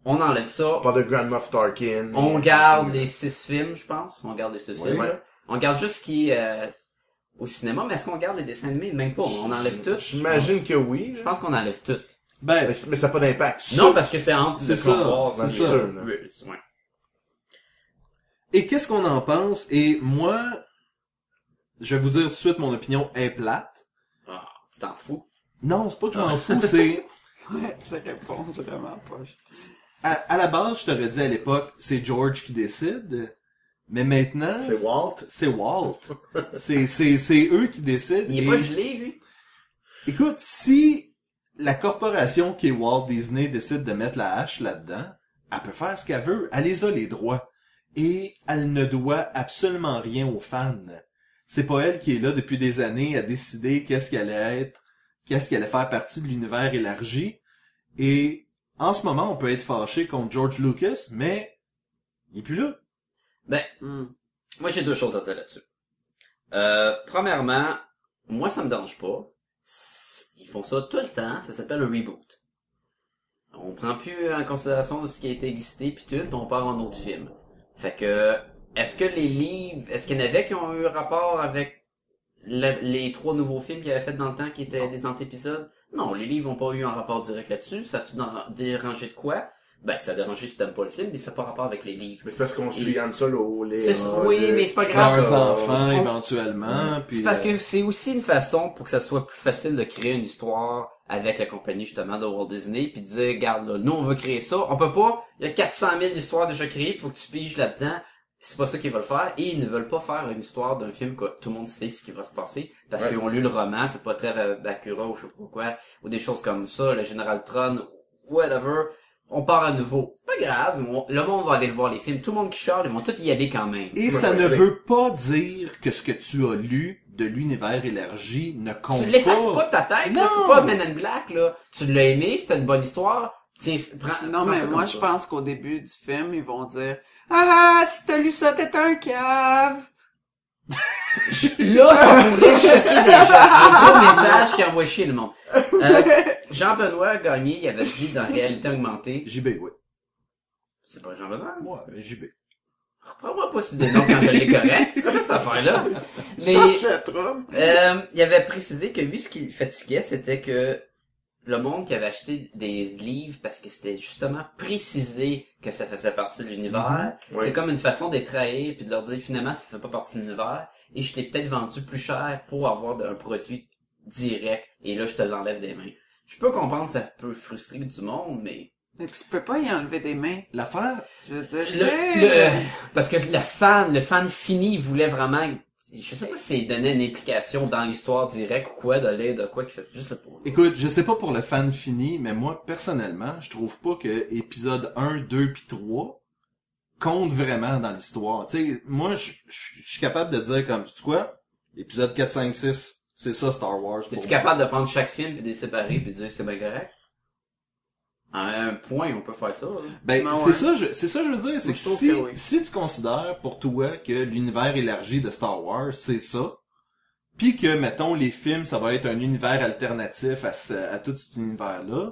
Speaker 2: on enlève ça,
Speaker 3: On parle de Grand Moff Tarkin.
Speaker 2: On garde les six films, je pense. On garde les six
Speaker 3: Ouais.
Speaker 2: films. là. On garde juste ce qui est euh, au cinéma, mais est-ce qu'on garde les dessins animés? Même pas. On enlève tout.
Speaker 3: J'imagine que oui.
Speaker 2: Je pense qu'on enlève tout.
Speaker 1: Ben,
Speaker 3: Mais, mais ça n'a pas d'impact.
Speaker 2: Non, parce que c'est entre
Speaker 1: c'est
Speaker 2: le
Speaker 1: ça,
Speaker 2: Wars
Speaker 1: c'est
Speaker 2: et
Speaker 1: ça.
Speaker 2: le- Ouais.
Speaker 1: Et qu'est-ce qu'on en pense? Et moi, je vais vous dire tout de suite, mon opinion est plate.
Speaker 2: Ah, tu t'en fous.
Speaker 1: Non, c'est pas que je m'en fous, c'est...
Speaker 6: Tu réponds vraiment pas.
Speaker 1: À, à la base, je t'aurais dit à l'époque, c'est George qui décide. Mais maintenant...
Speaker 3: C'est Walt.
Speaker 1: C'est Walt. c'est, c'est, c'est eux qui décident.
Speaker 2: Il est
Speaker 1: Et-
Speaker 2: pas gelé, lui.
Speaker 1: Écoute, si la corporation qui est Walt Disney décide de mettre la hache là-dedans, elle peut faire ce qu'elle veut. Elle les a les droits. Et elle ne doit absolument rien aux fans. C'est pas elle qui est là depuis des années à décider qu'est-ce qu'elle allait être, qu'est-ce qu'elle allait faire partie de l'univers élargi. Et en ce moment, on peut être fâché contre George Lucas, mais il est plus là.
Speaker 2: Ben, moi j'ai deux choses à dire là-dessus. Euh, premièrement, moi ça me dérange pas. S- Ils font ça tout le temps, ça s'appelle un reboot. On prend plus en considération de ce qui a été existé puis tout, puis on part en autre film. Fait que est-ce que les livres, est-ce qu'il y en avait qui ont eu rapport avec le- les trois nouveaux films qu'il avait fait dans le temps qui étaient des antépisodes? Non, les livres n'ont pas eu un rapport direct là-dessus, ça a-tu dans- dérangé de quoi? Ben, ça dérange juste si t'aimes pas le film, mais ça n'a pas rapport avec les livres.
Speaker 3: Mais c'est parce qu'on suit Han Solo, les...
Speaker 2: C'est- oui, mais c'est pas grave.
Speaker 3: euh,
Speaker 1: Leurs enfants,
Speaker 2: On-
Speaker 1: éventuellement. puis,
Speaker 2: C'est parce
Speaker 1: euh,
Speaker 2: que c'est aussi une façon pour que ça soit plus facile de créer une histoire avec la compagnie justement de Walt Disney puis de dire regarde là, nous on veut créer ça, on peut pas, il y a 400 000 histoires déjà créées, faut que tu piges là-dedans. C'est pas ça qu'ils veulent faire et ils ne veulent pas faire une histoire d'un film que tout le monde sait ce qui va se passer parce
Speaker 3: Ouais.
Speaker 2: qu'ils ont lu le roman, c'est pas très ra- Bakura ou je sais pas quoi ou des choses comme ça, le général Tron, whatever. On part à nouveau. C'est pas grave, on- le monde va aller le voir les films, tout le monde qui charle, ils vont tous y aller quand même.
Speaker 1: Et ça
Speaker 3: Ouais,
Speaker 1: ne
Speaker 3: ouais.
Speaker 1: veut pas dire que ce que tu as lu de l'univers élargi ne compte
Speaker 2: Tu l'effaces pas de ta tête, là.
Speaker 1: Non.
Speaker 2: C'est pas Men in Black, là. Tu l'as aimé, c'était une bonne histoire. Tiens, c- prends,
Speaker 6: Non,
Speaker 2: prends
Speaker 6: mais
Speaker 2: ça comme
Speaker 6: moi,
Speaker 2: ça.
Speaker 6: je pense qu'au début du film, ils vont dire « Ah, si t'as lu ça, t'es un cave!
Speaker 2: Là, ça pourrait choquer des gens. Un gros message qui envoie chier le monde. Euh, Jean-Benoît Gagné, il avait dit dans Réalité Augmentée.
Speaker 1: JB, oui.
Speaker 2: C'est pas Jean-Benoît?
Speaker 1: Moi, JB.
Speaker 2: Reprends-moi pas si des noms quand je l'ai correct. C'est quoi cette affaire-là? Mais,
Speaker 4: Change le trouble.
Speaker 2: Euh, il avait précisé que lui, ce qui le fatiguait, c'était que le monde qui avait acheté des livres parce que c'était justement précisé que ça faisait partie de l'univers,
Speaker 3: Mhm.
Speaker 2: c'est
Speaker 3: Oui.
Speaker 2: comme une façon d'être trahir puis de leur dire finalement ça fait pas partie de l'univers et je t'ai peut-être vendu plus cher pour avoir un produit direct et là je te l'enlève des mains. Je peux comprendre que ça peut frustrer du monde, mais... »
Speaker 6: Mais tu peux pas y enlever des mains.
Speaker 1: L'affaire,
Speaker 6: Je veux dire,
Speaker 2: Le-
Speaker 6: tu
Speaker 2: le-
Speaker 6: sais,
Speaker 2: parce que le fan, le fan fini voulait vraiment... Je sais pas s'il donnait une implication dans l'histoire directe ou quoi, de l'aide, de quoi, qui fait... Je sais pas.
Speaker 1: écoute, je sais pas pour le fan fini, mais moi, personnellement, je trouve pas que épisode 1, 2 puis 3 compte vraiment dans l'histoire. Tu sais, moi, je je- je suis capable de dire comme, tu sais quoi, épisode 4, 5, 6, c'est ça Star Wars. pour moi.
Speaker 2: Es-tu capable de prendre chaque film puis de les séparer puis de dire que c'est bien correct? À un point, on peut faire ça. hein.
Speaker 1: Ben,
Speaker 6: Non,
Speaker 1: c'est
Speaker 6: ouais.
Speaker 1: ça, je, c'est ça, je veux dire, c'est que
Speaker 6: je trouve
Speaker 1: si,
Speaker 6: que oui.
Speaker 1: si tu considères pour toi que l'univers élargi de Star Wars, c'est ça, puis que, mettons, les films, ça va être un univers alternatif à, ce- à tout cet univers-là,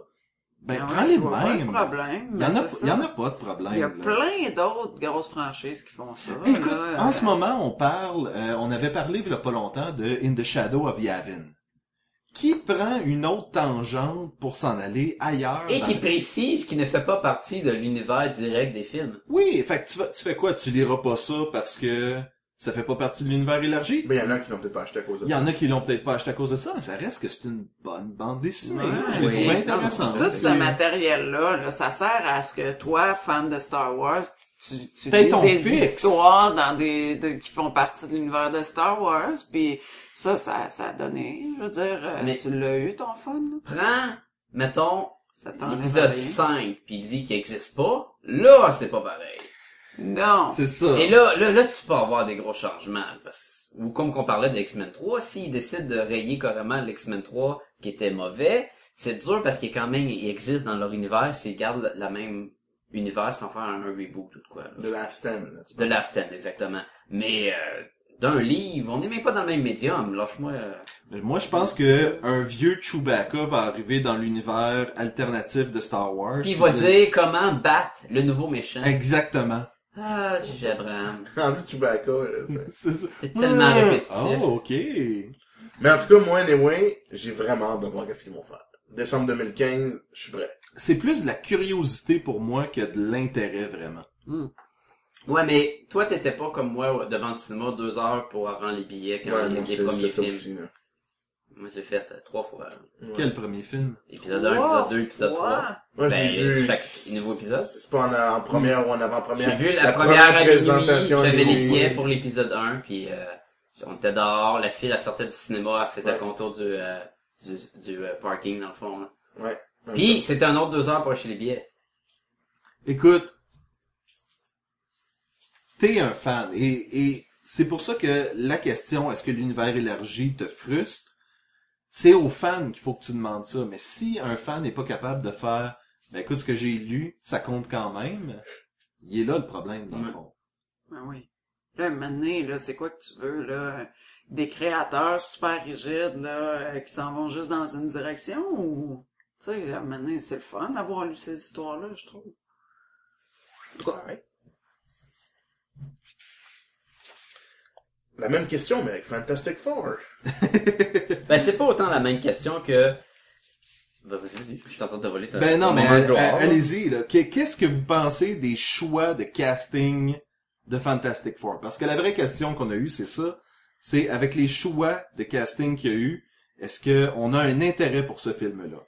Speaker 1: ben,
Speaker 6: Ah ouais,
Speaker 1: prends les
Speaker 6: je vois pas le
Speaker 1: mêmes.
Speaker 6: problème,
Speaker 1: Il y,
Speaker 6: mais
Speaker 1: en a,
Speaker 6: c'est
Speaker 1: il y
Speaker 6: ça.
Speaker 1: en a pas de problème.
Speaker 6: Il y a
Speaker 1: là.
Speaker 6: plein d'autres grosses franchises qui font ça.
Speaker 1: Écoute,
Speaker 6: là. euh.
Speaker 1: en ce moment, on parle, euh, on avait parlé il y a pas longtemps de In the Shadow of Yavin, qui prend une autre tangente pour s'en aller ailleurs.
Speaker 2: Et
Speaker 1: dans
Speaker 2: qui
Speaker 1: le-
Speaker 2: précise qu'il ne fait pas partie de l'univers direct des films.
Speaker 1: Oui, fait que tu, vas- tu fais quoi? Tu liras pas ça parce que ça fait pas partie de l'univers élargi?
Speaker 3: Ben, il y en a qui n'ont peut-être pas acheté à cause de
Speaker 1: Il y
Speaker 3: ça.
Speaker 1: en a qui l'ont peut-être pas acheté à cause de ça, mais ça reste que c'est une bonne bande dessinée. hein?
Speaker 6: Ouais,
Speaker 1: je l'ai
Speaker 2: oui.
Speaker 1: trouvé intéressant.
Speaker 6: Euh, Tout ce matériel-là, là, ça sert à ce que toi, fan de Star Wars, tu, tu
Speaker 1: T'aies
Speaker 6: lises
Speaker 1: ton
Speaker 6: des
Speaker 1: fixe.
Speaker 6: histoires dans des, de- qui font partie de l'univers de Star Wars, puis ça, ça, ça a donné, je veux dire, euh,
Speaker 2: Mais-
Speaker 6: tu l'as eu ton fun, là?
Speaker 2: Prends, mettons,
Speaker 6: ça t'enlève
Speaker 2: l'épisode
Speaker 6: rien.
Speaker 2: 5 puis il dit qu'il existe pas. Là, c'est pas pareil.
Speaker 6: Non!
Speaker 1: C'est ça.
Speaker 2: Et là, là, là, tu peux avoir des gros changements. Parce... Ou comme qu'on parlait de X-Men 3, s'ils décident de rayer carrément l'X-Men 3 qui était mauvais, c'est dur parce qu'il est quand même, il existe dans leur univers, s'ils gardent la même univers sans faire un reboot ou de quoi.
Speaker 3: De
Speaker 2: là.
Speaker 3: la stem, là.
Speaker 2: De Last Stand, exactement. Mais euh, d'un livre, on n'est même pas dans le même médium. Lâche-moi. euh,
Speaker 1: Moi, je pense que un vieux Chewbacca va arriver dans l'univers alternatif de Star Wars.
Speaker 2: Puis il va dire comment battre le nouveau méchant.
Speaker 1: Exactement.
Speaker 2: Ah, J.J. Abrams.
Speaker 3: En plus, Chewbacca, là, tu sais.
Speaker 1: C'est ça.
Speaker 2: C'est tellement
Speaker 1: Ah,
Speaker 2: répétitif.
Speaker 1: Oh, ok.
Speaker 3: Mais en tout cas, moi, anyway, j'ai vraiment hâte de voir qu'est-ce qu'ils vont faire. Décembre 2015, je suis prêt.
Speaker 1: C'est plus de la curiosité pour moi que de l'intérêt vraiment.
Speaker 2: Ouais, mais toi, t'étais pas comme moi devant le cinéma deux heures pour avant les billets quand il y
Speaker 3: Ouais,
Speaker 2: a
Speaker 3: moi,
Speaker 2: les
Speaker 3: c'est c'est
Speaker 2: premiers
Speaker 3: ça
Speaker 2: films.
Speaker 3: aussi, là.
Speaker 2: Moi, j'ai fait euh, trois fois.
Speaker 3: Ouais.
Speaker 1: Quel premier film?
Speaker 2: Épisode 1, épisode 2, épisode 3.
Speaker 3: Moi, je
Speaker 2: Ben,
Speaker 3: l'ai vu.
Speaker 2: chaque nouveau épisode.
Speaker 3: C'est pas en, en première ou en
Speaker 2: J'ai
Speaker 3: avant-première.
Speaker 2: vu la, première, à minuit,
Speaker 3: à
Speaker 2: j'avais les
Speaker 3: minuit.
Speaker 2: billets pour l'épisode 1, puis euh, on était dehors, la fille, elle sortait du cinéma, elle faisait
Speaker 3: Ouais.
Speaker 2: le contour du, euh, du, du, euh, parking, dans le fond. là.
Speaker 3: Ouais.
Speaker 2: Puis, c'était un autre deux heures pour acheter les billets.
Speaker 1: Écoute, t'es un fan et, et c'est pour ça que la question est-ce que l'univers élargi te frustre, c'est aux fans qu'il faut que tu demandes ça. Mais si un fan n'est pas capable de faire, ben écoute ce que j'ai lu, ça compte quand même, il est là le problème dans le
Speaker 2: Ouais.
Speaker 1: fond.
Speaker 6: Ben oui. Là, maintenant, là, c'est quoi que tu veux, là? Des créateurs super rigides, là, euh, qui s'en vont juste dans une direction ou... Tu sais, maintenant, c'est le fun d'avoir lu ces histoires-là, je trouve. En tout cas,
Speaker 3: La même question, mais avec Fantastic Four.
Speaker 2: Ben, c'est pas autant la même question que Bah, vas-y, vas-y. Je suis en train de te voler ta...
Speaker 1: Ben non,
Speaker 2: ton
Speaker 1: mais
Speaker 2: euh, moment de
Speaker 1: a-
Speaker 2: gloire,
Speaker 1: a-
Speaker 2: là.
Speaker 1: allez-y. là. Qu'est- Qu'est-ce que vous pensez des choix de casting de Fantastic Four? Parce que la vraie question qu'on a eue, c'est ça. C'est avec les choix de casting qu'il y a eu, est-ce que on a un intérêt pour ce film-là?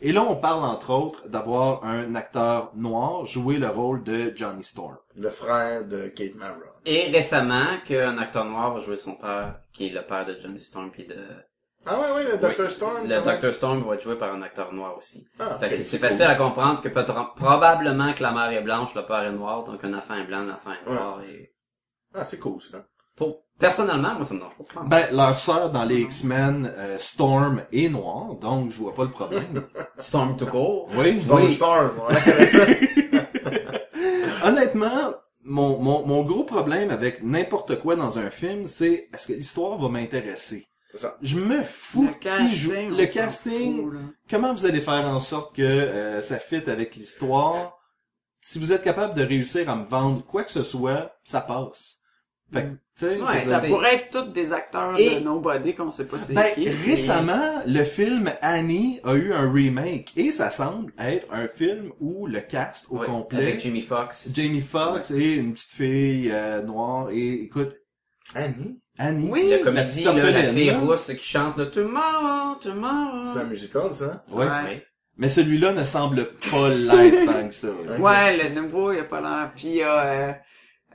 Speaker 1: Et là, on parle entre autres d'avoir un acteur noir jouer le rôle de Johnny Storm.
Speaker 3: Le frère de Kate Mara.
Speaker 2: Et récemment, qu'un acteur noir va jouer son père, qui est le père de Johnny Storm puis de...
Speaker 3: Ah ouais, ouais, le Dr.
Speaker 2: Oui.
Speaker 3: Storm.
Speaker 2: Le
Speaker 3: ça va?
Speaker 2: Dr. Storm va être joué par un acteur noir aussi.
Speaker 3: Ah,
Speaker 2: Fait
Speaker 3: ok,
Speaker 2: que c'est
Speaker 3: cool.
Speaker 2: facile à comprendre que peut-être- probablement que la mère est blanche, le père est noir, donc un enfant est blanc, l'enfant est noir. Et...
Speaker 3: Ah, c'est cool, ça.
Speaker 2: Pour... Personnellement, moi, ça me dérange pas. de prendre.
Speaker 1: Ben, leur sœur dans les X-Men, euh, Storm est noire, donc je vois pas le problème.
Speaker 2: Storm tout court.
Speaker 1: Oui,
Speaker 3: Storm,
Speaker 2: Oui.
Speaker 3: Storm, ouais.
Speaker 1: Honnêtement, mon, mon, mon gros problème avec n'importe quoi dans un film, c'est est-ce que l'histoire va m'intéresser?
Speaker 3: C'est ça.
Speaker 1: Je me fous qui joue. Le casting, comment vous allez faire en sorte que euh, ça fitte avec l'histoire? Si vous êtes capable de réussir à me vendre quoi que ce soit, ça passe. Fait que, tu sais, je
Speaker 2: Ouais,
Speaker 1: veux
Speaker 2: ça
Speaker 1: dire-
Speaker 2: C'est-
Speaker 6: Pourrait être tous des acteurs
Speaker 2: Et-
Speaker 6: de Nobody qu'on sait pas c'est
Speaker 1: ben,
Speaker 6: qui. mais-
Speaker 1: récemment, le film Annie a eu un remake et ça semble être un film où le cast au
Speaker 2: Ouais,
Speaker 1: complet,
Speaker 2: Avec Jimmy Fox.
Speaker 1: Jamie Foxx et une petite fille euh, noire et écoute
Speaker 3: Annie,
Speaker 1: Annie.
Speaker 6: Oui,
Speaker 2: Le
Speaker 1: la petite
Speaker 2: comédie, là, la
Speaker 1: orpheline, hein?
Speaker 2: fille
Speaker 1: là.
Speaker 2: rousse là, qui chante, là, tomorrow,
Speaker 3: c'est un
Speaker 2: tomorrow.
Speaker 3: musical, ça?
Speaker 1: Ouais.
Speaker 2: Ouais.
Speaker 1: Mais celui-là ne semble pas l'être tant que ça.
Speaker 3: Ouais.
Speaker 6: Ouais, le nouveau, il a pas l'air. Puis il y a euh,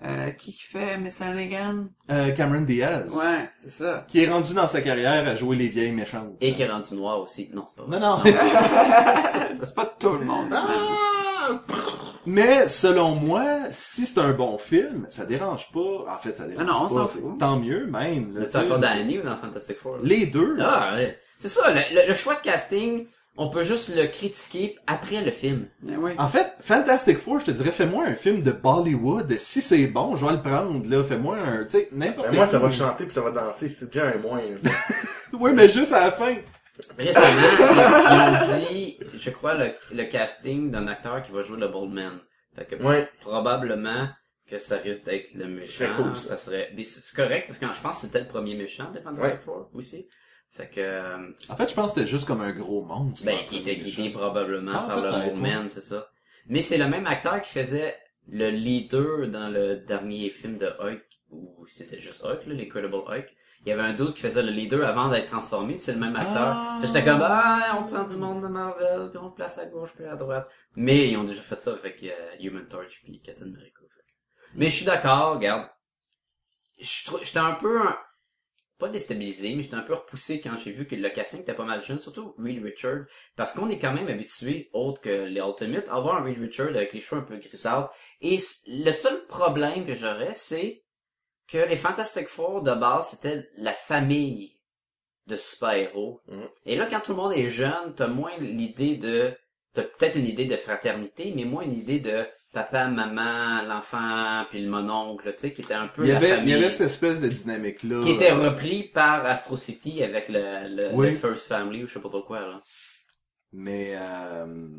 Speaker 6: euh, qui qui fait Miss Hannigan?
Speaker 1: Euh, Cameron Diaz,
Speaker 6: Ouais, c'est ça.
Speaker 1: qui est rendu dans sa carrière à jouer les vieilles méchantes.
Speaker 2: Et Ah qui est rendu noir aussi. Non, c'est pas vrai.
Speaker 1: Non, non.
Speaker 6: C'est pas tout le monde.
Speaker 2: Ah!
Speaker 3: Ah!
Speaker 1: Mais selon moi, si c'est un bon film, ça dérange pas. En fait, ça dérange
Speaker 6: Ah non, on
Speaker 1: pas.
Speaker 6: s'en fout.
Speaker 1: c'est- Tant mieux même. là,
Speaker 2: Mais
Speaker 1: tu
Speaker 2: t'es
Speaker 1: sais,
Speaker 2: encore
Speaker 1: je
Speaker 2: dans
Speaker 1: veux dire.
Speaker 2: Annie ou dans Fantastic Four? là?
Speaker 1: Les deux.
Speaker 2: Ah, ouais. C'est ça, le, le- le choix de casting, on peut juste le critiquer après le film.
Speaker 6: Mais oui.
Speaker 1: En fait, Fantastic Four, je te dirais, fais-moi un film de Bollywood. Si c'est bon, je vais le prendre. Là, fais-moi un, tu sais, n'importe.
Speaker 3: Ben, moi, ça
Speaker 1: quoi.
Speaker 3: va chanter puis ça va danser. C'est déjà un moins. là.
Speaker 1: Oui, mais juste à la fin.
Speaker 2: Récemment, ils, ils ont dit, je crois, le, le casting d'un acteur qui va jouer le Boldman. Fait que
Speaker 3: Ouais.
Speaker 2: probablement que ça risque d'être le
Speaker 3: serait
Speaker 2: méchant.
Speaker 3: cool,
Speaker 2: ça.
Speaker 3: ça.
Speaker 2: serait. Mais c'est c'est correct parce que je pense que c'était le premier méchant de Fantastic
Speaker 3: Ouais.
Speaker 2: Four aussi. Fait que euh,
Speaker 1: En fait, je pense que c'était juste comme un gros monstre.
Speaker 2: ben qui était guidé probablement
Speaker 1: Ah,
Speaker 2: par le
Speaker 1: peut-être,
Speaker 2: Boldman, c'est ça. Mais c'est le même acteur qui faisait le leader dans le dernier film de Hulk où c'était juste Hulk, là, l'Incredible Hulk. Il y avait un doute qui faisait le leader avant d'être transformé, puis c'est le même acteur.
Speaker 1: Ah.
Speaker 2: Fait que J'étais comme ah, on prend du monde de Marvel, puis on le place à gauche puis à droite. Mais ils ont déjà fait ça avec euh, Human Torch puis Captain America. Fait que- Mais je suis d'accord, regarde. Je trou- J'étais un peu un- pas déstabilisé, mais j'étais un peu repoussé quand j'ai vu que le casting était pas mal jeune, surtout Reed Richard, parce qu'on est quand même habitué, autre que les Ultimates, à avoir un Reed Richard avec les cheveux un peu grisâtres. Et s- le seul problème que j'aurais, c'est que les Fantastic Four de base c'était la famille de super-héros.
Speaker 1: Mm.
Speaker 3: Mhm.
Speaker 2: Et là, quand tout le monde est jeune, t'as moins l'idée de, t'as peut-être une idée de fraternité, mais moins une idée de papa, maman, l'enfant, puis le mononcle, tu sais, qui était un peu
Speaker 1: Il y
Speaker 2: la
Speaker 1: avait, il
Speaker 2: famille
Speaker 1: y avait cette espèce de euh, dynamique là.
Speaker 2: qui était repris par Astro City avec le, le,
Speaker 1: Oui.
Speaker 2: le First Family ou je sais pas trop quoi là.
Speaker 1: Mais euh,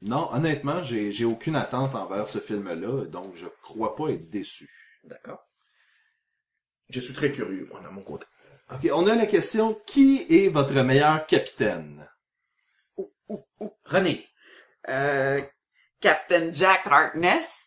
Speaker 1: non, honnêtement, j'ai j'ai aucune attente envers ce film-là, donc je crois pas être déçu.
Speaker 2: D'accord.
Speaker 3: Je suis très curieux, moi, de mon côté.
Speaker 1: Ok, on a la question qui est votre meilleur capitaine
Speaker 2: René,
Speaker 6: Euh, Captain Jack Harkness.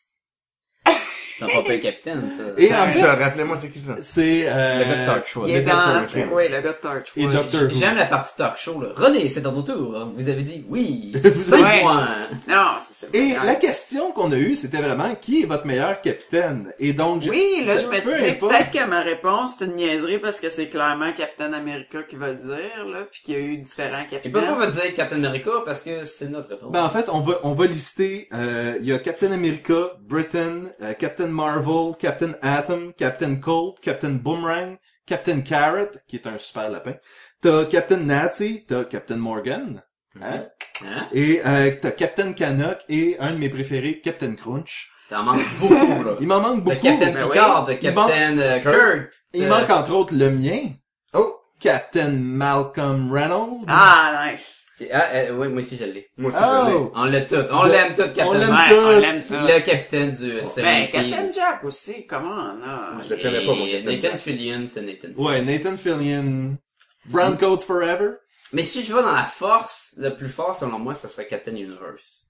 Speaker 2: c'est un pas un capitaine ça.
Speaker 1: Et en
Speaker 3: Qui
Speaker 1: fait,
Speaker 3: ça? Rappelez-moi, c'est qui ça?
Speaker 1: c'est euh,
Speaker 2: le gars de Torchwood.
Speaker 6: Il est
Speaker 1: le
Speaker 6: dans...
Speaker 1: Doctor Who.
Speaker 6: Oui, le gars de Torchwood.
Speaker 1: Et Doctor Who.
Speaker 2: J'aime la partie talk show là. René, c'est à ton tour. Vous avez dit oui.
Speaker 1: Vous
Speaker 2: Cinq
Speaker 6: avez-
Speaker 2: points.
Speaker 6: Non, c'est ça.
Speaker 1: Et la question qu'on a eue, c'était vraiment qui est votre meilleur capitaine Et donc je-
Speaker 6: Oui, là, je me
Speaker 1: peu
Speaker 6: suis dit,
Speaker 1: importe.
Speaker 6: peut-être que ma réponse, c'est une niaiserie parce que c'est clairement Captain America qui va le dire, là, puis qu'il y a eu différents
Speaker 2: Et pourquoi on va
Speaker 6: capitaines.
Speaker 2: dire Captain America parce que c'est notre réponse.
Speaker 1: Ben en fait, on va on va lister. euh, Il y a Captain America, Britain, euh, Captain Marvel, Captain Atom, Captain Cold, Captain Boomerang, Captain Carrot, qui est un super lapin. T'as Captain Nazi, t'as Captain Morgan, hein?
Speaker 6: Mhm.
Speaker 2: Hein?
Speaker 1: Et euh, t'as Captain Canuck et un de mes préférés, Captain Crunch.
Speaker 2: T'en manques beaucoup là.
Speaker 1: Il m'en manque
Speaker 2: De
Speaker 1: beaucoup.
Speaker 2: Captain
Speaker 6: ben oui.
Speaker 2: Picard, de
Speaker 1: Il
Speaker 2: Captain euh, Kirk.
Speaker 1: Il
Speaker 2: de-
Speaker 1: manque entre autres le mien,
Speaker 3: Oh!
Speaker 1: Captain Malcolm Reynolds.
Speaker 6: Ah, nice.
Speaker 2: C'est- Ah, euh, oui, moi aussi je l'ai.
Speaker 3: Moi aussi, je l'ai.
Speaker 1: Oh!
Speaker 2: On l'a tout. On
Speaker 1: De-
Speaker 2: l'aime tout,
Speaker 1: on
Speaker 2: Captain.
Speaker 1: l'aime
Speaker 6: Ouais,
Speaker 1: tout.
Speaker 6: on l'aime tout.
Speaker 2: Le capitaine du
Speaker 6: Ben,
Speaker 2: Seventy.
Speaker 6: Captain Jack aussi, comment, là?
Speaker 3: Je le connais pas, moi, Captain
Speaker 2: Nathan
Speaker 3: Jack.
Speaker 2: Fillion, c'est Nathan.
Speaker 1: Ouais, Nathan Fillion. Brown Coats Forever.
Speaker 2: Mais si je vais dans la force, le plus fort selon moi, ça serait Captain Universe.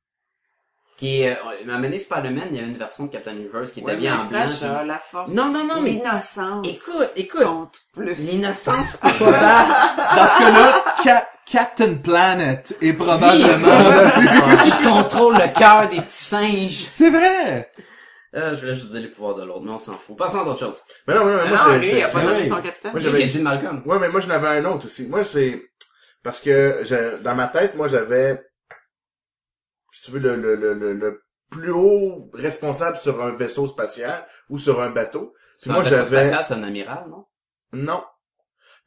Speaker 2: Qui est, euh, à un moment donné, Spider-Man, il y avait une version de Captain Universe qui était
Speaker 4: Ouais,
Speaker 2: bien
Speaker 4: mais
Speaker 2: en blanc.
Speaker 4: Sacha, la force.
Speaker 2: Non, non, non, mais
Speaker 4: L'innocence.
Speaker 2: écoute, écoute,
Speaker 4: Compte plus.
Speaker 2: l'innocence peut pas battre.
Speaker 1: Dans ce cas-là, Ca- Captain Planet est probablement...
Speaker 2: Il contrôle le cœur des petits singes.
Speaker 1: C'est vrai!
Speaker 2: Euh, je voulais juste dire les pouvoirs de l'autre, mais on s'en fout. Passons à d'autres choses.
Speaker 3: Mais Ben non, mais non,
Speaker 4: Ah
Speaker 3: moi,
Speaker 4: non,
Speaker 3: j'ai-
Speaker 4: lui,
Speaker 3: j'ai-
Speaker 4: il a pas
Speaker 3: j'ai-
Speaker 4: nommé
Speaker 3: oui.
Speaker 4: son capitaine.
Speaker 3: Moi,
Speaker 2: Il
Speaker 3: j'avais-
Speaker 2: y a Jim Malcolm.
Speaker 3: Ouais, mais moi, j'en avais un autre aussi. Moi, c'est... Parce que j'ai- dans ma tête, moi, j'avais... Si tu veux, le, le, le, le, le plus haut responsable sur un vaisseau spatial ou sur un bateau. Puis
Speaker 2: C'est un
Speaker 3: moi,
Speaker 2: vaisseau
Speaker 3: j'avais...
Speaker 2: spatial, c'est un amiral, non?
Speaker 3: Non.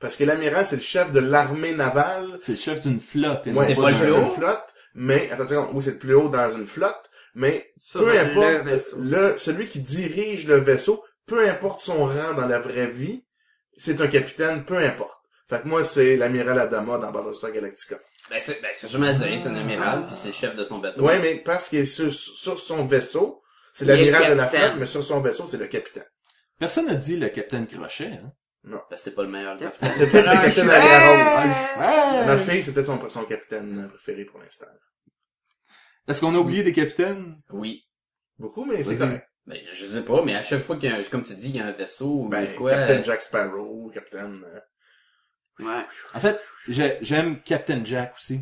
Speaker 3: Parce que l'amiral, c'est le chef de l'armée navale.
Speaker 1: C'est le chef d'une flotte. et
Speaker 3: Ouais,
Speaker 2: c'est
Speaker 1: non
Speaker 2: pas le
Speaker 1: d'un-
Speaker 2: plus
Speaker 3: d'une
Speaker 2: haut?
Speaker 3: flotte, mais, attends une seconde, oui, c'est le plus haut dans une flotte, mais
Speaker 4: Sur
Speaker 3: peu
Speaker 4: le
Speaker 3: importe,
Speaker 4: vaisseau.
Speaker 3: le, celui qui dirige le vaisseau, peu importe son rang dans la vraie vie, c'est un capitaine, peu importe. Fait que moi, c'est l'amiral Adama dans Battlestar Galactica.
Speaker 2: Ben, c'est, ben, c'est jamais à dire, c'est un amiral, puis c'est le chef de son bateau.
Speaker 3: Ouais, mais parce qu'il est sur, sur son vaisseau, c'est
Speaker 4: Il est
Speaker 3: l'amiral de la
Speaker 4: capitaine.
Speaker 3: flotte, mais sur son vaisseau, c'est le capitaine.
Speaker 1: Personne n'a dit le Captain Crochet. Hein?
Speaker 2: Ben, c'est pas le meilleur.
Speaker 4: Yep.
Speaker 2: capitaine.
Speaker 3: C'est peut-être
Speaker 1: Ah,
Speaker 3: le capitaine
Speaker 2: Ah,
Speaker 3: à la rose.
Speaker 1: Ouais.
Speaker 3: Ma fille, c'était son, son capitaine préféré pour l'instant.
Speaker 1: Est-ce qu'on a oublié des capitaines?
Speaker 2: Oui.
Speaker 3: Beaucoup, mais c'est
Speaker 1: Vas-y.
Speaker 3: correct.
Speaker 2: Ben, je, je sais pas, mais à chaque fois qu'il y a un, comme tu dis, il y a un vaisseau ou
Speaker 3: Ben,
Speaker 2: quoi.
Speaker 3: Captain Jack Sparrow, Captain... euh,
Speaker 4: Ouais.
Speaker 1: En fait, j'ai- j'aime Captain Jack aussi.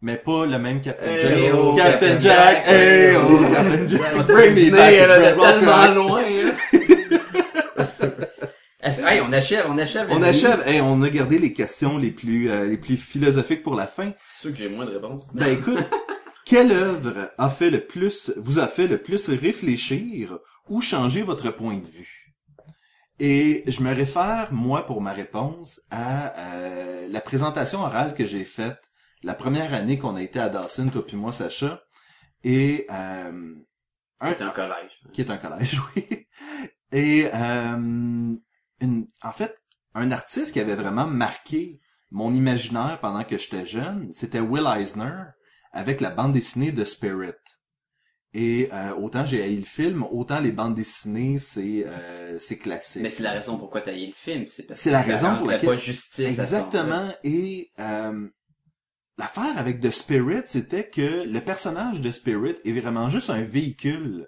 Speaker 1: Mais pas le même Captain
Speaker 3: Eh
Speaker 1: Jack.
Speaker 2: oh,
Speaker 1: Captain
Speaker 2: Captain
Speaker 1: Jack,
Speaker 2: Jack,
Speaker 1: hey,
Speaker 2: eh
Speaker 1: oh,
Speaker 2: oh.
Speaker 1: Captain Jack,
Speaker 2: On t'a
Speaker 1: bring me
Speaker 2: dessiné,
Speaker 1: back
Speaker 2: elle
Speaker 1: the
Speaker 2: était
Speaker 1: Red
Speaker 2: tellement
Speaker 1: Rock.
Speaker 2: loin, hein. Est-ce- hey, on achève, on achève.
Speaker 1: On
Speaker 2: les amis.
Speaker 1: achève, hey, on a gardé les questions les plus, euh, les plus philosophiques pour la fin.
Speaker 2: C'est sûr que j'ai moins de réponses.
Speaker 1: Ben écoute, quelle œuvre a fait le plus, vous a fait le plus réfléchir ou changer votre point de vue Et je me réfère moi pour ma réponse à euh, la présentation orale que j'ai faite la première année qu'on a été à Dawson, toi puis moi, Sacha, et euh, un-
Speaker 2: T'es en collège.
Speaker 1: qui est un collège, oui. Et euh, une, en fait, un artiste qui avait vraiment marqué mon imaginaire pendant que j'étais jeune, c'était Will Eisner avec la bande dessinée de Spirit. Et euh, autant j'ai haï le film, autant les bandes dessinées, c'est euh, c'est classique.
Speaker 2: Mais c'est la raison pourquoi t'as haï le film, c'est parce que
Speaker 1: C'est la
Speaker 2: ça
Speaker 1: raison pour
Speaker 2: rendait
Speaker 1: laquelle-
Speaker 2: pas justice à ce temps-là.
Speaker 1: Exactement. Et euh, l'affaire avec The Spirit, c'était que le personnage de Spirit est vraiment juste un véhicule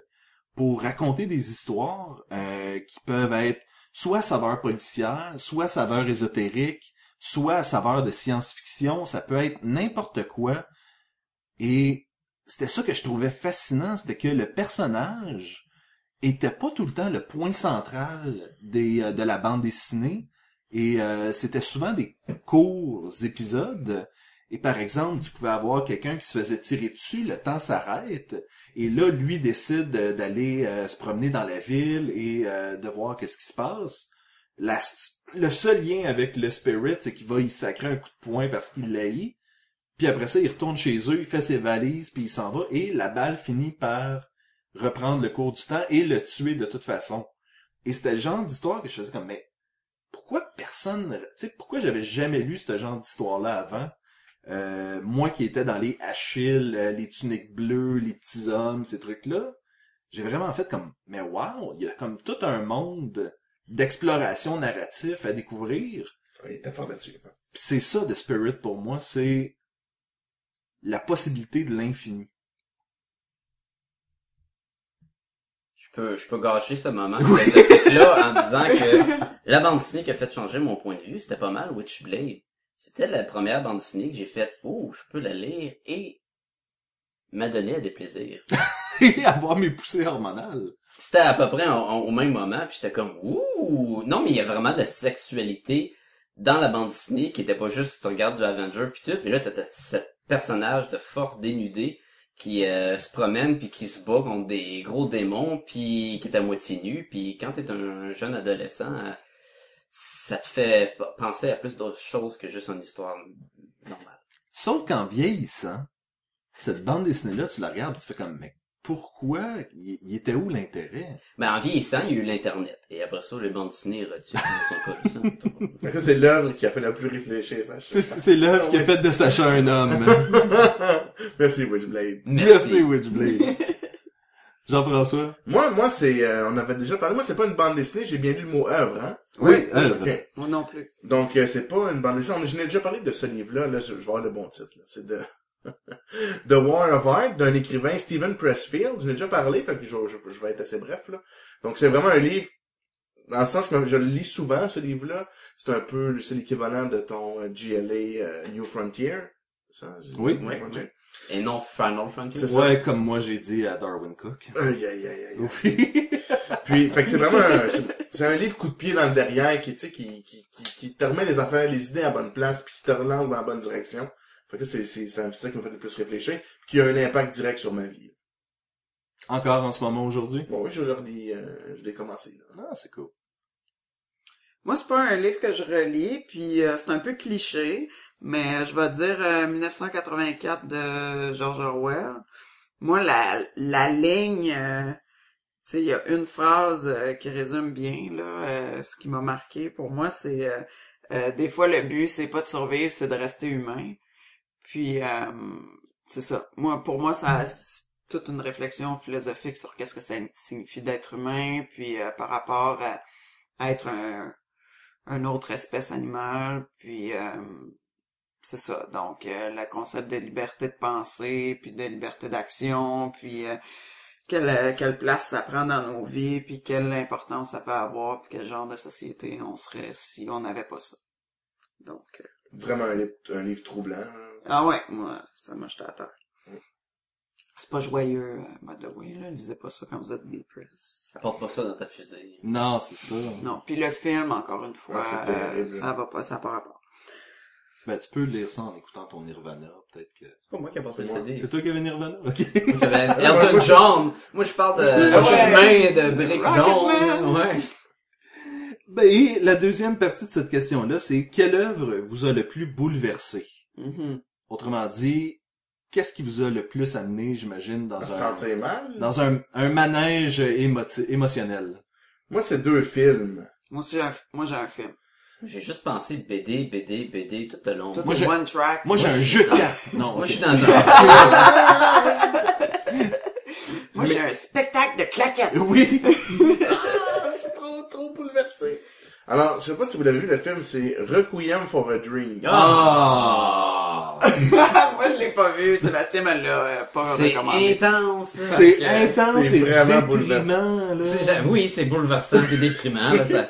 Speaker 1: pour raconter des histoires euh, qui peuvent être soit à saveur policière, soit à saveur ésotérique, soit à saveur de science-fiction. Ça peut être n'importe quoi. Et c'était ça que je trouvais fascinant, c'était que le personnage était pas tout le temps le point central des, euh, de la bande dessinée, et euh, c'était souvent des courts épisodes. Et par exemple, tu pouvais avoir quelqu'un qui se faisait tirer dessus, le temps s'arrête, et là, lui décide euh, d'aller euh, se promener dans la ville et euh, de voir qu'est-ce qui se passe. La- le seul lien avec le spirit, c'est qu'il va y sacrer un coup de poing parce qu'il l'a Puis après ça, il retourne chez eux, il fait ses valises, puis il s'en va, et la balle finit par reprendre le cours du temps et le tuer de toute façon. Et c'était le genre d'histoire que je faisais comme, mais pourquoi personne, tu sais, pourquoi j'avais jamais lu ce genre d'histoire-là avant? Euh, moi qui étais dans les Achilles, euh, les tuniques bleues, les petits hommes, ces trucs-là, j'ai vraiment fait comme, mais wow, il y a comme tout un monde d'exploration narratif à découvrir.
Speaker 3: Il était fort là-dessus.
Speaker 1: Puis c'est ça, The Spirit, pour moi, c'est la possibilité de l'infini.
Speaker 2: Je peux, je peux gâcher ce moment là en disant que la bande dessinée qui a fait changer mon point de vue, c'était pas mal Witchblade. C'était la première bande dessinée que j'ai faite, oh, je peux la lire et m'adonner à des plaisirs.
Speaker 1: Et avoir mes poussées hormonales.
Speaker 2: C'était à peu près en- en- au même moment, puis j'étais comme, ouh, non, mais il y a vraiment de la sexualité dans la bande dessinée qui était pas juste, tu regardes du Avenger puis tout, puis là, t'as t'as ce personnage de force dénudée qui euh, se promène puis qui se bat contre des gros démons puis qui est à moitié nu, puis quand t'es un jeune adolescent, euh, ça te fait p- penser à plus d'autres choses que juste une histoire normale.
Speaker 1: Sauf qu'en vieillissant, cette bande dessinée-là, tu la regardes et tu fais comme, mais pourquoi, il il était où l'intérêt?
Speaker 2: Mais Ben, en vieillissant, il y a eu l'Internet, et après ça, les bandes dessinées retirent son col.
Speaker 3: Mais ça, c'est l'œuvre qui a fait le plus réfléchir, ça.
Speaker 1: C'est- C'est l'œuvre qui a fait de Sacha un homme. hein.
Speaker 3: Merci, Witchblade.
Speaker 1: Merci, Witchblade. Jean-François.
Speaker 3: Moi, moi, c'est, euh, on avait déjà parlé. Moi, c'est pas une bande dessinée. J'ai bien lu le mot œuvre, hein.
Speaker 1: Oui, œuvre.
Speaker 3: Ok.
Speaker 6: Moi non plus.
Speaker 3: Donc, euh, c'est pas une bande dessinée. On- Je n'ai déjà parlé de ce livre-là. Là, je, je vais avoir le bon titre. là. C'est de The War of Art d'un écrivain Stephen Pressfield. Je n'ai déjà parlé, fait que je, je- je vais être assez bref. Là. Donc, c'est vraiment un livre, dans le sens que je le lis souvent, ce livre-là. C'est un peu c'est l'équivalent de ton euh, GLA euh, New Frontier. C'est Ça, j'ai-
Speaker 1: Oui.
Speaker 3: New
Speaker 2: Oui,
Speaker 3: Frontier?
Speaker 2: Et non Final Frontier.
Speaker 3: C'est ça.
Speaker 1: Ouais, comme moi j'ai dit à Darwin Cook.
Speaker 3: Aïe, aïe, aïe, aïe.
Speaker 1: Oui.
Speaker 3: Puis, fait que c'est vraiment un, c'est- c'est un livre coup de pied dans le derrière qui, tu sais, qui, qui, qui, qui te remet les affaires, les idées à la bonne place, puis qui te relance dans la bonne direction. Fait que ça, c'est, c'est, c'est ça qui me fait le plus réfléchir, puis qui a un impact direct sur ma vie.
Speaker 1: Encore en ce moment aujourd'hui.
Speaker 3: Bon, oui, je leur dis, euh, je l'ai commencé, là.
Speaker 1: Ah, c'est cool.
Speaker 6: Moi, c'est pas un livre que je relis, puis euh, c'est un peu cliché, mais euh, je vais dire euh, 1984 de George Orwell. Moi, la, la ligne, euh, tu sais, il y a une phrase euh, qui résume bien là, euh, ce qui m'a marqué pour moi, c'est euh, euh, des fois le but, c'est pas de survivre, c'est de rester humain. Puis euh, c'est ça. Moi, pour moi, ça c'est toute une réflexion philosophique sur qu'est-ce que ça signifie d'être humain, puis euh, par rapport à, à être un, un autre espèce animale, puis euh, c'est ça. Donc, euh, le concept de liberté de pensée, puis de liberté d'action, puis euh, quelle, euh, quelle place ça prend dans nos vies, puis quelle importance ça peut avoir, puis quel genre de société on serait si on n'avait pas ça. Donc, euh,
Speaker 3: Vraiment un livre, un livre troublant.
Speaker 6: ah ouais, moi, ça m'a jeté à terre. C'est pas joyeux, euh, by the way, là. Lisez pas ça quand vous êtes depressed.
Speaker 2: Porte pas ça dans ta fusée.
Speaker 1: Non, c'est ça.
Speaker 6: Non, puis le film, encore une fois,
Speaker 3: Ouais, Ah, c'est terrible,
Speaker 6: euh,
Speaker 3: là.
Speaker 6: ça va pas, ça n'a pas rapport.
Speaker 1: Ben, tu peux lire ça en écoutant ton Nirvana, peut-être que...
Speaker 2: C'est pas moi qui ai porté le
Speaker 3: C'est moi.
Speaker 2: CD.
Speaker 1: C'est toi qui avais Nirvana? Ok.
Speaker 2: J'avais
Speaker 3: Ouais,
Speaker 2: Elton
Speaker 3: moi, je-
Speaker 2: John. Moi, je parle de
Speaker 1: Ouais.
Speaker 2: chemin de briques
Speaker 6: Rocketman.
Speaker 2: jaunes. Ouais.
Speaker 1: Ben, et la deuxième partie de cette question-là, c'est quelle œuvre vous a le plus bouleversé?
Speaker 6: Mhm.
Speaker 1: Autrement dit, qu'est-ce qui vous a le plus amené, j'imagine, dans
Speaker 3: Dans se
Speaker 1: un,
Speaker 3: sentir mal.
Speaker 1: dans un, un manège émoti- émotionnel?
Speaker 3: Moi, c'est deux films.
Speaker 6: Moi aussi, j'ai un, moi, j'ai un film.
Speaker 2: J'ai juste pensé BD, BD, BD tout le long.
Speaker 6: Tout
Speaker 1: Moi,
Speaker 6: est
Speaker 1: j'ai-
Speaker 6: one track.
Speaker 1: Moi, j'ai un jeu de cartes. Non,
Speaker 2: Moi,
Speaker 1: ok.
Speaker 2: je suis dans un...
Speaker 6: Moi, j'ai un spectacle de claquettes.
Speaker 1: Oui.
Speaker 3: Ah, c'est trop, trop bouleversé. Alors, je sais pas si vous l'avez vu, le film, c'est Requiem for a Dream.
Speaker 2: Ah!
Speaker 6: moi, je l'ai pas vu. Sébastien me l'a euh, pas
Speaker 2: C'est
Speaker 6: recommandé.
Speaker 2: intense. là, parce
Speaker 1: C'est
Speaker 2: que-
Speaker 1: intense,
Speaker 3: c'est
Speaker 1: c'est
Speaker 3: vraiment
Speaker 1: déprimant, là.
Speaker 2: C'est ja- Oui, c'est bouleversant et déprimant. là, ça-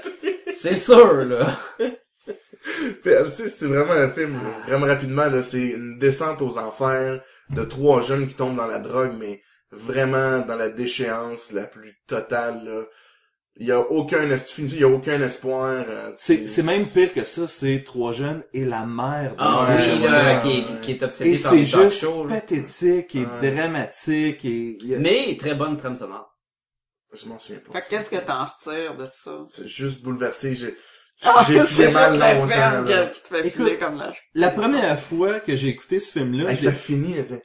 Speaker 2: C'est sûr, là.
Speaker 3: Puis, C'est c'est vraiment un film, vraiment rapidement, là, c'est une descente aux enfers de trois jeunes qui tombent dans la drogue, mais vraiment dans la déchéance la plus totale. là. Il y a aucun es- fini, il y a aucun espoir. euh,
Speaker 1: C'est c'est même pire que ça, c'est trois jeunes et la mère de
Speaker 2: Ah
Speaker 1: ces
Speaker 3: Ouais,
Speaker 2: oui,
Speaker 1: jeunes-là.
Speaker 2: là,
Speaker 3: ouais,
Speaker 2: qui, est-
Speaker 3: ouais.
Speaker 2: qui est obsédé
Speaker 1: Et
Speaker 2: par les
Speaker 1: c'est
Speaker 2: talk
Speaker 1: juste
Speaker 2: shows. là.
Speaker 1: pathétique et
Speaker 3: Ouais.
Speaker 1: dramatique et... il y a-
Speaker 2: Mais très bonne trame sonore.
Speaker 3: Je m'en souviens pas.
Speaker 6: Fait que qu'est-ce que t'en retires de ça?
Speaker 3: C'est juste bouleversé. J'ai
Speaker 6: Ah,
Speaker 3: j'ai
Speaker 6: c'est
Speaker 3: filé
Speaker 6: juste
Speaker 3: mal
Speaker 6: la
Speaker 3: longtemps.
Speaker 6: ferme
Speaker 3: là.
Speaker 6: qui qui te fait
Speaker 1: Écoute.
Speaker 6: filer comme la...
Speaker 1: La première fois que j'ai écouté ce film-là,
Speaker 3: Hey,
Speaker 1: je
Speaker 3: ça
Speaker 1: l'ai-
Speaker 3: finit. là, t'es-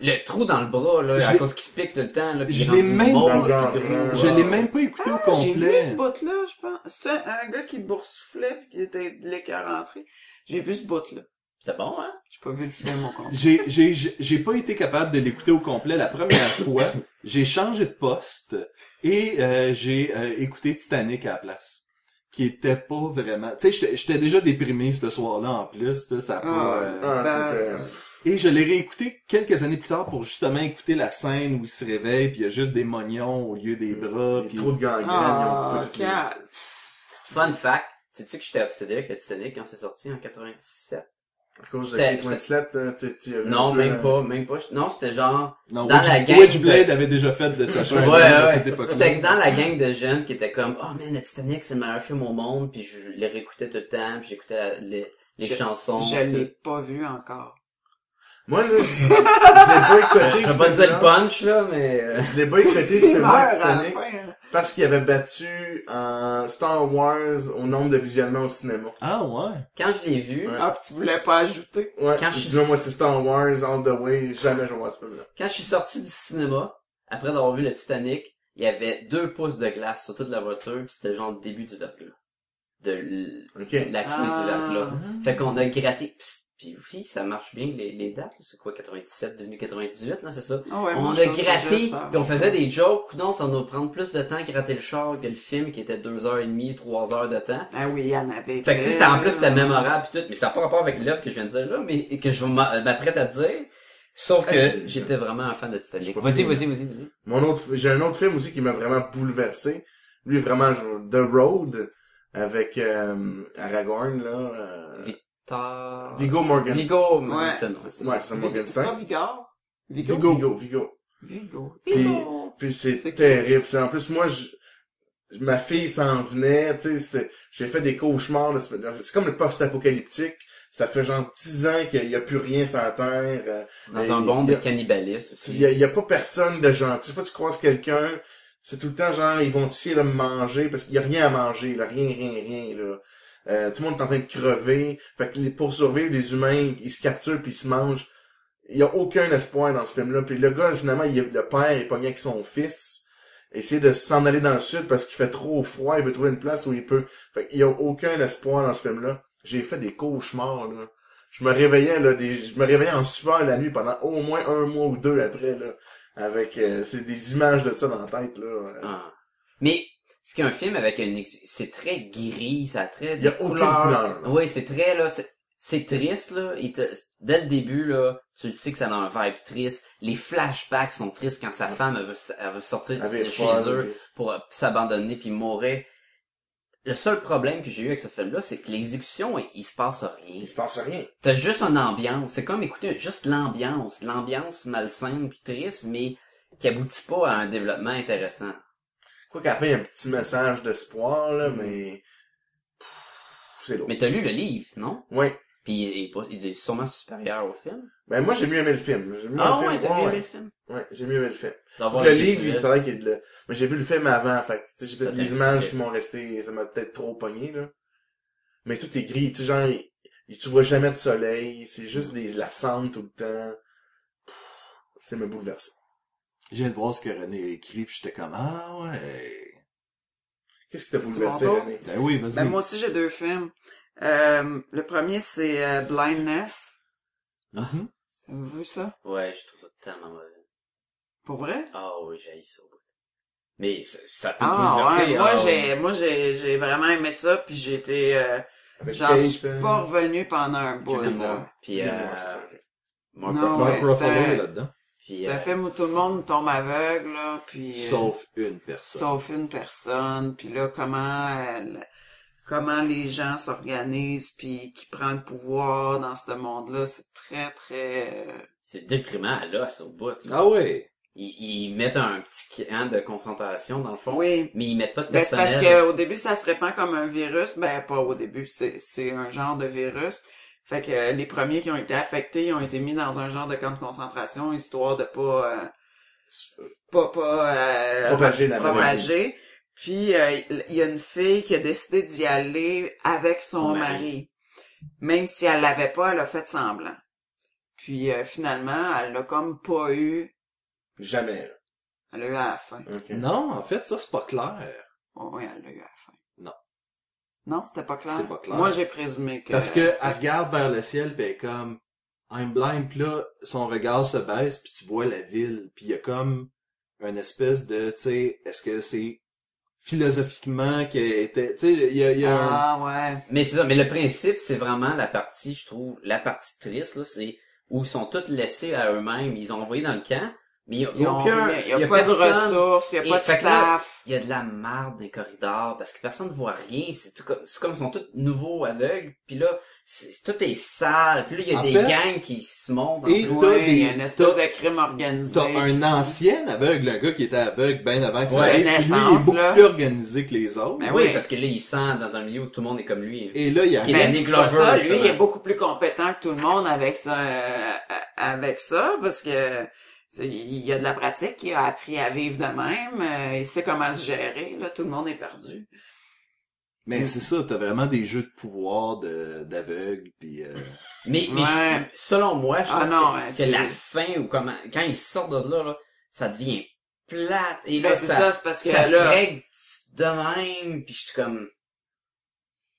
Speaker 2: Le trou dans le bras, là,
Speaker 1: Je
Speaker 2: à
Speaker 1: l'ai-
Speaker 2: cause qu'il se pique tout le temps. Là, puis
Speaker 1: je
Speaker 2: il est
Speaker 1: l'ai
Speaker 2: rendu
Speaker 1: même euh,
Speaker 2: mort,
Speaker 3: pas-
Speaker 2: là, puis gros.
Speaker 1: je l'ai
Speaker 3: Ah.
Speaker 1: même pas écouté au
Speaker 6: J'ai vu
Speaker 1: complet.
Speaker 6: ce bout-là, je pense. C'est un, un gars qui boursouflait pis qui était de l'écart rentré. J'ai vu ce bout-là.
Speaker 2: C'était bon, hein?
Speaker 6: J'ai pas vu le film au complet.
Speaker 1: J'ai j'ai j'ai- j'ai pas été capable de l'écouter au complet la première fois. J'ai changé de poste et euh, j'ai euh, écouté Titanic à la place, qui était pas vraiment. Tu sais, j'étais- j'étais déjà déprimé ce soir-là en plus. là, ça a pas, euh,
Speaker 3: Ah,
Speaker 6: Bah,
Speaker 3: c'était-
Speaker 1: Et je l'ai réécouté quelques années plus tard pour justement écouter la scène où il se réveille puis il y a juste des mognons au lieu Euh, des bras.
Speaker 3: il y
Speaker 1: Puis...
Speaker 3: a trop de gangrène.
Speaker 6: Ah,
Speaker 3: il y a beaucoup
Speaker 6: calme.
Speaker 2: Fun fact. Sais-tu que j'étais obsédé avec le Titanic quand c'est sorti en 97?
Speaker 3: de- À cause de
Speaker 2: C'était-
Speaker 3: Kate Winslet, hein, tu- tu as vu
Speaker 2: Non,
Speaker 3: un peu,
Speaker 2: même
Speaker 3: euh,
Speaker 2: pas, même pas. Non, c'était genre,
Speaker 1: Non,
Speaker 2: Dans
Speaker 1: Wedge-
Speaker 2: la gang
Speaker 1: Wedgeblade avait déjà fait de sa
Speaker 2: Ouais,
Speaker 1: chaîne à
Speaker 2: ouais.
Speaker 1: cette époque-là.
Speaker 2: J'étais dans la gang de jeunes qui étaient comme, oh man, le Titanic, c'est le meilleur film au monde, puis je les réécoutais tout le temps, puis j'écoutais la- les, les
Speaker 6: Je-
Speaker 2: chansons.
Speaker 6: Je
Speaker 2: puis
Speaker 6: l'ai
Speaker 2: tout.
Speaker 6: pas vu encore.
Speaker 3: Moi, là, je, je l'ai pas écouté.
Speaker 2: Je
Speaker 3: ce
Speaker 2: vais pas dire
Speaker 3: film-là.
Speaker 2: le punch, là, mais... euh,
Speaker 3: Je l'ai boycotté ce
Speaker 6: Il meurt
Speaker 3: film-là,
Speaker 6: à la
Speaker 3: Titanic,
Speaker 6: fin, hein.
Speaker 3: parce qu'il avait battu euh, Star Wars au nombre de visionnements au cinéma.
Speaker 1: Ah ouais.
Speaker 2: Quand je l'ai vu,
Speaker 3: Ouais.
Speaker 6: Ah, pis tu voulais pas ajouter?
Speaker 3: Ouais,
Speaker 2: Quand je-
Speaker 3: dis-moi, moi, c'est Star Wars all the way, jamais je vois ce film-là.
Speaker 2: quand je suis sorti du cinéma, après d'avoir vu le Titanic, il y avait deux pouces de glace sur toute la voiture, puis c'était genre le début du verglas. De l-
Speaker 3: Ok.
Speaker 2: la clé
Speaker 6: Ah.
Speaker 2: du verglas. Fait qu'on a gratté, pis Puis oui, ça marche bien, les, les dates. C'est quoi, 97 devenu 98, là, c'est ça?
Speaker 6: Ah ouais, moi,
Speaker 2: on
Speaker 6: je
Speaker 2: a
Speaker 6: suis au
Speaker 2: gratté,
Speaker 6: cégep, ça.
Speaker 2: puis on faisait des jokes. Non, ça nous prendre plus de temps à gratter le char que le film qui était deux heures et demie, trois heures de temps.
Speaker 6: Ah oui, il y en avait.
Speaker 2: Fait que tu sais, c'était en plus
Speaker 3: Hmm.
Speaker 2: c'était mémorable pis tout, mais ça n'a pas rapport avec l'œuvre que je viens de dire là, mais que je m'a- euh, m'apprête à dire. Sauf que
Speaker 3: Ah, j'ai-
Speaker 2: j'étais vraiment un fan de Titanic.
Speaker 3: pas
Speaker 2: Vas-y,
Speaker 3: fini.
Speaker 2: vas-y, vas-y, vas-y.
Speaker 3: Mon autre, j'ai un autre film aussi qui m'a vraiment bouleversé. Lui, vraiment, je- The Road, avec euh, Aragorn, là. euh,
Speaker 2: Vi- Tard.
Speaker 3: Viggo Morgan.
Speaker 2: Vigo,
Speaker 6: Ouais.
Speaker 2: c'est non.
Speaker 3: Ouais, c'est
Speaker 6: C'est pas
Speaker 3: Morgenstein.
Speaker 6: Vigor? Vigor?
Speaker 3: Viggo. Viggo, Viggo.
Speaker 6: Vigor.
Speaker 3: Puis,
Speaker 6: Vigor.
Speaker 3: puis c'est
Speaker 6: C'est
Speaker 3: terrible. C'est- En plus, moi, je, je- ma fille s'en venait, tu sais, c'était- j'ai fait des cauchemars. de ce- de- C'est comme le post-apocalyptique. Ça fait genre 10 ans qu'il n'y a plus rien sur la Terre. euh,
Speaker 2: Dans
Speaker 3: mais
Speaker 2: un
Speaker 3: il-
Speaker 2: bon
Speaker 3: il y
Speaker 2: de
Speaker 3: a-
Speaker 2: cannibaliste
Speaker 3: Il y
Speaker 2: aussi.
Speaker 3: a, il y a pas personne de gentil. Fois que tu croises quelqu'un, c'est tout le temps genre ils vont essayer de me manger parce qu'il y a rien à manger, là, rien, rien, rien là. Euh, tout le monde est en train de crever. Fait que les- pour survivre, les humains, ils se capturent puis ils se mangent. Il y a aucun espoir dans ce film-là. Puis le gars, finalement, il est- le père est pogné avec son fils. Essayer de s'en aller dans le sud parce qu'il fait trop froid, il veut trouver une place où il peut. Fait qu'il y a aucun espoir dans ce film-là. J'ai fait des cauchemars, là. Je me réveillais là, des, je me réveillais en sueur la nuit pendant au moins un mois ou deux après là, avec euh, c'est des images de ça dans la tête là.
Speaker 2: Ah. Mais ce qu'un film avec un ex- c'est très gris, ça a très
Speaker 3: Il y a
Speaker 2: des
Speaker 3: aucune
Speaker 2: couleurs.
Speaker 3: couleur. là.
Speaker 2: Oui, c'est très là, c'est- c'est triste là. Il te- dès le début là, tu le sais que ça a un vibe triste. Les flashbacks sont tristes quand sa femme elle veut, s- elle veut sortir de
Speaker 3: Avec
Speaker 2: chez
Speaker 3: folle,
Speaker 2: eux.
Speaker 3: puis-
Speaker 2: pour euh, s'abandonner puis mourir. Le seul problème que j'ai eu avec ce film-là, c'est que l'exécution, il, il se passe rien.
Speaker 3: Il se passe rien.
Speaker 2: T'as juste une ambiance. C'est comme écouter juste l'ambiance, l'ambiance malsaine puis triste, mais qui aboutit pas à un développement intéressant.
Speaker 3: Quoi qu'à la fin, il y a un petit message d'espoir là, mais Pff, c'est lourd.
Speaker 2: Mm-hmm. Mais t'as lu le livre, non
Speaker 3: Ouais.
Speaker 2: Puis il est, pas- il est sûrement supérieur au film.
Speaker 3: Ben moi j'ai mieux aimé le film. J'ai mieux
Speaker 2: Ah
Speaker 3: aimé
Speaker 2: ouais,
Speaker 3: le film.
Speaker 2: t'as
Speaker 3: Ouais,
Speaker 2: bien aimé le
Speaker 3: ouais.
Speaker 2: film.
Speaker 3: Ouais, j'ai mieux aimé le film.
Speaker 2: D'avoir
Speaker 3: le
Speaker 2: un
Speaker 3: livre, lui,
Speaker 2: visuel.
Speaker 3: c'est vrai qu'il est de... Mais j'ai vu le film avant, fait que, tu sais, j'ai
Speaker 2: Ça
Speaker 3: peut-être
Speaker 2: t'a
Speaker 3: des images
Speaker 2: inspiré.
Speaker 3: qui m'ont resté, ça m'a peut-être trop pogné, là. Mais tout est gris, tu sais, genre, il- il- tu vois jamais de soleil, c'est juste des, la cendre tout le temps. Pff, C'est me bouleversé.
Speaker 1: J'ai viens de voir ce que René a écrit, puis j'étais comme, ah ouais.
Speaker 3: Qu'est-ce qui t'a
Speaker 6: C'est-tu
Speaker 3: bouleversé,
Speaker 6: mon tour?
Speaker 3: René?
Speaker 1: Ben oui, vas-y.
Speaker 6: Ben, moi aussi, j'ai deux films. Euh, le premier, c'est euh, Blindness.
Speaker 1: Mhm.
Speaker 6: Vous avez vu ça?
Speaker 2: Ouais, je trouve ça tellement mauvais.
Speaker 6: Pour vrai?
Speaker 2: Ah oui, j'ai ça. au bout. Mais ça, ça peut
Speaker 6: Ah,
Speaker 2: bouleverser,
Speaker 6: ouais, moi,
Speaker 2: ah,
Speaker 6: j'ai, moi, j'ai, j'ai vraiment aimé ça, puis j'ai été, euh,
Speaker 3: Avec
Speaker 6: j'en
Speaker 3: Kate,
Speaker 6: suis
Speaker 3: euh,
Speaker 6: pas revenu pendant un bout,
Speaker 2: Julianne Moore.
Speaker 6: là.
Speaker 2: Puis
Speaker 3: Julianne
Speaker 2: euh,
Speaker 3: Moore, c'est
Speaker 2: Mark
Speaker 6: Non,
Speaker 2: Ruffalo.
Speaker 1: Mark
Speaker 6: ouais,
Speaker 1: Ruffalo
Speaker 6: c'était-
Speaker 1: est là-dedans.
Speaker 2: Puis,
Speaker 6: C'est
Speaker 2: euh,
Speaker 6: un film où tout le monde tombe aveugle, là, puis... euh,
Speaker 1: Sauf une personne.
Speaker 6: sauf une personne, puis là comment elle- comment les gens s'organisent puis qui prend le pouvoir dans ce monde-là, c'est très très euh,
Speaker 2: c'est déprimant à l'os au bout. là.
Speaker 1: Ah ouais.
Speaker 2: Ils, ils mettent un petit camp de concentration dans le fond,
Speaker 6: oui.
Speaker 2: mais ils mettent pas de
Speaker 6: Ben, c'est
Speaker 2: personnel.
Speaker 6: parce que au début ça se répand comme un virus, ben pas au début, c'est c'est un genre de virus. Fait que euh, les premiers qui ont été affectés, ils ont été mis dans un genre de camp de concentration histoire de pas euh, pas pas euh,
Speaker 3: Propager la maladie.
Speaker 6: propagé. Puis euh, il il y a une fille qui a décidé d'y aller avec son,
Speaker 2: Son mari.
Speaker 6: mari. Même si elle l'avait pas, elle a fait semblant. Puis euh, finalement, elle l'a comme pas eu.
Speaker 3: Jamais, là.
Speaker 6: Elle l'a eu à la fin.
Speaker 3: Ok.
Speaker 1: Non, en fait, ça, c'est pas clair.
Speaker 6: Oh, oui, elle l'a eu à la fin.
Speaker 1: Non.
Speaker 6: Non, c'était pas clair.
Speaker 1: C'est pas clair.
Speaker 6: Moi, j'ai présumé que.
Speaker 1: Parce que
Speaker 6: euh,
Speaker 1: elle
Speaker 6: c'était-
Speaker 1: regarde vers le ciel, pis elle est comme I'm blind, pis là, son regard se baisse, puis tu vois la ville, puis il y a comme une espèce de, tu sais, est-ce que c'est philosophiquement qu'elle était, tu sais, il y a, il y a un-
Speaker 6: Ah ouais.
Speaker 2: Mais c'est ça, mais le principe, c'est vraiment la partie, je trouve, la partie triste, là, c'est où ils sont tous laissés à eux-mêmes. Ils ont envoyé dans le camp, mais il
Speaker 6: Ils
Speaker 2: n'y a
Speaker 6: ont
Speaker 2: aucun...
Speaker 6: rien. Il y
Speaker 2: y
Speaker 6: a, pas de
Speaker 2: personne.
Speaker 6: ressources, il
Speaker 2: Et
Speaker 6: y a pas de
Speaker 2: fait que là,
Speaker 6: staff.
Speaker 2: Il y a de la marde dans les corridors parce que personne ne voit rien. C'est tout comme, c'est comme ils sont tous nouveaux aveugles. Puis là, c'est- tout est sale. Puis là, il y a
Speaker 1: En
Speaker 2: des
Speaker 1: fait-
Speaker 2: gangs qui se montent. en
Speaker 1: Et
Speaker 2: plus.
Speaker 1: t'as
Speaker 6: Ouais, il y a
Speaker 1: des-
Speaker 6: une espèce
Speaker 1: t'as-
Speaker 6: de crime organisé.
Speaker 1: T'as
Speaker 6: puis
Speaker 1: un
Speaker 6: c'est-
Speaker 1: ancien aveugle, un gars qui était aveugle bien avant que ça
Speaker 2: Ouais,
Speaker 1: arrive, puis lui, il est
Speaker 6: naissance,
Speaker 1: beaucoup
Speaker 6: là.
Speaker 1: plus organisé que les autres.
Speaker 6: Ben
Speaker 2: oui,
Speaker 6: oui.
Speaker 2: parce que là, il sent dans un milieu où tout le monde est comme lui.
Speaker 1: Et là, il y a
Speaker 2: Qui
Speaker 6: Mais
Speaker 2: Danny
Speaker 6: Ben, c'est pas
Speaker 2: Glover,
Speaker 6: ça,
Speaker 2: justement.
Speaker 6: lui, il est beaucoup plus compétent que tout le monde avec ça, euh, avec ça, parce que c'est- il y a de la pratique, il a appris à vivre de même, euh, il sait comment se gérer, là, tout le monde est perdu.
Speaker 1: Mais c'est ça, t'as vraiment des jeux de pouvoir de d'aveugle, puis euh,
Speaker 2: Mais, mais
Speaker 6: Ouais.
Speaker 2: je- selon moi, je
Speaker 6: Ah
Speaker 2: trouve
Speaker 6: non,
Speaker 2: que,
Speaker 6: hein,
Speaker 2: que
Speaker 6: c'est-
Speaker 2: la fin ou comment, quand ils sortent de là, là, ça devient plate. Et
Speaker 6: Ben,
Speaker 2: là,
Speaker 6: c'est
Speaker 2: ça,
Speaker 6: ça, c'est parce que
Speaker 2: ça se
Speaker 6: là,
Speaker 2: règle de même. Puis je suis comme,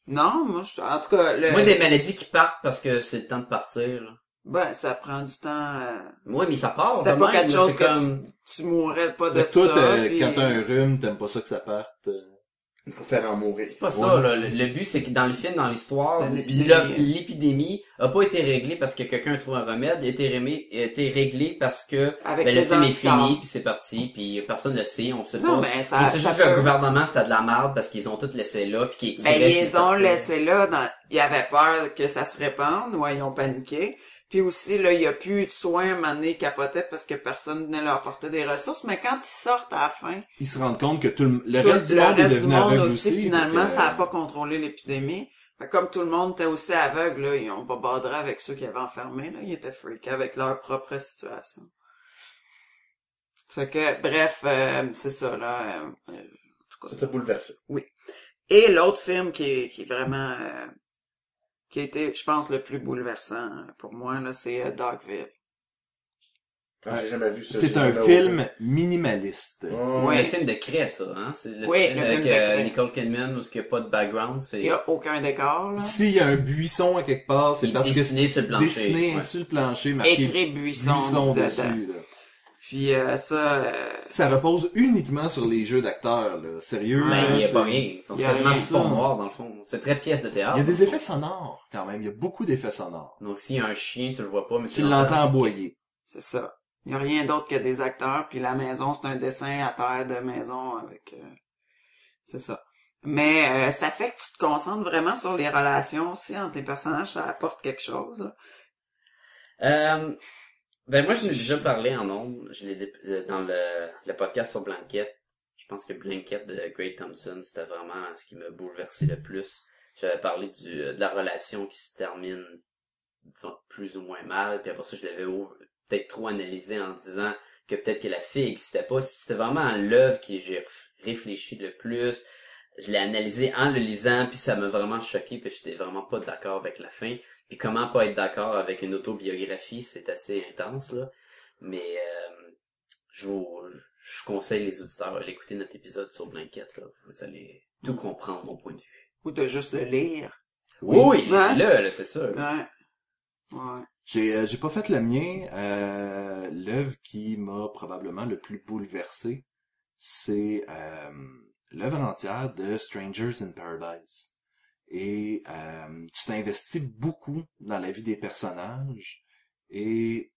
Speaker 6: Non, moi, je, en tout cas, le,
Speaker 2: Moi, des maladies qui partent parce que c'est le temps de partir, là.
Speaker 6: ben, ça prend du temps. euh,
Speaker 2: Ouais, mais ça part.
Speaker 6: C'était
Speaker 2: de
Speaker 6: pas
Speaker 2: même,
Speaker 6: quelque
Speaker 2: là,
Speaker 6: chose
Speaker 2: c'est
Speaker 6: que
Speaker 2: comme...
Speaker 6: tu mourrais pas de
Speaker 1: Fait que toi,
Speaker 6: ça.
Speaker 1: t'as-
Speaker 6: puis-
Speaker 1: euh, quand t'as un rhume, t'aimes pas ça que ça parte. euh.
Speaker 3: Pour faire en mourir.
Speaker 2: C'est pas ça, là. Le, le but, c'est que dans le film, dans l'histoire,
Speaker 6: C'est l'épidémie. hein.
Speaker 2: le- l'épidémie a pas été réglée parce que quelqu'un trouve un remède, a été, rémé- a été réglée parce que
Speaker 6: avec
Speaker 2: ben, le
Speaker 6: les
Speaker 2: film est
Speaker 6: anticorps.
Speaker 2: fini, puis c'est parti, puis personne ne le sait, on sait
Speaker 6: Non, ben,
Speaker 2: pas.
Speaker 6: mais
Speaker 2: Mais
Speaker 6: ça,
Speaker 2: c'est
Speaker 6: ça
Speaker 2: juste que le
Speaker 6: peut-
Speaker 2: gouvernement, c'était de la merde parce qu'ils ont tout laissé là, puis qu'ils
Speaker 6: Ben,
Speaker 2: diraient
Speaker 6: ils
Speaker 2: si
Speaker 6: les
Speaker 2: ça
Speaker 6: ont
Speaker 2: peut.
Speaker 6: laissés là, dans... ils avaient peur que ça se répande, ou ils ont paniqué. Puis aussi, là, il n'y a plus eu de soins, mané capotait parce que personne venait leur porter des ressources. Mais quand ils sortent à la fin,
Speaker 1: Ils se rendent compte que tout le, le
Speaker 6: tout
Speaker 1: reste du
Speaker 6: le
Speaker 1: monde est
Speaker 6: reste du
Speaker 1: devenu
Speaker 6: monde
Speaker 1: aveugle
Speaker 6: aussi,
Speaker 1: donc,
Speaker 6: finalement,
Speaker 1: euh,
Speaker 6: ça n'a pas contrôlé l'épidémie. Fait que comme tout le monde était aussi aveugle, là, ils ont pas badré avec ceux qui avaient enfermé, là. Ils étaient freakés avec leur propre situation. Fait que, bref, euh, c'est ça, là. euh, euh, en tout cas.
Speaker 3: Ça t'a bouleversé.
Speaker 6: Et l'autre film qui est, qui est vraiment euh, qui a été, je pense, le plus bouleversant euh, pour moi, là, c'est euh, Dogville.
Speaker 3: Ah, J'ai jamais vu ça.
Speaker 1: C'est
Speaker 3: j'ai
Speaker 1: un
Speaker 3: jamais
Speaker 1: film minimaliste.
Speaker 3: osé.
Speaker 2: C'est
Speaker 3: Oh,
Speaker 2: le
Speaker 6: Oui.
Speaker 2: film de Cray, ça, hein? C'est le
Speaker 6: Oui,
Speaker 2: film
Speaker 6: le
Speaker 2: avec
Speaker 6: film de
Speaker 2: euh,
Speaker 6: Cray.
Speaker 2: Nicole Kidman où il n'y a pas de background, c'est
Speaker 6: Il n'y a aucun décor, là.
Speaker 1: S'il y a un buisson à quelque part, c'est
Speaker 2: c'est
Speaker 1: parce que
Speaker 2: dessiné sur le plancher.
Speaker 1: dessiné
Speaker 2: ouais.
Speaker 1: sur le plancher, marqué
Speaker 6: Écrit buisson,
Speaker 1: buisson
Speaker 6: dedans.
Speaker 1: dessus. là.
Speaker 6: Puis euh, ça, euh,
Speaker 1: Ça repose uniquement sur les jeux d'acteurs, là. Sérieux.
Speaker 2: Ben,
Speaker 1: là,
Speaker 2: il n'y a
Speaker 1: c'est-
Speaker 2: pas rien. Ils sont
Speaker 6: Il y a
Speaker 2: quasiment
Speaker 6: rien.
Speaker 2: sur fond noir, dans le fond. C'est très pièce de théâtre.
Speaker 1: Il y a des effets sonores, quand même. Il y a beaucoup d'effets sonores.
Speaker 2: Donc, s'il y a un chien, tu le vois pas, mais
Speaker 1: Tu l'entends aboyer.
Speaker 6: c'est ça. Il n'y a rien d'autre que des acteurs, puis la maison, c'est un dessin à terre de maison avec... euh, c'est ça. Mais euh, ça fait que tu te concentres vraiment sur les relations aussi entre les personnages, ça apporte quelque chose. là.
Speaker 2: Euh, ben, moi, je l'ai déjà parlé en ondes. Je l'ai dé- euh, dans le, le podcast sur Blanquette. Je pense que Blanquette de Gray Thompson, c'était vraiment ce qui m'a bouleversé le plus. J'avais parlé du, euh, de la relation qui se termine bon, plus ou moins mal, puis après ça, je l'avais au- peut-être trop analysé en disant que peut-être que la fille n'existait pas. C'était vraiment l'œuvre qui j'ai ref- réfléchi le plus. Je l'ai analysé en le lisant, puis ça m'a vraiment choqué, puis j'étais vraiment pas d'accord avec la fin. Puis comment pas être d'accord avec une autobiographie, c'est assez intense, là. Mais euh, je vous je conseille les auditeurs à l'écouter notre épisode sur Blanquette, là. Vous allez tout comprendre, mon point de vue.
Speaker 6: Ou de juste le lire.
Speaker 2: Oui, oui,
Speaker 6: Ouais.
Speaker 2: là, là, c'est sûr.
Speaker 6: Ouais. Ouais.
Speaker 1: J'ai euh, j'ai pas fait le mien. Euh, L'œuvre qui m'a probablement le plus bouleversé, c'est euh, l'œuvre entière de Strangers in Paradise. Et euh, tu t'investis beaucoup dans la vie des personnages. Et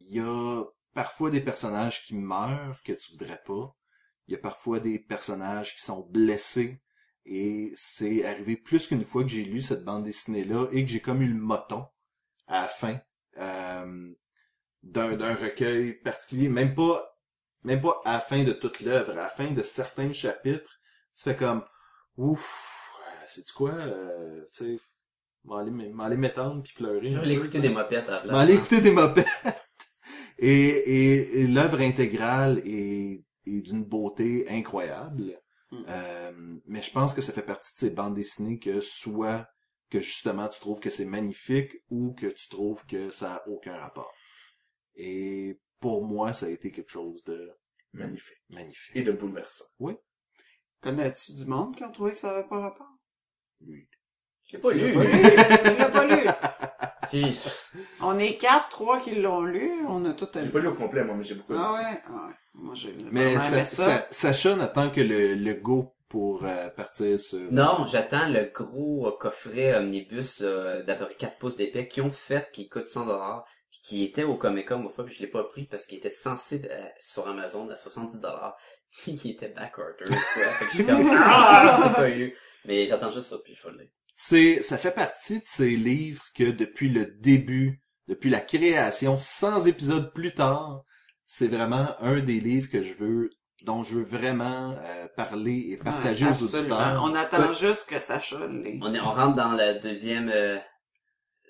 Speaker 1: il y a parfois des personnages qui meurent que tu voudrais pas. Il y a parfois des personnages qui sont blessés. Et c'est arrivé plus qu'une fois que j'ai lu cette bande dessinée-là et que j'ai comme eu le moton à la fin euh, d'un d'un recueil particulier, même pas même pas à la fin de toute l'œuvre, à la fin de certains chapitres, tu fais comme ouf, c'est du quoi, euh, tu sais, m'aller m- m'aller m'étendre puis pleurer.
Speaker 2: Je
Speaker 1: un
Speaker 2: vais
Speaker 1: peu,
Speaker 2: l'écouter
Speaker 1: tu sais.
Speaker 2: des mopettes à la place.
Speaker 1: M'aller écouter des mopettes. Et, et, et l'œuvre intégrale est, est d'une beauté incroyable.
Speaker 6: Mm.
Speaker 1: Euh, mais je pense que ça fait partie de ces bandes dessinées que soit que justement tu trouves que c'est magnifique ou que tu trouves que ça a aucun rapport. Et pour moi, ça a été quelque chose de
Speaker 3: Magnifique.
Speaker 1: magnifique.
Speaker 3: Et de bouleversant.
Speaker 6: Connais-tu du monde qui ont trouvé que ça avait pas rapport?
Speaker 2: Je l'ai pas lu.
Speaker 6: Il l'a pas lu.
Speaker 2: Puis,
Speaker 6: On est quatre, trois qui l'ont lu. On a tout
Speaker 3: J'ai
Speaker 6: aimé.
Speaker 3: pas lu au complet, moi, mais j'ai beaucoup aimé
Speaker 6: Ah
Speaker 3: ça.
Speaker 6: ouais? Ah ouais. Moi, j'ai
Speaker 1: Mais
Speaker 6: vraiment
Speaker 1: ça,
Speaker 6: aimé
Speaker 1: ça, Sacha n'attend que le, le go pour euh, partir sur...
Speaker 2: Non, j'attends le gros euh, coffret omnibus euh, d'à peu près 4 pouces d'épais qui ont fait, qui coûte 100 dollars, puis qui était au Comic Con une fois, puis je l'ai pas pris parce qu'il était censé euh, sur Amazon à 70 dollars, puis il était backorder. quoi. fait que je suis comme ah, j'ai pas eu. Mais j'attends juste ça puis je vais le lire.
Speaker 1: C'est, ça fait partie de ces livres que depuis le début, depuis la création, 100 épisodes plus tard, c'est vraiment un des livres que je veux, dont je veux vraiment euh, parler et partager
Speaker 6: Ouais,
Speaker 1: aux
Speaker 6: absolument.
Speaker 1: auditeurs.
Speaker 6: On attend
Speaker 2: Ouais.
Speaker 6: juste que Sacha l'ait.
Speaker 2: On est on rentre dans le deuxième euh,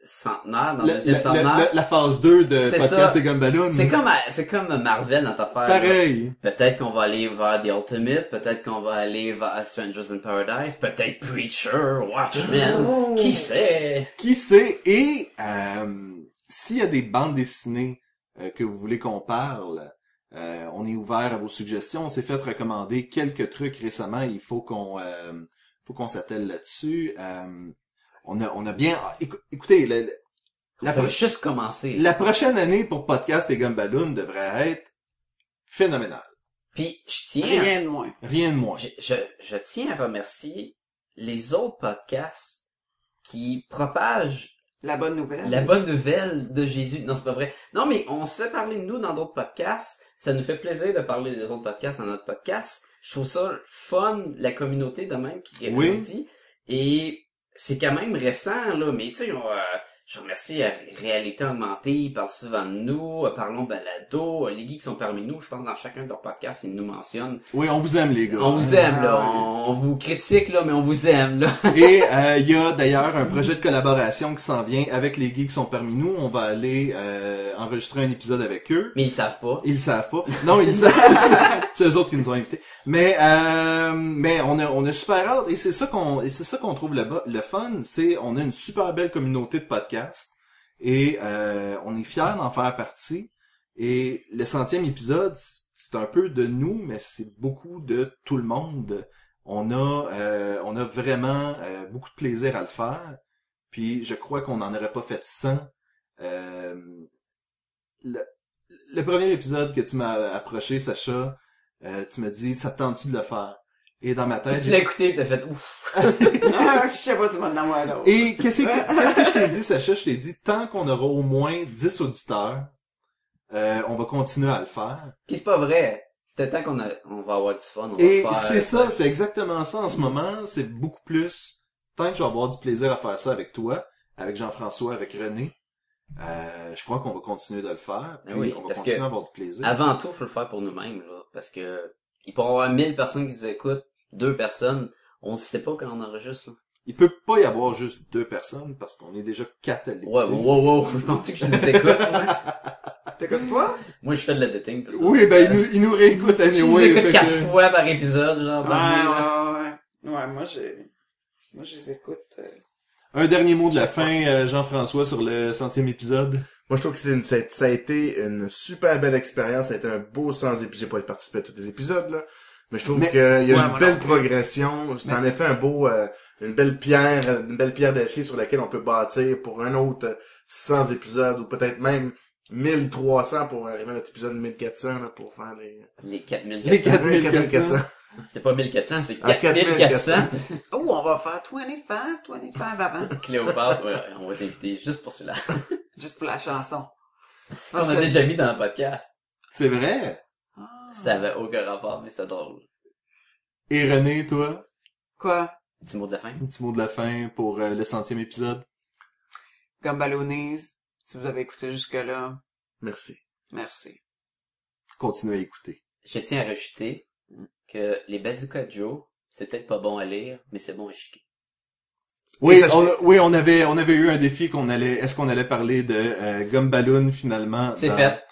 Speaker 2: centenaire, dans le,
Speaker 1: Le-
Speaker 2: deuxième
Speaker 1: la, la-
Speaker 2: centenaire.
Speaker 1: la- la phase 2 de
Speaker 2: C'est
Speaker 1: podcast
Speaker 2: ça.
Speaker 1: des Gumballoons.
Speaker 2: C'est comme à- c'est comme Marvel dans ta affaire. là.
Speaker 1: Pareil.
Speaker 2: Peut-être qu'on va aller vers The Ultimate, peut-être qu'on va aller vers Strangers in Paradise, peut-être Preacher, Watchmen,
Speaker 6: Oh.
Speaker 2: qui sait?
Speaker 1: Qui sait? Et euh, s'il y a des bandes dessinées euh, que vous voulez qu'on parle, euh, on est ouvert à vos suggestions. On s'est fait recommander quelques trucs récemment. Il faut qu'on euh, Faut qu'on s'attelle là-dessus. Euh, on a, on a bien, ah, écou- écoutez, la, la- la
Speaker 2: Ça
Speaker 1: pro-
Speaker 2: va juste commencer.
Speaker 1: la prochaine année pour podcast et Gumballoon devrait être phénoménale.
Speaker 2: Puis je tiens,
Speaker 6: Rien de moins.
Speaker 1: Rien de moins.
Speaker 2: je, je, je tiens à remercier les autres podcasts qui propagent
Speaker 6: La bonne nouvelle.
Speaker 2: La bonne nouvelle de Jésus. Non, c'est pas vrai. Non, mais on se fait parler de nous dans d'autres podcasts. Ça nous fait plaisir de parler des autres podcasts dans notre podcast. Je trouve ça fun, la communauté de même qui
Speaker 1: Oui.
Speaker 2: grandit. Et c'est quand même récent, là. Mais tu sais, on, euh, je remercie euh, Réalité Augmentée. Ils parlent souvent de nous. Euh, Parlons balado. Euh, Les geeks sont parmi nous. Je pense dans chacun de leurs podcasts, ils nous mentionnent.
Speaker 1: Oui, on vous aime, les gars.
Speaker 2: On vous aime, là. On, on vous critique, là, mais on vous aime, là.
Speaker 1: Et euh, il y a d'ailleurs un projet de collaboration qui s'en vient avec les geeks qui sont parmi nous. On va aller euh, enregistrer un épisode avec eux.
Speaker 2: Mais ils savent pas.
Speaker 1: Ils le savent pas. Non, ils le savent. c'est eux autres qui nous ont invités. Mais euh, mais on a on a super hâte et c'est ça qu'on et c'est ça qu'on trouve le bas- le fun, c'est on a une super belle communauté de podcasts et euh, on est fiers d'en faire partie et le centième épisode c'est un peu de nous mais c'est beaucoup de tout le monde. On a euh, on a vraiment euh, beaucoup de plaisir à le faire. Puis je crois qu'on n'en aurait pas fait 100. Euh, le, le premier épisode que tu m'as approché, Sacha, euh, tu m'as dit, ça te tente-tu de le faire? Et dans ma tête...
Speaker 2: Tu l'as écouté, t'as fait, ouf.
Speaker 6: Ah, je sais pas si maintenant ou alors.
Speaker 1: Et qu'est-ce que, qu'est-ce que je t'ai dit, Sacha? Je t'ai dit, tant qu'on aura au moins 10 auditeurs, euh, on va continuer à le faire.
Speaker 2: Puis c'est pas vrai. C'était temps qu'on a... on va avoir du fun. On
Speaker 1: Et
Speaker 2: va faire...
Speaker 1: c'est ça, c'est exactement ça en ce moment. C'est beaucoup plus. Tant que je vais avoir du plaisir à faire ça avec toi, avec Jean-François, avec René, euh, je crois qu'on va continuer de le faire.
Speaker 2: Ben
Speaker 1: Puis
Speaker 2: oui,
Speaker 1: on va
Speaker 2: parce
Speaker 1: continuer
Speaker 2: que
Speaker 1: à avoir du plaisir.
Speaker 2: Avant tout, faut le faire pour nous-mêmes, là. Parce que, il pourrait y avoir 1000 personnes qui nous écoutent, deux personnes. On sait pas quand on enregistre, là.
Speaker 1: Il peut pas y avoir juste deux personnes parce qu'on est déjà quatre à l'écouter.
Speaker 2: Ouais, wow, wow, wow. Penses-tu que je nous écoute, moi?
Speaker 6: T'écoutes-toi?
Speaker 2: moi, je fais de la dating, parce que-
Speaker 1: Oui, ben, il nous, il nous réécoute
Speaker 2: Je nous
Speaker 1: anyway. fait
Speaker 2: écoute quatre
Speaker 1: que- Ah,
Speaker 2: fois par épisode, genre.
Speaker 6: Ouais, ouais,
Speaker 2: par nuit, là.
Speaker 6: ouais. Ouais, moi, j'ai... Moi, je les écoute. euh,
Speaker 1: Un dernier mot de la fin, euh, Jean-François, sur le centième épisode.
Speaker 3: Moi, je trouve que c'est une- ça a- ça a été une super belle expérience. Ça a été un beau sens épisode. J'ai pas participé à tous les épisodes, là. Mais je trouve
Speaker 1: Mais-
Speaker 3: qu'il y a
Speaker 6: Ouais,
Speaker 3: une
Speaker 6: moi
Speaker 3: belle
Speaker 6: non plus.
Speaker 3: progression. C'est en effet un beau, euh, une belle pierre, une belle pierre d'acier sur laquelle on peut bâtir pour un autre 100 épisodes ou peut-être même 1300 pour arriver à notre épisode 1400, là, pour faire les...
Speaker 2: Les 4400.
Speaker 1: Les 4400.
Speaker 2: C'est pas 1400, c'est
Speaker 3: Ah,
Speaker 2: 4400.
Speaker 6: Oh, on va faire 25, 25 avant.
Speaker 2: Cléopâtre, ouais, ouais, on va t'inviter juste pour celui-là.
Speaker 6: Juste pour la
Speaker 1: Ah,
Speaker 6: chanson.
Speaker 2: On
Speaker 6: Parce
Speaker 2: l'a
Speaker 6: que-
Speaker 2: déjà mis dans le podcast.
Speaker 1: C'est vrai.
Speaker 6: Ah.
Speaker 2: Ça avait aucun rapport, mais c'était drôle.
Speaker 1: Et René, toi,
Speaker 6: Quoi?
Speaker 2: Petit mot de la fin.
Speaker 1: un petit mot de la fin pour euh, le centième épisode.
Speaker 6: Gumballoonies, si vous avez écouté jusque-là,
Speaker 3: Merci.
Speaker 6: merci.
Speaker 1: Continuez à écouter.
Speaker 2: Je tiens à rajouter que les Bazooka Joe, c'est peut-être pas bon à lire, mais c'est bon à chiquer.
Speaker 1: Oui,
Speaker 3: Et sachez-
Speaker 1: on, oui, on avait, on avait eu un défi qu'on allait, est-ce qu'on allait parler de euh, Gumballoon finalement?
Speaker 2: C'est
Speaker 1: dans-
Speaker 2: fait.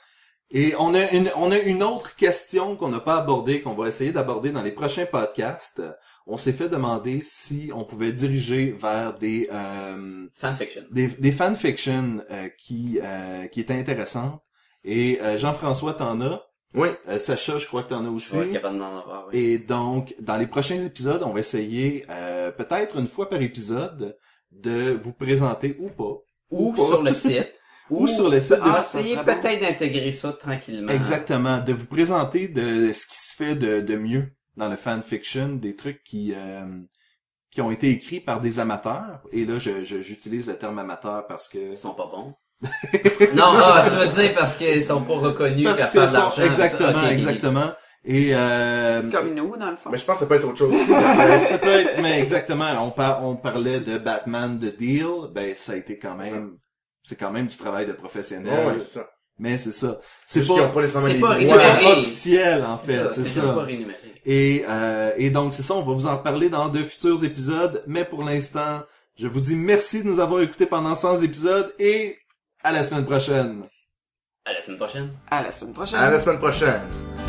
Speaker 1: Et on a une, on a une autre question qu'on n'a pas abordée, qu'on va essayer d'aborder dans les prochains podcasts. On s'est fait demander si on pouvait diriger vers des, euh,
Speaker 2: Fanfiction.
Speaker 1: des, des fanfictions euh, qui euh, qui étaient intéressantes. Et euh, Jean-François, t'en as.
Speaker 3: Oui.
Speaker 1: Euh, Sacha, je crois que t'en as
Speaker 2: Je
Speaker 1: aussi.
Speaker 2: vais être capable d'en avoir. oui.
Speaker 1: Et donc, dans les prochains épisodes, on va essayer, euh, peut-être une fois par épisode, de vous présenter ou pas,
Speaker 2: Ou
Speaker 1: Ou
Speaker 2: sur le site.
Speaker 1: ou, sur le site de...
Speaker 2: Ah,
Speaker 6: Ah, ça
Speaker 2: essayez
Speaker 6: serait bon.
Speaker 2: peut-être d'intégrer ça tranquillement.
Speaker 1: Exactement, de vous présenter de ce qui se fait de, de mieux dans le fanfiction, des trucs qui euh, qui ont été écrits par des amateurs. Et là, je, je- j'utilise le terme amateur parce que...
Speaker 2: Ils sont pas bons. non, ah, tu veux dire parce qu'ils sont pas reconnus pour
Speaker 1: Parce
Speaker 2: faire de
Speaker 1: que sont...
Speaker 2: l'argent.
Speaker 1: Exactement,
Speaker 2: Ok, ok, ok.
Speaker 1: exactement. Et euh,
Speaker 6: Comme nous, dans le fond.
Speaker 3: Mais je pense que ça peut être autre chose. aussi.
Speaker 1: Euh, ça peut être, mais exactement, on, par- on parlait de Batman de Deal, ben ça a été quand même, c'est quand même du travail de professionnel,
Speaker 3: Ouais, c'est ça.
Speaker 1: mais c'est ça. C'est
Speaker 3: C'est qu'ils
Speaker 1: pas,
Speaker 3: ont pas nécessairement
Speaker 2: c'est
Speaker 3: les
Speaker 2: pas
Speaker 3: droits.
Speaker 1: c'est pas
Speaker 2: rémunéré.
Speaker 1: officiel en
Speaker 2: C'est
Speaker 1: fait,
Speaker 2: ça,
Speaker 1: c'est
Speaker 2: c'est juste
Speaker 1: ça.
Speaker 2: pas rémunéré.
Speaker 1: Et, euh, et donc c'est ça, on va vous en parler dans de futurs épisodes, mais pour l'instant, je vous dis merci de nous avoir écoutés pendant 100 épisodes et à la semaine prochaine.
Speaker 2: À la semaine prochaine.
Speaker 6: À la semaine prochaine.
Speaker 3: À la semaine prochaine.